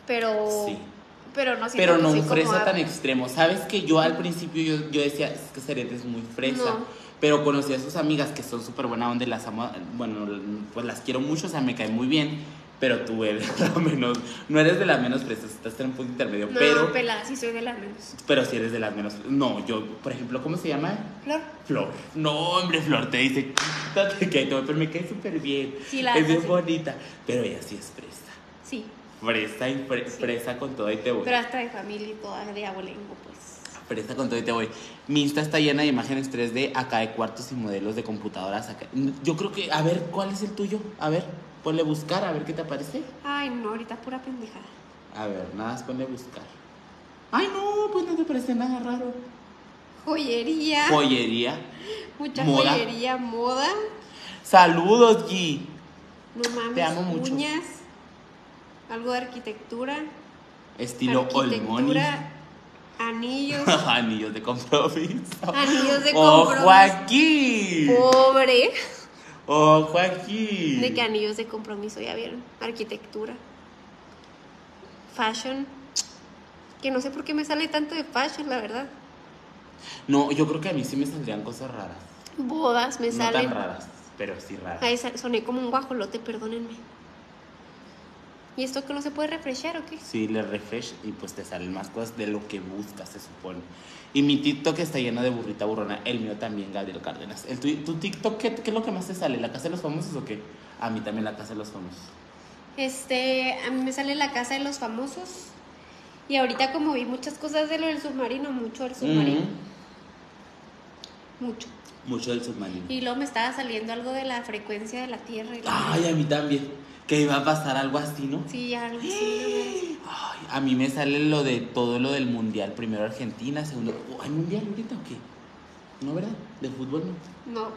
B: Pero.
C: Sí.
B: Pero no siento
C: Pero
B: que
C: no
B: soy
C: un
B: como
C: fresa
B: a-
C: tan extremo. Sabes que yo al principio yo, yo decía, es que Seret es muy fresa.
B: No.
C: Pero conocí a sus amigas que son súper buena onda, y las amo, bueno, pues las quiero mucho, o sea, me cae muy bien. Pero tú eres la menos, no eres de las menos fresas, estás en un punto intermedio.
B: No,
C: pero,
B: pelada, sí soy de la menos.
C: pero si eres de las menos. No, yo, por ejemplo, ¿cómo se llama?
B: Flor.
C: Flor. No, hombre, Flor te dice, quítate que ahí te voy", pero me cae súper bien.
B: Sí, la
C: es
B: amo,
C: bien
B: sí.
C: bonita. Pero ella sí es fresa.
B: Sí.
C: Fresa y fre-
B: Sí.
C: fresa con todo y te voy.
B: Pero hasta de familia y toda de abolengo, pues.
C: Pero esta con todo y te voy. Mi Insta está llena de imágenes 3D, acá de cuartos y modelos de computadoras. Acá. Yo creo que, a ver, ¿cuál es el tuyo? A ver, ponle buscar, a ver qué te aparece.
B: Ay, no, ahorita pura pendejada.
C: A ver, nada más ponle buscar. Ay, no, pues no te parece nada raro.
B: Joyería.
C: Joyería.
B: mucha
C: moda.
B: joyería, moda.
C: Saludos, G.
B: No mames.
C: Te amo mucho.
B: Uñas. Algo de arquitectura.
C: Estilo Old Money.
B: arquitectura, Anillos.
C: Anillos de compromiso.
B: Anillos de
C: Ojo
B: compromiso.
C: aquí.
B: Pobre.
C: Ojo aquí.
B: Oh. De que anillos de compromiso, ya vieron. Arquitectura. Fashion. Que no sé por qué me sale tanto de fashion, la verdad.
C: No, yo creo que a mí sí me saldrían cosas raras.
B: Bodas me
C: no
B: salen.
C: tan raras, pero sí raras.
B: Ay, sa- soné como un guajolote, perdónenme. ¿Y esto que no se puede refrescar o qué?
C: Sí, le refresh y pues te salen más cosas de lo que buscas, se supone. Y mi TikTok está lleno de burrita burrona. El mío también, Gabriel Cárdenas. El tu, tu TikTok qué, qué es lo que más te sale? ¿La casa de los famosos o qué? A mí también la casa de los famosos.
B: Este, a mí me sale la casa de los famosos. Y ahorita como vi muchas cosas de lo del submarino, mucho del submarino,
C: Ujú.
B: mucho.
C: Mm, Mucho del submarino.
B: Y luego me estaba saliendo algo de la frecuencia de la Tierra. Y la-
C: Ay, a mí también. Que iba a pasar algo así, ¿no?
B: Sí, algo así.
C: Ay, a mí me sale lo de todo lo del mundial. Primero Argentina, segundo. ¿Hay mundial ahorita o qué? No, ¿verdad? De fútbol no.
B: No.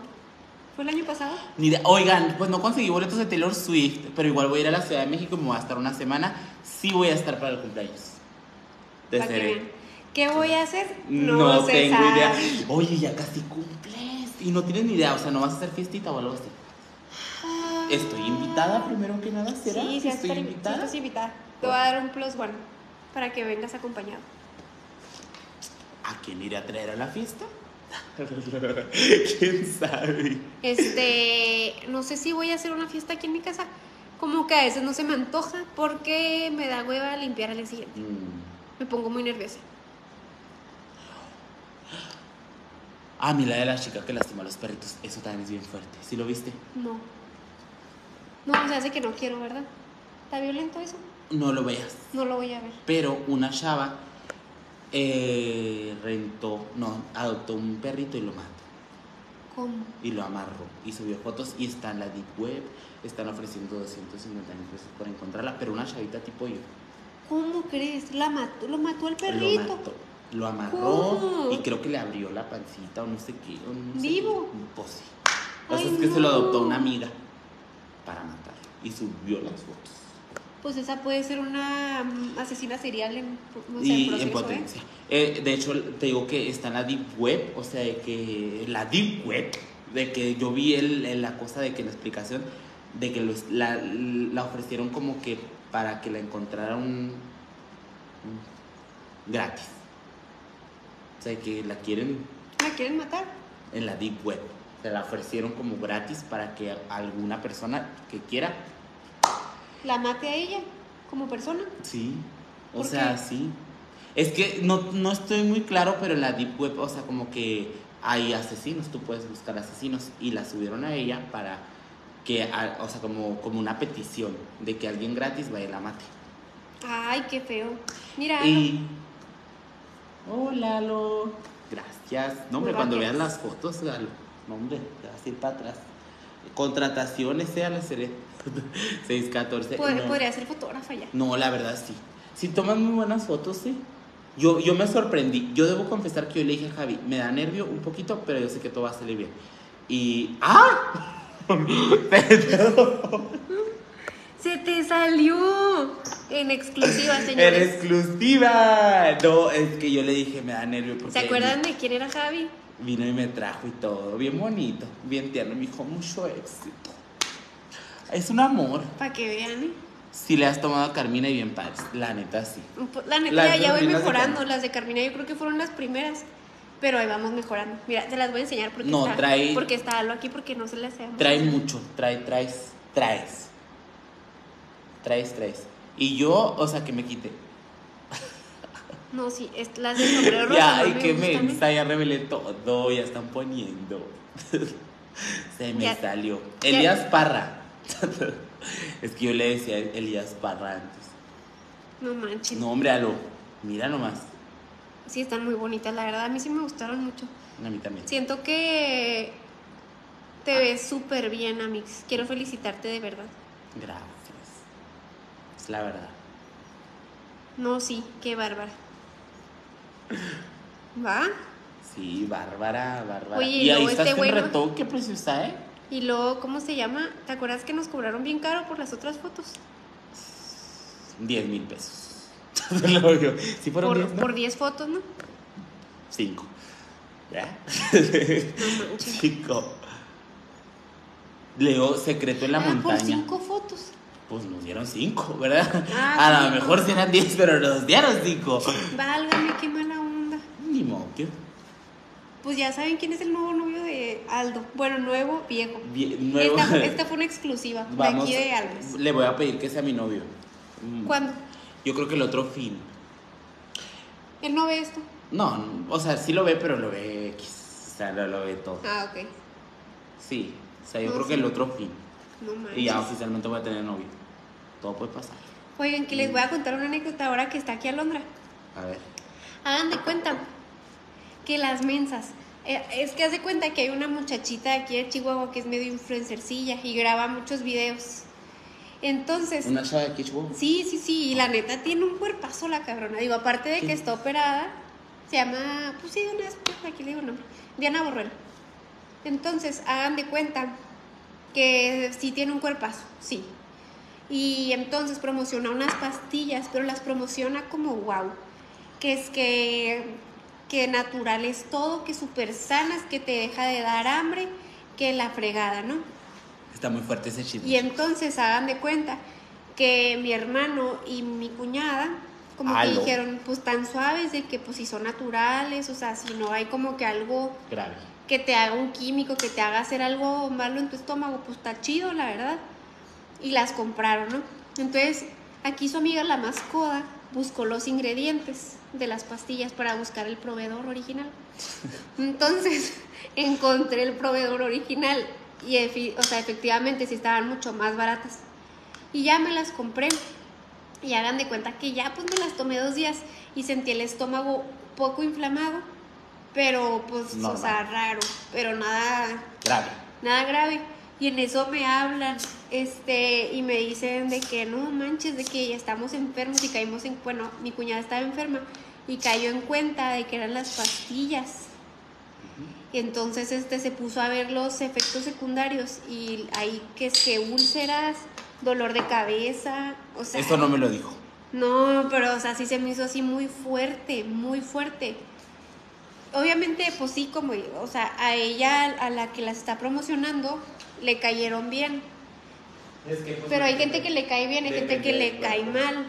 B: ¿Fue el año pasado?
C: Ni de- oigan, pues no conseguí boletos de Taylor Swift, pero igual voy a ir a la Ciudad de México y me voy a estar una semana. Sí voy a estar para el cumpleaños. De
B: Pa' que
C: Cere.
B: vean. ¿Qué voy a hacer?
C: No,
B: se
C: tengo
B: sabe.
C: idea. Oye, ya casi cumples. Y no tienes ni idea, o sea, no vas a hacer fiestita o algo así. Estoy invitada primero que nada, ¿será?
B: Ah, Sí,
C: que
B: sí,
C: estoy
B: estar- sí,
C: invitada.
B: estás invitada. Te voy a dar un plus one para que vengas acompañado.
C: ¿A quién iré a traer a la fiesta? ¿Quién sabe?
B: Este, no sé si voy a hacer una fiesta aquí en mi casa. Como que a veces no se me antoja porque me da hueva limpiar al día siguiente.
C: Mm.
B: Me pongo muy nerviosa.
C: Ah, mira, la de la chica que lastimó a los perritos. Eso también es bien fuerte. ¿Sí lo viste?
B: No. No, se hace que no quiero, ¿verdad? ¿Está violento eso?
C: No lo veas.
B: No lo voy a ver.
C: Pero una chava eh, rentó, no, adoptó un perrito y lo mató.
B: ¿Cómo?
C: y lo amarró y subió fotos y está en la deep web, están ofreciendo 250 mil pesos por encontrarla, pero una chavita tipo yo
B: ¿Cómo crees? La mató, lo mató al
C: lo
B: perrito.
C: mató, lo amarró
B: ¿Cómo?
C: y creo que le abrió la pancita o no sé qué, o no sé
B: ¿Vivo?
C: qué. Pues sí. O
B: Ay,
C: sea, es que se lo
B: no.
C: adoptó una amiga para matarlo y subió las fotos.
B: Pues esa puede ser una mm, asesina serial en, no sé,
C: y
B: proceso,
C: en
B: ¿eh?
C: potencia. Eh, de hecho, te digo que está en la Deep Web, o sea, de que la Deep Web, de que yo vi el, el- la cosa de que la explicación, de que los- la, la ofrecieron como que para que la encontraran mm, gratis. O sea, que la quieren
B: ¿La quieren matar?
C: en la Deep Web. Se la ofrecieron como gratis para que alguna persona que quiera.
B: ¿La mate a ella como persona?
C: Sí. O
B: ¿Por
C: sea,
B: qué?
C: sí. Es que no, no estoy muy claro, pero en la Deep Web, o sea, como que hay asesinos, tú puedes buscar asesinos y la subieron a ella para que, a- o sea, como, como una petición de que alguien gratis vaya y la mate.
B: Ay, qué feo. Mira,
C: Y... Hola, Lalo. Gracias. No, hombre,
B: Gracias.
C: cuando vean las fotos, Lalo. No, hombre, te vas a ir para atrás. Contrataciones, sea la serie 614.
B: pod-
C: no.
B: podría ser fotógrafa ya.
C: No, la verdad sí. Si toman muy buenas fotos, sí. Yo, yo me sorprendí. Yo debo confesar que yo le dije a Javi, me da nervio un poquito, pero yo sé que todo va a salir bien. Y. ¡Ah!
B: Se te salió en exclusiva,
C: ¡En
B: señores.
C: exclusiva! No, es que yo le dije, me da nervio. Porque
B: ¿Se acuerdan de quién era Javi?
C: Vino y me trajo y todo. Bien bonito, bien tierno. Y me dijo, mucho éxito. Es un amor.
B: Para que vean. ¿eh?
C: Si le has tomado a Carmina y bien padres. La neta, sí.
B: La neta,
C: Las
B: ya, ya voy
C: Carminas de
B: mejorando.
C: Carmen.
B: Las de Carmina yo creo que fueron las primeras. Pero ahí vamos mejorando. Mira, te las voy a enseñar porque,
C: No,
B: está,
C: trae-
B: porque está algo aquí, porque no se las hacemos.
C: Trae mucho, trae, traes, traes. Traes, traes. Y yo, o sea, que me quite.
B: No, sí, es, las del sombrero rosa.
C: ya,
B: no
C: ay,
B: me
C: que
B: gustan, ¿eh?
C: mensa, ya revelé todo, ya están poniendo. Se me
B: Ya.
C: salió.
B: Ya.
C: Elías Parra. es que yo le decía Elías Parra antes.
B: No manches.
C: No, hombre, aló. Mira nomás.
B: Sí, están muy bonitas, la verdad. A mí sí me gustaron mucho.
C: A mí también.
B: Siento que te
C: Ah.
B: ves súper bien, Amix. Quiero felicitarte de verdad.
C: Gracias. Es la verdad.
B: No, sí, qué bárbara. ¿Va?
C: Sí, Bárbara, Bárbara.
B: Oye, y
C: y ahí
B: luego
C: estás
B: este
C: en
B: güey, ¿no?
C: retoque, preciosa, ¿eh?
B: Y luego, ¿cómo se llama? ¿Te acuerdas que nos cobraron bien caro por las otras fotos?
C: 10 mil pesos. Lo digo. sí fueron
B: Por,
C: 10, ¿no?
B: por 10 fotos, ¿no?
C: 5. ¿Ya?
B: No manches.
C: 5. Leo Secreto en la
B: Ah, por
C: Montaña.
B: 5 fotos.
C: Pues nos dieron 5, ¿verdad?
B: Ah,
C: A lo
B: sí.
C: mejor sí eran 10, pero nos dieron 5.
B: Válgame, qué mala onda.
C: Ni modo. ¿qué?
B: Pues ya saben quién es el nuevo novio de Aldo. Bueno, nuevo, viejo.
C: Vie- nuevo.
B: Esta, esta fue una exclusiva
C: Vamos,
B: de aquí de Alves.
C: Le voy a pedir que sea mi novio. Mm,
B: ¿Cuándo?
C: Yo creo que el otro fin.
B: Él no ve esto.
C: No, no, o sea, sí lo ve, pero lo ve X. O sea, lo, lo ve todo.
B: Ah, ok.
C: Sí. O sea, yo
B: No,
C: creo que
B: sí. Ah,
C: el otro fin.
B: No manches.
C: Y ya oficialmente voy a tener novio. Todo puede pasar.
B: Oigan, que les voy a contar una anécdota ahora que está aquí Alondra.
C: A ver.
B: Hagan de cuenta que las mensas. eh, Es que hace cuenta que hay una muchachita aquí de Chihuahua que es medio influencercilla y graba muchos videos. Entonces,
C: Una chava de Kichwo.
B: sí, sí, sí, y la neta tiene un cuerpazo la cabrona. Digo, aparte de que
C: Sí.
B: está operada, Se llama, pues sí, Diana, aquí le digo el nombre, Diana Borrell. Entonces, hagan de cuenta que sí tiene un cuerpazo, sí. Y entonces promociona unas pastillas, pero las promociona como wow. Que es que, que natural es todo, que súper sanas, que te deja de dar hambre, que la fregada, ¿no?
C: Está muy fuerte ese chisme.
B: Y entonces hagan de cuenta que mi hermano y mi cuñada como
C: Aló.
B: que dijeron pues tan suaves de que pues si son naturales, o sea, si no hay como que algo
C: Grave.
B: que te haga un químico, que te haga hacer algo malo en tu estómago, pues está chido, la verdad. Y las compraron, ¿no? Entonces, aquí su amiga la más coda buscó los ingredientes de las pastillas para buscar el proveedor original. Entonces, encontré el proveedor original y, efi- o sea, efectivamente sí estaban mucho más baratas. Y ya me las compré. Y hagan de cuenta que ya pues me las tomé dos días y sentí el estómago poco inflamado, pero pues, o
C: Normal.
B: sea, raro, pero nada,
C: Grave.
B: nada grave. Y en eso me hablan, este, y me dicen de que no manches, de que ya estamos enfermos y caímos en, bueno, mi cuñada estaba enferma y cayó en cuenta de que eran las pastillas. Y entonces este se puso a ver los efectos secundarios y ahí que es que úlceras, dolor de cabeza, o sea,
C: Eso no me lo dijo.
B: no, pero o sea, sí se me hizo así muy fuerte, muy fuerte. Obviamente, pues sí, como, o sea, a ella, a la que las está promocionando, le cayeron bien.
C: pues,
B: Pero hay gente que le cae bien, hay gente que le cae mal,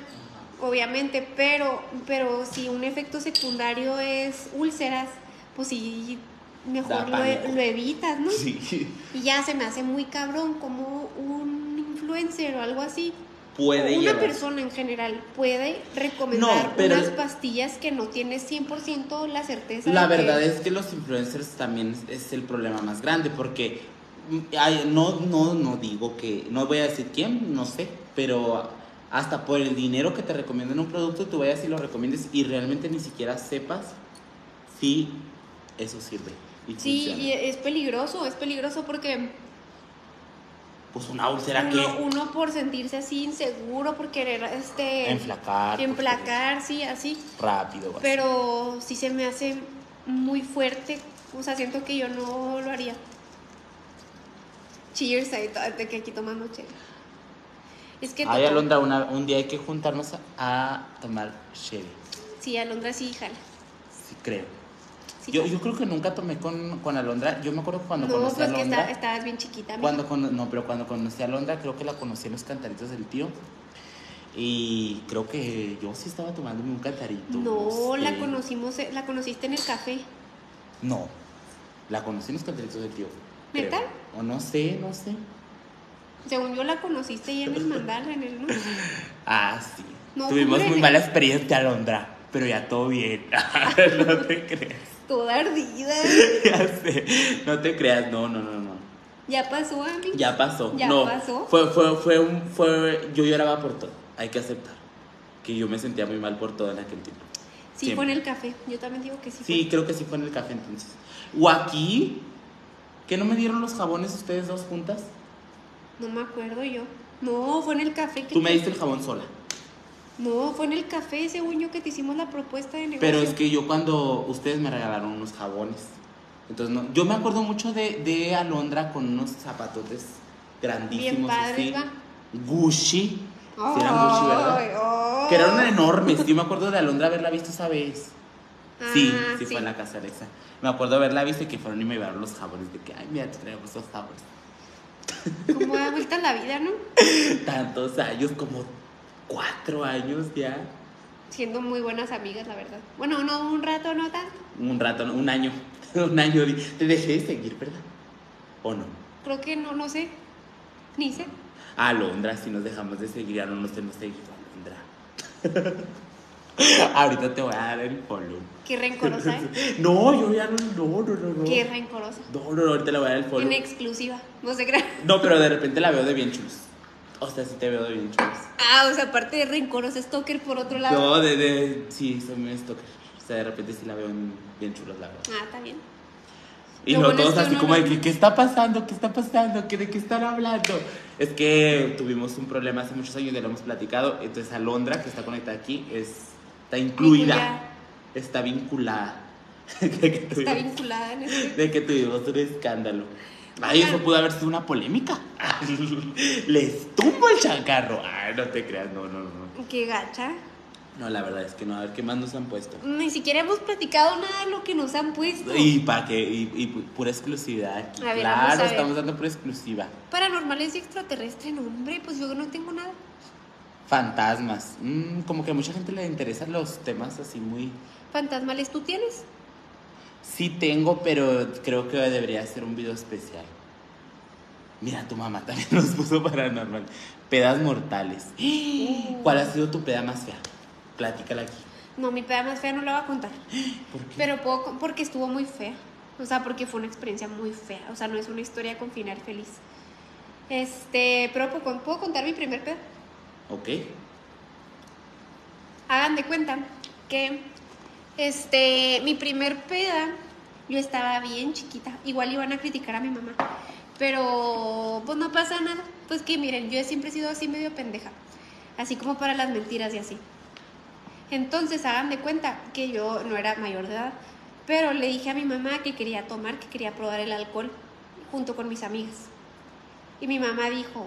B: obviamente, pero, pero si un efecto secundario es úlceras, pues sí,
C: Da
B: mejor lo, e-
C: pánico.
B: lo evitas, ¿no?
C: Sí.
B: Y ya se me hace muy cabrón como un influencer o algo así
C: Puede
B: una
C: llevar.
B: persona en general puede recomendar
C: No, pero-
B: unas pastillas que no tiene 100% la certeza.
C: La
B: de que-
C: verdad es que los influencers también es- es el problema más grande porque mm, ay, no, no, no digo que, no voy a decir quién, no sé, pero hasta por el dinero que te recomiendan un producto, tú vayas y lo recomiendes y realmente ni siquiera sepas si eso sirve. Y
B: Sí,
C: funciona.
B: y es peligroso, es peligroso porque
C: Pues una úlcera
B: uno,
C: que
B: uno por sentirse así inseguro, por querer este,
C: enflacar.
B: emplacar, sí, así.
C: porque Rápido. así.
B: Pero sí se me hace muy fuerte, o sea, siento que yo no lo haría. Cheers, ahí to- de que aquí tomando chela. Es que
C: Ay,
B: tocó-
C: Alondra, una- un día hay que juntarnos a, a tomar cheve.
B: sí, Alondra sí, jala.
C: Sí, creo.
B: Sí,
C: Yo,
B: jala.
C: yo creo que nunca tomé con, con Alondra. Yo me acuerdo que cuando
B: no,
C: conocí
B: pues
C: a
B: que
C: Alondra.
B: esta- estabas bien chiquita. amiga.
C: Cuando cono- no, pero cuando conocí a Londra, creo que la conocí en los cantaritos del tío. Y creo que yo sí estaba tomándome un cantarito.
B: No, la
C: este,
B: conocimos, eh, la conociste en el café.
C: No, la conocí en los cantaritos del tío.
B: ¿Neta?
C: creo. O no sé, no sé.
B: Según yo la conociste ya en el mandala, en el no.
C: Ah, sí.
B: No,
C: Tuvimos
B: hombre.
C: muy mala experiencia, Londra. Pero ya todo bien. no te creas.
B: Toda ardida.
C: Ya sé. No te creas. No, no, no, no.
B: Ya pasó, ah, mí.
C: Ya pasó.
B: ¿Ya
C: no,
B: pasó?
C: Fue, fue, fue un. Fue, yo lloraba por todo. Hay que aceptar. Que yo me sentía muy mal por todo en aquel tiempo.
B: Sí,
C: siempre.
B: fue en el café. Yo también digo que sí.
C: Sí, creo que sí fue en el café entonces. O aquí, que no me dieron los jabones ustedes dos juntas.
B: fue. No me acuerdo yo. No, fue en el café que
C: Tú me
B: te-
C: diste el jabón sola.
B: No, fue en el café, según yo que te hicimos la propuesta de negocio.
C: Pero es que yo cuando ustedes me regalaron unos jabones. Entonces no, yo me acuerdo mucho de, de Alondra con unos zapatotes grandísimos.
B: bien padre,
C: así.
B: ¿va?
C: Gucci. Sí, eran Gucci, ¿verdad? Que eran enormes. Yo me acuerdo de Alondra haberla visto esa vez.
B: Ah,
C: Sí, sí, fue en la casa Alexa. Me acuerdo haberla visto y que fueron y me llevaron los jabones. De que, ay, mira, te traemos los jabones.
B: Como da vuelta la vida, ¿no?
C: tantos años, como cuatro años ya.
B: Siendo muy buenas amigas, la verdad. Bueno, no, un rato, no tanto.
C: Un rato, no, un año. Un año. di- Te dejé de seguir, ¿verdad? ¿O no?
B: Creo que no, no sé. Ni sé.
C: A Alondra, si nos dejamos de seguir, ya no nos hemos seguido, Alondra. Ahorita te voy a dar el follow.
B: Qué rencorosa, ¿eh?
C: No, yo ya no, no, no, no. no.
B: Qué rencorosa.
C: No, no, no, ahorita le voy a dar el follow.
B: En exclusiva. No se crean.
C: No, pero de repente la veo de bien chulus. O sea, sí te veo de bien chulus.
B: Ah, o sea, aparte de rencorosa, stalker por otro lado.
C: No, de, de, sí, soy muy stalker. O sea, de repente sí la veo en- bien chulos, la verdad.
B: Ah, está bien.
C: Y
B: Lo
C: no
B: bueno es
C: todos
B: que
C: así
B: uno
C: como de
B: no-
C: que, ¿qué está pasando? ¿Qué está pasando? ¿Qué, ¿De qué están hablando? Es que tuvimos un problema hace muchos años, ya lo hemos platicado. Entonces Alondra, que está conectada aquí, es- está incluida.
B: Incluida.
C: está vinculada. de, que
B: Está
C: tuvimos,
B: vinculada en este.
C: de que tuvimos un escándalo. Ay, eso pudo haber sido una polémica. Les tumbo el chacarro. Ay, no te creas, no, no, no.
B: Qué gacha.
C: No, la verdad es que no, a ver qué más nos han puesto.
B: Ni siquiera hemos platicado nada de lo que nos han puesto.
C: Y para que, y, y pu- pura exclusividad aquí.
B: A ver,
C: claro,
B: vamos a ver.
C: estamos dando pura exclusiva.
B: Paranormales y extraterrestre, no, hombre, pues yo no tengo nada.
C: Fantasmas. Mm, como que a mucha gente le interesan los temas así muy.
B: Fantasmales, ¿tú tienes?
C: Sí tengo, pero creo que debería hacer un video especial. Mira, tu mamá también nos puso paranormal. Pedas mortales.
B: Oh.
C: ¿Cuál ha sido tu peda más fea? Platícala aquí.
B: No, mi peda más fea no la voy a contar.
C: ¿Por qué?
B: Pero puedo, con- porque estuvo muy fea. O sea, porque fue una experiencia muy fea. O sea, no es una historia con final feliz. Este, pero puedo, con- puedo contar mi primer pedo.
C: Ok.
B: Hagan de cuenta que, este, mi primer peda, yo estaba bien chiquita. Igual iban a criticar a mi mamá. Pero, pues no pasa nada. Pues que miren, yo siempre he sido así medio pendeja. Así como para las mentiras y así. Entonces, hagan de cuenta que yo no era mayor de edad, pero le dije a mi mamá que quería tomar, que quería probar el alcohol junto con mis amigas. Y mi mamá dijo,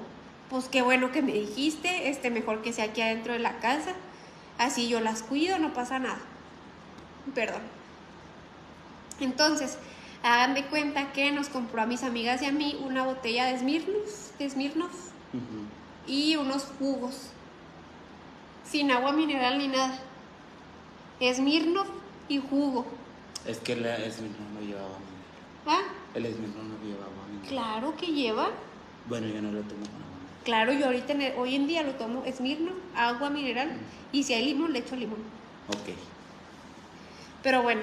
B: pues qué bueno que me dijiste, este mejor que sea aquí adentro de la casa, así yo las cuido, no pasa nada. Perdón. Entonces, hagan de cuenta que nos compró a mis amigas y a mí una botella de Smirnoff, de Smirnoff
C: Ujú.
B: y unos jugos. Sin agua mineral ni nada. Smirnoff y jugo.
C: Es que el esmirno no llevaba mamá.
B: ¿Ah?
C: El esmirno no llevaba mamá.
B: Claro que lleva.
C: Bueno, yo no lo tomo con mamá.
B: Claro, yo ahorita en el- hoy en día lo tomo Smirnoff, agua mineral y si hay limón le echo limón.
C: Ok.
B: Pero bueno,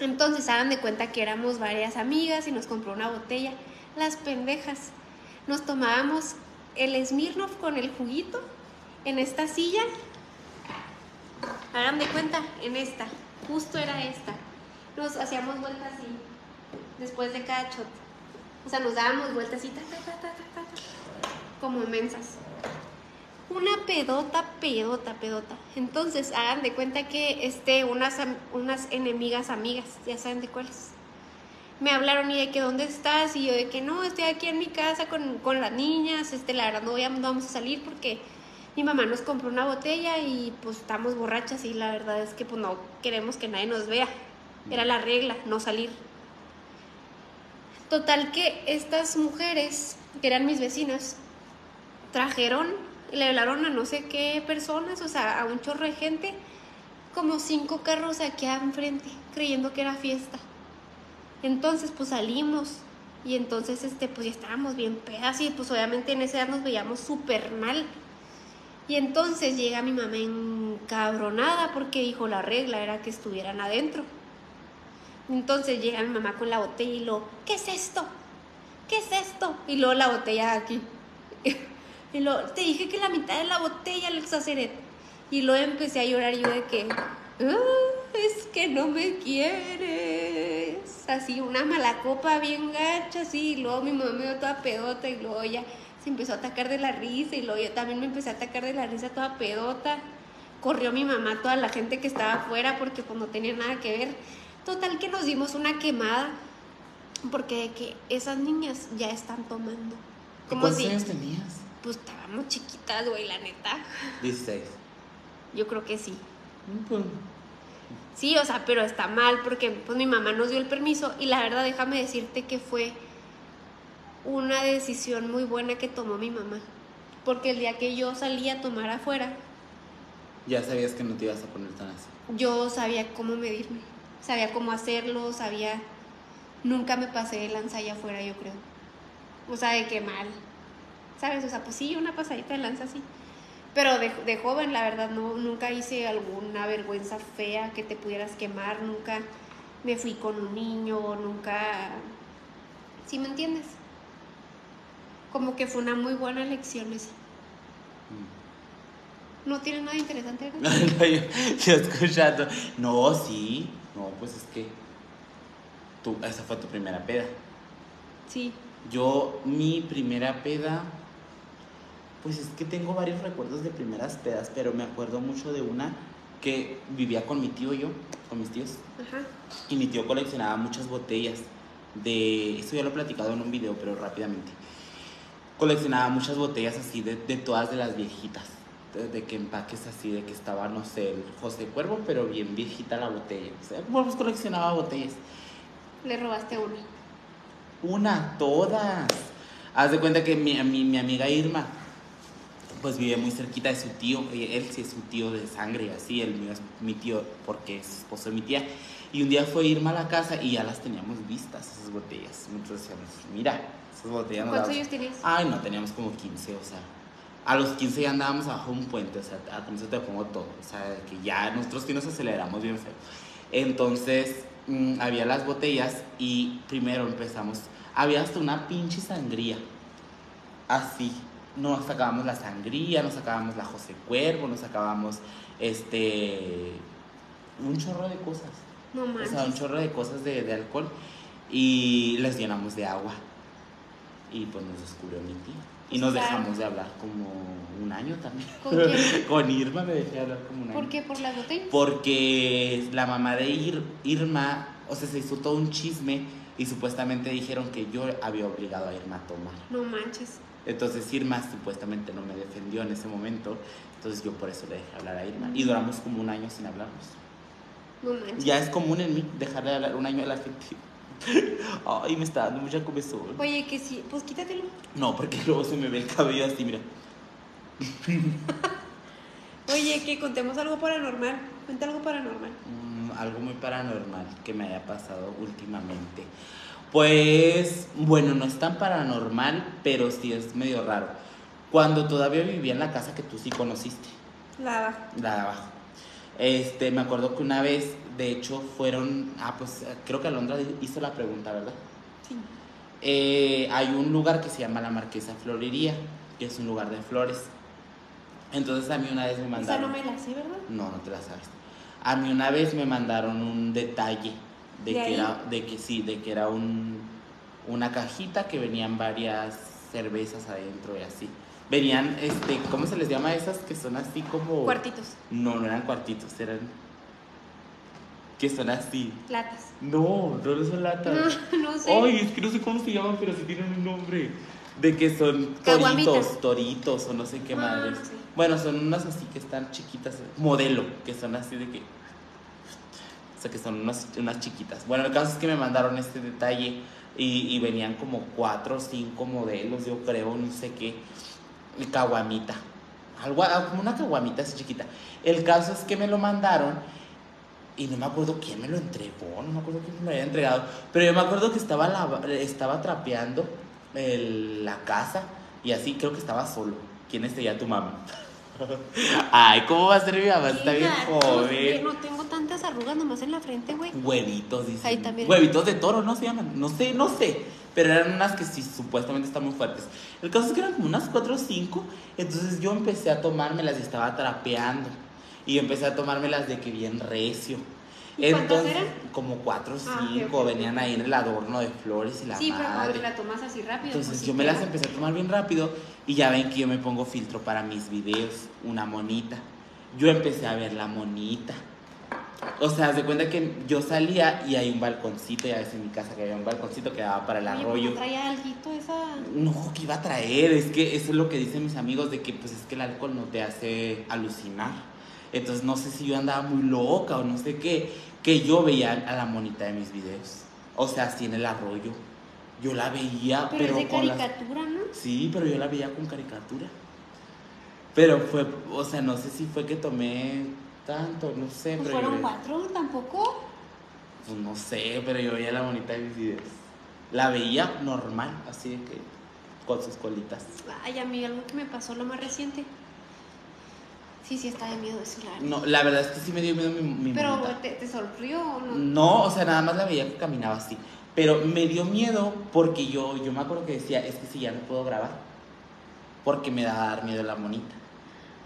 B: entonces hagan de cuenta que éramos varias amigas y nos compró una botella. Las pendejas. Nos tomábamos el Smirnoff con el juguito en esta silla. Hagan de cuenta, en esta. Justo era esta. Nos hacíamos vueltas así, después de cada shot. O sea, nos dábamos vueltas así, ta, ta, ta, ta, ta, ta, ta, como mensas. Una pedota, pedota, pedota. Entonces, hagan de cuenta que este, unas, am- unas enemigas amigas, ya saben de cuáles. Me hablaron y de que dónde estás y yo de que no, estoy aquí en mi casa con, con las niñas, este, la verdad no, voy a- no vamos a salir porque mi mamá nos compró una botella y pues estamos borrachas y la verdad es que pues no queremos que nadie nos vea. Era la regla, no salir. Total que estas mujeres, que eran mis vecinas, trajeron, le hablaron a no sé qué personas, o sea, a un chorro de gente, como cinco carros aquí enfrente, creyendo que era fiesta. Entonces, pues salimos y entonces, este, pues ya estábamos bien pedas y pues obviamente en esa edad nos veíamos súper mal. Y entonces llega mi mamá encabronada porque dijo la regla era que estuvieran adentro. Entonces llega mi mamá con la botella y lo, ¿qué es esto? ¿Qué es esto? Y luego la botella aquí. Y lo, te dije que la mitad de la botella le exaceré. Y luego empecé a llorar yo de que, "Ah, es que no me quieres. Así, una mala copa bien gacha, así. Y luego mi mamá me dio toda pedota y luego ella se empezó a atacar de la risa y luego yo también me empecé a atacar de la risa toda pedota. Corrió mi mamá, toda la gente que estaba afuera porque pues no tenía nada que ver. Total que nos dimos una quemada porque de que esas niñas ya están tomando. Como
C: ¿Cuántos
B: si
C: años tenías?
B: pues estábamos chiquitas, güey, la neta.
C: 16.
B: Yo creo que sí.
C: Mm, pues,
B: Sí, o sea, pero está mal porque pues mi mamá nos dio el permiso y la verdad déjame decirte que fue una decisión muy buena que tomó mi mamá. Porque el día que yo salí a tomar afuera,
C: Ya sabías que no te ibas a poner tan así.
B: yo sabía cómo medirme, sabía cómo hacerlo, sabía... Nunca me pasé de lanza allá afuera, yo creo. O sea, de qué mal. ¿Sabes? O sea, pues sí, una pasadita de lanza sí. Pero de, de joven, la verdad, no, nunca hice alguna vergüenza fea que te pudieras quemar, nunca me fui con un niño, nunca... ¿Sí me entiendes? Como que fue una muy buena lección esa. No tiene nada interesante, ¿verdad?
C: yo, yo escuchando. No, sí. No, pues es que. Tú, esa fue tu primera peda.
B: Sí.
C: Yo, mi primera peda. Pues es que tengo varios recuerdos de primeras pedas, pero me acuerdo mucho de una que vivía con mi tío y yo, con mis tíos.
B: Ajá.
C: Y mi tío coleccionaba muchas botellas de. Esto ya lo he platicado en un video, pero rápidamente. Coleccionaba muchas botellas así de, de todas de las viejitas. De, de que empaques así, de que estaba, no sé, el José Cuervo, pero bien viejita la botella. O sea, bueno, pues coleccionaba botellas.
B: Le robaste una.
C: Una, todas. Haz de cuenta que mi, mi, mi amiga Irma, pues vive muy cerquita de su tío. Eh, Él sí es un tío de sangre, así. El mío es mi tío porque es esposo de mi tía. Y un día fue Irma a la casa y ya las teníamos vistas, esas botellas. Muchos decíamos, mira, esas botellas no las
B: ¿Cuántos años tienes?
C: Ay, no, teníamos como 15, o sea. A los 15 ya andábamos abajo de un puente, o sea, a- con eso te pongo todo. O sea, que ya nosotros sí nos aceleramos bien feo. Entonces, mm, había las botellas y primero empezamos. Había hasta una pinche sangría. Así. Nos sacábamos la sangría, nos sacábamos la José Cuervo, nos sacábamos este. un chorro de cosas.
B: No
C: O sea, un
B: manches.
C: chorro de cosas de, de alcohol y las llenamos de agua. Y pues nos descubrió mi tía. Y nos
B: O sea-
C: dejamos de hablar como un año también.
B: ¿Con quién?
C: Con Irma me dejé de hablar como un año.
B: ¿Por qué? ¿Por las botellas?
C: Porque la mamá de Ir- Irma, o sea, se hizo todo un chisme y supuestamente dijeron que yo había obligado a Irma a tomar.
B: No manches.
C: Entonces Irma supuestamente no me defendió en ese momento. Entonces yo por eso le dejé hablar a Irma. Y duramos como un año sin hablarnos.
B: No manches.
C: Ya es común en mí dejarle hablar un año a la gente. Ay, me está dando mucha comezón.
B: Oye, que sí. Pues quítatelo.
C: No, porque luego se me ve el cabello así, mira.
B: Oye, que contemos algo paranormal. Cuenta algo paranormal.
C: Mm, algo muy paranormal que me haya pasado últimamente. Pues, bueno, no es tan paranormal, pero sí es medio raro. Cuando todavía vivía en la casa que tú sí conociste,
B: Nada.
C: la de abajo. Este, me acuerdo que una vez, de hecho, fueron. Ah, pues creo que Alondra hizo la pregunta, ¿verdad?
B: Sí.
C: Eh, hay un lugar que se llama la Marquesa Florería, que es un lugar de flores. Entonces a mí una vez me
B: Esa no
C: mandaron...
B: me la sé, ¿verdad?
C: No, no te la sabes. A mí una vez me mandaron un detalle
B: ¿De
C: de, que
B: ahí?
C: era, de que sí, de que era un, una cajita que venían varias cervezas adentro y así. Venían, este, ¿cómo se les llama a esas que son así como?
B: Cuartitos.
C: No, no eran cuartitos, eran que son así.
B: Latas.
C: No, no son latas.
B: No, no sé.
C: Ay, es que no sé cómo se llaman, pero sí tienen un nombre. De que son
B: Caguamitas.
C: toritos, toritos o no sé qué
B: Ah,
C: madres.
B: sí.
C: Bueno, son unas así que están chiquitas, modelo, que son así de que. O sea, que son unas, unas chiquitas. Bueno, el caso es que me mandaron este detalle y, y venían como cuatro o cinco modelos, yo creo, no sé qué. Y caguamita. Algo, ah, como una caguamita así chiquita. El caso es que me lo mandaron y no me acuerdo quién me lo entregó, no me acuerdo quién me lo había entregado, pero yo me acuerdo que estaba, lava- estaba trapeando el- la casa y así creo que estaba solo. ¿Quién es ella? Tu mamá. Ay, ¿cómo va a ser mi mamá?
B: Qué
C: Está bien
B: gatos,
C: joven.
B: No tengo tantas arrugas nomás en la frente, güey.
C: Huevitos, dice.
B: Ahí también.
C: Huevitos de toro, ¿no se llaman? No sé, no sé. Pero eran unas que sí, supuestamente están muy fuertes. El caso es que eran como unas 4 o 5. Entonces yo empecé a tomármelas y estaba trapeando. Y empecé a tomármelas de que bien recio.
B: ¿Y cuántas eran?
C: Como 4 o 5.
B: Ah, ok, ok,
C: Venían ahí en el adorno de flores y la
B: sí, pero
C: madre.
B: cuando te la tomas así rápido.
C: Entonces
B: pues,
C: yo
B: sí
C: me
B: te
C: las
B: da.
C: empecé a tomar bien rápido y ya ven que yo me pongo filtro para mis videos, una monita. Yo empecé a ver la monita. O sea, se cuenta que yo salía y hay un balconcito, ya ves en mi casa que había un balconcito que daba para el
B: Oye,
C: arroyo.
B: ¿cómo traía alguito esa.
C: No, que iba a traer, es que eso es lo que dicen mis amigos de que pues es que el alcohol no te hace alucinar. Entonces no sé si yo andaba muy loca o no sé qué, que yo veía a la monita de mis videos. O sea, así en el arroyo. Yo la veía,
B: Pero,
C: pero,
B: es de
C: con las
B: caricatura, ¿no?
C: Sí, pero yo la veía con caricatura. Pero fue, o sea, no sé si fue que tomé tanto, no sé,
B: Pues
C: pero yo,
B: fueron
C: veía-
B: cuatro tampoco.
C: pues no sé, pero yo veía la bonita de mis videos. La veía normal, así de que con sus colitas.
B: Ay, a mí algo que me pasó lo más reciente. Sí, sí, está de miedo eso, la verdad.
C: No, la verdad es que sí me dio miedo mi, mi
B: Pero
C: monita.
B: ¿te, te sonrió o no?
C: No, o sea, nada más la veía que caminaba así. Pero me dio miedo porque yo, yo me acuerdo que decía, es que si ya no puedo grabar, porque me da dar miedo la monita.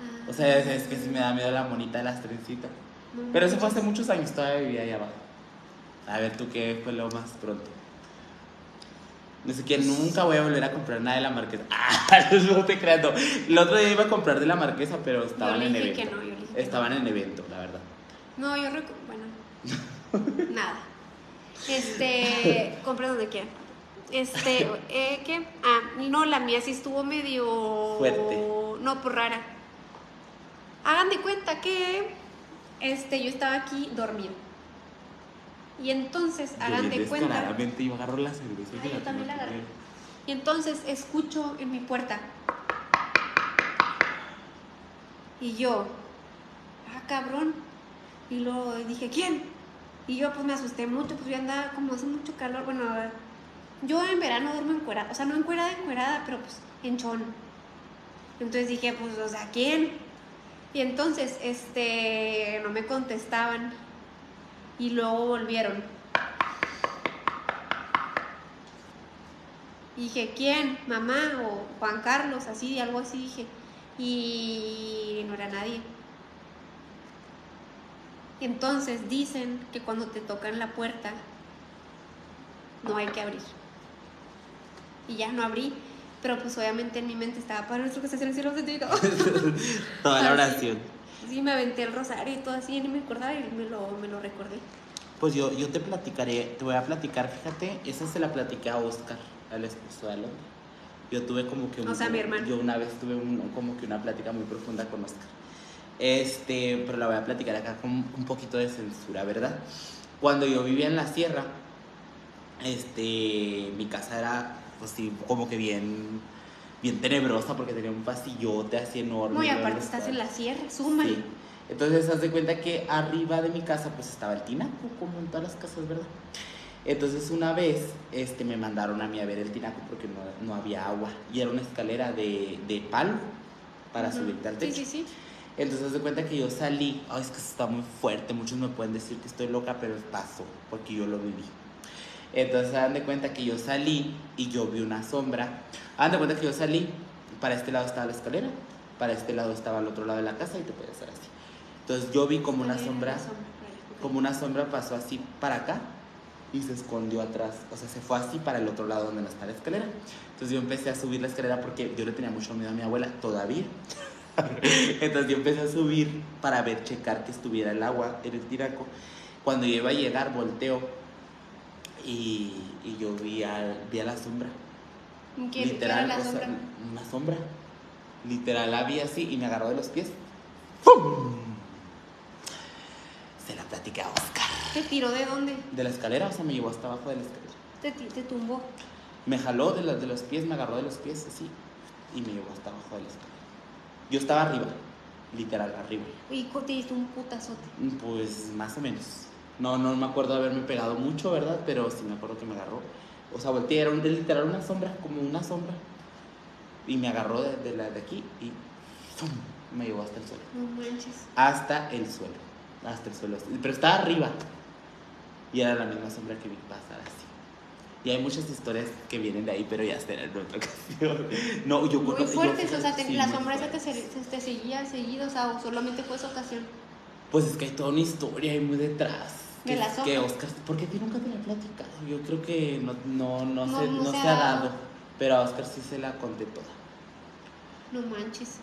B: Ah,
C: O sea, es, es que sí me da miedo la monita de las trencitas.
B: no
C: Pero eso fue hace
B: manches.
C: muchos años, todavía vivía ahí abajo. A ver, tú qué fue lo más pronto. No sé
B: Pues
C: qué, nunca voy a volver a comprar nada de la marquesa. Ah, no te creas, no. El otro día iba a comprar de la marquesa, pero
B: Yo
C: estaban
B: le
C: en
B: dije
C: evento.
B: que no, yo le dije
C: Estaban en evento, la verdad.
B: No, yo recu... Bueno, nada. Este, compra donde quieran. Este, eh, ¿qué? Ah, no, la mía sí estuvo medio...
C: Fuerte.
B: No, por rara. Hagan de cuenta que este, yo estaba aquí dormida. Y entonces, hagan de cuenta...
C: Claramente yo agarro la cerveza. y
B: Ah,
C: se
B: yo
C: la
B: también la
C: tengo que
B: agarré.
C: ver.
B: Y entonces escucho en mi puerta. Y yo, ah, cabrón. Y luego dije, ¿quién? Y yo pues me asusté mucho, pues yo andaba como hace mucho calor. Bueno, yo en verano duermo encuerada, o sea, no encuerada, encuerada, pero pues en chón. Entonces dije, pues, o sea, ¿quién? Y entonces, este, no me contestaban. Y luego volvieron. Y dije, ¿quién? ¿Mamá? ¿O Juan Carlos? Así, algo así dije. Y no era nadie. Entonces dicen que cuando te tocan la puerta, no hay que abrir. Y ya no abrí. Pero pues obviamente en mi mente estaba para nuestro que se hace en el cielo bendito". Ah,
C: Toda la
B: sí.
C: oración.
B: Sí, me aventé el rosario y todo así, y ni me acordaba y me lo, me lo recordé.
C: Pues yo, yo te platicaré, te voy a platicar, fíjate, esa se la platiqué a Oscar, al esposo de Alondra. Yo tuve como que
B: O sea, mi hermano.
C: Yo una vez tuve un- como que una plática muy profunda con Oscar. Este, pero la voy a platicar acá con un poquito de censura, ¿verdad? Cuando yo vivía en la sierra, este, mi casa era pues sí, como que bien bien tenebrosa porque tenía un pasillote así enorme.
B: Muy
C: y luego
B: aparte
C: los
B: estás en la sierra,
C: Sí.
B: súmale.
C: Entonces, haz de cuenta que arriba de mi casa, pues estaba el tinaco, como en todas las casas, ¿verdad? Entonces, una vez este, me mandaron a mí a ver el tinaco porque no, no había agua y era una escalera de, de palo para
B: Ujú.
C: subirte al techo.
B: Sí, sí, sí.
C: Entonces, haz de cuenta que yo salí. Ay, es que eso está muy fuerte. Muchos me pueden decir que estoy loca, pero pasó porque yo lo viví. Entonces, hagan de cuenta que yo salí y yo vi una sombra. Hagan de cuenta que yo salí. Para este lado estaba la escalera, para este lado estaba el otro lado de la casa y te puedes hacer así. Entonces, yo vi como una
B: Ay,
C: sombra,
B: una ok.
C: como una sombra pasó así para acá y se escondió atrás. O sea, se fue así para el otro lado donde no está la escalera. Entonces, yo empecé a subir la escalera porque yo le tenía mucho miedo a mi abuela todavía. Entonces yo empecé a subir para ver, checar que estuviera el agua en el tiraco. Cuando yo iba a llegar, volteo y, y yo vi a, vi a la sombra.
B: ¿Qué- qué era la
C: o sea,
B: sombra?
C: una sombra. Literal, la vi así y me agarró de los pies. ¡Fum! Se la platiqué a Oscar.
B: ¿Te tiró de dónde?
C: De la escalera, o sea, me llevó hasta abajo de la escalera.
B: Te, ti- te tumbó.
C: Me jaló de, la- de los pies, me agarró de los pies así y me llevó hasta abajo de la escalera. Yo estaba arriba, literal, arriba.
B: Y co- te hizo un putazote.
C: Pues más o menos. No, no me acuerdo de haberme pegado mucho, ¿verdad? Pero sí me acuerdo que me agarró. O sea, volteé, era un- literal una sombra, como una sombra. Y me agarró de, de la de aquí y ¡zum! me llevó hasta el suelo.
B: No manches.
C: Hasta el suelo. Hasta el suelo. Pero estaba arriba. Y era la misma sombra que vi pasar así. Y hay muchas historias que vienen de ahí, pero ya será en otra ocasión. No, yo
B: Muy
C: conozco- yo-
B: fuertes, o sea, te-
C: sí,
B: la
C: muy
B: sombra esa te,
C: fuertes.
B: se- se- te seguía seguido, o sea, o solamente fue esa ocasión.
C: Pues es que hay toda una historia ahí muy detrás.
B: De
C: que,
B: la sombra.
C: que Oscar, ¿por qué a ti nunca te la he platicado? Yo creo que no, no, no,
B: No,
C: se,
B: no
C: no
B: se
C: se
B: ha
C: ha
B: dado.
C: dado. Pero a Oscar sí se la conté toda.
B: No manches.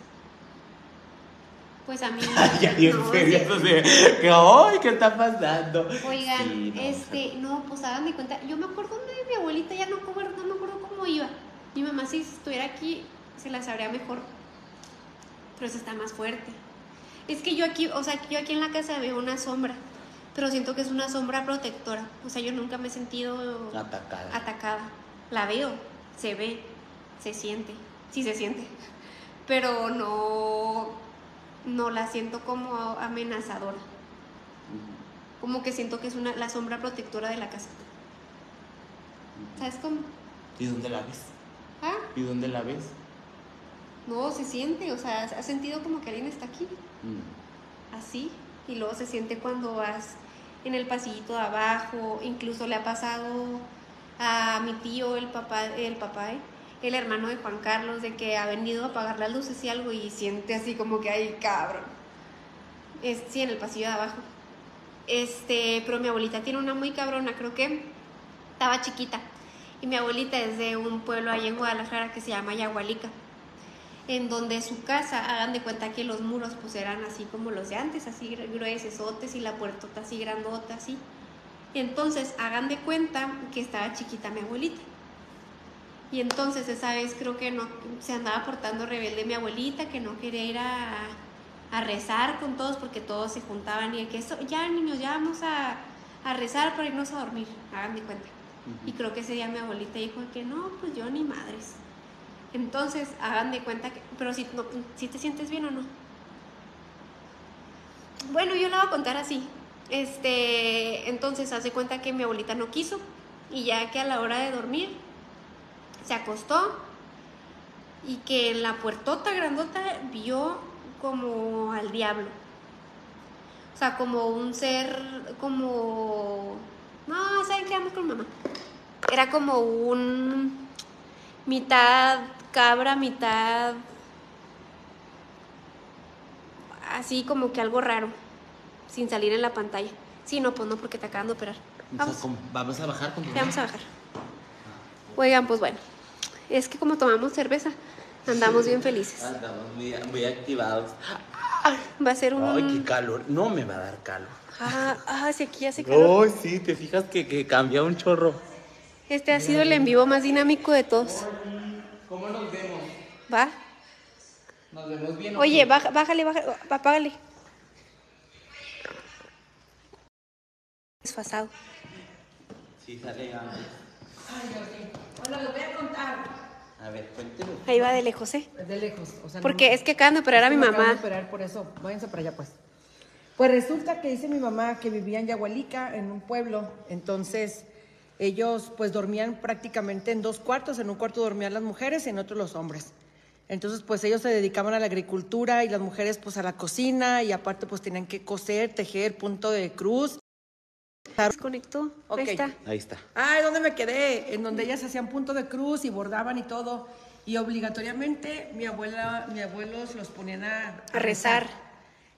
B: Pues a mí.
C: ya, y en
B: no,
C: serio,
B: sí.
C: o sea, que, ¡ay! ¿Qué está pasando?
B: Oigan,
C: Sí, no,
B: este, no, pues háganme cuenta. Yo me acuerdo una de mi abuelita, ya no, como- no me acuerdo cómo iba. Mi mamá, si estuviera aquí, se la sabría mejor. Pero esa está más fuerte. Es que yo aquí, o sea, yo aquí en la casa veo una sombra, pero siento que es una sombra protectora. O sea, yo nunca me he sentido
C: Ah. Atacada.
B: atacada. La veo, se ve, se siente, sí se siente, pero no, no la siento como amenazadora.
C: Ujú,
B: Como que siento que es una, la sombra protectora de la casa.
C: ujú.
B: ¿Sabes cómo?
C: ¿Y dónde la ves?
B: Ah,
C: ¿Y dónde la ves?
B: no, se siente, o sea, has sentido como que alguien está aquí,
C: Mm,
B: así, y luego se siente cuando vas en el pasillito de abajo, incluso le ha pasado a mi tío, el papá, el papá, ¿eh? el hermano de Juan Carlos, de que ha venido a apagar las luces y algo y siente así como que, ay, cabrón. Es, sí, en el pasillo de abajo. Este, pero mi abuelita tiene una muy cabrona, creo que estaba chiquita. Y mi abuelita es de un pueblo ahí en Guadalajara que se llama Yagualica. en donde su casa, hagan de cuenta que los muros pues eran así como los de antes, así gruesesotes y la puertota así grandota, así. Entonces, hagan de cuenta que estaba chiquita mi abuelita. Y entonces esa vez creo que no se andaba portando rebelde mi abuelita, que no quería ir a, a rezar con todos porque todos se juntaban y que eso, ya niños, ya vamos a, a rezar para irnos a dormir, hagan de cuenta. Y creo que ese día mi abuelita dijo que no, pues yo ni madres. Entonces, hagan de cuenta que. Pero si, no, si te sientes bien o no. Bueno, yo la voy a contar así. Este, entonces hace cuenta que mi abuelita no quiso. Y ya que a la hora de dormir, se acostó. Y que en la puertota grandota vio como al diablo. O sea, como un ser, como. No, ¿saben qué? Vamos con mamá. Era como un. mitad cabra, mitad. Así como que algo raro. Sin salir en la pantalla. Sí, no, pues no, porque te acaban de operar. Vamos,
C: Entonces, ¿cómo? Vamos a bajar con tu
B: ya vamos a bajar. Oigan, pues bueno. Es que como tomamos cerveza, andamos bien felices.
C: Andamos Ah, muy, muy activados.
B: Va a ser un.
C: Ay, qué calor. No me va a dar calor.
B: Ah, ah, sí, aquí hace calor.
C: Ay, sí, te fijas que, que cambia un chorro.
B: Este ha sido el en vivo más dinámico de todos.
C: ¿Cómo nos vemos?
B: ¿Va?
C: ¿Nos vemos bien
B: Oye, baja- bájale, bájale, apágale. Desfasado.
C: Sí, sale antes.
E: Bueno, les voy a contar
C: A ver, cuéntelo.
B: Ahí va de lejos, ¿eh?
E: de lejos. O sea,
B: Porque es que acaban de operar a mi
E: me acaban de
B: mamá.
E: operar por eso. Váyanse para allá, pues. Pues resulta que dice mi mamá que vivía en Yagualica, en un pueblo. Entonces, ellos pues dormían prácticamente en dos cuartos. En un cuarto dormían las mujeres y en otro los hombres. Entonces, pues ellos se dedicaban a la agricultura y las mujeres pues a la cocina y aparte pues tenían que coser, tejer, punto de cruz.
B: Desconectó.
E: Ok.
B: Ahí está.
C: Ahí está.
E: Ay, ¿dónde me quedé? En donde ellas hacían punto de cruz y bordaban y todo. Y obligatoriamente mi abuela, mi abuelo se los ponían a,
B: A rezar.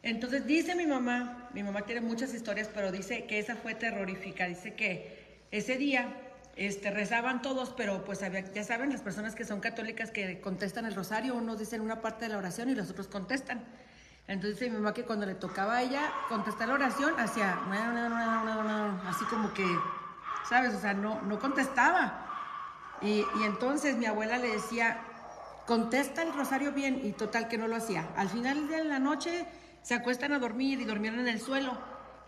E: Entonces dice mi mamá, mi mamá tiene muchas historias, pero dice que esa fue terrorífica. Dice que ese día este, rezaban todos, pero pues había- ya saben, las personas que son católicas que contestan el rosario, unos dicen una parte de la oración y los otros contestan. Entonces dice mi mamá que cuando le tocaba a ella contestar la oración, hacía, "No, no, no, no, no, no", así como que, ¿sabes? O sea, no, no contestaba. Y, y entonces mi abuela le decía, contesta el rosario bien, y total que no lo hacía. Al final de la noche se acuestan a dormir y dormían en el suelo.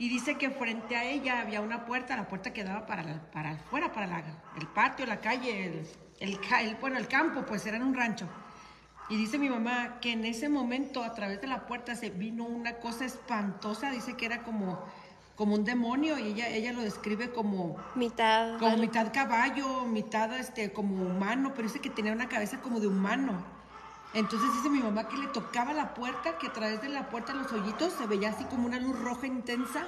E: Y dice que frente a ella había una puerta, la puerta que daba para, la- para afuera, para la- el patio, la calle, el, el ca- el- bueno, el campo, pues era en un rancho. Y dice mi mamá que en ese momento a través de la puerta se vino una cosa espantosa, dice que era como, como un demonio y ella, ella lo describe como,
B: Mitad.
E: como mitad caballo, mitad este, como humano, pero dice que tenía una cabeza como de humano. Entonces dice mi mamá que le tocaba la puerta, que a través de la puerta los hoyitos se veía así como una luz roja intensa.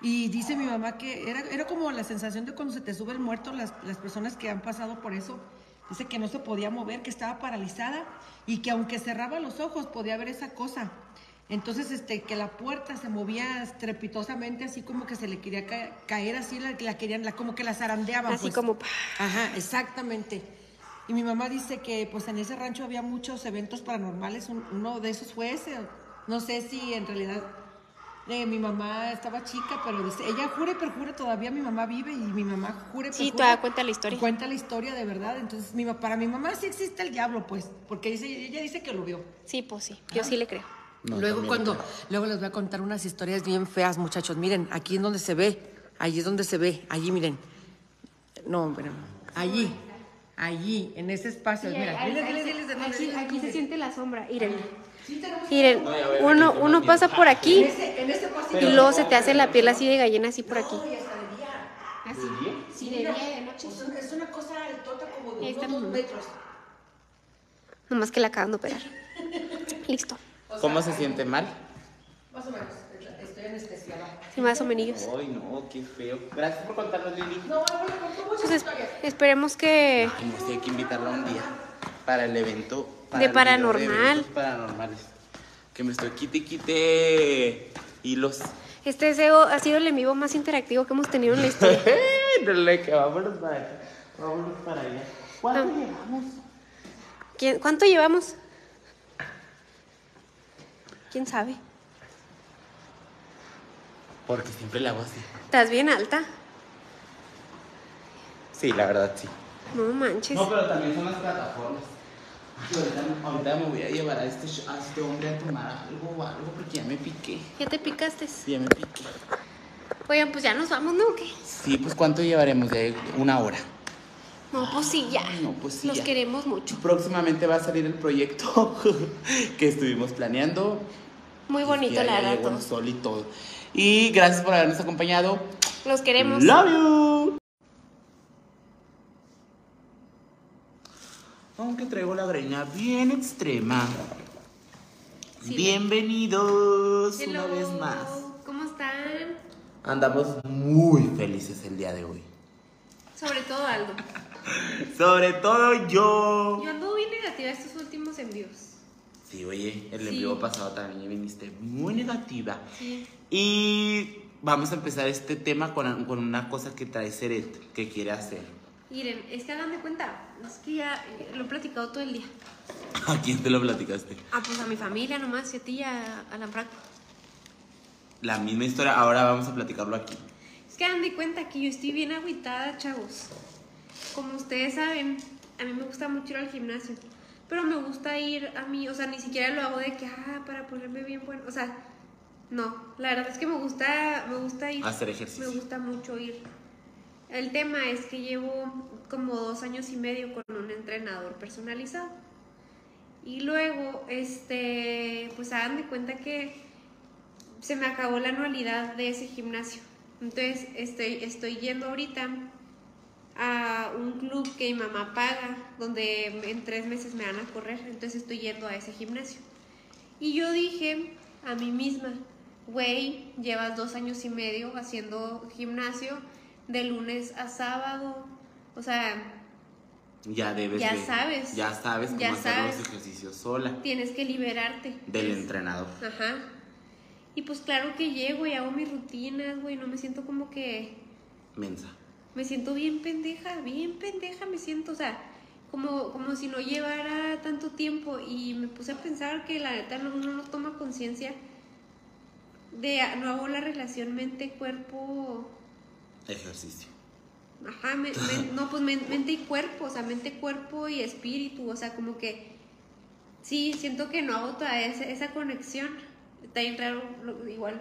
E: Y dice mi mamá que era, era como la sensación de cuando se te sube el muerto, las, las personas que han pasado por eso. Dice que no se podía mover, que estaba paralizada y que aunque cerraba los ojos podía ver esa cosa. Entonces, este, que la puerta se movía estrepitosamente, así como que se le quería ca- caer, así la, la querían, la, como que la zarandeaban.
B: Así
E: pues.
B: como, pa.
E: Ajá, exactamente. Y mi mamá dice que pues en ese rancho había muchos eventos paranormales, un- uno de esos fue ese. No sé si en realidad eh, mi mamá estaba chica, pero dice, ella jura y perjura, todavía mi mamá vive y mi mamá jura y
B: Sí,
E: perjura.
B: todavía cuenta la historia.
E: Cuenta la historia de verdad, entonces mi, ma- para mi mamá sí existe el diablo, pues, porque dice, ella dice que lo vio.
B: Sí, pues sí. Yo sí le creo.
E: luego cuando, luego les voy a contar unas historias bien feas, muchachos. Miren, aquí es donde se ve, allí es donde se ve, allí miren. No, hombre, allí, allí, en ese espacio. Mira, diles, diles, diles de dónde,
B: Aquí,
E: diles
B: aquí se
E: dónde.
B: siente la sombra. Miren.
E: Sí tenemos-
B: Miren. Uno, uno pasa por
E: En
B: aquí
E: ese, en ese pasillo.
B: y luego se te hace la piel así de gallina, así por aquí.
E: No, y hasta de día.
B: Así. Sí, de
E: Mira,
B: día, de noche.
E: Es una, es una cosa altota como
B: Ahí
E: de
B: está
E: unos
B: mi mamá.
E: dos metros.
B: Nomás que la acaban de operar. Listo.
C: ¿Cómo se siente mal?
E: Más o menos, estoy anestesiada.
B: Sí, más o menos.
C: Ay, no, qué feo. Gracias por contarnos, Lili.
E: No, no, le contó muchas
B: Pues es-
E: historias.
B: esperemos que
C: Ay, no sé, hay que invitarla un día para el evento.
B: De
C: el video
B: paranormal.
C: eventos paranormales. Que me estoy quite, y quite hilos.
B: este deseo ha sido el en vivo más interactivo que hemos tenido en la historia.
C: Dale, que vámonos para acá. Vámonos para allá. ¿Cuánto
B: Ah.
C: llevamos?
B: ¿Quién- ¿Cuánto llevamos? ¿Quién sabe?
C: Porque siempre la hago así.
B: Estás bien alta.
A: Sí, la verdad, sí.
B: No manches.
C: No, pero también son las plataformas. Ay, Ahorita, ahorita me voy a llevar a este, sh- a este hombre a tomar algo o algo porque ya me piqué.
B: Ya te picaste.
C: Sí, ya me piqué.
B: Oigan, pues ya nos vamos, ¿no? ¿O qué?
C: Sí, pues ¿cuánto llevaremos? Ya una hora.
B: No, pues sí, ya.
C: No, pues sí,
B: Los
C: ya.
B: queremos mucho.
C: Próximamente va a salir el proyecto que estuvimos planeando.
B: Muy
C: Y
B: bonito,
C: ya-
B: la
C: ya
B: verdad.
C: llegó el
B: todos.
C: sol y todo. Y gracias por habernos acompañado.
B: Los queremos.
C: Love you. Aunque traigo la greña bien extrema.
B: Sí.
C: Bienvenidos
B: Hello.
C: una vez más.
B: ¿Cómo están?
C: Andamos muy felices el día de hoy.
B: Sobre todo algo.
C: Sobre todo yo.
B: Yo ando bien negativa estos últimos envíos.
C: Sí, oye, el
B: Sí.
C: envío pasado también viniste muy negativa.
B: Sí.
C: Y vamos a empezar este tema con, con una cosa que trae Seret, que quiere hacer.
B: Miren, es que hagan de cuenta. Es que ya eh, lo he platicado todo el día.
C: ¿A quién te lo platicaste?
B: Ah, pues a mi familia nomás, y a ti y a, a la Franco.
C: La misma historia, ahora vamos a platicarlo aquí.
B: Es que hagan de cuenta que yo estoy bien agüitada, chavos. Como ustedes saben, a mí me gusta mucho ir al gimnasio. Pero me gusta ir a mí, o sea, ni siquiera lo hago de que, ah, para ponerme bien bueno. O sea, no. La verdad es que me gusta, me gusta ir.
C: Hacer ejercicio.
B: Me gusta mucho ir. El tema es que llevo como dos años y medio con un entrenador personalizado. Y luego, este, pues hagan de cuenta que se me acabó la anualidad de ese gimnasio. Entonces estoy, estoy yendo ahorita a un club que mi mamá paga, donde en tres meses me van a correr. Entonces estoy yendo a ese gimnasio. Y yo dije a mí misma, güey, llevas dos años y medio haciendo gimnasio de lunes a sábado. O sea,
C: Ya debes
B: Ya
C: de-
B: sabes.
C: Ya sabes cómo
B: Ya
C: hacer los
B: sabes.
C: ejercicios sola.
B: tienes que liberarte.
C: Del
B: Es-
C: entrenador.
B: Ajá. Y pues claro que llego y hago mis rutinas, güey, no me siento como que...
C: Mensa.
B: Me siento bien pendeja, bien pendeja me siento, o sea, como, como si no llevara tanto tiempo y me puse a pensar que la neta no, uno no toma conciencia de, no hago la relación mente-cuerpo,
C: Ejercicio.
B: ajá, me- me- no, pues men- mente y cuerpo, o sea, mente, cuerpo y espíritu, o sea, como que sí, siento que no hago toda esa, esa conexión, está bien raro, lo- igual,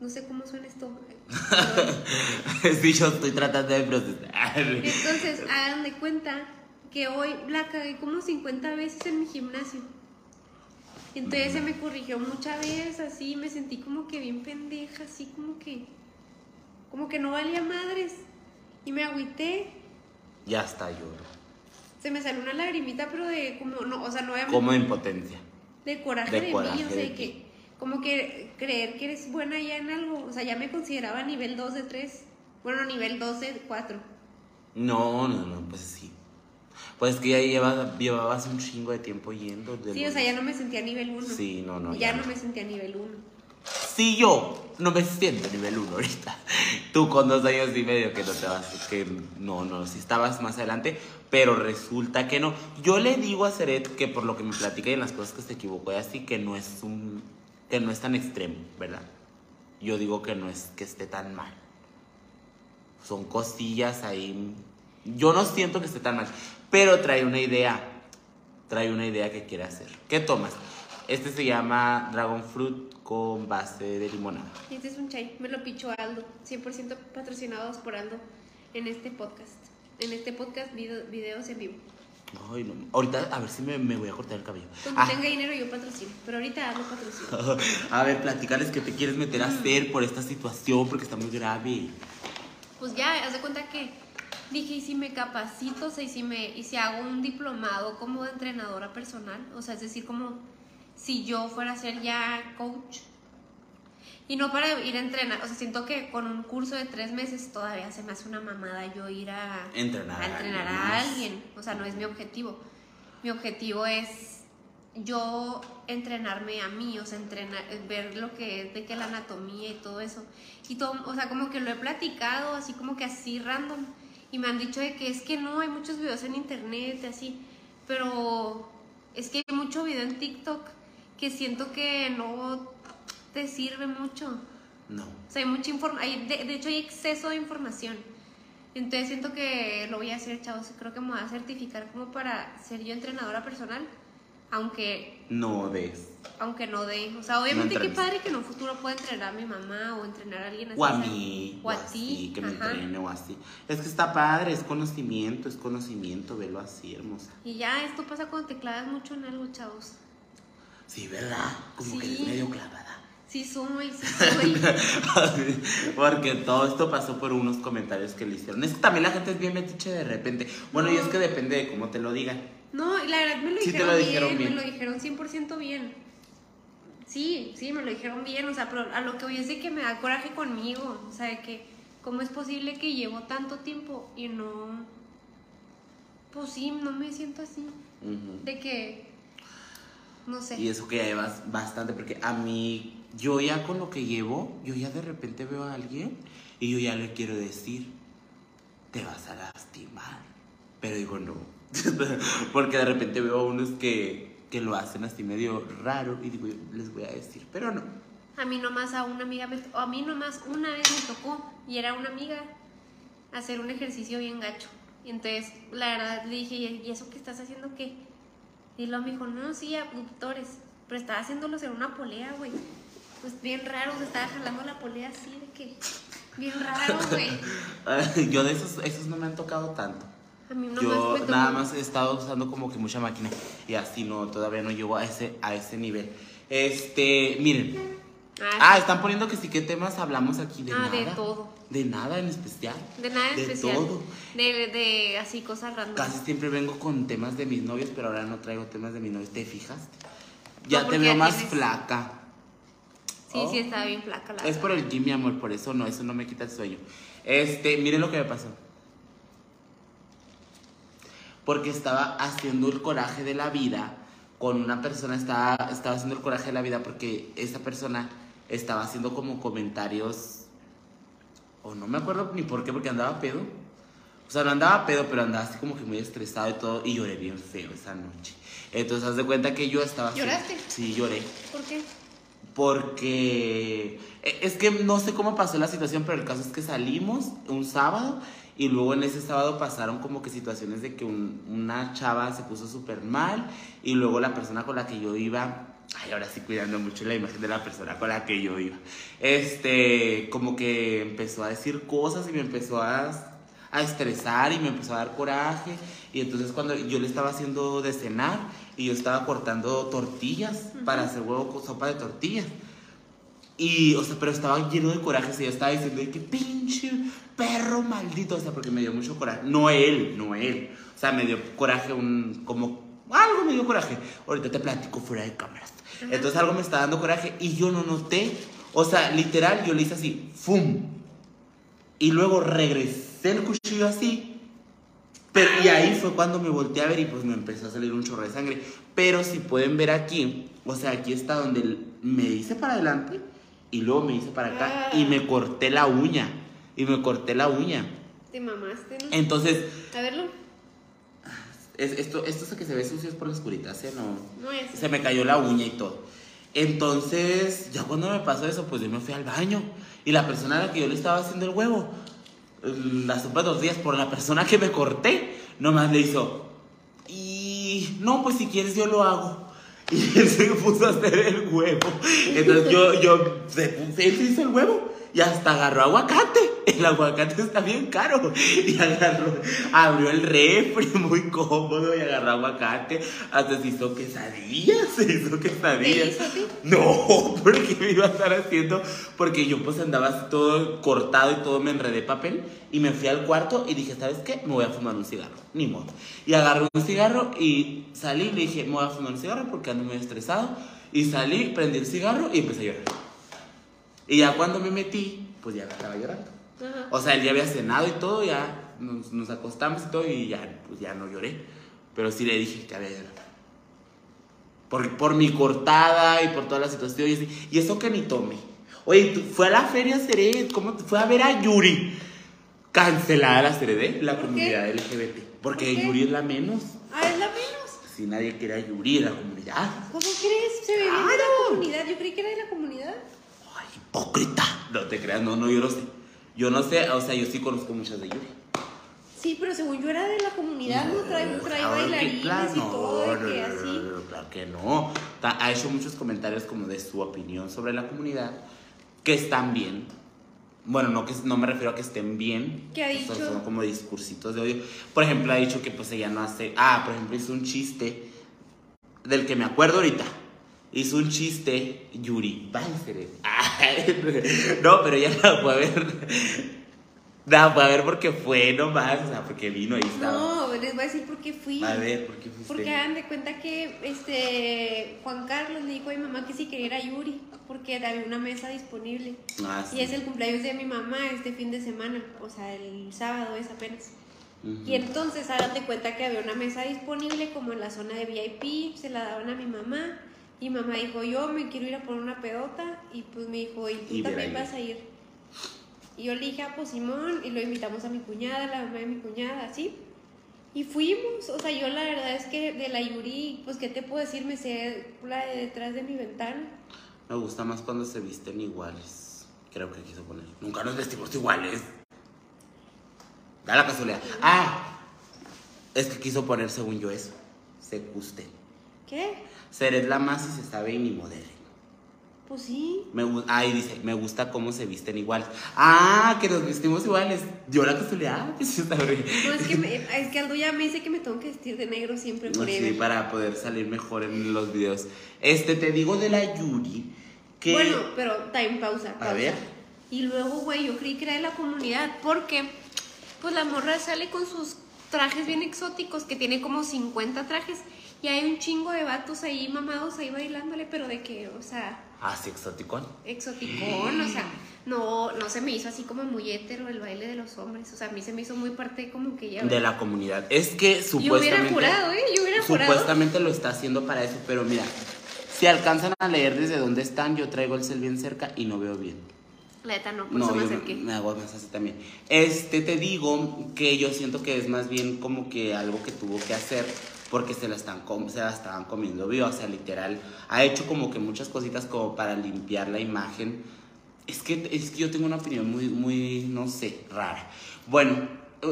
B: no sé cómo suena esto. perdón.
C: sí, yo estoy tratando de procesar.
B: Entonces, hagan de cuenta que hoy la cagué como 50 veces en mi gimnasio. Entonces se me corrigió muchas veces, así me sentí como que bien pendeja, así como que como que no valía madres. Y me agüité,
C: Ya está, lloro.
B: se me salió una lagrimita, pero de como no, o sea, no obviamente
C: Como en potencia.
B: de coraje
C: de
B: de,
C: coraje
B: mí, o sea,
C: de
B: de
C: ti.
B: que como que creer que eres buena ya en algo, o sea, ya me consideraba nivel 2 de 3, bueno, nivel 2 de 4.
C: No, no, no, pues sí. Pues es que ya llevas- llevabas un chingo de tiempo yendo. de
B: Sí, o sea,
C: lunes.
B: ya no me sentía nivel 1.
C: Sí, no, no,
B: Ya,
C: ya
B: no
C: no.
B: me sentía nivel 1.
C: Si yo no me siento nivel 1 ahorita, tú con dos años y medio que no te vas, que no, no, si estabas más adelante, pero resulta que no. Yo le digo a Seret que por lo que me platica y en las cosas que se equivocó y así, que no es un, que no es tan extremo, ¿verdad? Yo digo que no es que esté tan mal. Son cosillas ahí. Yo no siento que esté tan mal, pero trae una idea, trae una idea que quiere hacer. ¿Qué tomas? Este se llama Dragon Fruit con base de limonada.
B: Y este es un chai. Me lo pichó Aldo. 100% patrocinados por Aldo en este podcast. En este podcast, video- videos en vivo.
C: Ay, no. Ahorita, a ver si me, me voy a cortar el cabello.
B: Cuando
C: Ah,
B: tenga dinero, yo patrocino. Pero ahorita Aldo patrocina.
C: a ver, platicarles que te quieres meter a hacer por esta situación porque está muy grave.
B: Pues ya, haz de cuenta que dije, ¿y si me capacito? O sea, ¿y si, me, ¿y si hago un diplomado como de entrenadora personal? O sea, es decir, como si yo fuera a ser ya coach. Y no para ir a entrenar. O sea, siento que con un curso de tres meses todavía se me hace una mamada yo ir a
C: Entrenar
B: a,
C: a
B: entrenar
C: alguien
B: a
C: más.
B: alguien. O sea, no es mi objetivo. Mi objetivo es yo entrenarme a mí, o sea, entrenar, eh, ver lo que es de que la anatomía y todo eso. Y todo, o sea, como que lo he platicado así como que así random. Y me han dicho de que es que no, hay muchos videos en internet, así. Pero es que hay mucho video en TikTok que siento que no te sirve mucho.
C: No.
B: O sea, hay mucha información. De, de hecho, hay exceso de información. Entonces, siento que lo voy a hacer, chavos. Creo que me voy a certificar como para ser yo entrenadora personal. Aunque,
C: No des.
B: aunque no de. O sea, obviamente, qué
C: entrenes.
B: padre que en un futuro pueda entrenar a mi mamá o entrenar a alguien así.
C: O a
B: ¿sabes?
C: mí.
B: O a ti.
C: Que me
B: ajá.
C: entrene o así. Es que está padre, es conocimiento, es conocimiento, velo así, hermosa.
B: Y ya, esto pasa cuando te clavas mucho en algo, chavos.
C: Sí, ¿verdad? Como que
B: Sí.
C: eres medio clavada.
B: Sí, soy, sí, soy.
C: Porque todo esto pasó por unos comentarios que le hicieron. Es que también la gente es bien metiche de repente. Bueno, y es que depende de cómo te lo digan.
B: No, y la verdad me lo,
C: Sí te
B: dijeron,
C: lo
B: bien,
C: dijeron bien.
B: me lo dijeron 100% bien. Sí, sí, me lo dijeron bien, o sea, pero a lo que voy es de que me da coraje conmigo, o sea, de que cómo es posible que llevo tanto tiempo y no, pues sí, no me siento así,
C: Ujú.
B: de que, no sé.
C: Y eso que ya llevas bastante, porque a mí, yo ya con lo que llevo, yo ya de repente veo a alguien y yo ya le quiero decir, te vas a lastimar. Pero digo, no. porque de repente veo a unos que, que lo hacen así medio raro y digo, les voy a decir, pero no.
B: A mí nomás a una amiga, me, to- a mí nomás una vez me tocó y era una amiga hacer un ejercicio bien gacho. Y entonces, la verdad, le dije, "¿Y- ¿y eso que estás haciendo qué? Y luego me dijo, no, sí, abductores, pero estaba haciéndolos en una polea, güey. Pues bien raro, se estaba jalando la polea así de que, bien raro, güey.
C: yo de esos, esos no me han tocado tanto.
B: A mí nomás
C: Yo
B: me tocó.
C: nada más he estado usando como que mucha máquina y así no, todavía no llego a ese, a ese nivel. Este, miren. Ah,
B: Ah,
C: están poniendo que sí, ¿qué temas hablamos aquí? De
B: Ah,
C: nada.
B: de todo.
C: De nada en especial.
B: de nada
C: de
B: especial.
C: todo.
B: De, de así cosas random.
C: Casi siempre vengo con temas de mis novios, pero ahora no traigo temas de mis novios. ¿Te fijaste? Ya te
B: porque
C: veo
B: ya
C: más
B: tienes-
C: flaca.
B: Sí, sí, estaba bien flaca la
C: Es
B: verdad.
C: por el gym, mi amor, por eso no, eso no me quita el sueño. Este, miren lo que me pasó. Porque estaba haciendo el coraje de la vida con una persona, estaba, estaba haciendo el coraje de la vida porque esa persona estaba haciendo como comentarios, o no me acuerdo ni por qué, porque andaba pedo. O sea, no andaba pedo, pero andaba así como que muy estresado y todo, y lloré bien feo esa noche. Entonces, haz de cuenta que yo estaba... haciendo-
B: ¿Lloraste?
C: Sí, lloré.
B: ¿Por qué?
C: Porque eh, es que no sé cómo pasó la situación, pero el caso es que salimos un sábado y luego en ese sábado pasaron como que situaciones de que un- una chava se puso súper mal y luego la persona con la que yo iba, ay, ahora sí cuidando mucho la imagen de la persona con la que yo iba, este, como que empezó a decir cosas y me empezó a a estresar y me empezó a dar coraje. Y entonces cuando yo le estaba haciendo de cenar y yo estaba cortando tortillas para hacer huevo con sopa de tortillas. Y, o sea, pero estaba lleno de coraje, se yo estaba diciendo de que pinche perro maldito, o sea, porque me dio mucho coraje. No él, no él. O sea, me dio coraje un, como, algo me dio coraje. Ahorita te platico fuera de cámaras. Entonces algo me estaba dando coraje y yo no noté. O sea, literal, yo le hice así, ¡fum! Y luego regresé el cuchillo así. Pero, y ahí fue cuando me volteé a ver y pues me empezó a salir un chorro de sangre. Pero si pueden ver aquí, o sea, aquí está donde el- me hice para adelante y luego me hice para acá y me corté la uña. Y me corté la uña.
B: Te mamaste,
C: Eh.
B: ¿no?
C: Entonces,
B: A verlo.
C: es- esto, esto que se ve sucio es por las curitas, ¿eh? No,
B: No es.
C: se me cayó la uña y todo. Entonces, ya cuando me pasó eso, pues yo me fui al baño. Y la persona a la que yo le estaba haciendo el huevo, eh, la sopa de tortillas por la persona que me corté, nomás le hizo. Y no, pues si quieres yo lo hago. Y él se puso a hacer el huevo. Entonces yo, yo, se, puso- él se hizo el huevo y hasta agarró aguacate. El aguacate está bien caro. Y agarró, abrió el refri muy cómodo y agarró aguacate. Hasta se hizo quesadillas, se hizo quesadillas.
B: hizo a ti?
C: No, porque me iba a estar haciendo, porque yo pues andaba así todo cortado y todo me enredé papel y me fui al cuarto y dije, ¿sabes qué? Me voy a fumar un cigarro, ni modo. Y agarré un cigarro y salí y le dije, me voy a fumar un cigarro porque ando muy estresado. Y salí, prendí el cigarro y empecé a llorar. Y ya cuando me metí, pues ya estaba llorando.
B: Ajá.
C: O sea, él ya había cenado y todo, ya nos, nos acostamos y todo, y ya, pues ya no lloré. Pero sí le dije que había llorado. Por, por mi cortada y por toda la situación. Y, así. Y eso que ni tomé. Oye, tú- fue a la feria Cered, ¿cómo te- fue a ver a Yuri? Cancelada la Cered, ¿eh? la
B: ¿Por qué?
C: comunidad LGBT. Porque
B: ¿Por qué?
C: Yuri es la menos.
B: Ah, es la menos.
C: si nadie quiere a Yuri de la comunidad.
B: ¿Cómo crees? Se veía de la comunidad. Yo creí que era de la comunidad.
C: Ay, hipócrita. No te creas, no, no, yo no sé. Yo no sé, o sea, yo sí conozco muchas de Yuri.
B: Sí, pero según yo era de la comunidad, ¿no? Trae, trae
C: Claro que
B: bailarines
C: claro,
B: y todo,
C: no,
B: de que
C: no, no,
B: así.
C: no, no, Claro que no. Ta- Ha hecho muchos comentarios como de su opinión sobre la comunidad, que están bien. Bueno, no, que, no me refiero a que estén bien.
B: ¿Qué ha
C: O
B: dicho?
C: sea, son como discursitos de odio. Por ejemplo, ha dicho que pues ella no hace... Ah, por ejemplo, hizo un chiste del que me acuerdo ahorita. Hizo un chiste, Yuri Balseret. No, pero ella la fue a ver. La fue a ver porque fue nomás, o sea, porque vino y estaba.
B: No, les voy a decir por qué fui.
C: A ver, ¿por qué fuiste?
B: Porque hagan de cuenta que este Juan Carlos le dijo a mi mamá que si quería ir a Yuri, porque había una mesa disponible.
C: Ah,
B: Y
C: sí.
B: es el cumpleaños de mi mamá este fin de semana, o sea, el sábado es apenas.
C: Ujú.
B: Y entonces hagan de cuenta que había una mesa disponible como en la zona de VIP, se la daban a mi mamá. Y mi mamá dijo, yo me quiero ir a poner una pedota. Y pues me dijo, y tú
C: Y ver
B: también
C: ahí.
B: vas a ir. Y yo le dije, ah, pues Simón, y lo invitamos a mi cuñada, la mamá de mi cuñada, así. Y fuimos, o sea, yo la verdad es que de la Yuri, pues qué te puedo decir, me sé la de detrás de mi ventana.
C: Me gusta más cuando se visten iguales. Creo que quiso poner. Nunca nos vestimos iguales. Da la casualidad. Ah, es que quiso poner, según yo, eso. Se guste.
B: ¿Qué?
C: Seré la más si se sabe y ni modelen.
B: Pues sí.
C: Me, gu- ay, dice, me gusta cómo se visten iguales. Ah, que nos vestimos iguales. Yo la casualidad. pues, está bien.
B: No, es que, me- es que algo ya me dice que me tengo que vestir de negro siempre,
C: No,
B: forever.
C: sí, para poder salir mejor en los videos. Este, te digo de la Yuri que.
B: Bueno, pero time pausa. pausa.
C: ver.
B: Y luego, güey, yo creí que era de la comunidad porque, pues la morra sale con sus trajes bien exóticos, que tiene como 50 trajes, y hay un chingo de vatos ahí mamados ahí bailándole, pero de que, o sea,
C: Ah, sí, exoticón.
B: exoticón, o sea, no, no se me hizo así como muy hétero el baile de los hombres, o sea, a mí se me hizo muy parte como que ya...
C: De la comunidad. Es que
B: yo hubiera
C: supuestamente.
B: jurado, ¿eh? Yo hubiera jurado.
C: Supuestamente lo está haciendo para eso, pero mira, si alcanzan a leer desde dónde están, yo traigo el cel bien cerca y no veo bien.
B: La neta no, por
C: No,
B: eso me
C: yo
B: acerqué.
C: me hago más así también. Este, te digo que yo siento que es más bien como que algo que tuvo que hacer porque se la, están com- se la estaban comiendo viva, o sea, literal. Ha hecho como que muchas cositas como para limpiar la imagen. Es que, es que yo tengo una opinión muy, muy, no sé, rara. Bueno,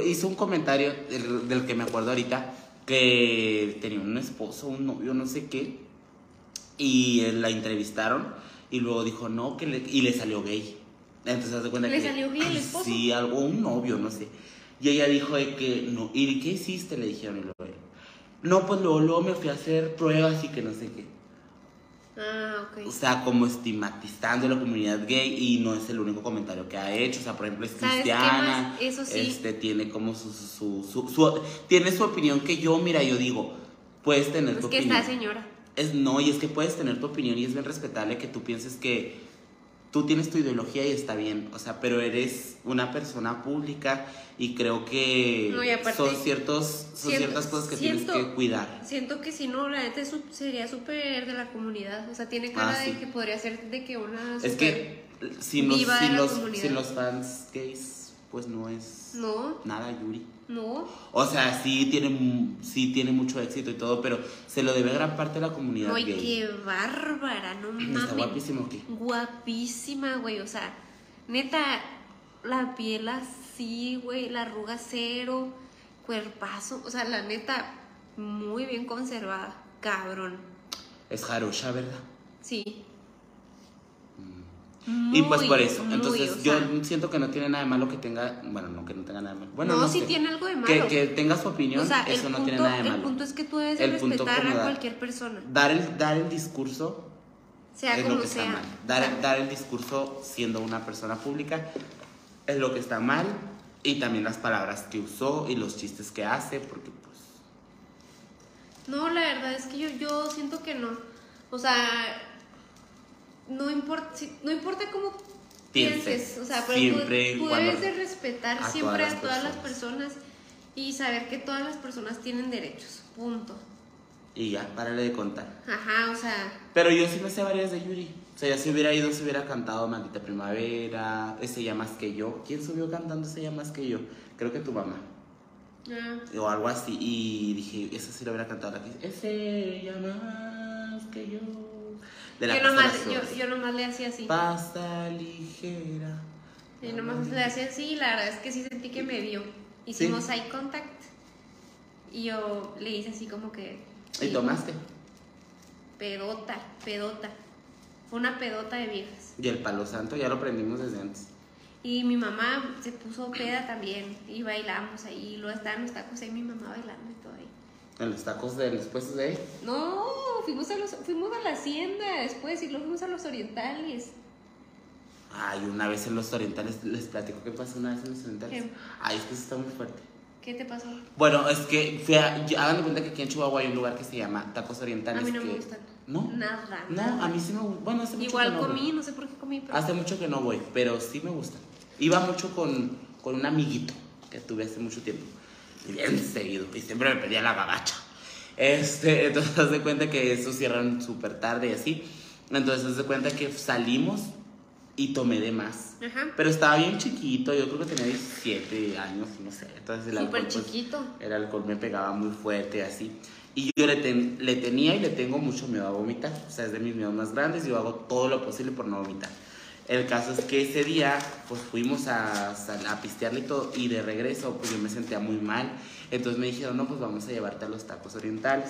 C: hizo un comentario del, del que me acuerdo ahorita que tenía un esposo, un novio, no sé qué, y eh, la entrevistaron y luego dijo no que le, y le salió gay entonces haz de cuenta
B: ¿Le
C: que
B: salió gay el
C: Ay,
B: esposo?
C: sí algo un novio no sé y ella dijo de que no y qué hiciste le dijeron y luego él, no pues luego luego me fui a hacer pruebas y que no sé qué
B: Ah, ok.
C: o sea como estigmatizando a la comunidad gay y no es el único comentario que ha hecho o sea por ejemplo es
B: ¿Sabes qué
C: cristiana
B: más? Eso sí.
C: este tiene como su su, su, su- tiene su opinión que yo mira yo digo puedes tener
B: Pues
C: tu
B: que
C: opinión
B: está señora.
C: es no, y es que puedes tener tu opinión y es bien respetable que tú pienses que tú tienes tu ideología y está bien, o sea, pero eres una persona pública y creo que
B: No, y aparte-
C: son ciertos son
B: Siento-
C: ciertas cosas que
B: siento-
C: tienes que cuidar.
B: Siento que si no, la neta es su- sería súper de la comunidad. O sea, tiene cara
C: Ah, sí.
B: de que podría ser de que una.
C: Es
B: súper-
C: que sin los,
B: viva de
C: sin,
B: la
C: los,
B: comunidad.
C: sin los fans gays, pues no es
B: No,
C: nada, Yuri.
B: no.
C: O sea, sí tiene, mu- sí tiene mucho éxito y todo, pero se lo debe a gran parte de la comunidad
B: Ay,
C: gay.
B: qué bárbara, no
C: Está
B: mames.
C: guapísimo, ¿qué?
B: Guapísima, güey. O sea, neta, la piel así, güey. La arruga cero, cuerpazo. O sea, la neta, muy bien conservada. Cabrón.
C: Es Harusha, ¿verdad?
B: Sí.
C: Y pues
B: Muy,
C: por eso,
B: muy,
C: entonces
B: o
C: yo
B: sea,
C: siento que no tiene nada de malo que tenga, bueno, no que no tenga nada de malo. Bueno,
B: no,
C: no
B: sí
C: sé.
B: tiene algo de malo.
C: Que, que tenga su opinión,
B: O sea, el,
C: eso no
B: punto,
C: tiene nada de malo.
B: el punto es que tú debes de
C: El punto
B: respetar
C: como
B: a
C: da-
B: cualquier persona,
C: Dar el, dar el discurso
B: sea
C: es lo
B: como
C: que está
B: sea.
C: mal. Dar, dar el discurso siendo una persona pública es lo que está mal. Y también las palabras que usó y los chistes que hace, porque pues...
B: No, la verdad es que yo, yo siento que no. O sea, no importa, no importa cómo
C: Pienses,
B: pienses, o sea, pero tú-
C: siempre y
B: tú,
C: cuando-
B: debes de respetar
C: a
B: siempre
C: todas
B: a
C: las
B: todas las personas y saber que todas las personas tienen derechos, punto.
C: Y ya, párale de contar.
B: Ajá, o sea,
C: Pero yo sí me sé varias de Yuri. O sea, ya si hubiera ido, se hubiera cantado Maldita Primavera, Ese Ya Más Que Yo. ¿Quién subió cantando Ese Ya Más Que Yo? Creo que tu mamá.
B: Ah,
C: o algo así. Y dije, esa sí la hubiera cantado la que es ella más que yo. De la
B: yo,
C: Casa de
B: nomás,
C: las
B: yo,
C: Flores.
B: yo nomás le hacía así.
C: Pasa ligera.
B: Y nomás le hacía así y la verdad es que sí sentí que me vio. Hicimos eye contact y yo le hice así como que...
C: ¿Y tomaste?
B: Pedota, pedota. Fue una pedota de viejas.
C: Y el palo santo ya lo prendimos desde antes.
B: Y mi mamá se puso peda también y bailamos ahí. Y luego estaban los tacos ahí, mi mamá bailando y todo ahí.
C: En los tacos de los puestos de ahí.
B: No, fuimos a, los, fuimos a la hacienda después y luego fuimos a los orientales.
C: Ay, una vez en los orientales, les platico qué pasó una vez en los orientales.
B: ¿Qué?
C: Ay, es que eso está muy fuerte.
B: ¿Qué te pasó?
C: Bueno, es que fui a, yo- hagan de cuenta que aquí en Chihuahua hay un lugar que se llama Tacos Orientales.
B: A mí no
C: que-
B: me gustan.
C: ¿No?
B: Nada.
C: No, a mí sí me gusta. Bueno, hace mucho que
B: Igual
C: no voy.
B: comí, no sé por qué comí, pero...
C: Hace mucho que no voy, pero sí me gusta. Iba mucho con, con un amiguito que tuve hace mucho tiempo. Y bien seguido. Y siempre me pedía la gabacha. Este, entonces haz de cuenta que eso cierran súper tarde y así. Entonces haz de cuenta que salimos y tomé de más.
B: Ajá.
C: Pero estaba bien chiquito, yo creo que tenía 17 años, no sé. Entonces el alcohol,
B: Súper
C: pues,
B: chiquito.
C: el alcohol me pegaba muy fuerte así. Y yo le, ten- le tenía y le tengo mucho miedo a vomitar. O sea, es de mis miedos más grandes. Yo hago todo lo posible por no vomitar. El caso es que ese día, pues fuimos a, a, a pistearle y todo. Y de regreso, pues yo me sentía muy mal. Entonces me dijeron, no, pues vamos a llevarte a los tacos orientales.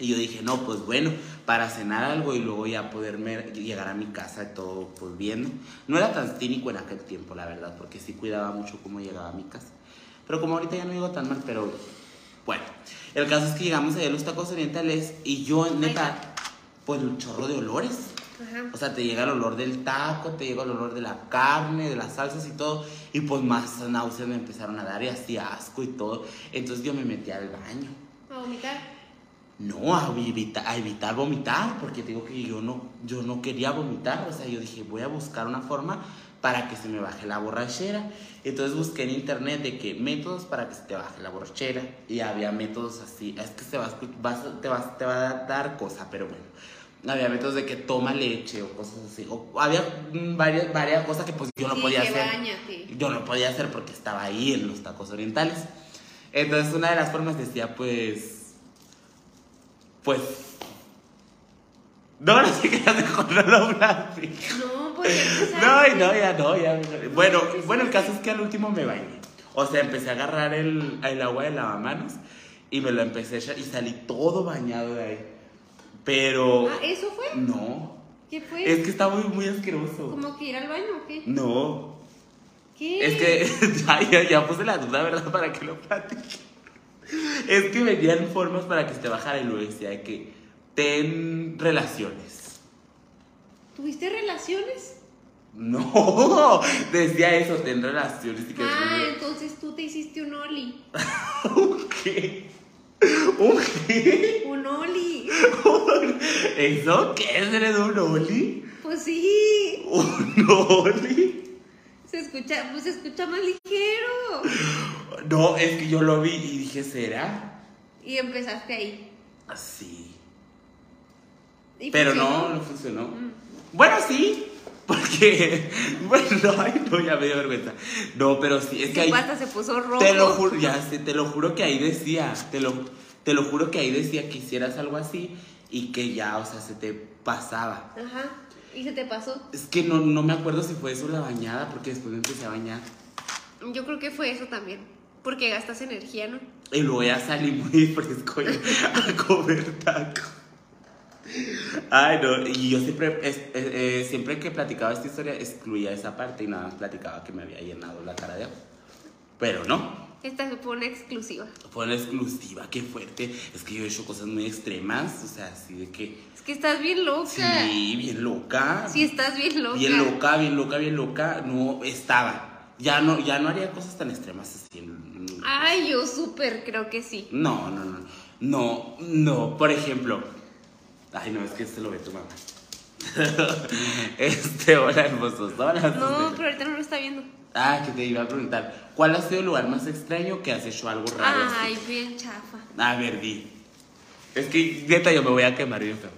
C: Y yo dije, no, pues bueno, para cenar algo y luego ya poderme llegar a mi casa y todo, pues viendo. No era tan cínico en aquel tiempo, la verdad, porque sí cuidaba mucho cómo llegaba a mi casa. Pero como ahorita ya no digo tan mal, pero bueno. El caso es que llegamos allá a los tacos orientales y yo, neta, pues un chorro de olores.
B: Ajá.
C: O sea, te llega el olor del taco, te llega el olor de la carne, de las salsas y todo. Y pues más náuseas me empezaron a dar y así asco y todo. Entonces yo me metí al baño.
B: A vomitar.
C: No, a evita- a evitar, vomitar, porque te digo que yo no, yo no quería vomitar, o sea, yo dije, voy a buscar una forma para que se me baje la borrachera. Entonces busqué en internet de que métodos para que se te baje la borrachera, y había métodos así, es que se va a escu- vas- te, vas- te va a dar cosa, pero bueno. Había métodos de que toma leche o cosas así, o había mm, varias, varias cosas que pues yo no
B: Sí,
C: podía
B: que
C: hacer
B: báñate.
C: yo no podía hacer porque estaba ahí en los tacos orientales. Entonces una de las formas decía, pues, pues, no, no sé qué hace con Rolo Blanco.
B: No, pues ya tú
C: No,
B: sabes.
C: y no, ya no, ya. Bueno,
B: sí, sí,
C: bueno, el
B: sí.
C: caso es que al último me bañé. O sea, empecé a agarrar el, el agua de lavamanos y me lo empecé a echar y salí todo bañado de ahí. Pero,
B: Ah, ¿eso fue?
C: no,
B: ¿Qué fue?
C: es que está muy, muy asqueroso.
B: ¿Como que ir al baño o qué?
C: No,
B: ¿Qué?
C: es que ya, ya- ya puse la duda, ¿verdad? Para que lo platique. Es que venían formas para que se te bajara y luego decía que ten relaciones.
B: ¿Tuviste relaciones?
C: No, decía eso, ten relaciones y que
B: Ah, entonces tú te hiciste un Oli.
C: ¿Un qué? ¿Un qué?
B: Un Oli.
C: ¿Eso qué es? ¿Eres un oli?
B: Pues sí.
C: ¿Un oli?
B: Se escucha, pues se escucha más ligero.
C: No, es que yo lo vi y dije, ¿será?
B: Y empezaste ahí.
C: Así.
B: Y Mm.
C: Pero
B: funcionó.
C: no, no funcionó. Bueno, sí, porque. Bueno, ay, no, ya me dio vergüenza. No, pero sí, es que
B: Su
C: ahí.
B: pata se puso rojo.
C: Te lo juro, ya sé, te lo juro que ahí decía. Te lo, te lo juro que ahí decía que hicieras algo así y que ya, o sea, se te pasaba.
B: Ajá. Y se te pasó.
C: Es que no, no me acuerdo si fue eso la bañada, porque después me empecé a bañar.
B: Yo creo que fue eso también. Porque gastas energía, ¿no?
C: Y luego ya salí muy fresco ya, a comer taco. Ay, no, y yo siempre, es- eh, eh, siempre que platicaba esta historia, excluía esa parte y nada más platicaba que me había llenado la cara de agua. Pero no,
B: Esta fue una exclusiva.
C: fue la exclusiva, qué fuerte. Es que yo he hecho cosas muy extremas, o sea, así de que.
B: Es que estás bien loca.
C: Sí, bien loca.
B: Sí, estás bien loca.
C: Bien loca, bien loca, bien loca. No, estaba. Ya no, ya no haría cosas tan extremas así. en-
B: Ay, yo súper creo que sí.
C: No, no, no. No, no. Por ejemplo. Ay, no, es que este lo ve tu mamá. este, hola, hermosos. Hola.
B: No,
C: sus-
B: pero ahorita no lo está viendo.
C: Ah, que te iba a preguntar. ¿Cuál ha sido el lugar más extraño que has hecho algo raro? así?
B: Ay, bien chafa.
C: A ver, di. Es que, neta, yo me voy a quemar bien feo.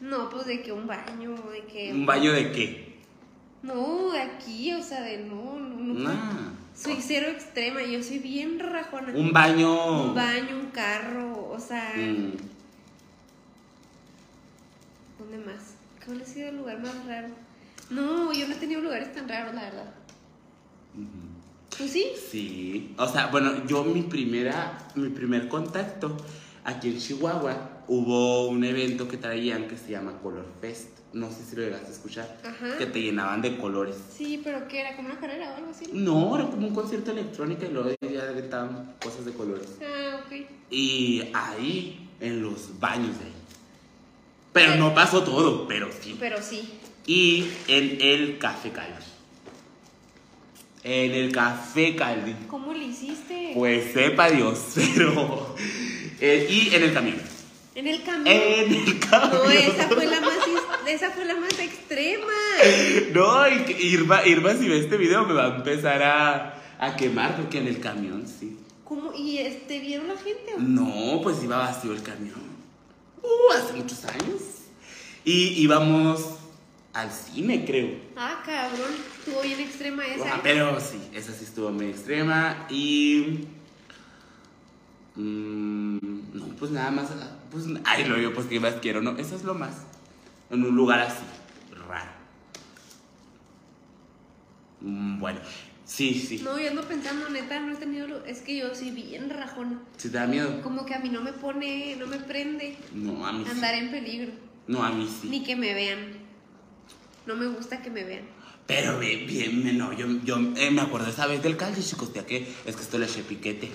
B: No, pues de que un baño, de que.
C: ¿Un baño de qué?
B: No, de aquí, o sea, de no, no, no.
C: Nah.
B: Soy cero extrema, yo soy bien rajona.
C: Ah. Un baño.
B: Un baño, un carro, o sea,
C: Mm.
B: ¿dónde más? ¿Cuál ha sido el lugar más raro? No, yo no he tenido lugares tan raros, la verdad. ¿Tú sí?
C: Sí, o sea, bueno, yo mi primera, mi primer contacto aquí en Chihuahua hubo un evento que traían que se llama Color Fest. No sé si lo llegaste a escuchar.
B: Ajá.
C: Que te llenaban de colores.
B: Sí, pero ¿qué era? ¿Como una carrera o algo así?
C: No, era como un concierto electrónico y luego ya aventaban cosas de colores.
B: Ah, ok.
C: Y ahí, en los baños de ahí. Pero no pasó todo, pero sí.
B: Pero sí.
C: Y en el Café Calvi. En el Café Calvi.
B: ¿Cómo le hiciste?
C: Pues sepa Dios, pero. eh, y en el camión.
B: En el camión.
C: En el
B: No,
C: camión.
B: esa fue la más, is- esa fue la más extrema.
C: No, y que Irma, Irma, si ve este video, me va a empezar a, a quemar porque en el camión sí.
B: ¿Cómo? ¿Y este vieron la gente? o no?
C: No, pues iba vacío el camión. Uh, hace muchos años. Y íbamos al cine, creo.
B: Ah, cabrón, estuvo bien extrema esa. ¿eh?
C: Ah, pero sí, esa sí estuvo muy extrema. Y. mm, no, pues nada más. Pues, ay, lo yo, pues qué más quiero, ¿no? Eso es lo más. En un lugar así, raro. Mm, bueno, sí, sí.
B: No, yo ando pensando, neta, no he tenido. lu- Es que yo soy bien rajón.
C: ¿Sí te da miedo?
B: Como que a mí no me pone, no me prende
C: No, a mí sí.
B: andar en peligro.
C: No, a mí sí.
B: Ni que me vean. No me gusta que me vean.
C: Pero bien, bien, no, yo, yo eh, me acuerdo esa vez del Cali, chicos, ya que es que esto le eché piquete.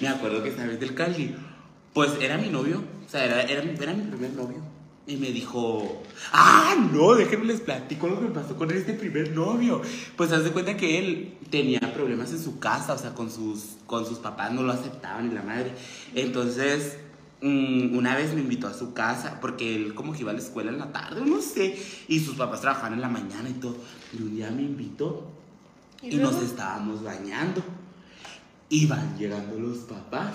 C: me acuerdo que esa vez del Cali, pues era mi novio, o sea, era, era, mi- era mi primer novio. Y me dijo, ah, no, déjenme les platico lo que me pasó con este primer novio. Pues haz de cuenta que él tenía problemas en su casa, o sea, con sus, con sus papás no lo aceptaban y la madre. Entonces, Mm, Una vez me invitó a su casa porque él como que iba a la escuela en la tarde, no sé, y sus papás trabajaban en la mañana y todo. Y un día me invitó y,
B: Y luego,
C: nos estábamos bañando. Y van llegando los papás.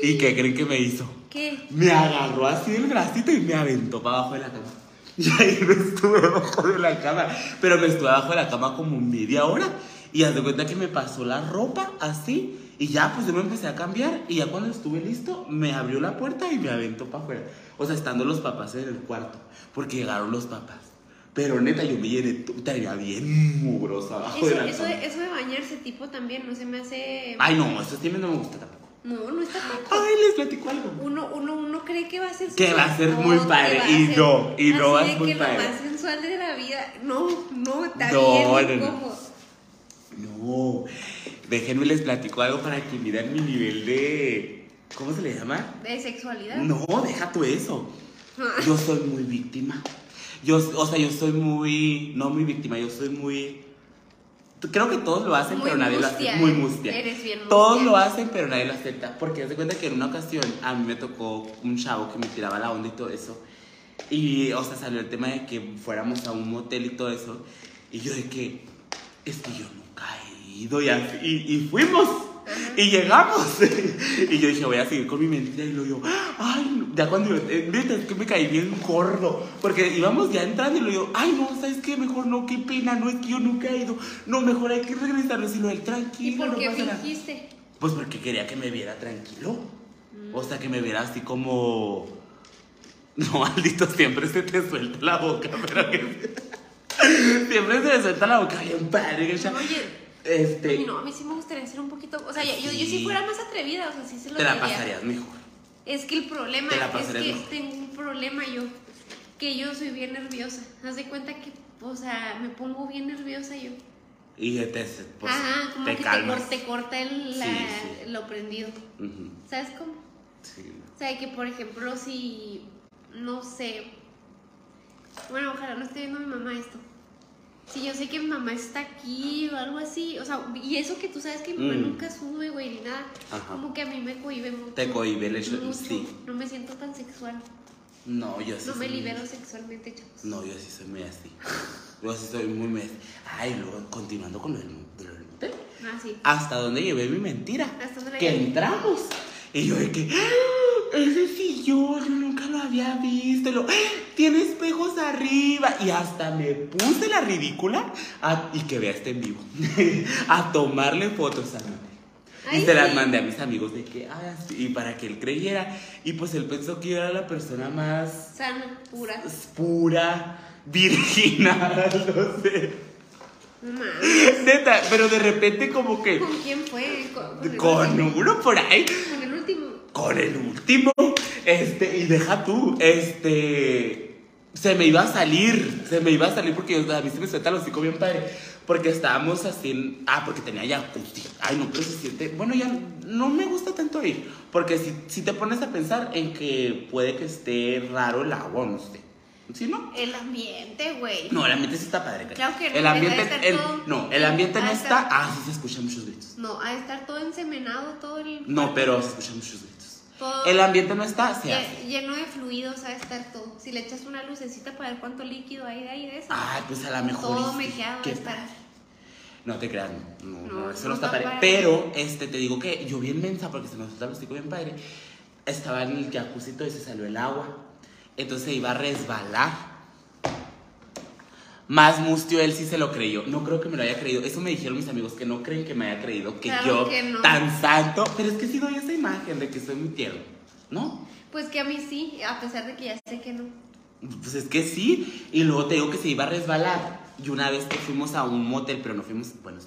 C: ¿Y qué creen que me hizo?
B: ¿qué?
C: Me agarró así el bracito y me aventó para abajo de la cama. Y ahí me estuve abajo de la cama. Pero me estuve abajo de la cama como media hora. Y haz de cuenta que me pasó la ropa así. Y ya, pues yo me empecé a cambiar. Y ya cuando estuve listo, me abrió la puerta y me aventó para afuera. O sea, estando los papás en el cuarto. Porque llegaron los papás. Pero neta, yo me llené, estaría bien mugrosa abajo de
B: Eso,
C: la
B: eso,
C: cama.
B: de, eso de bañarse tipo también no se me hace.
C: Ay, no, eso sí no me gusta tampoco.
B: No, no está tan.
C: Ay, les platico algo.
B: Uno, uno, uno cree que va a ser
C: Que va a ser muy
B: que
C: padre,
B: va a
C: y
B: ser
C: no, y no
B: así
C: es
B: de
C: muy
B: que
C: padre.
B: lo más sensual de la vida. No, no, está
C: No,
B: bien
C: no, no.
B: incómodo.
C: No, déjenme les platico algo para que miren mi nivel de. ¿Cómo se le llama?
B: ¿De sexualidad?
C: No, deja tú eso.
B: Ah.
C: Yo soy muy víctima. Yo, o sea, yo soy muy. No muy víctima, yo soy muy. Creo que todos lo hacen,
B: Muy
C: pero nadie lo
B: mustia, ¿eh?
C: hace. Muy mustia.
B: eres bien
C: Todos
B: mustia.
C: lo hacen, pero nadie lo acepta. Porque haz de cuenta que en una ocasión a mí me tocó un chavo que me tiraba la onda y todo eso. Y, o sea, salió el tema de que fuéramos a un motel y todo eso. Y yo de que, es que yo nunca he ido y así. Y, y fuimos. Y llegamos. y yo dije, voy a seguir con mi mentira. Y luego yo, ay, no. ya cuando yo, eh, neta, es que me caí bien gordo. Porque íbamos ya entrando y luego yo, ay, no, ¿sabes qué? Mejor no, qué pena, no es que yo nunca he ido. No, mejor hay que regresarnos. Y lo del
B: ¿Y
C: tranquilo,
B: por qué
C: no pasa nada.
B: fingiste?
C: Pues porque quería que me viera tranquilo. O sea, que me viera así como. No, maldito, siempre se te suelta la boca, pero que. siempre se te suelta la boca bien padre. que ya-
B: Oye, a
C: este.
B: mí no, a mí sí me gustaría ser un poquito. O sea, yo, yo, yo si
C: Sí.
B: fuera más atrevida, o sea, sí se lo
C: Te la
B: diría.
C: pasarías mejor.
B: Es que el problema
C: Te la
B: es
C: pasarías
B: que
C: mejor.
B: tengo un problema yo, que yo soy bien nerviosa. Haz de cuenta que, o sea, me pongo bien nerviosa yo.
C: Y te, pues,
B: Ajá, como
C: te
B: que
C: calmas.
B: te cor- te corta el, la-
C: sí.
B: lo prendido.
C: Ujú,
B: ¿Sabes cómo?
C: sí.
B: O sea, que por ejemplo, si. No sé. Bueno, ojalá no esté viendo mi mamá esto. Si yo sé que mi mamá está aquí o algo así. O sea, y eso que tú sabes que mi mamá
C: Mm.
B: nunca sube, güey, ni nada.
C: Ajá.
B: Como que a mí me cohibe mucho.
C: Te cohibe el hecho-
B: Mucho.
C: sí.
B: No me siento tan sexual.
C: No, yo sí.
B: No me
C: soy-
B: libero sexualmente, chavos.
C: No, yo sí soy muy así. Yo sí soy muy, muy así. Ay, luego, continuando con lo del, de lo del motel.
B: Ah, sí.
C: hasta dónde llevé mi mentira.
B: Hasta dónde la
C: que
B: llevé.
C: entramos. Y yo de que, ¡Ah! ese sí yo, yo nunca lo lo había visto. y lo, ¡Ah! tiene espejos arriba. Y hasta me puse la ridícula a- y que vea este en vivo. a tomarle fotos a mí.
B: Ay,
C: y se las
B: sí.
C: mandé a mis amigos de que, ah, sí, y para que él creyera. Y pues él pensó que yo era la persona más
B: Sana, pura.
C: pura, virginal, no sé.
B: No mames.
C: Neta, pero de repente como que
B: ¿Con quién fue? Con, el
C: con
B: último.
C: uno por ahí,
B: Con el último.
C: con el último, este, y deja tú, este, se me iba a salir, se me iba a salir porque yo- a mí se me suelta el hocico bien padre, porque estábamos así, en- ah, porque tenía jacuzzi, ay no, pero se siente, bueno, ya no me gusta tanto ir, porque si, si te pones a pensar en que puede que esté raro el agua, no sé, ¿sí no?
B: El ambiente, güey.
C: No, el ambiente sí está padre. creo.
B: Claro que no,
C: el ambiente,
B: debe estar
C: el-
B: todo-
C: no, el ambiente no
B: Ah,
C: está.
B: está-
C: Ah, sí se escuchan muchos gritos.
B: No, ha de estar todo ensemenado, todo el.
C: No, pero se escuchan muchos gritos.
B: Todo-
C: El ambiente no está, se hace.
B: lle- Lleno de fluidos ha de estar todo. Si le echas una lucecita para ver cuánto líquido hay de ahí de eso.
C: Ay, pues a lo mejor.
B: todo
C: y-
B: mequeado ha
C: qué
B: de estar.
C: No te creas, no, no,
B: No,
C: no, eso
B: no
C: no está
B: está
C: padre.
B: padre.
C: Pero, este, te digo que yo bien mensa, porque se me asustó el hocico bien padre, estaba en el jacuzzi y se salió el agua. Entonces se iba a resbalar. Más mustio él sí se lo creyó. No creo que me lo haya creído. Eso me dijeron mis amigos que no creen que me haya creído, que
B: Claro
C: yo
B: que no.
C: tan santo. Pero es que sí doy esa imagen de que soy muy tierno, ¿no?
B: Pues que a mí sí, a pesar de que ya sé que no.
C: Pues es que sí, y luego te digo que se iba a resbalar. Y una vez que fuimos a un motel, pero no fuimos, bueno,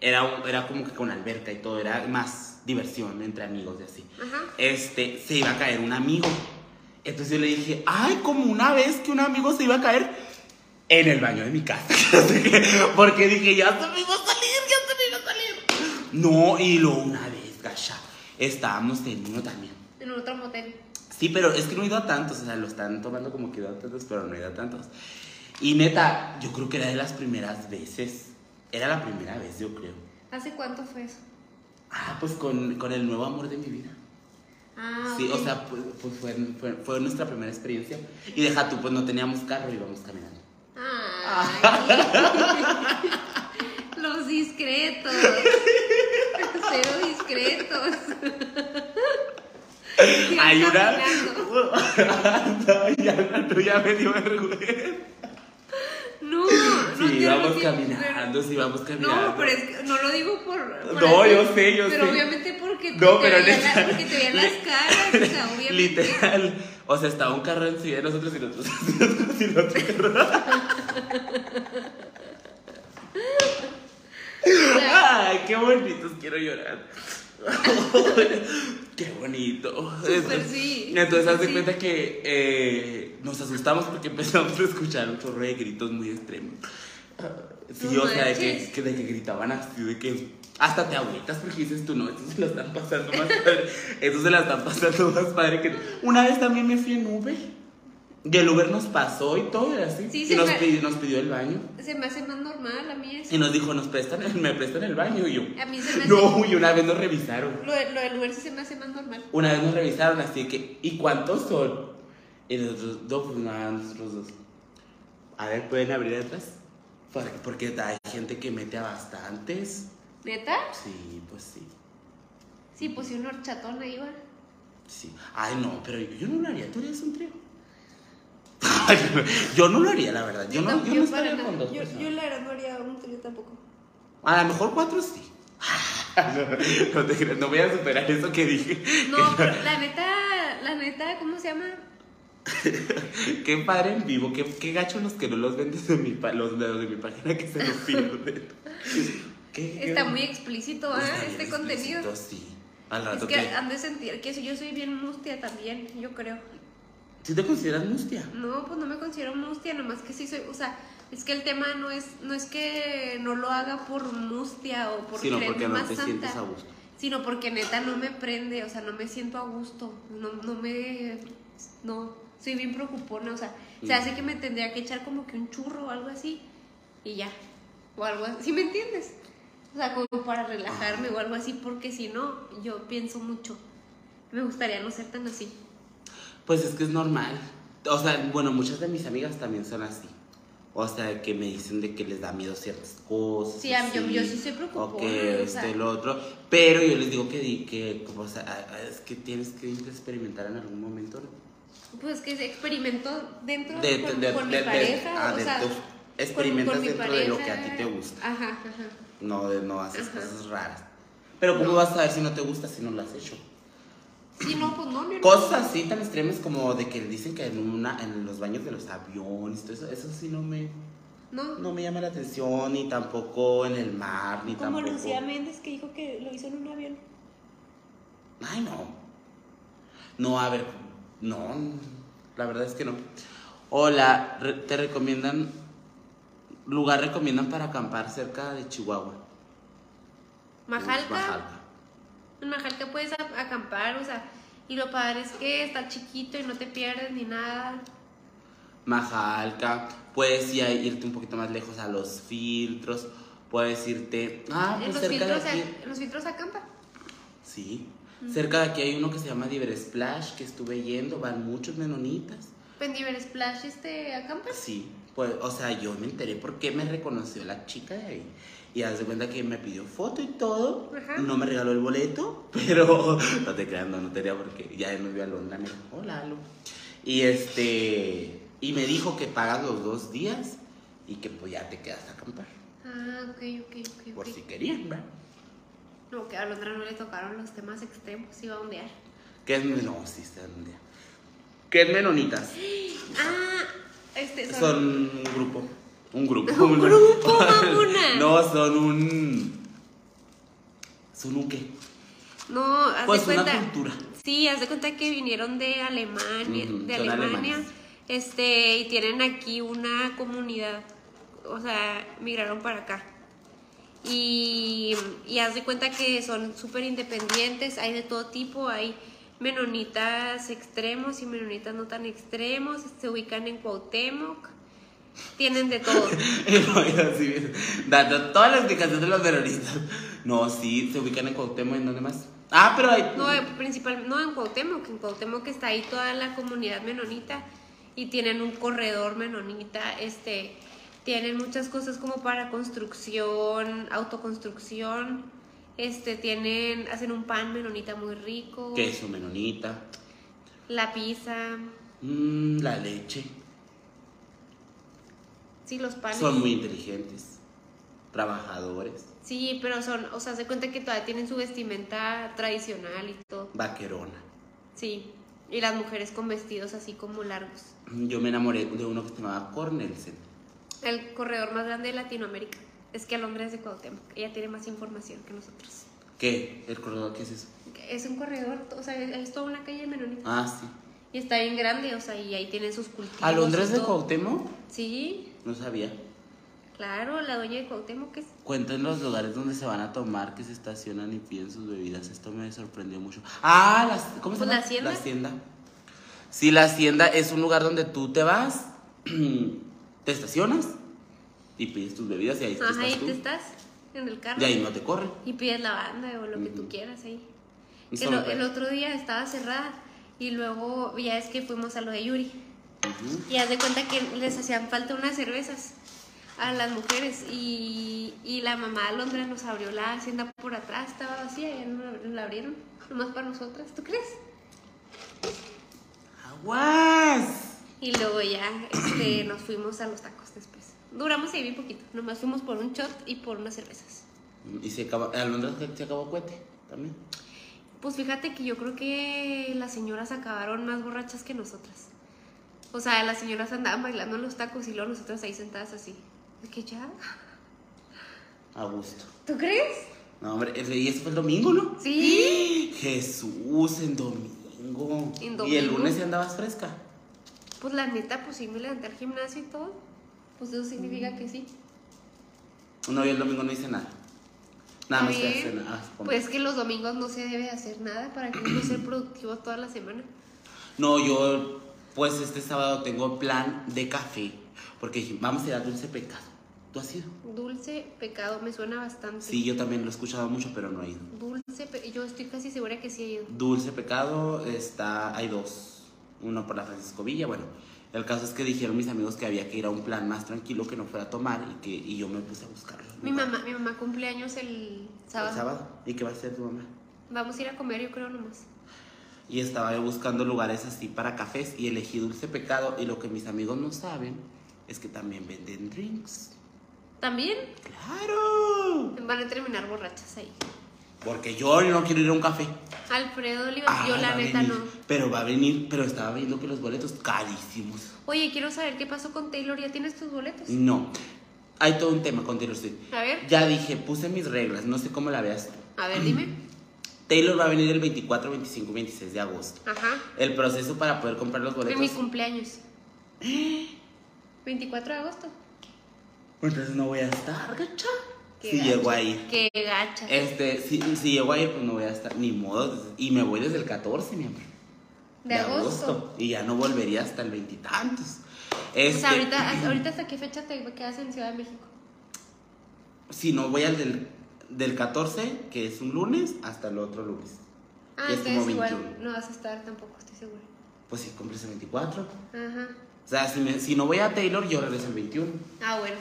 C: era, un- era como que con alberca y todo, era más diversión entre amigos y así.
B: Ajá.
C: Este, se iba a caer un amigo. Entonces yo le dije, ay, como una vez que un amigo se iba a caer en el baño de mi casa. Porque dije, ya se me iba a salir, ya se me iba a salir. No, y luego una vez, gacha, estábamos en uno también.
B: En otro motel.
C: Sí, pero es que no he ido a tantos, o sea, lo están tomando como que he ido a tantos, pero no he ido a tantos. Y neta, yo creo que era de las primeras veces. Era la primera vez, yo creo.
B: ¿Hace cuánto fue eso?
C: Ah, pues con, con el nuevo amor de mi vida.
B: Ah,
C: sí,
B: ok.
C: o sea, pues, pues fue, fue- fue nuestra primera experiencia. Y deja tú, pues no teníamos carro, íbamos caminando.
B: Ay. Los discretos. Cero discretos. Iban
C: Hay una.
B: caminando.
C: Ay, ya, tú ya me dio vergüenza.
B: No, no
C: Sí,
B: quiero
C: íbamos
B: decir,
C: caminando, sí, íbamos
B: pero-
C: caminando.
B: No, pero es que no lo digo por. por
C: No, yo sé, yo
B: Pero
C: sé.
B: obviamente porque
C: No,
B: te,
C: pero
B: veía la-
C: neta,
B: porque te veían
C: li-
B: las caras, o sea, obviamente.
C: Literal. O sea, estaba un carro encima de nosotros y nosotros y el otro carro.
B: o sea,
C: Ay, qué bonitos, quiero llorar. qué bonito.
B: Súper
C: Entonces-
B: sí,
C: Entonces,
B: súper
C: haz de
B: sí.
C: cuenta que eh, nos asustamos porque empezamos a escuchar un chorro de gritos muy extremos. Ah, Sí,
B: No
C: o sea, de
B: manches.
C: que, que- de que gritaban así, de que hasta te agüitas porque dices tú, no, eso se la están pasando más padre. Eso se la están pasando más padre que. Una vez también me fui en Uber. Y el Uber nos pasó y todo, era así.
B: Sí,
C: y
B: se
C: nos
B: fue-
C: pidió, nos pidió el baño.
B: se me hace más normal a mí eso.
C: Y nos dijo, nos prestan, el- me prestan el baño. Y yo,
B: A mí se me hace.
C: no, y una vez nos revisaron.
B: Lo, de- lo del Uber sí se me hace más normal.
C: Una vez nos revisaron, así que, ¿y cuántos son? Y nosotros, dos, pues nada, nosotros dos. A ver, ¿pueden abrir atrás? Porque, porque hay gente que mete a bastantes.
B: ¿Neta?
C: Sí, pues sí.
B: Sí, pues un horchatón ahí va.
C: Sí. Ay, no, pero yo, yo no lo haría. ¿Tú harías un trío? Ay, yo no lo haría, la verdad. Yo, no, yo no
B: para
C: estaría
B: nada.
C: con dos
B: Yo-
C: personas.
B: yo la verdad no haría un trío tampoco.
C: A lo mejor cuatro sí. no, te creas, no voy a superar eso que dije.
B: No, pero la neta, la neta, ¿cómo se llama?
C: Qué padre en vivo, qué, qué gacho los que no los ven desde mi, pa- los, los de mi página que se los pierden. Qué-
B: Está
C: qué-
B: muy explícito, ¿ah?
C: está bien
B: Este
C: explícito, Ah,
B: contenido.
C: Sí, al
B: Es
C: rato
B: que
C: que...
B: han de sentir que eso- yo soy bien mustia también, yo creo.
C: ¿Sí te consideras mustia?
B: No, pues no me considero mustia, nomás que sí soy, o sea, es que el tema no es, no es que no lo haga por mustia o por
C: Sino
B: creerme
C: porque no
B: más
C: te
B: santa,
C: sientes a gusto.
B: sino porque neta no me prende, o sea, no me siento a gusto, no, no me, no, soy bien preocupona, o sea,
C: Mm.
B: se hace que me tendría que echar como que un churro o algo así y ya, o algo así, ¿sí me entiendes? O sea, como para relajarme o algo así, porque si no, yo pienso mucho. Me gustaría no ser tan así.
C: Pues es que es normal. O sea, bueno, muchas de mis amigas también son así. O sea, que me dicen de que les da miedo ciertas cosas.
B: Sí, a mí- yo-
C: así,
B: yo sí soy preocupona,
C: O que
B: o sea.
C: este, lo otro. Pero yo les digo que, di- que como, o sea, a- a- es que tienes que experimentar en algún momento, ¿no?
B: Pues que se experimentó dentro
C: De-
B: con,
C: de-
B: con
C: de-
B: mi
C: de-
B: pareja.
C: ah,
B: o
C: de
B: sea,
C: tu-
B: con-
C: experimentas
B: con mi
C: dentro de lo que a ti te gusta.
B: Ajá, ajá.
C: No, de- no haces
B: Ajá.
C: cosas raras. Pero ¿cómo vas a saber si no te gusta si no lo has hecho?
B: Sí, no, pues no, yo no.
C: Cosas así tan extremas como de que dicen que en, una, en los baños de los aviones, todo eso, eso sí no me,
B: No,
C: no me llama la atención, ni tampoco en el mar, ni
B: como
C: tampoco...
B: Lucía Méndez que dijo que lo hizo en un avión.
C: Ay, no. No, a ver, no, la verdad es que no. Hola, re- te recomiendan, lugar recomiendan para acampar cerca de Chihuahua.
B: Majalca.
C: Majalca.
B: En Majalca puedes a- acampar, o sea, y lo padre es que está chiquito y no te pierdes ni nada.
C: Majalca, puedes ir a- irte un poquito más lejos a los filtros, puedes irte... Ah,
B: En
C: pues
B: los,
C: cerca de
B: filtros,
C: aquí.
B: en los filtros acampa.
C: Sí. Cerca de aquí hay uno que se llama Diver Splash, que estuve yendo, van muchos menonitas.
B: Pendiver Splash este acampa.
C: Sí, pues, o sea, yo me enteré porque me reconoció la chica de ahí. Y haz de cuenta que me pidió foto y todo.
B: Ajá.
C: No me regaló el boleto, pero no te creas, no, no tenía porque ya nos vio a Londra. Me dijo, hola, Lu". Y este, y me dijo que pagas los dos días y que pues ya te quedas a acampar.
B: Ah, ok, ok, ok. ok.
C: Por si querían, ¿verdad?
B: No, que a Londra no le tocaron los temas extremos, iba a ondear.
C: Que es men- no, sí, está en un día. Que es menonitas.
B: Ah, este, son,
C: Son un grupo. Un grupo.
B: Un grupo, mamona.
C: No, son un. Son un qué.
B: No, haz
C: Pues
B: de
C: una
B: cuenta.
C: cultura.
B: Sí, haz de cuenta que vinieron de Alemania,
C: Ujú,
B: de
C: son
B: Alemania,
C: alemanes.
B: este, y tienen aquí una comunidad, o sea, migraron para acá. Y, y haz de cuenta que son súper independientes, hay de todo tipo, hay menonitas extremos y menonitas no tan extremos, se ubican en Cuauhtémoc, tienen de todo.
C: Y no, yo así bien, Dando toda la explicación de los terroristas. No, sí, se ubican en Cuauhtémoc, ¿en dónde más? Ah, pero hay.
B: No, eh, principal, no en Cuauhtémoc, en Cuauhtémoc está ahí toda la comunidad menonita y tienen un corredor menonita, este, tienen muchas cosas como para construcción, autoconstrucción, este, tienen, hacen un pan menonita muy rico,
C: Queso, menonita.
B: la pizza,
C: mm, la leche.
B: sí, los panes.
C: Son muy inteligentes. Trabajadores.
B: Sí, pero son, o sea, se cuenta que todavía tienen su vestimenta tradicional y todo,
C: Vaquerona.
B: sí, y las mujeres con vestidos así como largos.
C: Yo me enamoré de uno que se llamaba Cornelsen.
B: El corredor más grande de Latinoamérica. Es que Alondra es de Cuauhtémoc. Ella tiene más información que nosotros.
C: ¿Qué? ¿El corredor qué es eso?
B: Es un corredor, o sea, es toda una calle menonita.
C: Ah, sí.
B: Y está bien grande, o sea, y ahí tienen sus cultivos.
C: ¿Alondra
B: y
C: es de
B: todo.
C: Cuauhtémoc?
B: Sí,
C: No sabía.
B: claro, la dueña de Cuauhtémoc es...
C: Cuenten los lugares donde se van a tomar, que se estacionan y piden sus bebidas. Esto me sorprendió mucho. Ah, las, ¿cómo se
B: Pues,
C: llama?
B: la hacienda.
C: La hacienda. Sí, la hacienda es un lugar donde tú te vas, te estacionas y pides tus bebidas y ahí
B: Ajá,
C: estás
B: ahí
C: tú.
B: te estás en el carro.
C: Y ahí no te corren.
B: Y pides la banda o lo que tú
C: Ujú.
B: quieras ahí.
C: Eso
B: El,
C: me
B: o- el
C: parece.
B: otro día estaba cerrada y luego ya es que fuimos a lo de Yuri. Y haz de cuenta que les hacían falta unas cervezas a las mujeres y, y la mamá de Alondra nos abrió la hacienda por atrás, estaba vacía y ya no la- la abrieron, nomás para nosotras, ¿tú crees?
C: ¡Aguas!
B: Y luego ya este, nos fuimos a los tacos después. Duramos ahí bien poquito, nomás fuimos por un shot y por unas cervezas.
C: Y se acaba, Alondra se- se acabó cohete también.
B: Pues fíjate que yo creo que las señoras acabaron más borrachas que nosotras. O sea, las señoras andaban bailando en los tacos y luego nosotras ahí sentadas así. ¿De que ya?
C: A gusto.
B: ¿Tú crees?
C: No, hombre, y eso fue el domingo, ¿no?
B: Sí.
C: Jesús, en domingo.
B: En
C: Y el
B: domingo.
C: lunes ya andabas fresca.
B: Pues la neta, pues sí me levanté al gimnasio y todo. Pues eso
C: Mm.
B: significa que sí.
C: No, yo el domingo no hice nada. Nada más
B: Está
C: que
B: bien.
C: hacer nada. Ah,
B: Pues es que los domingos no se debe hacer nada para que uno sea productivo toda la semana.
C: No, yo pues este sábado tengo plan de café. Porque dije, vamos a ir a Dulce Pecado. ¿Tú has ido?
B: Dulce pecado me suena bastante.
C: Sí, yo también lo he escuchado mucho, pero no he ido.
B: Dulce, pe- yo estoy casi segura que sí he ido.
C: Dulce Pecado está, hay dos. Uno por la Francisco Villa, bueno. El caso es que dijeron mis amigos que había que ir a un plan más tranquilo, que no fuera a tomar y que y yo me puse a buscarlo.
B: Mi mamá, mi mamá cumple años el
C: El
B: sábado.
C: sábado. ¿Y qué va a hacer tu mamá?
B: Vamos a ir a comer, yo creo nomás.
C: y estaba yo buscando lugares así para cafés y elegí Dulce Pecado y lo que mis amigos no saben es que también venden drinks.
B: ¿También?
C: ¡Claro!
B: Van a terminar borrachas ahí.
C: Porque yo no quiero ir a un café.
B: Alfredo Olivas,
C: Ah,
B: yo
C: va
B: la
C: a
B: neta
C: venir,
B: no.
C: Pero va a venir, pero estaba viendo que los boletos carísimos.
B: Oye, quiero saber qué pasó con Taylor. ¿Ya tienes tus boletos?
C: No. Hay todo un tema con Taylor Swift.
B: A ver.
C: Ya dije, puse mis reglas, no sé cómo la veas. tú.
B: A ver, dime.
C: Taylor va a venir el 24, 25, 26 de agosto.
B: Ajá.
C: El proceso para poder comprar los
B: En mi
C: boletos.
B: cumpleaños. 24 de agosto.
C: Entonces no voy a estar, gacha.
B: Qué
C: Si
B: gacho.
C: llego a ir.
B: Qué gacha.
C: Este, si, si llego a ir, pues no voy a estar. Ni modo. Y me voy desde el 14, mi amor.
B: de agosto.
C: Y ya no volvería hasta el veintitantos.
B: O
C: Este,
B: sea, ahorita, hasta, ahorita hasta qué fecha te quedas en Ciudad de México.
C: Si no voy al del, del 14, que es un lunes, hasta el otro lunes.
B: Ah,
C: que es como
B: entonces
C: 21.
B: igual no vas a estar tampoco, estoy segura.
C: Pues si compres el 24.
B: Ajá.
C: O sea, si, me- si no voy a Taylor, yo regreso el 21.
B: Ah, bueno.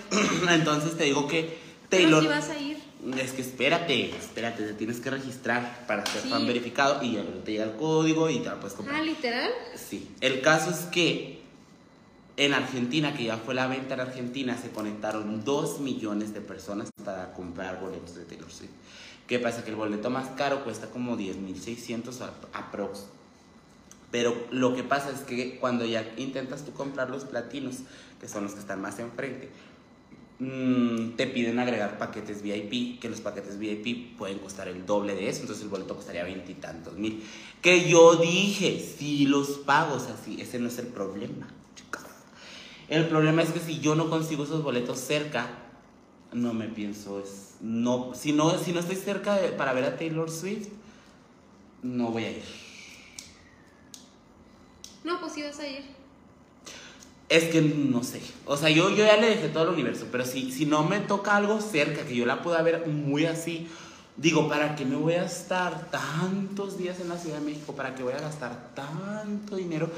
C: Entonces te digo que
B: Pero
C: Taylor.
B: si vas a ir.
C: Es que espérate, espérate, te tienes que registrar para ser
B: Sí.
C: fan verificado y ya luego te llega el código y te la puedes comprar.
B: Ah, literal.
C: Sí, el caso es que en Argentina, que ya fue la venta en Argentina, se conectaron 2 millones de personas para comprar boletos de Taylor Swift. ¿Qué pasa? Que el boleto más caro cuesta como 10.600 a- aprox. Pero lo que pasa es que cuando ya intentas tú comprar los platinos, que son los que están más enfrente, mm, te piden agregar paquetes VIP, que los paquetes VIP pueden costar el doble de eso, entonces el boleto costaría veintitantos mil. Que yo dije, si los pagos así, ese no es el problema, chicas. El problema es que si yo no consigo esos boletos cerca, no me pienso, es, no, si, no, si no estoy cerca de- para ver a Taylor Swift, no voy a ir.
B: No, pues sí vas a ir.
C: Es que no sé. O sea, yo, yo ya le dejé todo el universo. Pero si, si no me toca algo cerca, que yo la pueda ver muy así, digo, ¿para qué me voy a estar tantos días en la Ciudad de México? ¿Para qué voy a gastar tanto dinero?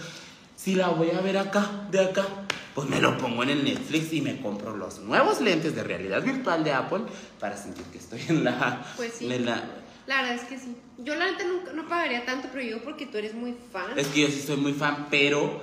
C: Si la voy a ver acá, de acá, pues me lo pongo en el Netflix y me compro los nuevos lentes de realidad virtual de Apple para sentir que estoy en la.
B: Pues sí.
C: en la-
B: La verdad es que sí. Yo la neta nunca, no pagaría tanto, pero yo porque tú eres muy fan.
C: Es que yo sí soy muy fan, pero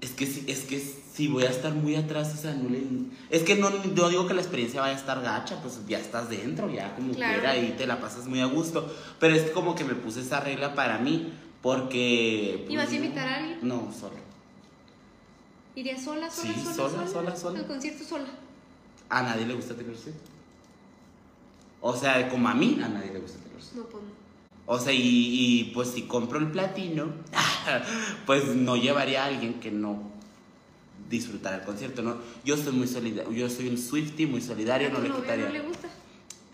C: es que sí, es que si voy a estar muy atrás, o sea, no le- es que no, no digo que la experiencia vaya a estar gacha, pues ya estás dentro, ya como
B: Claro.
C: quiera, ahí te la pasas muy a gusto, pero es que como que me puse esa regla para mí, porque...
B: ¿Y vas a
C: no.
B: invitar a alguien?
C: No, solo.
B: Iría sola, sola,
C: Sí,
B: sola,
C: sola, sola, sola.
B: Al concierto sola.
C: A nadie le gusta Taylor Swift. O sea, como a mí, a nadie le gusta Taylor Swift.
B: No, pues no.
C: O sea, y, y, pues si compro el platino, pues no llevaría a alguien que no disfrutara el concierto, ¿no? Yo soy muy solidario, yo soy un Swifty muy solidario,
B: A
C: no
B: tu
C: le
B: novio
C: quitaría.
B: no le gusta.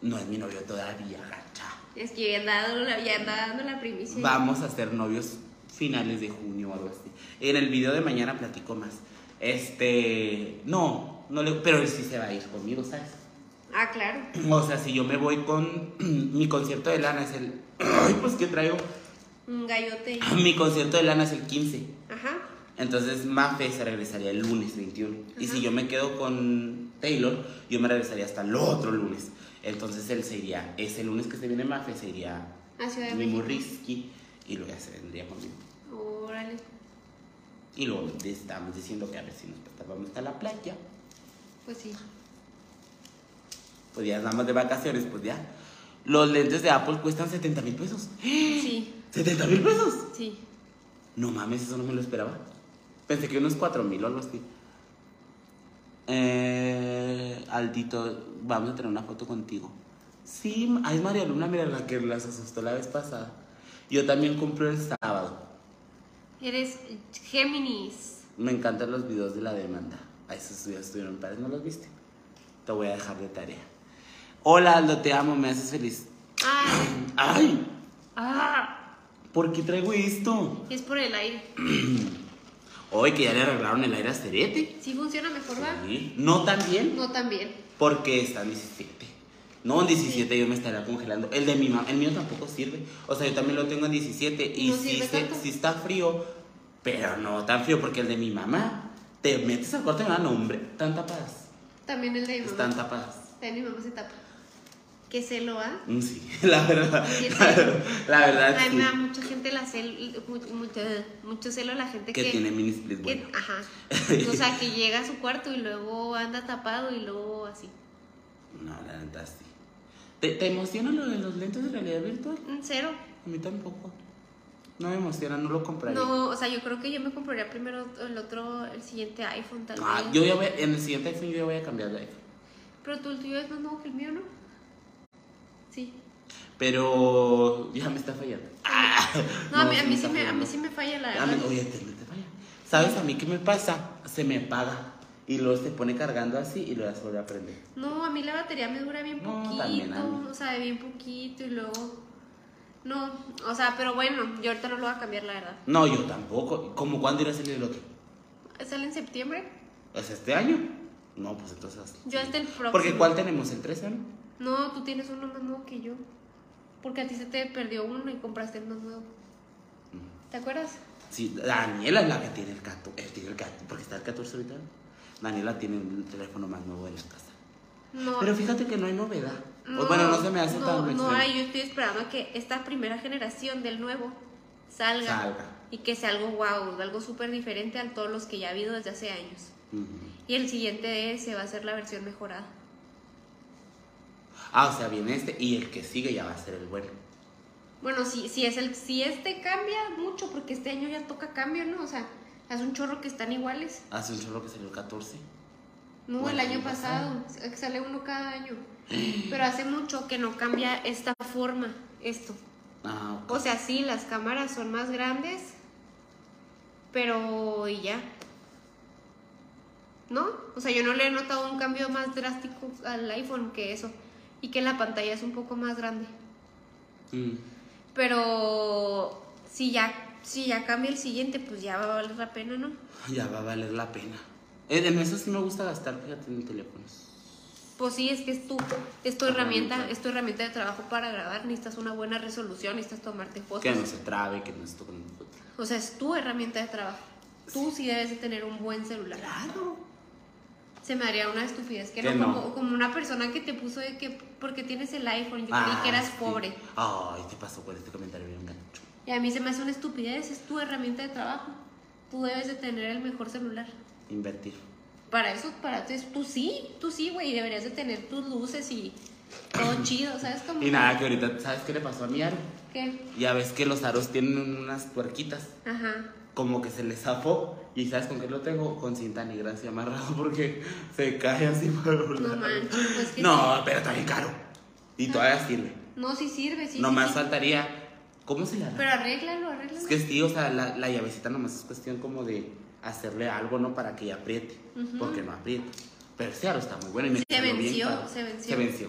C: No es mi novio todavía, gacha.
B: Es que ya anda dando la, ya anda dando la primicia.
C: Vamos a ser novios finales de junio o algo así. En el video de mañana platico más. Este, no, no le, pero él sí se va a ir conmigo, ¿sabes?
B: Ah, claro.
C: O sea, si yo me voy con mi concierto de lana es el ay, pues que traigo.
B: Un gallote. ahí.
C: Mi concierto de lana es el 15.
B: Ajá.
C: Entonces Mafe se regresaría el lunes 21. Y si yo me quedo con Taylor, yo me regresaría hasta el otro lunes. Entonces él se iría, ese lunes que se viene Mafe sería
B: A Ciudad de
C: Mimo
B: México.
C: Risky y luego ya se vendría conmigo.
B: Órale.
C: Y luego te estamos diciendo que a ver si nos vamos a la playa.
B: Pues sí.
C: Pues ya nada más de vacaciones, pues ya. Los lentes de Apple cuestan 70 mil pesos.
B: Sí,
C: ¿70 mil pesos?
B: sí.
C: No mames, eso no me lo esperaba. Pensé que unos 4 mil o algo así. Eh, Aldito, vamos a tener una foto contigo. Sí, ma- ay, María Luna, mira la que las asustó la vez pasada. Yo también compré el sábado.
B: Eres Géminis.
C: Me encantan los videos de la demanda. A esos videos estuvieron padres, ¿no los viste? Te voy a dejar de tarea. Hola, Aldo, te amo, me haces feliz.
B: Ah,
C: ¡Ay!
B: ah,
C: ¿Por qué traigo esto?
B: es por el aire.
C: Hoy que ya le arreglaron el aire a Cerete.
B: Sí funciona mejor, ¿va?
C: Sí. ¿No tan bien?
B: No tan bien.
C: Porque está en 17. No, en 17 yo me estaría congelando. El de mi mamá, el mío tampoco sirve. O sea, yo también lo tengo en 17 y
B: No
C: sí,
B: sirve
C: se-
B: tanto.
C: sí está frío, pero no tan frío porque el de mi mamá, te metes al cuarto y me dan hombre. Están tapadas.
B: También el de mi mamá.
C: Están tapadas.
B: También mi mamá se tapa. que se lo ha.
C: Mm, Sí, la verdad.
B: Sí, sí.
C: La verdad, la verdad,
B: Ay,
C: sí,
B: me da mucha gente la cel, mu- mucho, mucho celo la gente que,
C: Que tiene mini split,
B: que-
C: bueno.
B: ajá. O sea, que llega a su cuarto y luego anda tapado y luego así.
C: No, la neta sí. ¿Te, te emociona lo de los lentes de realidad virtual?
B: Mm, Cero.
C: A mí tampoco. No me emociona, no lo compraría.
B: No, o sea, yo creo que yo me compraría primero el otro, el siguiente iPhone tal vez.
C: Ah, yo ya voy, en el siguiente iPhone yo ya voy a cambiar de iPhone.
B: Pero tú, el tuyo es más nuevo que el mío, ¿no? Sí.
C: Pero ya me está fallando.
B: No, a mí,
C: No,
B: a
C: sí
B: mí
C: me
B: sí
C: está
B: me, a mí
C: fallando.
B: sí me falla la
C: A mí-
B: verdad.
C: oye, te, te falla. ¿Sabes a mí qué me pasa? Se me paga. Y luego se pone cargando así y luego ya se vuelve a prender.
B: No, a mí la batería me dura bien
C: No,
B: poquito,
C: también a mí.
B: o sea, bien poquito y luego... No, o sea, pero bueno, yo ahorita no lo voy a cambiar, la verdad.
C: No, yo tampoco. ¿Cómo cuándo irá a salir el otro?
B: ¿Sale en septiembre?
C: ¿Es este año? No, pues entonces.
B: Yo hasta el próximo.
C: Porque ¿cuál tenemos? ¿El 13, no?
B: No, tú tienes uno más nuevo que yo. Porque a ti se te perdió uno y compraste el más nuevo. ¿Te acuerdas?
C: Sí, Daniela es la que tiene el gato. eh, tiene el gato, porque está el 14 ahorita. Daniela tiene el teléfono más nuevo de la casa.
B: No.
C: Pero fíjate que no hay novedad.
B: no,
C: O Pues bueno, no se me hace
B: no,
C: tan
B: No,
C: extremo.
B: ay, yo estoy esperando a que esta primera generación del nuevo salga.
C: Salga.
B: Y que sea algo wow, algo súper diferente a todos los que ya ha habido desde hace años.
C: Ujú.
B: Y el siguiente de ese va a ser la versión mejorada.
C: Ah, o sea, viene este y el que sigue ya va a ser el bueno.
B: Bueno, si, si, es el, si este cambia mucho, porque este año ya toca cambio, ¿no? O sea, hace un chorro que están iguales.
C: Hace un chorro que salió Ah, el 14.
B: No,
C: Bueno,
B: el año
C: el
B: pasado, que sale uno cada año. Pero hace mucho que no cambia esta forma, esto.
C: Ah, ok.
B: O sea, sí, las cámaras son más grandes, pero y ya. ¿No? O sea, yo no le he notado un cambio más drástico al iPhone que eso. Y que la pantalla es un poco más grande.
C: Mm.
B: Pero si ya, si ya cambia el siguiente, pues ya va a valer la pena, ¿no?
C: Ya va a valer la pena. En en eso Eh, sí me gusta gastar, fíjate, en teléfonos.
B: Pues sí, es que es tu, es tu herramienta,
C: Herramienta.
B: es tu herramienta de trabajo para grabar, necesitas una buena resolución, necesitas tomarte
C: Que
B: fotos.
C: no se trabe, que no se toque ningún otro.
B: O sea, es tu herramienta de trabajo. Tú sí debes de tener un buen celular.
C: Claro.
B: Se me haría una estupidez que
C: Que
B: no,
C: no.
B: Como, como una persona que te puso de que porque tienes el iPhone, yo creí
C: Ah,
B: que eras
C: sí.
B: pobre.
C: Ay, ¿qué pasó con este comentario bien gancho?
B: Y a mí se me hace una estupidez, es tu herramienta de trabajo. Tú debes de tener el mejor celular.
C: Invertir.
B: Para eso, para ti, tú sí, tú sí, güey, deberías de tener tus luces y todo chido, ¿sabes cómo?
C: Y nada, Ah, que ahorita, ¿sabes qué le pasó a mi aro?
B: ¿Qué?
C: Ya ves que los aros tienen unas tuerquitas.
B: Ajá.
C: Como que se les zafó. ¿Y sabes con qué lo tengo? Con cinta negra así amarrado porque se cae así para
B: No
C: volar.
B: manches, pues que
C: No, pero está bien caro. Y todavía sirve.
B: No, sí sirve, sí.
C: nomás
B: sí, sí.
C: faltaría. ¿Cómo se la
B: Pero arréglalo, arréglalo.
C: Es que sí, o sea, la, la llavecita nomás es cuestión como de hacerle algo, ¿no? Para que ya apriete, porque no aprieta. Pero ese aro está muy bueno y me
B: Se
C: salió bien
B: venció,
C: caro.
B: se venció.
C: Se venció.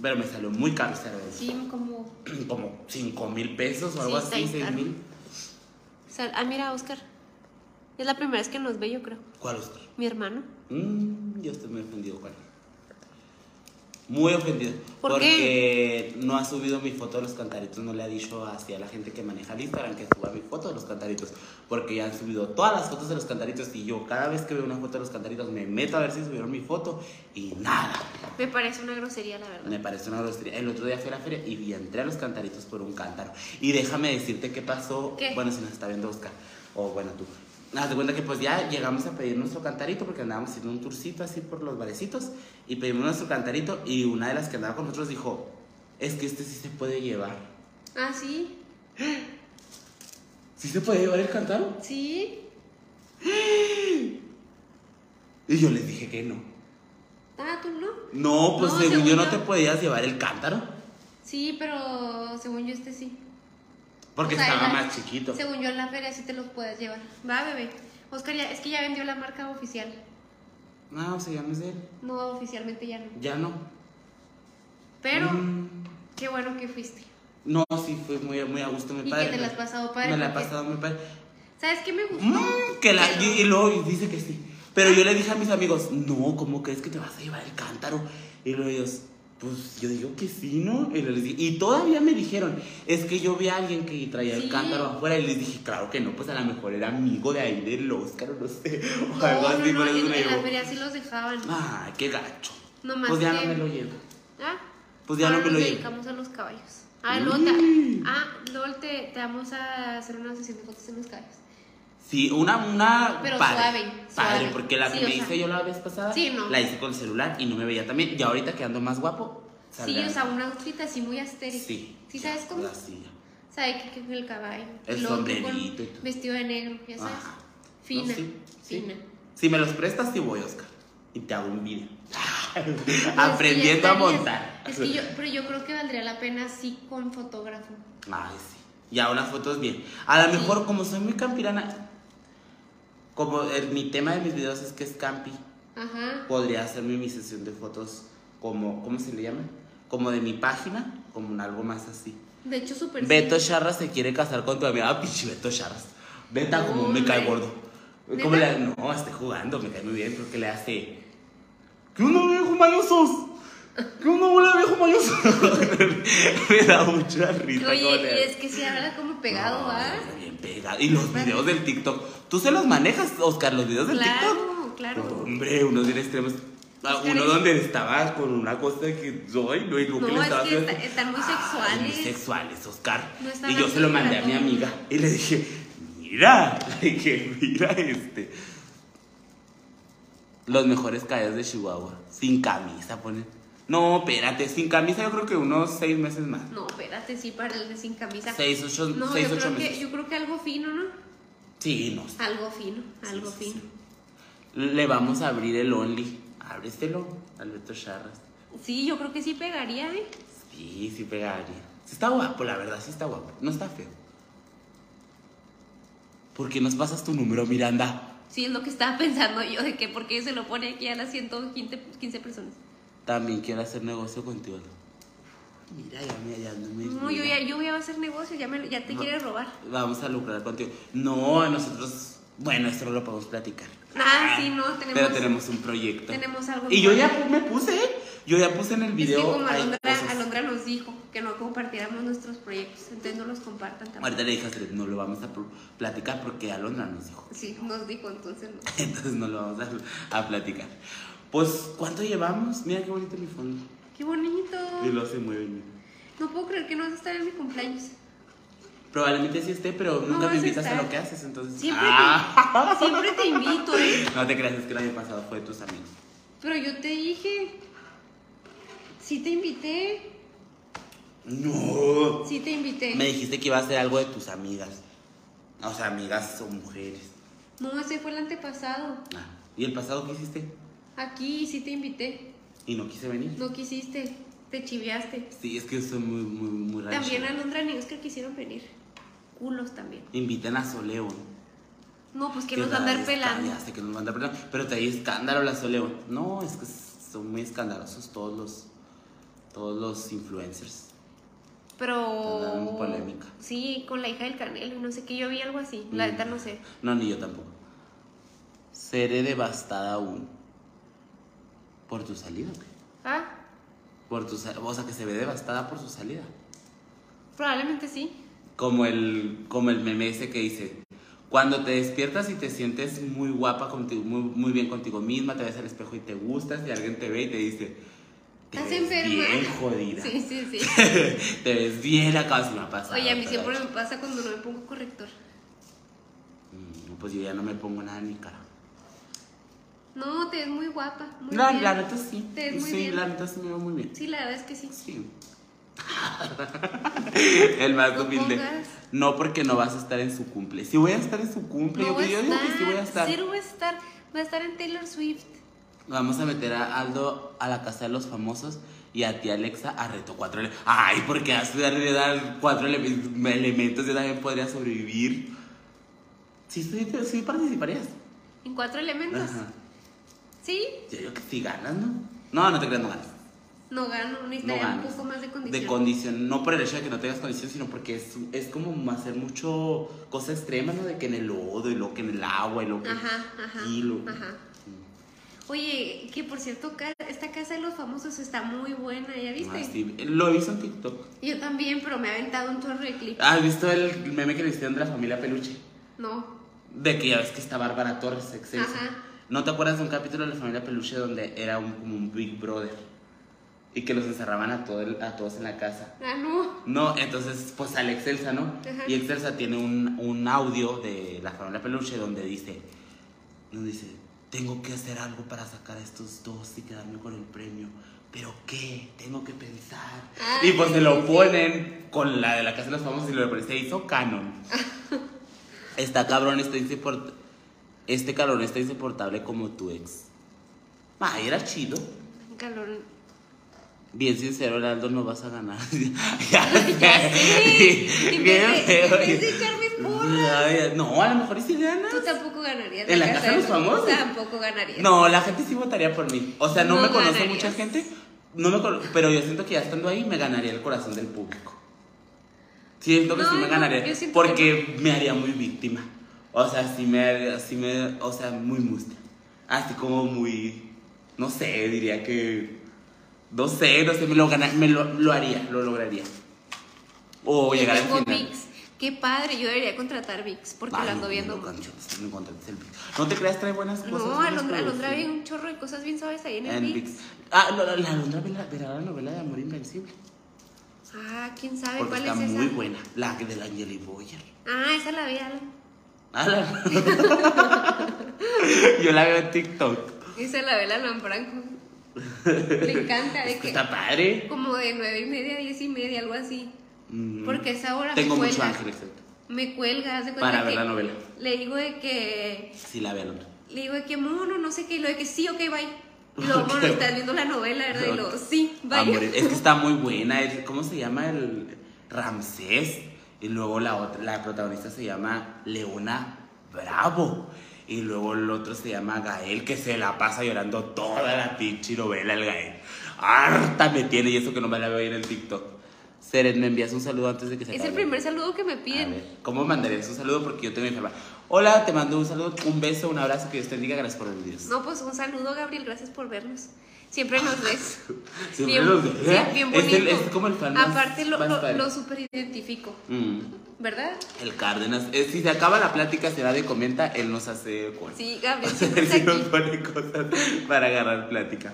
C: Pero me salió muy caro ese aro.
B: Sí, como.
C: Como 5 mil pesos o algo
B: Sí, está
C: así,
B: bien
C: 6
B: caro.
C: mil.
B: Sal- Ah, mira, Oscar. Es la primera vez que nos ve, yo creo.
C: ¿Cuál usted?
B: Mi hermano.
C: Mm, yo estoy muy ofendido con él. Muy ofendido.
B: ¿Por
C: porque no ha subido mi foto de los cantaritos, no le ha dicho hacia la gente que maneja el Instagram que suba mi foto de los cantaritos. Porque ya han subido todas las fotos de los cantaritos y yo cada vez que veo una foto de los cantaritos me meto a ver si subieron mi foto y nada.
B: Me parece una grosería, la verdad.
C: Me parece una grosería. El otro día fui a la feria y vi- entré a los cantaritos por un cántaro. Y déjame decirte qué pasó.
B: ¿Qué?
C: Bueno, si nos está viendo Oscar. O bueno, tú. Haz de cuenta que pues ya llegamos a pedir nuestro cantarito porque andábamos haciendo un tourcito así por los barecitos y pedimos nuestro cantarito y una de las que andaba con nosotros dijo, es que este sí se puede llevar.
B: Ah, sí.
C: ¿Sí se puede llevar el cántaro?
B: Sí.
C: Y yo les dije que no.
B: Ah, tú no.
C: No, pues
B: No,
C: según,
B: según
C: yo no
B: yo-
C: te podías llevar el cántaro
B: Sí, pero según yo, este sí.
C: porque
B: O sea,
C: estaba
B: en la-
C: más chiquito.
B: Según yo, en la feria sí te los puedes llevar. Va, bebé. Oscar, ya, es que ya vendió la marca oficial.
C: No, o sea, ya no es de él.
B: No, oficialmente ya no.
C: Ya no.
B: Pero,
C: Mm.
B: qué bueno que fuiste.
C: No, sí, fue muy, muy a gusto, mi
B: Y
C: padre.
B: que te la has pasado padre,
C: Me la ha
B: porque-
C: pasado mi padre.
B: ¿Sabes qué me gustó?
C: Mm, que la,
B: Pero-
C: y, y luego dice que sí. Pero yo le dije a mis amigos, no, ¿cómo crees que te vas a llevar el cántaro? Y luego ellos, pues yo digo que sí, ¿no? Y, luego les dije- y todavía me dijeron, es que yo vi a alguien que traía
B: Sí.
C: el cántaro afuera y les dije, claro que no, pues a lo mejor era amigo de ahí del Oscar, o no sé, o
B: No,
C: algo
B: no,
C: así,
B: no,
C: por eso
B: en,
C: me
B: en la
C: llevó.
B: feria sí los dejaban.
C: Ay, qué gacho.
B: No más
C: pues ya
B: que-
C: no me lo llevo.
B: Ah,
C: Pues ya no
B: Ahora
C: me lo Mm.
B: nos
C: llevo.
B: dedicamos a los caballos. Ah, luego te, ah, luego te, te vamos a hacer una sesión de fotos en los caballos.
C: Sí, una, una.
B: Pero
C: padre,
B: suave,
C: Padre,
B: suave.
C: porque la que
B: Sí,
C: me
B: o sea.
C: hice yo la vez pasada,
B: Sí, no.
C: la hice con el celular y no me veía también. Y ahorita quedando más guapo.
B: Sí,
C: salgan.
B: o sea, un outfit así muy astérico.
C: Sí.
B: ¿Sí
C: ya,
B: sabes cómo?
C: la silla.
B: O sea, de que, que el caballo.
C: El
B: Y luego tú con
C: sombrerito y todo.
B: Vestido de negro, ya sabes.
C: Ajá.
B: Fina,
C: No, sí, sí.
B: fina.
C: Si me los Pues prestas, sí voy, Oscar. Y te hago un video.
B: Pues,
C: Aprendiendo
B: ya
C: a
B: estarías.
C: montar.
B: Es que yo, pero yo creo que valdría la pena así con fotógrafo.
C: Ay, sí. Ya unas fotos bien. A lo mejor, como soy muy campirana, como el- mi tema de mis videos es que es campi,
B: Ajá.
C: podría hacerme mi sesión de fotos como, ¿cómo se le llama? Como de mi página, como un algo más así.
B: De hecho, súper
C: Beto Charras se quiere casar con tu amiga. Ah, pinche Beto Charras. Beta, como me cae
B: Hombre.
C: gordo. Como
B: ¿Neta?
C: le, no, esté jugando, me cae muy bien porque le hace. ¿Qué onda, viejo mañosos? ¿Qué onda, bola de viejo mañoso? me da mucha
B: sí.
C: risa. como
B: Oye,
C: le-
B: y es que se habla como pegado, ¿ah?
C: No,
B: ¿va?
C: Bien pegado. Y los videos del TikTok. ¿Tú se los manejas, Oscar, los videos del
B: Claro,
C: TikTok?
B: claro.
C: Hombre, unos bien extremos. Ah,
B: Oscar,
C: Uno
B: es-
C: donde estaba con una cosa que soy, no, y lo que le
B: No, es
C: estaba
B: que
C: haciendo-
B: está- están muy
C: Ay,
B: sexuales.
C: muy sexuales, Oscar.
B: No están
C: y yo
B: así
C: se lo
B: para
C: mandé a mi
B: todo.
C: amiga y le dije, mira, le dije, mira este. Los mejores caballos de Chihuahua. Sin camisa, ponen. No, espérate, sin camisa yo creo que unos seis meses más.
B: No, espérate, sí, para el de sin camisa.
C: Seis, ocho,
B: no,
C: seis,
B: yo,
C: ocho
B: creo
C: meses.
B: que, yo creo que algo fino, ¿no?
C: Sí, no.
B: Algo fino, algo
C: sí,
B: fino.
C: Le vamos a abrir el Only. Ábrestelo, Alberto Charras.
B: Sí. yo creo que sí pegaría, ¿eh?
C: Sí, sí pegaría. Sí está guapo, la verdad, sí está guapo. No está feo. ¿Por qué nos pasas tu número, Miranda?
B: Sí, es lo que estaba pensando yo, de que porque se lo pone aquí a las 115 15 personas.
C: También quiero hacer negocio contigo. Mira, ya me ya no me-
B: No, yo ya, yo voy a hacer negocio, ya, me, lo- ya te quieres robar.
C: Vamos a lucrar contigo. No, nosotros. Bueno, esto no lo podemos platicar.
B: Ah, sí, no, tenemos-
C: Pero tenemos un proyecto.
B: tenemos algo
C: Y yo
B: en
C: ya me puse, ¿eh? yo ya puse en el video.
B: es que como
C: hay
B: Alondra,
C: cosas.
B: Alondra nos dijo que no compartiéramos nuestros proyectos, entonces no los compartan tampoco.
C: Ahorita le dije a Astrid, no lo vamos a pl- platicar porque Alondra nos dijo.
B: Sí, nos dijo, entonces no.
C: Entonces no lo vamos a, a platicar. Pues, ¿cuánto llevamos? Mira qué bonito mi fondo.
B: ¡Qué bonito!
C: Y lo se mueve. mira.
B: No puedo creer que no vas a estar en mi cumpleaños.
C: Probablemente sí esté, pero
B: No
C: nunca
B: vas a
C: me invitas a,
B: estar.
C: lo que haces, entonces.
B: Siempre,
C: Ah,
B: te, siempre te invito, ¿eh?
C: No te creas, es que el año pasado fue de tus amigos.
B: Pero yo te dije. Sí te invité.
C: No.
B: Sí te invité.
C: Me dijiste que iba a hacer algo de tus amigas. O sea, amigas o mujeres.
B: No, ese fue el antepasado.
C: Ah, ¿Y el pasado qué hiciste?
B: Aquí sí te invité.
C: Y no quise venir.
B: No quisiste. Te chiviaste.
C: Sí, es que yo soy muy, muy, muy raro.
B: También Alondra y Oscar quisieron venir. Culos también.
C: Invitan a Soleón.
B: No, pues que nos van a andar pelando.
C: Ya sé que nos van a andar pelando. Pero te hay escándalo la Soleón. No, es que son muy escandalosos todos los, todos los influencers.
B: Pero.
C: Andaban en polémica.
B: Sí, con la hija del Canelo y no sé qué. Yo vi algo así. La
C: Mm.
B: neta no sé.
C: No, ni yo tampoco. Seré devastada aún. Por tu salida, güey.
B: Ah,
C: Por tu sa- O sea, que se ve devastada por su salida.
B: probablemente sí.
C: Como el, como el meme ese que dice, cuando te despiertas y te sientes muy guapa, contigo, muy, muy bien contigo misma, te ves al espejo y te gustas y alguien te ve y te dice, te
B: ¿Estás
C: ves
B: enferma?
C: bien jodida.
B: Sí, sí, sí.
C: te ves bien acá, se me ha pasado.
B: Oye, a mí
C: toda
B: siempre
C: la
B: me pasa cuando no me pongo corrector.
C: ch- Mm, Pues yo ya no me pongo nada en mi cara.
B: No, te ves muy guapa. Muy
C: no,
B: bien.
C: la neta sí.
B: Te ves muy
C: sí,
B: bien.
C: la neta sí me veo muy bien.
B: Sí, la verdad es que sí.
C: Sí. el más
B: No
C: humilde.
B: pongas.
C: No, porque no vas a estar en su cumple. Si voy a estar en su cumple,
B: No
C: yo,
B: va a
C: yo digo que sí voy a estar.
B: Cero va a estar. Va a estar en Taylor Swift.
C: Vamos a meter a Aldo a la casa de los famosos y a ti Alexa a reto cuatro ele- Ay, porque hace darle dar cuatro ele- elementos yo también podría sobrevivir. Sí, sí, sí participarías.
B: En cuatro elementos.
C: Ajá.
B: Sí,
C: Yo digo que sí ganas, ¿no? No, no te creas, no ganas.
B: no gano.
C: No
B: Necesitaría un
C: ganas.
B: poco más de condición.
C: De condición, no por el hecho de que no tengas condición, sino porque es, es como hacer mucho cosa extrema, ¿no? De que en el lodo y lo que en el agua y lo que.
B: Ajá, ajá.
C: y lo-
B: ajá. Oye, que por cierto, ca- esta casa de los famosos está muy buena, ¿ya viste?
C: Ah, sí, Lo hizo en TikTok.
B: Yo también, pero me ha aventado un chorro de clips.
C: ¿Has visto el meme que le hicieron de la familia Peluche?
B: No.
C: De que ya ves que está Bárbara Torres, exceso.
B: Ajá.
C: ¿No te acuerdas de un capítulo de la familia Peluche donde era un, como un Big Brother? y que los encerraban a, todo el- a todos en la casa.
B: Ah, no.
C: No, entonces pues al Excelsa, ¿no?
B: Ajá.
C: Y Excelsa tiene un, un audio de la farola peluche donde dice, donde dice, tengo que hacer algo para sacar a estos dos y quedarme con el premio. ¿Pero qué? Tengo que pensar.
B: Ah,
C: y pues
B: sí,
C: se lo
B: sí.
C: ponen con la de la Casa de los Famosos y lo ponen, se hizo canon. está cabrón, está insoport- Este cabrón está insoportable como tu ex. Ma, era chido.
B: Calor.
C: Bien sincero, Heraldo, no vas a ganar. ya
B: Ya sí. En
C: Bien
B: vez de-
C: feo.
B: en vez de echar mis porras.
C: Ay, No, a lo mejor y si ganas.
B: Tú tampoco ganarías.
C: ¿En la casa de los famosos?
B: Tampoco ganarías.
C: No, la gente sí votaría por mí. O sea, no,
B: No
C: me conoce
B: ganarías.
C: mucha gente, no me cono- pero yo siento que ya estando ahí me ganaría el corazón del público. Siento que
B: No,
C: sí me
B: no,
C: ganaría,
B: yo siento
C: porque me haría muy víctima. O sea, sí me, haría- sí me, o sea, muy musta. Así como muy, no sé, diría que, no sé, no sé, me lo gana- me lo, lo haría, lo lograría. O
B: Yo
C: llegar al
B: tengo
C: final.
B: VIX. Qué padre, yo debería contratar VIX porque
C: Ay,
B: lo ando
C: no,
B: viendo.
C: no,
B: mucho.
C: canchos, no contrates el Vix. No te creas, trae buenas cosas.
B: No,
C: buenas
B: Alondra, Alondra ve
C: producciones.
B: un chorro de cosas bien suaves ahí en el
C: En
B: VIX.
C: Vix. Ah, la, la, la Alondra verá, verá la novela de Amor Invencible.
B: Ah, quién sabe
C: Porque
B: cuál
C: está
B: es esa.
C: muy buena. La de la Angeli Boyer.
B: Ah, esa la vi. Alan.
C: Ah, la- Yo la veo en TikTok.
B: Esa la ve la Alan Franco. Le encanta de
C: Es que
B: que
C: está padre.
B: como de nueve y media, diez y media, algo así.
C: Mm.
B: Porque esa hora
C: Tengo
B: me
C: mucho
B: cuelga.
C: ángel, exacto.
B: Me cuelga, haz de cuenta
C: Para ver
B: que
C: la novela.
B: Le digo de que
C: Sí, la veo, Alondra.
B: Le digo de que mono, no sé qué, y lo de que sí, ok, bye. Y luego,
C: Ok. Ah,
B: mono, estás viendo la novela, ¿verdad? Y luego, sí, bye.
C: Amor- es que está muy buena. es- ¿Cómo se llama el Ramsés? Y luego la otra, la protagonista se llama Leona Bravo. Y luego el otro se llama Gael, que se la pasa llorando toda la pinche novela el Gael. Harta me tiene y eso que no me la veo ir en el TikTok. Seren, me envías un saludo antes de que se
B: es el
C: acabe?
B: primer saludo que me
C: A
B: piden.
C: ver, ¿Cómo mandaré un saludo? Porque yo tengo enferma. Hola, te mando un saludo, un beso, un abrazo, que Dios te bendiga, gracias por venir.
B: No, pues un saludo, Gabriel, gracias por vernos. Siempre nos ves.
C: Siempre
B: bien,
C: los-
B: sí,
C: ¿verdad?
B: bien
C: Es
B: bonito.
C: el- es como el fan más-
B: Aparte, lo,
C: más
B: lo,
C: padre.
B: lo super identifico,
C: Mm.
B: ¿verdad?
C: El Cárdenas. Eh, si se acaba la plática, se da de comenta, él nos hace con.
B: Sí, Gabriel, siempre
C: Él
B: está
C: sí nos
B: aquí.
C: pone cosas para agarrar plática.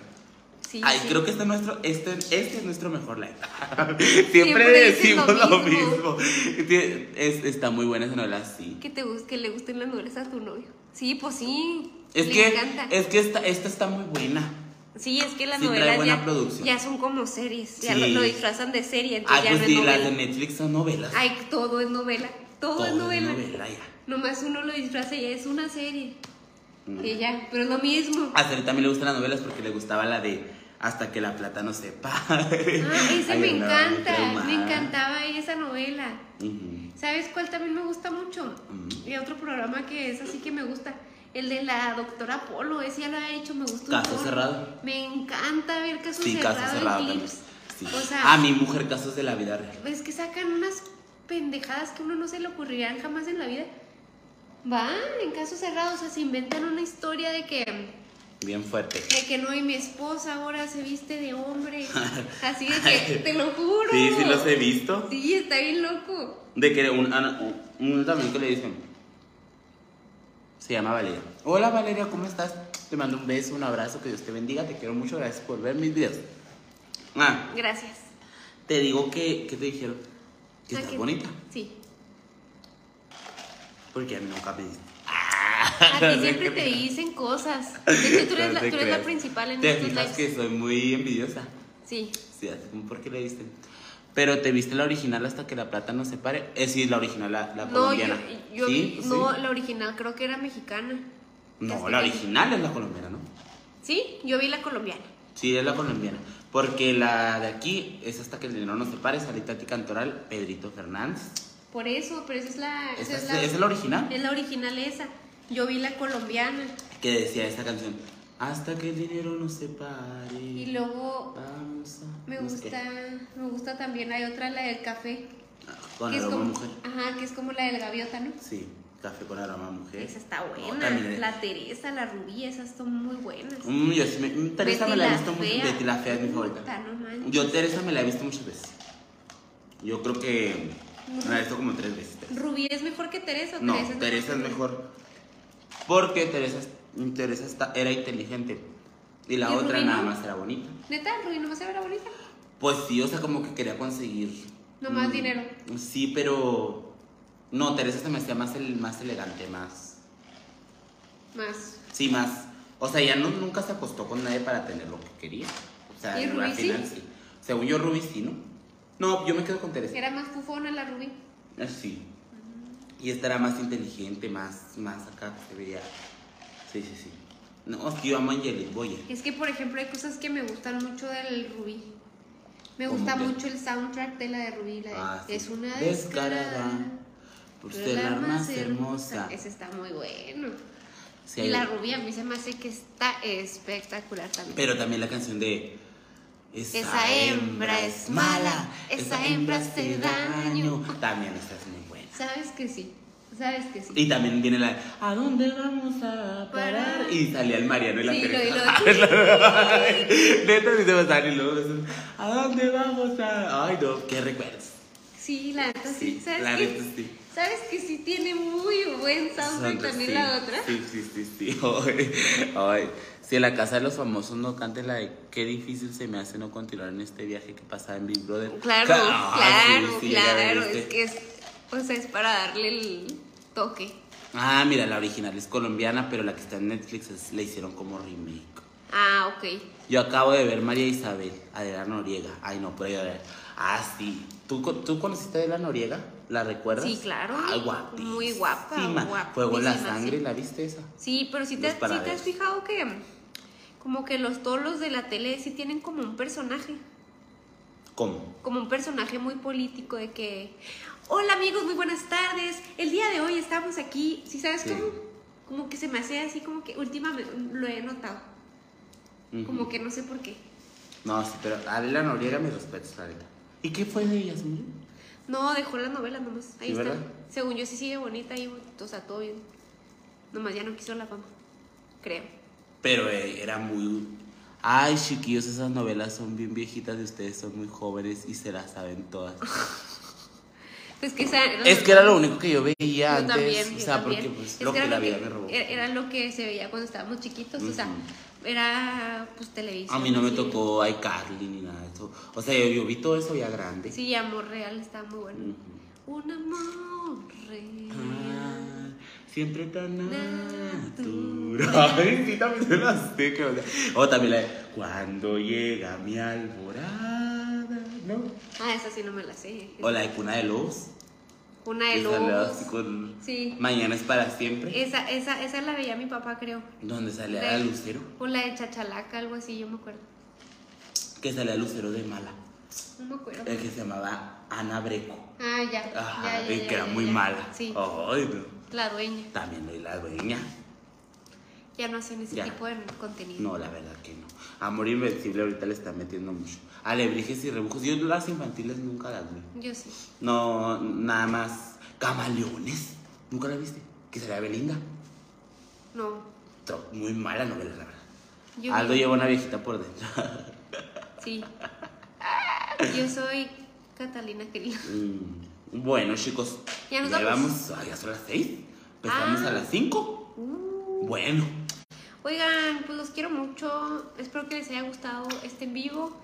B: Sí,
C: Ay,
B: sí.
C: creo que este es nuestro, este, este es nuestro mejor live. Siempre,
B: Siempre dices
C: decimos
B: lo
C: lo mismo.
B: mismo.
C: Tie- es- está muy buena esa novela, sí.
B: Que, te, gus- que le gusten las novelas a tu novio. Sí, pues sí.
C: Es
B: le
C: que,
B: encanta.
C: es que esta, esta está muy buena.
B: Sí, es que las
C: Sí, trae
B: novelas
C: buena
B: ya,
C: producción.
B: ya son como series, ya
C: Sí.
B: lo, lo disfrazan de serie, entonces
C: Ay,
B: ya
C: pues
B: no es
C: sí,
B: novela. Ah,
C: las de Netflix son novelas.
B: Ay, todo es novela, todo, es novela.
C: ya.
B: Nomás uno lo disfraza y es una serie.
C: Mm.
B: Y ya, pero es lo mismo.
C: A Cere también le gustan las novelas porque le gustaba la de Hasta que la plata no sepa. Ah,
B: Ah, ese me encanta, me encantaba esa novela. ¿Sabes cuál también me gusta mucho?
C: Mm.
B: Y otro programa que es así que me gusta. El de la doctora Polo, ese ya lo ha hecho, me gusta un
C: Caso
B: chorro.
C: cerrado.
B: Me encanta ver casos
C: Sí,
B: cerrados
C: caso cerrado
B: en
C: también.
B: clips.
C: Sí.
B: O sea,
C: ah, mi mujer, casos de la vida real.
B: Es que sacan unas pendejadas que uno no se le ocurrirían jamás en la vida. Van en casos cerrados, o sea, se inventan una historia de que, de
C: Bien fuerte.
B: que no, y mi esposa ahora se viste de hombre. Así de que, te lo juro.
C: Sí, sí los he visto.
B: Sí, está bien loco.
C: De que un, Ana- un, un también que le dicen. Se llama Valeria. Hola Valeria, ¿cómo estás? Te mando un beso, un abrazo, que Dios te bendiga, te quiero mucho, gracias por ver mis videos. Ah,
B: Gracias.
C: te digo que, ¿qué te dijeron? Que
B: Ah,
C: estás
B: que-
C: bonita,
B: Sí.
C: porque a mí nunca me dicen.
B: A ti siempre te dicen cosas. De hecho, tú eres,
C: No
B: la,
C: te
B: tú eres la
C: creas.
B: principal en
C: Te
B: estos
C: fijas
B: lives.
C: que soy muy envidiosa.
B: Sí.
C: Sí, así como, ¿por qué le diste? Pero te viste la original hasta que la plata no se pare. Eh, sí, la original, la, la
B: No, yo,
C: colombiana.
B: yo
C: Sí,
B: no,
C: sí.
B: la original creo que era mexicana.
C: No,
B: Castellana.
C: la original es la colombiana, ¿no?
B: Sí, yo vi la colombiana.
C: Sí, es la colombiana. Porque la de aquí es hasta que el dinero no se pare, Salita Tati Cantoral, Pedrito Fernández.
B: Por eso, pero esa es la.
C: Esa
B: Esa
C: es,
B: es, la,
C: es la original
B: es la original esa. Yo vi la colombiana.
C: que decía esta canción. Hasta que el dinero no se pare.
B: Y luego
C: Vamos a...
B: me
C: no sé qué.
B: gusta. Me gusta también. Hay otra, la del café.
C: Ah, Con
B: que es
C: aroma
B: como,
C: mujer.
B: Ajá, que es como la del gaviota, ¿no?
C: Sí, café con aroma mujer.
B: Esa está
C: No,
B: buena.
C: también es-
B: la Teresa, la Rubí, esas son muy buenas.
C: Mm, yo sí me, mm, Teresa
B: Betty
C: me la he
B: la
C: visto mucho.
B: Fea.
C: Betty la fea es mi
B: Puta,
C: favorita.
B: no manches.
C: Yo Teresa me la he visto muchas veces. Yo creo que me la he visto como tres veces.
B: ¿Rubí es mejor que Teresa o
C: No,
B: Teresa es
C: Teresa es
B: mejor? que Rubí?
C: mejor. Porque Teresa, Teresa está- era inteligente. Y la
B: ¿Y
C: otra
B: Rubí no?
C: nada más era bonita.
B: Neta, Rubí nomás era bonita.
C: Pues sí, o sea, como que quería conseguir.
B: Nomás
C: mm,
B: dinero.
C: Sí, pero. No, Teresa se me hacía más, el, más elegante, más.
B: Más.
C: Sí, más. O sea, ya no, nunca se acostó con nadie para tener lo que quería. O sea,
B: ¿Y Rubí
C: al final
B: sí?
C: sí. Según yo, Rubí sí, ¿no? No, yo me quedo con Teresa.
B: Era más fufona la Rubí.
C: Ah, Sí. Y esta era más inteligente, más, más acá, se veía. Sí, sí, sí. No, es que yo amo a Angelique Boyer.
B: Es que, por ejemplo, hay cosas que me gustan mucho del Rubí. Me
C: ¿Cómo
B: gusta
C: qué?
B: mucho el soundtrack de la de Rubí. La de,
C: Ah, sí.
B: Es una
C: Descarada,
B: descarada.
C: Por
B: pero
C: ser la más hermosa.
B: Ese está muy bueno.
C: Sí,
B: y
C: hay-
B: la Rubí a mí se me hace que está espectacular también.
C: Pero también la canción de.
B: Esa hembra es mala, esa hembra hace daño.
C: También esa es muy buena.
B: Sabes que sí. Sabes que sí.
C: Y también viene la. ¿A dónde vamos a parar? Y salía el Mariano y la
B: Sí, lo-
C: Teresa.
B: y lo-
C: Neta, sí se va a salir, y luego. eso, ¿A dónde vamos a.? Ay, no, qué recuerdos.
B: Sí, la neta sí.
C: Sí,
B: ¿Sabes
C: la
B: qué?
C: neta sí.
B: ¿Sabes que sí tiene muy buen soundtrack
C: Sandra,
B: también
C: sí.
B: la otra?
C: Sí, sí, sí, sí. Ay, ay. Si en la casa de los famosos no cante la de qué difícil se me hace no continuar en este viaje que pasaba en Big Brother.
B: Claro,
C: Ca- ay,
B: claro,
C: Ah, sí, sí, llegué a ver
B: claro. Es
C: este.
B: que es, o sea, es para darle el toque.
C: Ah, mira, la original es colombiana, pero la que está en Netflix es- la hicieron como remake.
B: Ah, ok.
C: Yo acabo de ver María Isabel, Adela Noriega. Ay, no, puedo llorar. Ah, sí. ¿Tú, co- ¿Tú conociste a Adela Noriega? ¿La recuerdas?
B: Sí, claro.
C: Ay, guapísima.
B: Muy guapa,
C: Fuego en la
B: guapísima,
C: sangre,
B: sí.
C: ¿la viste esa?
B: Sí, pero sí te,
C: Los
B: sí te
C: paraderos.
B: has fijado que como que los toros de la tele sí tienen como un personaje,
C: ¿Cómo?
B: como un personaje muy político de que, hola amigos, muy buenas tardes, el día de hoy estamos aquí, ¿sí sabes
C: Sí.
B: cómo? Como que se me hace así como que últimamente lo he notado,
C: Ujú.
B: como que no sé por qué.
C: No, sí, pero Adela Noriega, mis respetos, la neta. ¿Y qué fue de ellas, murió?
B: No, dejó las novelas nomás. Ahí
C: Sí,
B: está.
C: ¿verdad?
B: Según yo sí sigue bonita ahí, o sea, todo bien. Nomás ya no quiso la fama. Creo.
C: Pero eh, era muy. Ay, chiquillos, esas novelas son bien viejitas y ustedes son muy jóvenes y se las saben todas.
B: Pues que esa era
C: es que era lo único que yo veía
B: Yo
C: antes.
B: también,
C: o
B: yo
C: sea,
B: también.
C: porque pues,
B: Es
C: lo que,
B: era
C: la vida me robó.
B: era- era lo que se veía cuando estábamos chiquitos, o sea, era pues televisión.
C: A mí no me
B: sí.
C: tocó iCarly ni nada de eso. O sea, yo, yo vi todo eso ya grande.
B: Sí, amor real estaba muy bueno. Un amor real.
C: Ah, Siempre tan
B: Natural.
C: natural. Ay, sí, también se las sé. que, O, sea, o también la de Cuando llega mi alborada. ¿No?
B: Ah, esa sí no me la sé.
C: O la de Cuna de Lobos.
B: Una de
C: que sale
B: lobos. Eh,
C: así con
B: Sí.
C: Mañana es para siempre.
B: Esa, esa, esa la veía mi papá, creo.
C: Donde sale a
B: Sí.
C: Lucero.
B: O la de Chachalaca, algo así, yo me acuerdo.
C: Que sale a Lucero de Mala.
B: No me acuerdo.
C: El que se llamaba Ana Breco.
B: Ah, ya.
C: Ajá,
B: ya, ya,
C: y
B: ya,
C: que era
B: ya,
C: muy
B: ya.
C: mala. Oh.
B: Sí,
C: Ay, no.
B: la dueña.
C: También hoy la dueña.
B: Ya no hacen ese
C: Ya.
B: tipo de contenido.
C: No, la verdad que no. Amor Invencible ahorita le está metiendo mucho. Alebrijes y rebujos. Yo las infantiles nunca las vi.
B: Yo sí.
C: No, nada más. Camaleones. ¿Nunca la viste? Que sería Belinda.
B: No.
C: To- Muy mala novela, la verdad.
B: Yo
C: Aldo
B: vi-
C: lleva una viejita por dentro.
B: Sí. Yo soy Catalina querida.
C: Mm, bueno, chicos.
B: Ya nos
C: vamos. Ay, ya son las seis. Empezamos
B: Ah.
C: a las cinco.
B: Uh.
C: Bueno.
B: Oigan, pues los quiero mucho. Espero que les haya gustado este en vivo.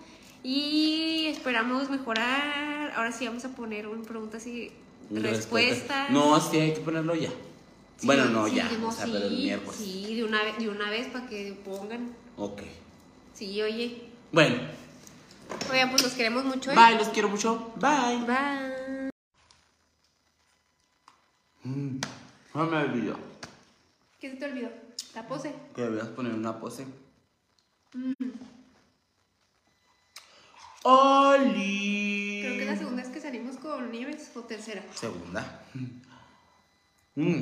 B: Y esperamos mejorar. Ahora sí vamos a poner un preguntas y respuestas.
C: No, sí, hay que ponerlo ya.
B: Sí,
C: bueno, no,
B: sí,
C: ya.
B: no,
C: o sea, pero el
B: sí,
C: miércoles.
B: Sí, de una, ve- de una vez para que pongan.
C: Ok.
B: Sí, oye.
C: Bueno,
B: Oigan, pues los queremos mucho. ¿eh?
C: bye, los quiero mucho. Bye.
B: Bye.
C: No me olvidó
B: ¿Qué se te olvidó? La pose. Mm,
C: que debías poner una pose. ¡Oli!
B: Creo que la segunda es que salimos con Nieves o tercera.
C: Segunda. Mm.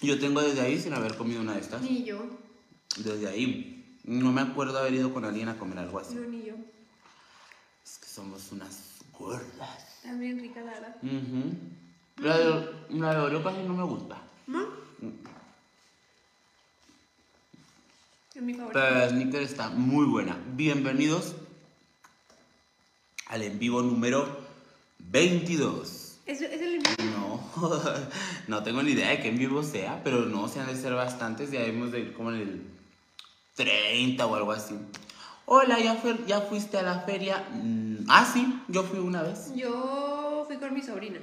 C: Yo tengo desde ahí sin haber comido una de estas.
B: Ni yo.
C: Desde ahí. No me acuerdo haber ido con alguien a comer algo así.
B: No, ni yo.
C: Es que somos unas gordas.
B: Está bien rica, la verdad.
C: Ujú. La de, la de Oreo casi no me gusta.
B: ¿No? Es mi favorita.
C: Pero la de Snickers está muy buena. Bienvenidos al en vivo número 22.
B: Es, es el mismo.
C: No, no tengo ni idea de qué en vivo sea, pero no, se han de ser bastantes. Ya hemos de ir como en el
A: 30 o algo así. Hola, ¿ya, fue- ya fuiste a la feria? Mm, ah, sí, yo fui una vez.
B: Yo fui con mi sobrina.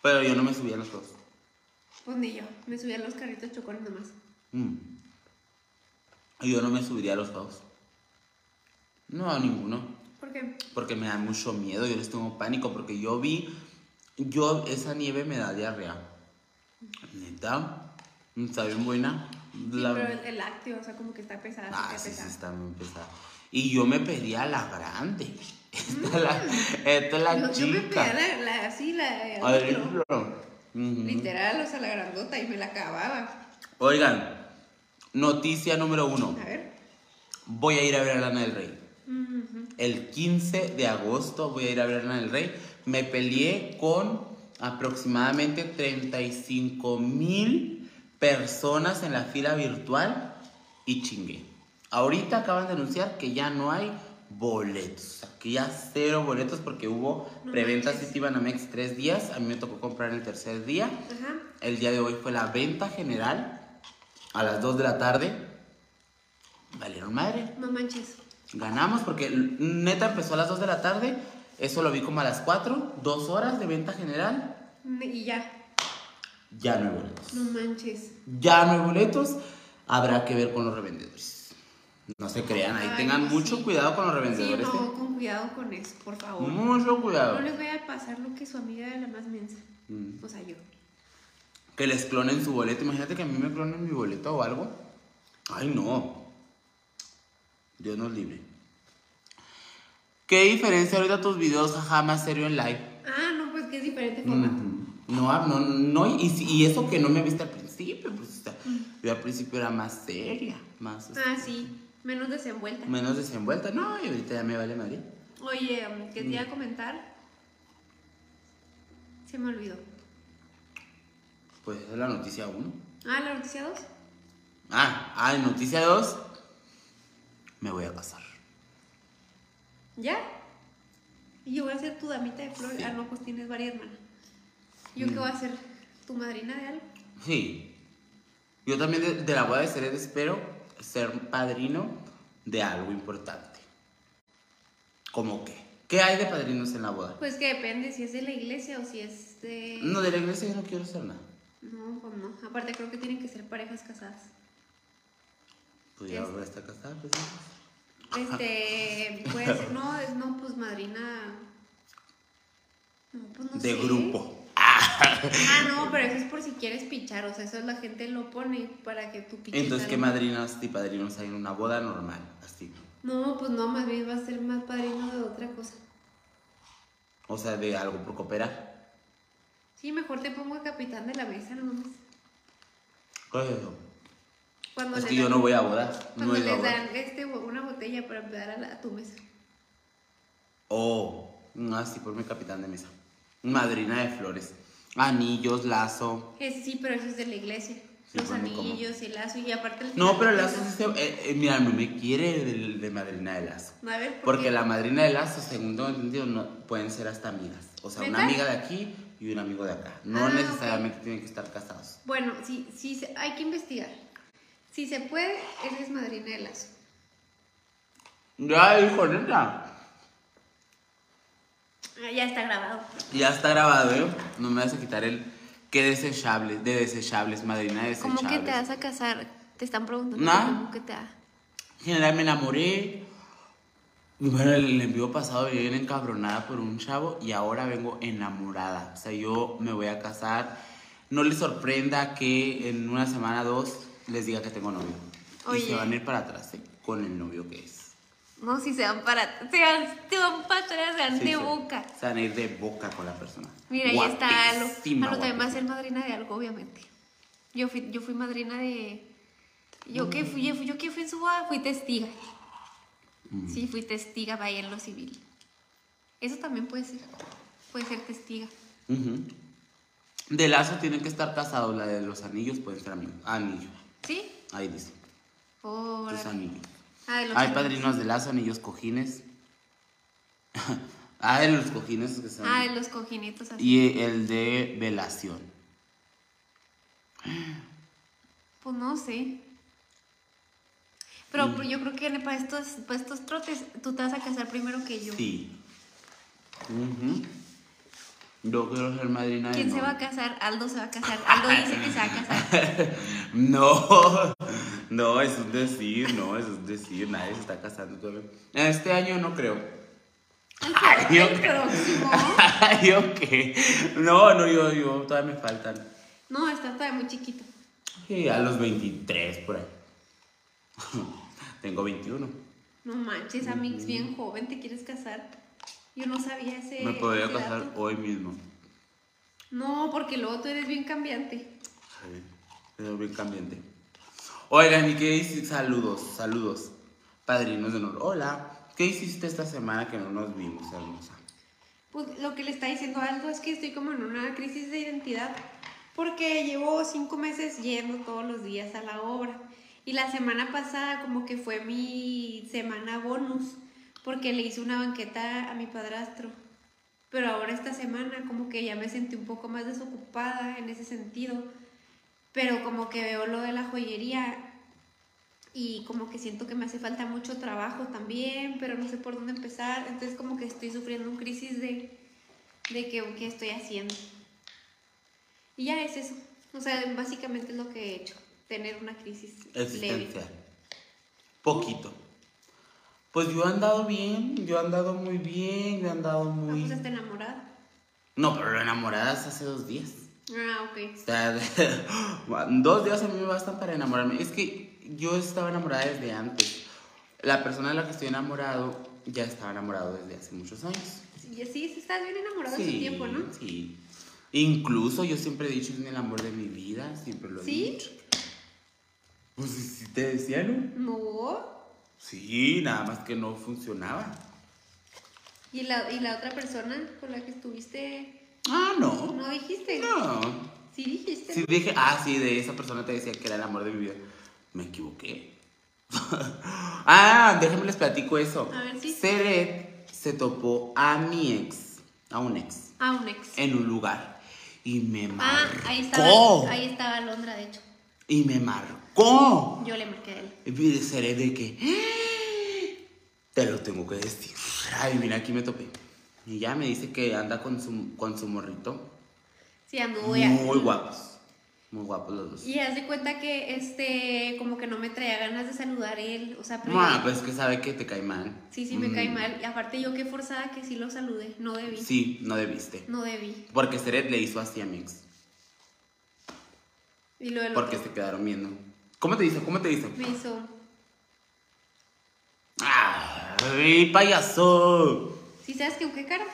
A: Pero yo no me subí a los dos.
B: Pues ni yo. Me subí a los carritos chocones nomás.
A: Mm. Yo no me subiría a los dos. No, a ninguno.
B: ¿Por qué?
A: Porque me da mucho miedo, yo les tengo pánico, porque yo vi, yo, esa nieve me da diarrea. Neta, está bien buena.
B: Sí,
A: La-
B: pero el, el lácteo, o sea, como que está pesada.
A: ah,
B: está
A: sí, sí,
B: pesada.
A: está bien pesada. Y yo me pedía la grande. Esta es la, esta es la
B: Mm. yo, yo me
A: chica.
B: pedía la, la- así, la.
A: A ver,
B: no,
A: ujú.
B: Literal, o sea, la grandota y me la acababa.
A: Oigan, noticia número uno.
B: A ver.
A: Voy a ir a ver a Lana del Rey.
B: Ujú.
A: El 15 de agosto voy a ir a ver a Lana del Rey. Me peleé con aproximadamente 35 mil personas en la fila virtual y chingué. Ahorita acaban de anunciar que ya no hay boletos. Que ya cero boletos porque hubo
B: No
A: preventas
B: manches.
A: y Banamex tres días. A mí me tocó comprar el tercer día.
B: Ajá.
A: El día de hoy fue la venta general a las 2 de la tarde. Valieron madre.
B: No manches.
A: Ganamos porque neta empezó a las 2 de la tarde. Eso lo vi como a las 4. Dos horas de venta general.
B: Y ya.
A: Ya no hay boletos.
B: No manches.
A: Ya no hay boletos. Habrá que ver con los revendedores. No se crean, ahí
B: Ay,
A: tengan
B: no,
A: mucho
B: sí.
A: cuidado con los
B: Sí,
A: revendedores.
B: no, con cuidado con eso, por
A: ¿eh?
B: favor.
A: Mucho cuidado.
B: No les voy a pasar lo que su amiga de la más mensa. O sea, yo.
A: Que les clonen su boleto. Imagínate que a mí me clonen mi boleto o algo. Ay, no. Dios nos libre.
F: ¿Qué diferencia ahorita tus videos, jaja, más serio en live?
B: Ah, no, pues que es diferente formato.
A: No, ah, no, no, y, si- y eso que no me viste al principio, pues o sea, yo al principio era más seria, más o sea,
B: Ah, sí. Menos desenvuelta.
A: menos desenvuelta, no, y ahorita ya me vale madre.
B: Oye, um, ¿qué te iba a comentar? Se me olvidó.
A: Pues esa es la noticia 1.
B: Ah, la noticia 2.
A: Ah, ah, en noticia 2, me voy a casar.
B: ¿Ya? Y yo voy a ser tu damita de flor. Ah, no, pues tienes varias hermanas. ¿Yo qué voy a ser? ¿Tu madrina de algo?
A: Sí. Yo también de, de la boda de Cered espero ser padrino de algo importante. ¿Cómo qué? ¿Qué hay de padrinos en la boda?
B: Pues que depende si es de la iglesia o si es de.
A: No, de la iglesia yo no quiero ser nada.
B: No, pues no. Aparte, creo que tienen que ser parejas casadas.
A: Pues ya
B: Es-
A: ahora está casada, pues. sí.
B: Este, pues, no, es no, pues madrina. No, pues no
A: De
B: sé.
A: grupo.
B: Ah, no, pero eso es por si quieres pichar, o sea, eso la gente lo pone para que tú piches.
A: Entonces, ¿qué
B: algo.
A: madrinas y padrinos hay en una boda normal? Así.
B: No, pues no, más bien va a ser más padrino de otra cosa.
A: O sea, de algo por cooperar.
B: Sí, mejor te pongo a capitán de la mesa nomás.
A: ¿Qué es eso?
B: Cuando
A: Es
B: le
A: que yo
B: dan-
A: no voy a bodas. No
B: Cuando
A: he ido a
B: Pues les
A: bodas.
B: dan este, una botella para empezar a, la- a tu mesa.
A: Oh, así por mi capitán de mesa. Madrina de flores. Anillos, lazo.
B: Ese sí, pero eso es de la iglesia.
A: Sí,
B: Los
A: pues, ni cómo.
B: anillos, el lazo y aparte el
A: No, pero el lazo sí se. eh, eh, mira, no me quiere de, de madrina de lazo.
B: A ver, ¿por
A: Porque
B: qué?
A: la madrina de lazo, según tengo entendido, no, pueden ser hasta amigas. O sea, una
B: ¿Neta?
A: amiga de aquí y un amigo de acá. No
B: Ah, ok.
A: necesariamente tienen que estar casados.
B: Bueno, sí, sí, se- hay que investigar. Si se puede, eres madrina de lazo.
A: Ya, hijo, neta.
B: Ah, ya está grabado.
A: Ya está grabado, ¿eh? No me vas a quitar el que desechables, de desechables, madrina de
B: ¿Cómo
A: desechables.
B: que te vas a casar? Te están preguntando
A: Nah.
B: cómo que te va.
A: General, me enamoré. Bueno, el envío pasado venía bien encabronada por un chavo y ahora vengo enamorada. O sea, yo me voy a casar. No les sorprenda que en una semana o dos les diga que tengo novio. Y
B: Oye.
A: se van a ir para atrás, ¿eh? Con el novio que es.
B: No, si se van para. Se van, se van para atrás, se van
A: Sí,
B: de
A: se-
B: boca.
A: Se van a ir de boca con la persona.
B: Mira, ahí está Alo.
A: Guapísima,
B: Alo también va a
A: guapísima.
B: ser madrina de algo, obviamente. Yo fui, yo fui madrina de. Yo
A: Mm.
B: que fui, yo, fui- yo que fui en su boda, fui testiga.
A: Mm.
B: Sí, fui testiga, vaya en lo civil. Eso también puede ser. Puede ser testiga.
A: Ujú. De lazo tienen que estar casados, la de los anillos pueden ser amigos. Anillo,
B: ¿Sí?
A: ahí dice.
B: Órale.
A: Los anillos.
B: Ah, de los
A: Hay
B: anillos.
A: padrinos de lazo, anillos, cojines. ah, de los cojines que son.
B: Ah, de los cojinitos así.
A: Y el de velación.
B: Pues no sé. Pero pues, yo creo que para estos, para estos trotes tú te vas a casar primero que yo.
C: Sí. Ujú. Yo quiero ser madrina de
B: ¿Quién se
C: novia.
B: va a casar? Aldo se va a casar. Aldo dice que se va a casar.
C: No, no, es un decir, no, es un decir, nadie se está casando con él. Este año no creo.
B: El, pro- el próximo.
C: ¿Yo qué? No, no, yo, yo, todavía me faltan.
B: No, está todavía muy chiquito.
C: Sí, a los 23 por ahí. Tengo 21.
B: No manches, Amix, bien joven, ¿te quieres casar? Yo no sabía ese.
C: Me podría
B: ese
C: casar
B: dato.
C: hoy mismo.
B: No, porque luego tú eres bien cambiante.
C: Sí, eso es bien cambiante. Oigan, ¿y qué hiciste? Saludos, saludos. Padrinos de honor. Hola, ¿qué hiciste esta semana que no nos vimos, hermosa?
B: Pues lo que le está diciendo Aldo es que estoy como en una crisis de identidad porque llevo cinco meses yendo todos los días a la obra y la semana pasada como que fue mi semana bonus porque le hice una banqueta a mi padrastro. Pero ahora esta semana como que ya me sentí un poco más desocupada en ese sentido, pero como que veo lo de la joyería y como que siento que me hace falta mucho trabajo también, pero no sé por dónde empezar, entonces como que estoy sufriendo un crisis de, de que, qué estoy haciendo. Y ya es eso, o sea, básicamente es lo que he hecho, tener una crisis leve.
C: Existencial. Poquito. Pues yo he andado bien, yo he andado muy bien, yo he andado
B: Ah, pues
C: muy...
B: hasta enamorada.
C: No, pero enamoradas hace dos días.
B: Ah, ok.
C: O sea, dos días a mí me bastan para enamorarme. Es que yo estaba enamorada desde antes. La persona de la que estoy enamorado ya estaba enamorado desde hace muchos años.
B: Sí, sí, sí, estás bien enamorado de su tiempo, ¿no?
C: Sí. Incluso yo siempre he dicho es el amor de mi vida, siempre lo he
B: ¿Sí?
C: dicho. Pues sí, sí te decía, ¿no?
B: No.
C: Sí, nada más que no funcionaba.
B: ¿Y la, y la otra persona con la que estuviste,
C: Ah, no.
B: no dijiste.
C: No.
B: Sí dijiste.
C: Sí
B: ¿no?
C: dije, ah, sí, de esa persona te decía que era el amor de mi vida. Me equivoqué. ah, déjenme les platico eso.
B: A ver, sí.
C: Ceret se topó a mi ex, a un ex,
B: Ah, un ex.
C: en un lugar. Y me
B: Ah,
C: marcó.
B: ahí estaba, ahí estaba Londra, de hecho.
C: Y me marcó.
B: Yo le marqué a él.
C: Y me seré de que. "Ah, Te lo tengo que decir. Ay, mira, aquí me topé. Y ya me dice que anda con su, con su morrito.
B: Sí, anduvo
C: Muy,
B: ya.
C: guapos. Muy guapos los dos.
B: Y haz de cuenta que, este, como que no me traía ganas de saludar él. O sea, pero
C: No,
B: yo-
C: pues es que sabe que te cae mal.
B: sí, sí, me cae
C: Mm,
B: mal. Y aparte yo qué forzada que sí lo saludé. No debí.
C: Sí, no debiste.
B: No debí.
C: Porque Seret le hizo así a Mix.
B: Y lo del
C: Porque
B: otro
C: se quedaron viendo. ¿Cómo te hizo? ¿Cómo te hizo?
B: me hizo...
C: ¡Ay, payaso!
B: ¿Sí sabes que qué cara?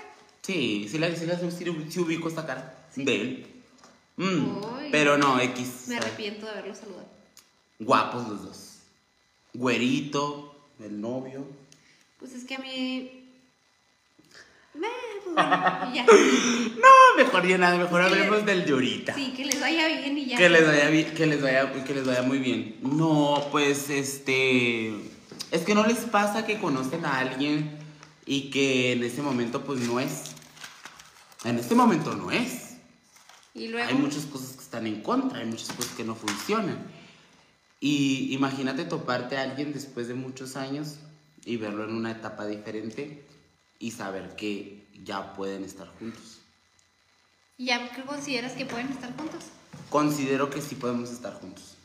C: Sí, sí, la, sí, la- sí la- sí ubico esta cara de él. Mm,
B: Ay.
C: pero no, X.
B: Me arrepiento de haberlo saludado.
C: Guapos los dos. Güerito, el novio.
B: Pues es que a mí... Meh, pues bueno, y ya.
C: No, mejor ya nada, mejor
B: Es que-
C: hablemos del de ahorita.
B: Sí, que les vaya bien y ya.
C: pues, Que les vaya bien, que les vaya, que les vaya muy bien. No, pues este es que no les pasa que conocen a alguien y que en ese momento pues no es. En este momento no es.
B: Y luego...
C: Hay muchas cosas que están en contra, hay muchas cosas que no funcionan. Y imagínate toparte a alguien después de muchos años y verlo en una etapa diferente y saber que ya pueden estar juntos.
B: ¿Y ya qué consideras que pueden estar juntos?
C: Considero que sí podemos estar juntos.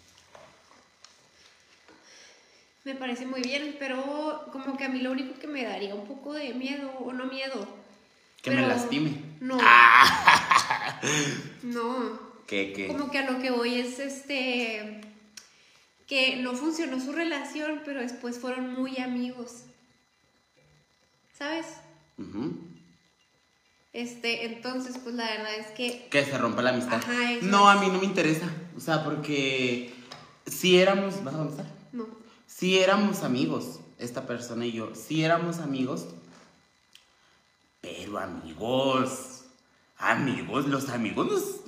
B: Me parece muy bien, pero como que a mí lo único que me daría un poco de miedo, o no miedo.
C: Que me
B: pero-
C: lastime. Ah.
B: No. No.
C: ¿Qué, qué?
B: Como que a lo que voy es este. que no funcionó su relación, pero después fueron muy amigos. ¿Sabes?
C: Ujú.
B: Este, entonces, pues la verdad es que.
C: Que se rompa la amistad.
B: Ajá, eso
C: Ah, no,
B: es.
C: a mí no me interesa. O sea, porque si éramos. ¿Vas a avanzar?
B: No.
C: Si éramos amigos, esta persona y yo. Si éramos amigos. Pero amigos. Amigos, los amigos nos-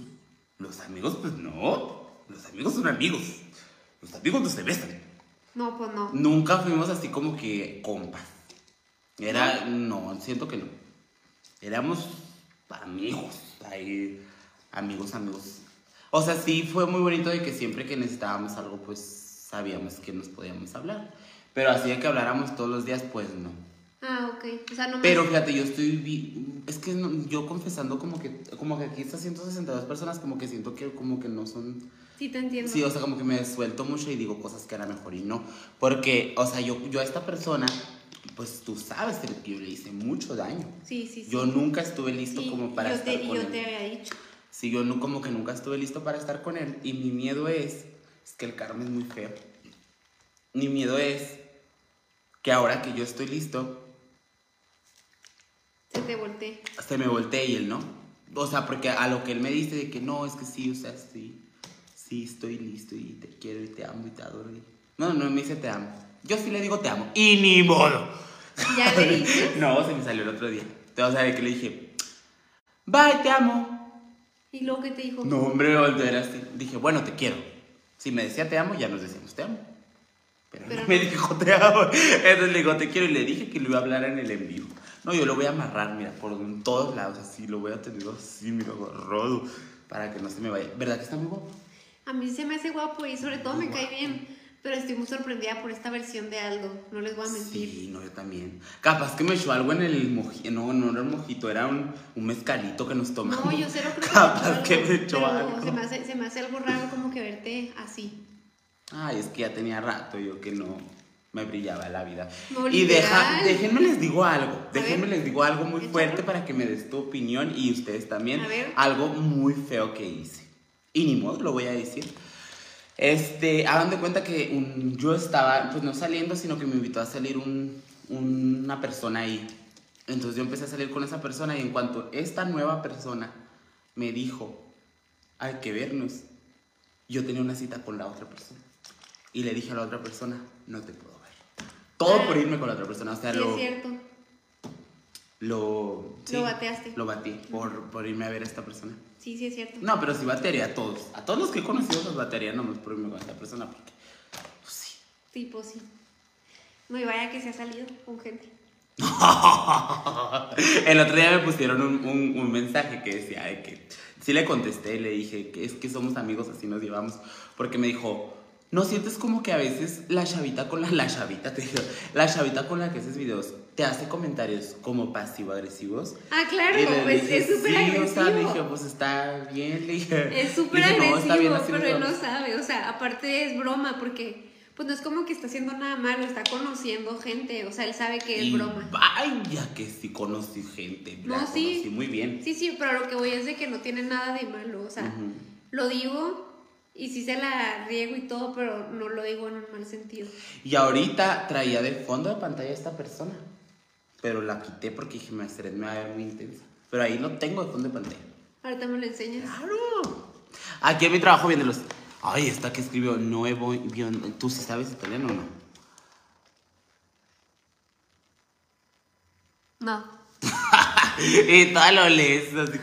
C: Los amigos, pues no. Los amigos son amigos. Los amigos no se besan.
B: No, pues no.
C: Nunca fuimos así como que compas. Era, no, siento que no. Éramos amigos, ahí, amigos, amigos. O sea, sí fue muy bonito de que siempre que necesitábamos algo, pues sabíamos que nos podíamos hablar. Pero así de que habláramos todos los días, pues no.
B: Ah, ok. O sea, no me-
C: Pero fíjate, yo estoy. vi- Es que no- yo confesando, como que, como que aquí estas 162 personas, como que siento que, como que no son.
B: Sí, te entiendo.
C: Sí, o sea, como que me suelto mucho y digo cosas que a lo mejor y no. Porque, o sea, yo, yo a esta persona, pues tú sabes Fred, que yo le hice mucho daño.
B: sí, sí, sí.
C: Yo nunca estuve listo
B: Sí,
C: como para
B: yo
C: estar
B: te,
C: con
B: yo
C: él.
B: te había dicho.
C: Sí, yo no, como que nunca estuve listo para estar con él. Y mi miedo es, es que el karma es muy feo. Mi miedo es que ahora que yo estoy listo,
B: Se te volteé.
C: se me voltee y él no. O sea, porque a lo que él me dice de que no, es que sí, o sea, sí, sí, estoy listo y te quiero y te amo y te adoro. y- No, no me dice te amo. Yo sí le digo te amo. Y ni modo.
B: Ya le dije.
C: No, se me salió el otro día. Te vas a ver que le dije, bye, te amo.
B: Y luego que te dijo.
C: No, hombre, me volteé a ver así. Dije, bueno, te quiero. Si me decía te amo, ya nos decíamos te amo. Pero,
B: Pero
C: no
B: no.
C: me dijo te amo. Entonces le digo te quiero y le dije que lo iba a hablar en el en vivo. No, yo lo voy a amarrar, mira, por en todos lados, así. Lo voy a tener así, mira, gorrodo, para que no se me vaya. ¿Verdad que está muy guapo?
B: A mí se me hace guapo y sobre todo me cae bien. Pero estoy muy sorprendida por esta versión de algo. No les voy a mentir.
C: Sí, no, yo también. Capaz que me echó algo en el mojito. No, no era un mojito, era un, un mezcalito que nos tomamos.
B: No, yo cero creo que
C: Capaz
B: me
C: que me echó
B: pero
C: algo.
B: Se me, hace, se me hace algo raro como que verte así.
C: Ay, es que ya tenía rato yo que no me brillaba la vida.
B: No,
C: y deja,
B: literal.
C: déjenme les digo algo, déjenme
B: ver.
C: les digo algo muy
B: Échalo.
C: fuerte para que me des tu opinión y ustedes también.
B: A ver.
C: Algo muy feo que hice. Y ni modo, lo voy a decir. Este, hagan de cuenta que un- yo estaba, pues no saliendo, sino que me invitó a salir un- una persona ahí. Entonces yo empecé a salir con esa persona y en cuanto esta nueva persona me dijo, hay que vernos, yo tenía una cita con la otra persona. Y le dije a la otra persona, no te puedo ver. Todo por irme con la otra persona. O sea,
B: Sí,
C: lo,
B: es cierto.
C: lo, sí,
B: Lo bateaste.
C: Lo batí por, por irme a ver a esta persona.
B: Sí, sí, es cierto.
C: No, pero sí batearía a todos. A todos los que he conocido los batearía nomás por irme con esta persona. Porque, pues, sí.
B: Tipo, sí. No, y vaya que se ha salido con gente.
C: El otro día me pusieron un, un- un mensaje que decía de que sí le contesté y le dije que es que somos amigos, así nos llevamos. Porque me dijo, ¿no sientes como que a veces la chavita con la, la chavita, te digo, la chavita con la que haces videos te hace comentarios como pasivo-agresivos?
B: Ah, claro,
C: Y le
B: pues
C: dije,
B: es súper
C: sí,
B: agresivo.
C: o sea, le dije, pues está bien, le dije.
B: Es súper
C: Le dije, "No,
B: agresivo,
C: está bien, así
B: pero
C: nos
B: él
C: llevamos".
B: no sabe. O sea, aparte es broma porque pues no es como que está haciendo nada malo, está conociendo gente. O sea, él sabe que es
C: Y
B: broma.
C: Vaya que sí conocí gente.
B: No,
C: la
B: sí.
C: conocí muy bien.
B: Sí, sí, pero lo que voy es de que no tiene nada de malo. O sea,
C: Ujú.
B: lo digo y sí se la riego y todo, pero no lo digo en un mal sentido.
C: Y ahorita traía de fondo de pantalla a esta persona. Pero la quité porque dije, me hacer me va a ver muy intensa. Pero ahí lo tengo de fondo de pantalla.
B: Ahorita me lo enseñas.
C: ¡Claro! Aquí en mi trabajo vienen los. Ay, esta que escribió nuevo. guion- ¿Tú sí sabes italiano o no?
B: No.
C: y todas lo lees. así que,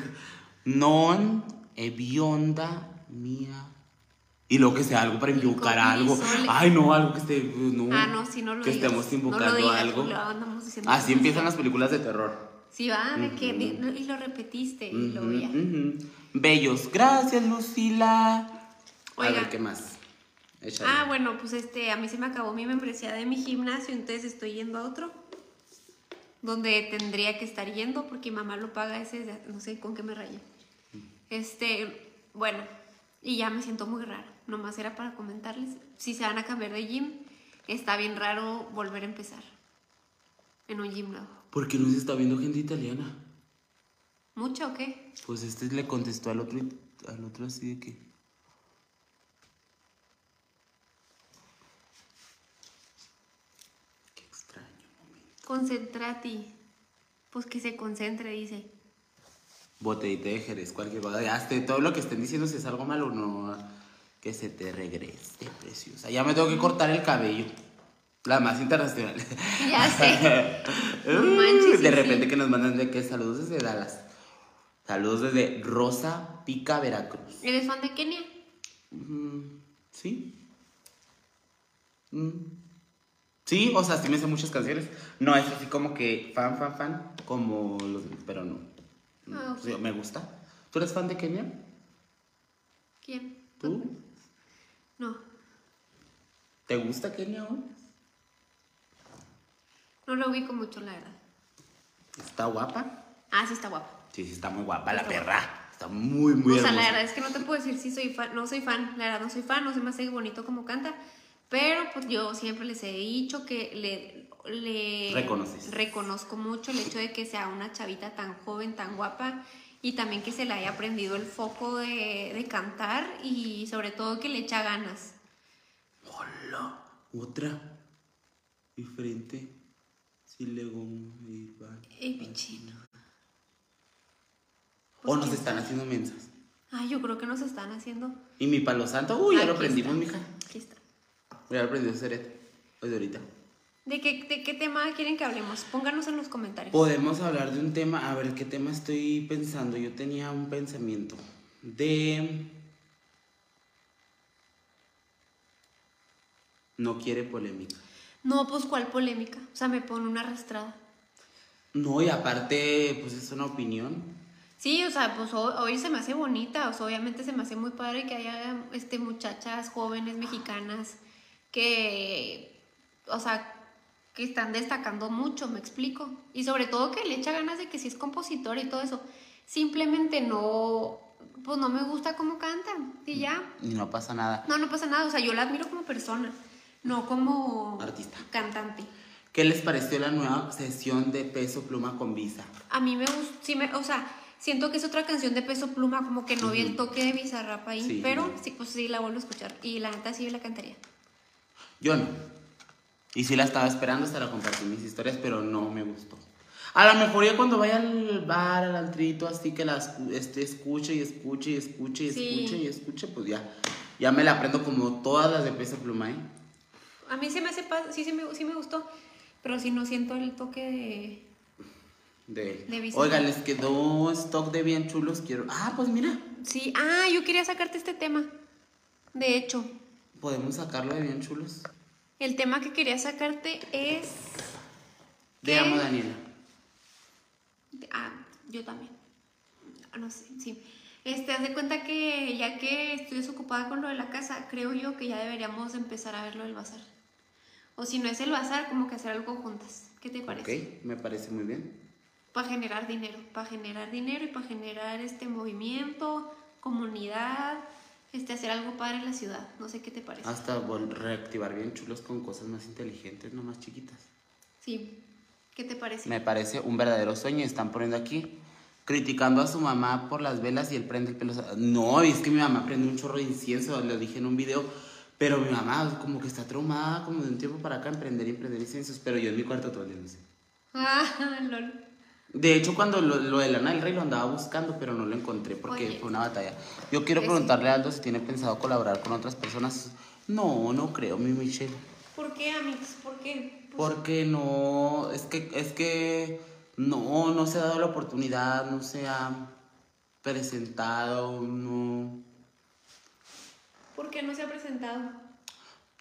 C: Non e bionda mía. Y lo que sea, algo para invocar algo.
B: Incognizole.
C: Ay, no, algo que esté. pues, No,
B: Ah, no, sí, no lo
C: Que
B: digas.
C: estemos
B: no
C: invocando
B: lo digas,
C: algo.
B: lo andamos diciendo.
C: Así empiezan las películas de terror.
B: Sí, va, de que. de- y lo repetiste. Y lo ya.
C: Ujú. Bellos. Gracias, Lucila. A
B: Oiga.
C: ver, ¿qué más? Échale.
B: Ah, bueno, pues este, a mí se me acabó mi membresía de mi gimnasio, entonces estoy yendo a otro. Donde tendría que estar yendo porque mi mamá lo paga ese, de- no sé con qué me rayé. Este, bueno, y ya me siento muy raro. Nomás era para comentarles. Si se van a cambiar de gym, está bien raro volver a empezar en un gym nuevo.
C: ¿Por qué no se está viendo gente italiana?
B: ¿Mucha o qué?
C: Pues este le contestó al otro, it- al otro así de que. Qué extraño.
B: Concentrati. Pues que se concentre, dice.
C: Botellita de Jerez, cualquier cosa. Ya, este, todo lo que estén diciendo, si es algo malo no, que se te regrese, preciosa. Ya me tengo que cortar el cabello. La más internacional.
B: Ya sé. No
C: Uh,
B: manches,
C: de
B: sí,
C: repente
B: sí.
C: que nos mandan de que saludos desde Dallas. Saludos desde Rosa Pica, Veracruz.
B: ¿Eres fan de Kenia?
C: Mm, ¿Sí? Mm. Sí, o sea, sí me sé muchas canciones. No, es así como que fan, fan, fan, como los... Pero no.
B: Ah,
C: Mm, Sí,
B: ok.
C: me gusta. ¿Tú eres fan de Kenia?
B: ¿Quién?
C: ¿Tú?
B: No.
C: ¿Te gusta Kenia aún?
B: No lo ubico mucho, la verdad.
C: ¿Está guapa?
B: Ah, sí está guapa.
C: Sí, sí, está muy guapa la perra. Está muy,
B: o
C: muy
B: sea, la
C: hermosa.
B: verdad es que no te puedo decir si soy fan, no soy fan, la verdad no soy fan, no se me hace bonito como canta, pero pues yo siempre les he dicho que le, le
C: Reconoces.
B: reconozco mucho el hecho de que sea una chavita tan joven, tan guapa y también que se le haya aprendido el foco de, de cantar y sobre todo que le echa ganas.
C: Hola, otra. Y frente. Sí, luego. y va.
B: Ey, mi chino.
C: O nos están haciendo mensas.
B: Ay, yo creo que nos están haciendo.
C: Y mi palo santo. Uy, ya lo aprendimos, mija.
B: Aquí está.
C: Ya lo aprendió Ceret. Desde ahorita.
B: ¿De qué, ¿De qué tema quieren que hablemos? Pónganos en los comentarios.
C: Podemos hablar de un tema. A ver, ¿qué tema estoy pensando? Yo tenía un pensamiento de. No quiere polémica.
B: No, pues cuál polémica. O sea, me pone una arrastrada.
C: No, y aparte, pues es una opinión.
B: Sí, o sea, pues ho- hoy se me hace bonita. O sea, obviamente se me hace muy padre que haya este, muchachas jóvenes mexicanas que, o sea, que están destacando mucho, me explico. Y sobre todo que le echa ganas de que si es compositor y todo eso. Simplemente no, pues no me gusta cómo canta. Y ya.
C: Y no pasa nada.
B: No, no pasa nada. O sea, yo la admiro como persona, no como
C: Artista.
B: cantante.
C: ¿Qué les pareció la nueva sesión de Peso Pluma con Visa?
B: A mí me gusta, sí me, o sea, siento que es otra canción de peso pluma, como que no vi el toque de Bizarrap ahí,
C: Sí,
B: pero
C: no.
B: sí, pues sí la vuelvo a escuchar y la neta sí la cantaría.
C: Yo no. Y sí la estaba esperando, hasta la compartí en mis historias, pero no me gustó. A lo mejor ya cuando vaya al bar, al altrito, así que la escu- este, escuche y escuche y escuche y
B: Sí.
C: escuche y escuche, pues ya. Ya me la aprendo como todas las de Peso Pluma, ¿eh?
B: A mí se me hace, pa- sí, sí me, sí me gustó, pero sí no siento el toque de...
C: De,
B: De Visa.
C: Oiga, les quedó stock de bien chulos, quiero... Ah, pues mira,
B: Sí, ah, yo quería sacarte este tema, de hecho,
C: podemos sacarlo de bien chulos.
B: el tema que quería sacarte es...
C: Te
B: ¿Qué?
C: amo, Daniela.
B: Ah, yo también. Ah, No sé, sí. Este, haz de cuenta que ya que estoy desocupada con lo de la casa, creo yo que ya deberíamos empezar a ver lo del bazar. O si no es el bazar, como que hacer algo juntas. ¿Qué te parece?
C: Ok, me parece muy bien.
B: Para generar dinero, para generar dinero y para generar este movimiento, comunidad, este, hacer algo padre en la ciudad. No sé qué te parece.
C: Hasta vol- reactivar bien chulos con cosas más inteligentes, no más chiquitas.
B: Sí. ¿Qué te parece?
C: Me parece un verdadero sueño. Están poniendo aquí criticando a su mamá por las velas y él prende el pelo. No, es que mi mamá prende un chorro de incienso, lo dije en un video. Pero mi mamá como que está traumada como de un tiempo para acá en prender y prender inciensos. Pero yo en mi cuarto todo el día no sé.
B: Ah, lol.
C: De hecho, cuando lo, lo de Lana del Rey lo andaba buscando, pero no lo encontré porque
B: Oye.
C: fue una batalla. Yo quiero
B: Pues sí.
C: preguntarle a Aldo si tiene pensado colaborar con otras personas. No, no creo, mi Michelle.
B: ¿Por qué, amigos? ¿Por qué?
C: Porque no, es que, es que no, no se ha dado la oportunidad, no se ha presentado, no.
B: ¿Por qué no se ha presentado?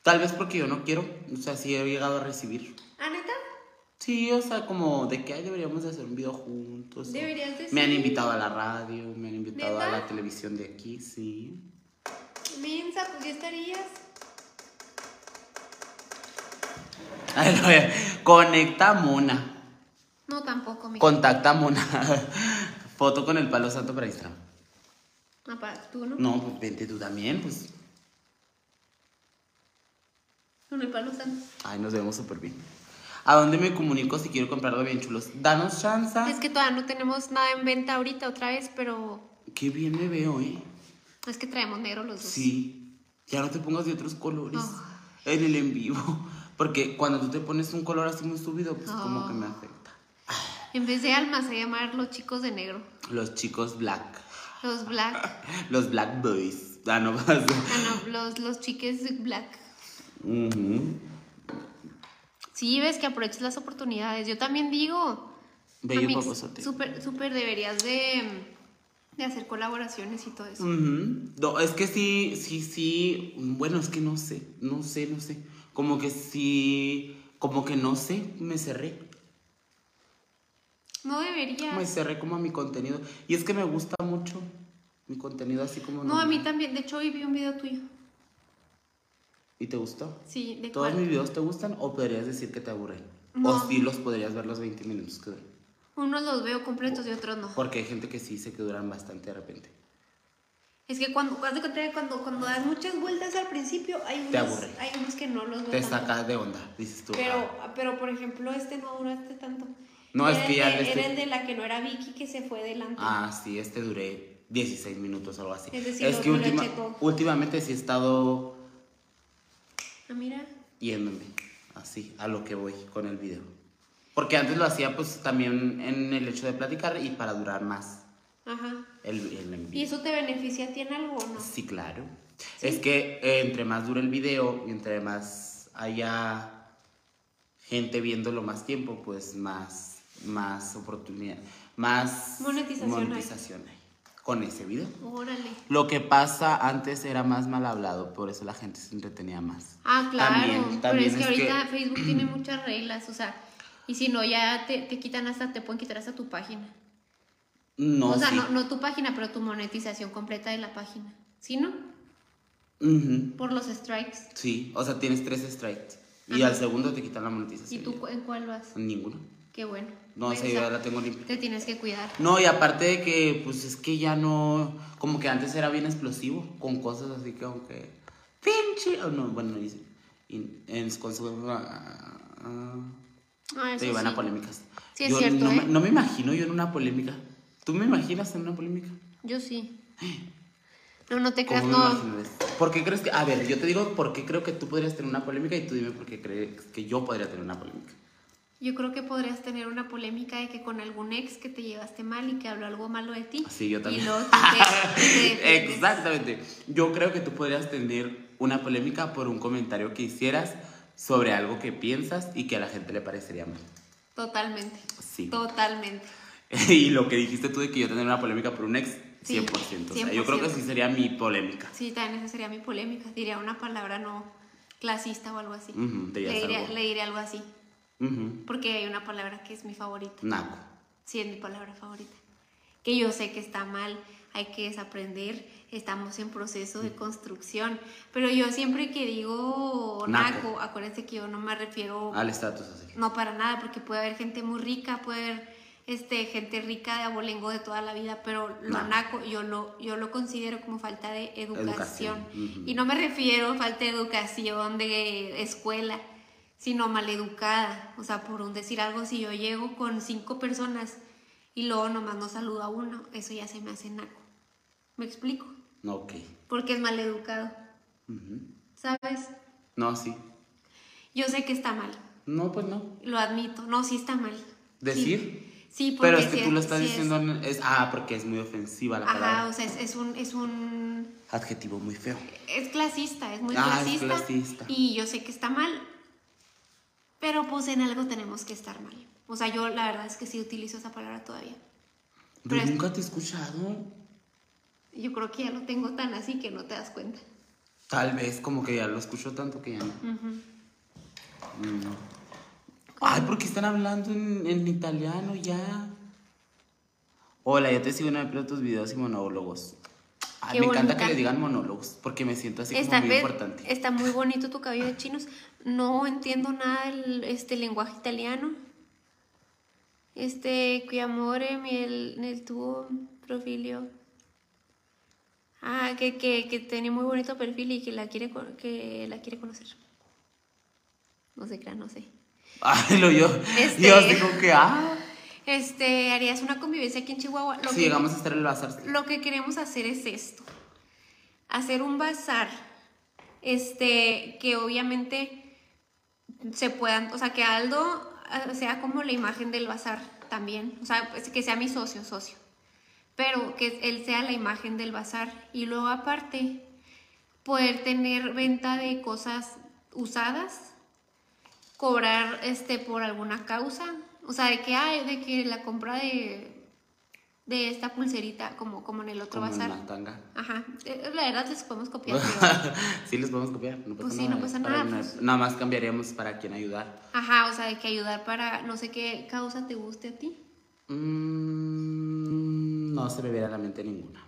C: Tal vez porque yo no quiero, o sea, sí he llegado a recibir.
B: ¿Ah, neta?
C: Sí, o sea, como de que ay, deberíamos de hacer un video juntos. o-
B: Deberías de
C: Me han
B: sí.
C: invitado a la radio, me han invitado a
B: ¿Neta?
C: la televisión de aquí, sí.
B: Mensa, pues ya estarías.
C: Ay, no, Conecta Mona,
B: No, tampoco, mi.
C: contacta Mona. Foto con el palo santo para Instagram.
B: Papá, tú no.
C: No, pues vente tú también, pues.
B: Con el palo santo.
C: Ay, nos vemos súper bien. ¿A dónde me comunico si quiero comprarlo bien chulos? Danos chance.
B: Es que todavía no tenemos nada en venta ahorita otra vez, pero
C: Qué bien me veo, ¿eh?
B: es que traemos negro los dos.
C: Sí. Ya no te pongas de otros colores
B: Ah.
C: en el en vivo. Porque cuando tú te pones un color así muy subido, pues como que me afecta.
B: En vez de almas, a llamar los chicos de negro.
C: Los chicos black.
B: Los black.
C: Los black boys. Ah, no pasa.
B: ah, no, los, los chiques black.
C: Ujú.
B: Sí, ves que aproveches las oportunidades. Yo también digo.
C: Bello
B: Amix,
C: poposote.
B: Súper, súper deberías de, de hacer colaboraciones y todo eso.
C: Ujú. No, es que sí, sí, sí. Bueno, es que no sé, no sé, no sé. Como que sí, como que no sé, me cerré. Mm.
B: No deberías.
C: Me cerré como a mi contenido. Y es que me gusta mucho mi contenido así como...
B: no, a mí también. De hecho, hoy vi un video tuyo.
C: ¿Y te gustó?
B: Sí, ¿de
C: ¿Todos mis
B: cuál?
C: videos te gustan o podrías decir que te aburren? O
B: No.
C: sí los podrías ver los 20 minutos que duran.
B: Unos los veo completos y otros no.
C: Porque hay gente que sí dice que duran bastante de repente.
B: Es que cuando, haz de cuenta que cuando, cuando das muchas vueltas al principio, hay unos,
C: Te aburre.
B: hay unos que no los veo.
C: Te
B: tanto.
C: sacas de onda, dices tú.
B: Pero,
C: "Ah".
B: pero por ejemplo, este no duraste tanto.
C: No,
B: Era
C: es
B: el
C: que ya
B: de-
C: le estoy-
B: Era el de la que no era Vicky que se fue delante.
C: Ah, sí, este duré 16 minutos o algo así.
B: Es decir, lo-
C: que
B: lo
C: última-
B: checo.
C: últimamente sí he estado
B: Ah, mira.
C: yéndome así a lo que voy con el video. Porque antes lo hacía pues también en el hecho de platicar y para durar más
B: Ajá.
C: el, el en
B: ¿Y
C: vivo.
B: eso te beneficia? ¿Tiene algo o no?
C: Sí, claro. Es que eh, entre más dure el video y entre más haya gente viéndolo más tiempo, pues más, más oportunidad, más
B: Monetización hay.
C: monetización hay con ese video.
B: Órale.
C: Lo que pasa antes era más mal hablado, por eso la gente se entretenía más.
B: Ah, claro.
C: También- también
B: pero es que
C: es que-
B: ahorita Facebook tiene muchas reglas, o sea, y si no, ya te, te quitan hasta, te pueden quitar hasta tu página.
C: No,
B: o sea,
C: sí.
B: no, no tu página, pero tu monetización completa de la página. ¿Sí, no?
C: Ujú,
B: Por los strikes.
C: Sí, o sea, tienes tres strikes y
B: Ajá.
C: al segundo te quitan la
B: ¿Y
C: monetización.
B: tú cu- en cuál vas?
C: Ninguno.
B: Qué bueno.
C: No,
B: Pues,
C: esa
B: o sea,
C: idea la tengo limpia.
B: Te tienes que cuidar.
C: No, y aparte de que, pues es que ya no. Como que antes era bien explosivo con cosas así que, aunque. ¡Pinche! oh, no, bueno, dice. y en con su- ah, ah,
B: Ah, eso
C: Te iban
B: sí.
C: a polémicas.
B: Sí, es
C: Yo
B: cierto,
C: No,
B: ¿eh?
C: me- no me imagino yo en una polémica. ¿Tú me imaginas en una polémica?
B: Yo sí. No, no te
C: ¿Cómo
B: creas,
C: me
B: no.
C: imaginarías? ¿Por qué crees que.? A ver, yo te digo por qué creo que tú podrías tener una polémica y tú dime por qué crees que yo podría tener una polémica.
B: Yo creo que podrías tener una polémica de que con algún ex que te llevaste mal y que habló algo malo de ti.
C: Sí, yo también.
B: Y luego tú te- tú te defiendes.
C: Exactamente. Yo creo que tú podrías tener una polémica por un comentario que hicieras sobre algo que piensas y que a la gente le parecería mal.
B: Totalmente.
C: Sí.
B: Totalmente.
C: y lo que dijiste tú de que yo tener una polémica por un ex, 100%.
B: Sí,
C: O sea, yo creo que
B: 100%.
C: sí sería mi polémica.
B: Sí, también esa sería mi polémica. Diría una palabra no clasista o algo así.
C: Ujú,
B: le,
C: dirías
B: diría,
C: algo.
B: le diría algo así.
C: Ujú.
B: Porque hay una palabra que es mi favorita.
C: Naco.
B: Sí, es mi palabra favorita. Que yo sé que está mal, hay que desaprender, estamos en proceso
C: Mm.
B: de construcción. Pero yo siempre que digo
C: Naco.
B: naco, acuérdense que yo no me refiero
C: Al estatus así.
B: no para nada, porque puede haber gente muy rica, puede haber este, gente rica de abolengo de toda la vida, pero lo
C: No.
B: naco yo lo, yo lo considero como falta de educación.
C: Educación, ujú.
B: Y no me refiero a falta de educación de escuela, sino maleducada. O sea, por un decir algo, si yo llego con cinco personas y luego nomás no saludo a uno, eso ya se me hace naco. ¿Me explico?
C: No, ok.
B: Porque es maleducado. ¿Sabes?
C: No, sí.
B: Yo sé que está mal,
C: No, pues no.
B: lo admito. No, sí está mal.
C: ¿Decir?
B: Sí, Sí, porque
C: Pero es que
B: sí
C: tú lo estás
B: sí es-
C: diciendo. en- Es, ah, porque es muy ofensiva la
B: ajá,
C: palabra.
B: o sea, es, es un, es un...
C: Adjetivo muy feo.
B: Es clasista, es muy
C: Ah, es
B: clasista,
C: clasista.
B: Y yo sé que está mal, pero pues en algo tenemos que estar mal. O sea, yo la verdad es que sí utilizo esa palabra todavía.
C: Yo
B: Pero es-
C: Pues nunca te he escuchado.
B: Yo creo que ya lo tengo tan así que no te das cuenta.
C: Tal vez como que ya lo escucho tanto que ya no. Mm. Ay, porque están hablando en, en italiano ya. Hola, yo te sigo en el plano de tus videos y monólogos. Ay,
B: Qué
C: me encanta
B: bonita.
C: que le digan monólogos porque me siento así
B: está,
C: como
B: pe-
C: muy importante.
B: está muy bonito tu cabello de chinos. No entiendo nada del este, lenguaje italiano. Este, qui amore, miel nel tuo profilio. Ah, que, que, que tenía muy bonito perfil y que la quiere, con- que la quiere conocer. No sé, crean, no sé.
C: Ay, lo yo.
B: Este-
C: Yo digo que, ah.
B: Este, harías una convivencia aquí en Chihuahua. Lo
C: Si
B: que-
C: llegamos a estar en el bazar.
B: lo que queremos hacer es esto. Hacer un bazar. Este, que obviamente se puedan, o sea, que Aldo eh, sea como la imagen del bazar también. O sea, pues, que sea mi socio, socio. Pero que él sea la imagen del bazar. Y luego aparte, poder tener venta de cosas usadas cobrar este por alguna causa, o sea, de que hay de que la compra de de esta pulserita como como en el otro
C: Como en
B: bazar.
C: la tanga.
B: Ajá, Eh, la verdad les podemos copiar. pero-
C: sí, les podemos copiar. No pasa
B: Pues sí,
C: nada.
B: no pasa
C: Para
B: nada,
C: una-
B: pues.
C: Nada más cambiaríamos para quien ayudar.
B: Ajá, o sea, de que ayudar para no sé qué causa te guste a ti.
C: Mm, no se me viene a la mente ninguna.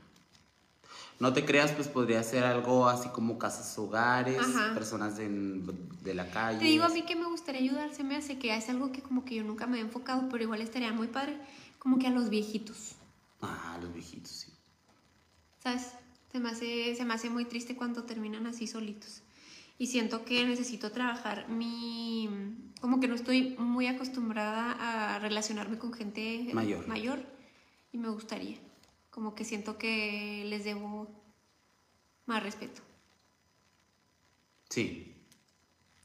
C: No te creas, pues podría ser algo así como casas hogares,
B: Ajá.
C: personas en- de la calle.
B: Te digo a mí que me gustaría ayudar, se me hace que es algo que como que yo nunca me he enfocado, pero igual estaría muy padre, como que a los viejitos,
C: Ah, los viejitos, sí.
B: ¿sabes? Se me hace, se me hace muy triste cuando terminan así solitos. Y siento que necesito trabajar mi... Como que no estoy muy acostumbrada a relacionarme con gente
C: Mayor.
B: mayor y me gustaría. Como que siento que les debo más respeto.
C: Sí.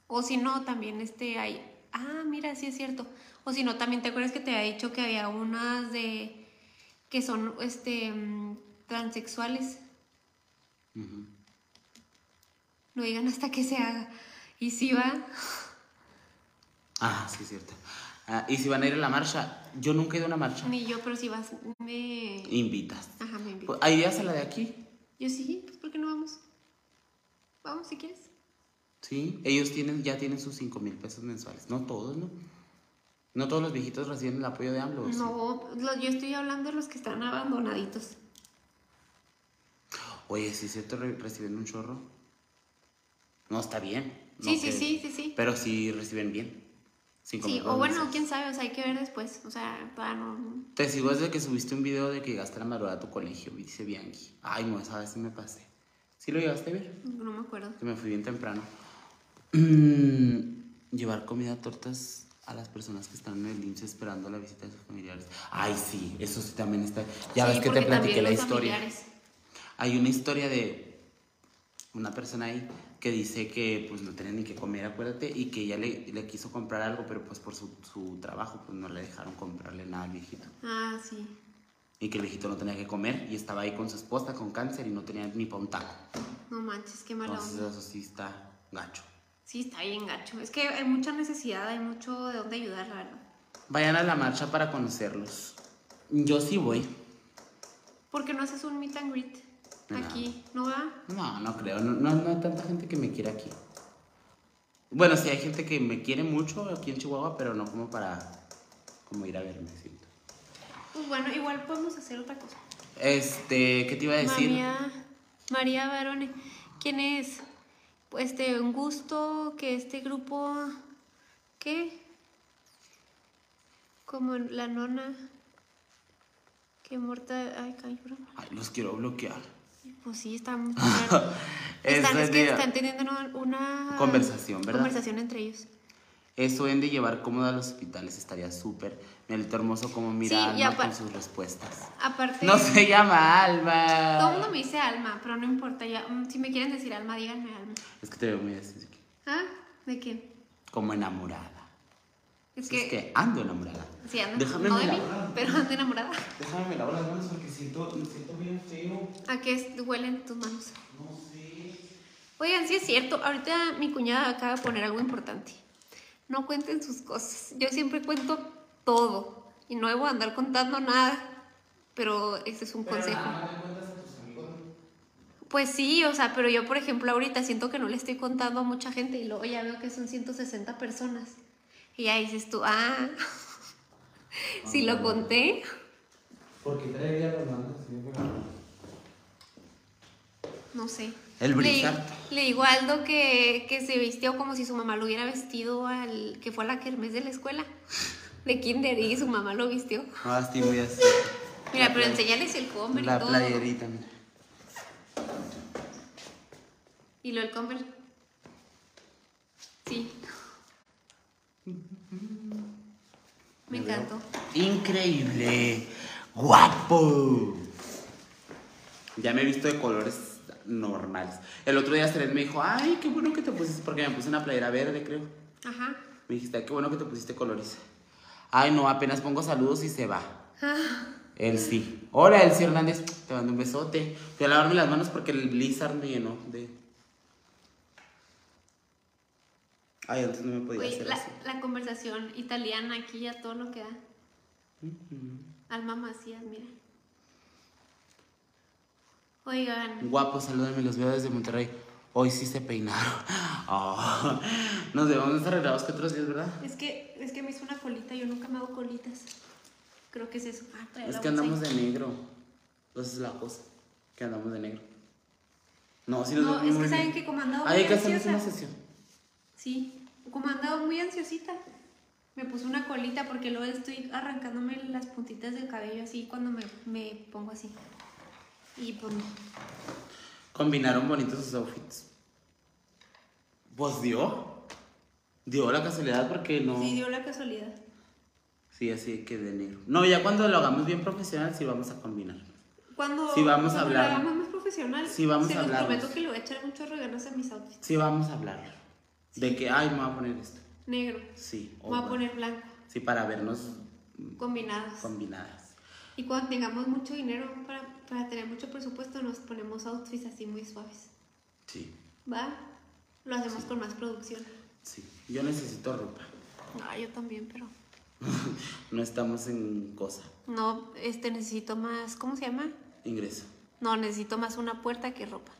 B: O si no, también este hay. Ah, mira, sí es cierto. O si no, también te acuerdas que te había dicho que había unas de. que son este mm, transexuales. No digan hasta que se haga. Y si va.
C: Ah, sí, es cierto. Ah, y si van a ir a la marcha, yo nunca he ido a una marcha.
B: Ni yo, pero si vas, me.
C: Invitas.
B: Ajá, me invito.
C: Pues, ¿Hay ideas a la de aquí?
B: Yo sí, pues ¿por qué no vamos? Vamos si quieres.
C: Sí. Ellos tienen, ya tienen sus 5 mil pesos mensuales. No todos, ¿no? No todos los viejitos reciben el apoyo de AMLO. ¿o Pues sí?
B: No, lo- yo estoy hablando de los que están abandonaditos.
C: Oye, sí es cierto, re- reciben un chorro. No, está bien. No
B: Sí, sí,
C: que-
B: sí, sí, sí.
C: Pero sí reciben bien. Cinco
B: Sí,
C: mil
B: o bueno,
C: pesos.
B: quién sabe, o sea, hay que ver después. O sea, para no.
C: Te sigo desde que subiste un video de que llegaste a la madrugada a tu colegio, y dice Bianchi. Ay, no, esa vez sí me pasé. ¿Sí lo llegaste a ver?
B: No me acuerdo.
C: Que me fui bien temprano. Mm, Llevar comida, tortas a las personas que están en el lince esperando la visita de sus familiares. Ay, sí, eso sí también está. Ya
B: Sí,
C: ves que te
B: porque
C: platiqué
B: también
C: la
B: los
C: historia.
B: familiares.
C: Hay una historia de una persona ahí que dice que pues no tenía ni que comer, acuérdate, y que ella le, le quiso comprar algo, pero pues por su, su trabajo pues no le dejaron comprarle nada al viejito.
B: Ah, sí.
C: Y que el viejito no tenía que comer y estaba ahí con su esposa con cáncer y no tenía ni pa' un taco.
B: No manches, qué mala
C: Entonces
B: onda.
C: eso sí está gacho.
B: Sí, está bien gacho. Es que hay mucha necesidad, hay mucho de dónde ayudar, la verdad.
C: Vayan a la marcha para conocerlos. Yo sí voy.
B: ¿Por qué no haces un meet and greet aquí? ¿No va?
C: No, no creo. No, no, no hay tanta gente que me quiera aquí. Bueno, sí hay gente que me quiere mucho aquí en Chihuahua, pero no como para como ir a verme, siento.
B: Pues bueno, igual podemos hacer otra cosa.
C: Este, ¿qué te iba a decir?
B: María, María Barone, ¿quién es? Pues, Este, un gusto que este grupo, ¿qué? Como la nona, que muerta, ay, cabrón.
C: Ay, los quiero bloquear.
B: Pues sí, está muy raro. están,
C: Eso
B: es que
C: de-
B: están teniendo una, una
C: Conversación, ¿verdad?
B: conversación entre ellos.
C: Eso en de llevar cómoda a los hospitales estaría súper. Melito hermoso como mira
B: Sí, y
C: Alma
B: apa-
C: con sus respuestas.
B: Aparte,
C: No se llama Alma.
B: todo el mundo me dice alma, pero no importa. Ya, mm, si me quieren decir alma, díganme alma.
C: Es que te veo muy así,
B: ¿Ah? ¿De qué?
C: como enamorada.
B: Es
C: Es
B: que,
C: que ando enamorada.
B: sí, ando,
C: Déjame
B: no de mí,
C: mirar.
B: pero ando enamorada.
C: Déjame me lavo las manos porque siento, me siento bien feo.
B: ¿A qué es- huelen tus manos? No sé. Oigan, sí es cierto. Ahorita mi cuñada acaba de poner algo importante. No cuenten sus cosas. Yo siempre cuento todo. Y no debo andar contando nada. Pero ese es un consejo. Pues sí, o sea, pero yo, por ejemplo, ahorita siento que no le estoy contando a mucha gente y luego ya veo que son 160 personas. Y ya dices tú, ah, si lo conté.
C: Porque traería las manos
B: No sé.
C: El
B: Le-
C: brizar.
B: Le, digo a Aldo que, que se vistió como si su mamá lo hubiera vestido al que fue a la kermés de la escuela. De kinder y su mamá lo vistió.
C: Ah, estoy muy así.
B: Mira, pero enseñales el comer y
C: La
B: todo.
C: playerita, mira.
B: Y lo del comer. Sí. Me encantó.
C: Increíble. Guapo. Ya me he visto de colores normales. El otro día Seren me dijo, ay, qué bueno que te pusiste, porque me puse una playera verde, creo.
B: Ajá.
C: Me dijiste, "Ay, qué bueno que te pusiste colores. Ay, no, apenas pongo saludos y se va. El sí. Hola, Elsie Hernández. Te mando un besote. Voy a lavarme las manos porque el blizzard me llenó de. Ay, antes no me podía
B: Oye,
C: hacer
B: la,
C: así.
B: la conversación italiana aquí a todo lo que da. Alma Macías, mira. Oigan.
C: Guapo, salúdenme, los veo desde Monterrey. Hoy sí se peinaron. Oh, nos debemos más arreglados que otros días, ¿verdad?
B: Es que, es que me hizo una colita, yo nunca me hago colitas. Creo que es eso. Ah, trae
C: Es
B: la
C: que
B: bolsa
C: andamos Pues
B: ahí.
C: de negro. Esa es la cosa. Que andamos de negro. No, sí nos
B: No,
C: dormimos
B: es que
C: muy
B: saben
C: bien.
B: que como andaba
C: Ay, hay
B: muy
C: que hacernos
B: ansiosa.
C: una sesión.
B: Sí, como andaba muy ansiosita. Me puse una colita porque luego estoy arrancándome las puntitas del cabello así cuando me, me pongo así. Y pues no.
C: Combinaron bonitos sus outfits. Pues dio. Dio la casualidad porque no.
B: Sí, dio la casualidad.
C: Sí, así que de negro. No, ya cuando lo hagamos bien profesional, sí vamos a combinar.
B: Cuando,
C: Sí, vamos a
B: cuando lo
C: hablar.
B: hagamos más profesional,
C: Sí, vamos
B: se
C: a
B: los
C: hablar.
B: prometo que le voy a echar muchos regalos a mis outfits.
C: Sí, vamos a hablar. De que, ay, me voy a poner esto.
B: Negro.
C: Sí. o
B: voy a
C: bueno.
B: poner blanco.
C: Sí, para vernos
B: Combinados.
C: combinadas.
B: Y cuando tengamos mucho dinero para, para tener mucho presupuesto, nos ponemos outfits así muy suaves.
C: Sí,
B: ¿Va? Lo hacemos con más producción.
C: sí. Yo necesito ropa.
B: No, Ah, yo también, pero.
C: No estamos en cosa.
B: No, este necesito más. ¿Cómo se llama?
C: Ingreso.
B: No, necesito más una puerta que ropa.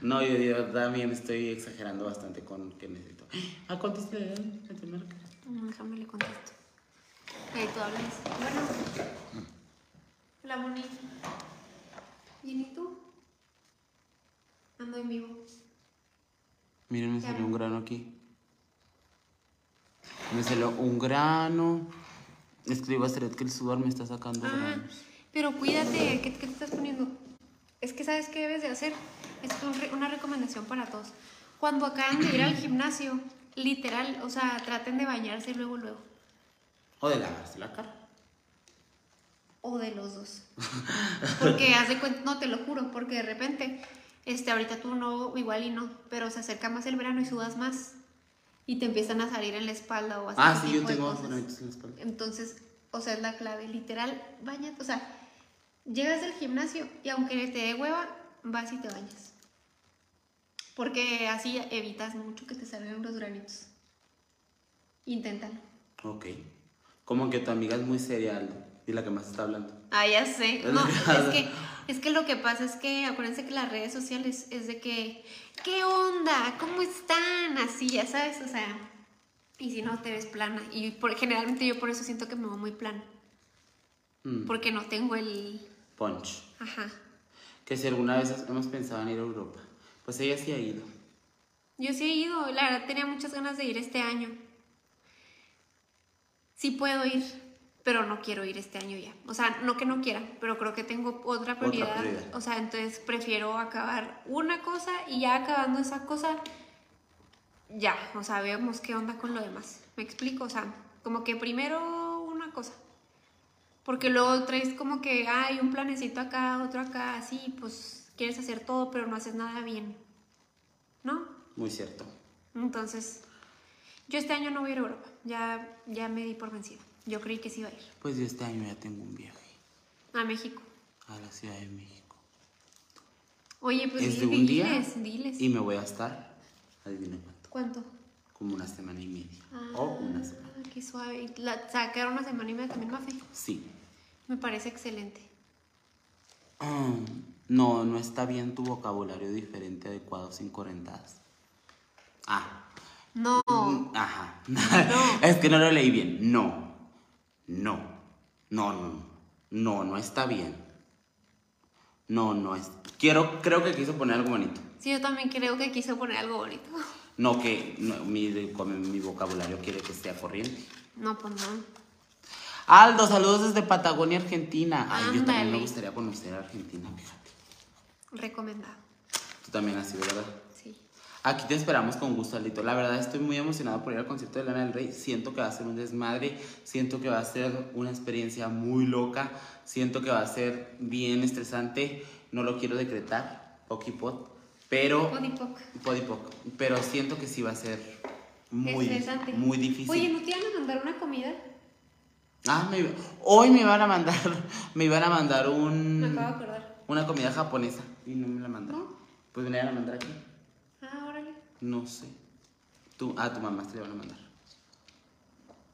C: No, yo, yo también estoy exagerando bastante con que necesito. Ah, ¿A cuánto se le dan a tu marca?
B: Mm, Déjame le contesto. Ahí tú hablas. Bueno. Hola, Moni. ¿Bien y tú? Ando en vivo.
C: Miren, me
B: Ya
C: salió
B: ven.
C: un grano aquí. Me salió un grano. Es que le digo a Seret que el sudor me está sacando
B: Ah,
C: granos.
B: pero cuídate, ¿qué, qué te estás poniendo? Es que sabes qué debes de hacer. Es un re- una recomendación para todos. Cuando acaban de ir al gimnasio, literal, o sea, traten de bañarse luego, luego.
C: O de lavarse la cara.
B: O de los dos. Porque haz de cuenta, no te lo juro, porque de repente, este, ahorita tú no, igual y no, pero se acerca más el verano y sudas más. Y te empiezan a salir en la espalda o así.
C: Ah, sí, yo
B: tipo de
C: tengo
B: cosas.
C: granitos en la espalda.
B: Entonces, o sea, es la clave, literal, bañate, o sea, llegas del gimnasio y aunque te dé hueva, vas y te bañas. Porque así evitas mucho que te salgan los granitos. Inténtalo.
C: Ok. Como que tu amiga es muy seria, Aldo, Y la que más está hablando.
B: Ah, ya sé. No, es que, es que lo que pasa es que acuérdense que las redes sociales es de que, ¿qué onda? ¿Cómo están? Así, ya sabes, o sea, y si no te ves plana. Y por, generalmente yo por eso siento que me veo muy plana.
C: Mm,
B: Porque no tengo el...
C: Punch.
B: Ajá.
C: Que si alguna vez hemos pensado en ir a Europa. Pues ella sí ha ido.
B: Yo sí he ido, la verdad tenía muchas ganas de ir este año. Sí puedo ir, pero no quiero ir este año ya. O sea, no que no quiera, pero creo que tengo otra prioridad.
C: prioridad.
B: O sea, entonces prefiero acabar una cosa y ya acabando esa cosa, ya, o sea, vemos qué onda con lo demás. ¿Me explico? O sea, como que primero una cosa. Porque luego traes como que hay un planecito acá, otro acá, así, pues quieres hacer todo, pero no haces nada bien. ¿No?
C: Muy cierto.
B: Entonces, yo este año no voy a ir a Europa. Ya, ya me di por vencida. Yo creí que sí iba a ir.
C: Pues yo este año ya tengo un viaje
B: A México.
C: a la Ciudad de México.
B: Oye, pues
C: es
B: di-
C: de un
B: diles,
C: día
B: diles.
C: y me voy a estar, adivina cuánto,
B: ¿Cuánto?
C: como una semana y media o Oh, una semana.
B: Ah, qué suave. Y La, sacaron una semana y media también, Mafe.
C: Sí.
B: Me parece excelente.
C: Ah, no, no está bien tu vocabulario diferente adecuado sin correntadas. Ah,
B: No.
C: Mm. ajá. es que no lo leí bien. No, no, no, no, no, no está bien. No, no es. Quiero, creo que quiso poner algo bonito.
B: Sí, yo también creo que quiso poner algo bonito.
C: No que no, mi, como mi vocabulario quiere que sea corriente.
B: No, pues no.
C: Aldo, saludos desde Patagonia, Argentina. Ay, yo también me
B: Ándale.
C: gustaría conocer a Argentina, fíjate.
B: Recomendado.
C: Tú también así, ¿verdad?
B: Sí.
C: Aquí te esperamos con gusto, Aldito. La verdad estoy muy emocionado por ir al concierto de Lana del Rey. Siento que va a ser un desmadre, siento que va a ser una experiencia muy loca, siento que va a ser bien estresante. No lo quiero decretar, poquipot, pero
B: Podipoc.
C: podipoc, pero siento que sí va a ser muy,
B: Estresante.
C: muy difícil.
B: Oye, ¿no te iban a mandar una comida?
C: Ah, me- hoy me van a mandar, me iban a mandar un
B: Me acabo de acordar.
C: una comida japonesa y no me la mandaron.
B: ¿No?
C: Pues me la van a mandar aquí.
B: Ah, órale.
C: No sé. Tú, a tu mamá se le van a mandar.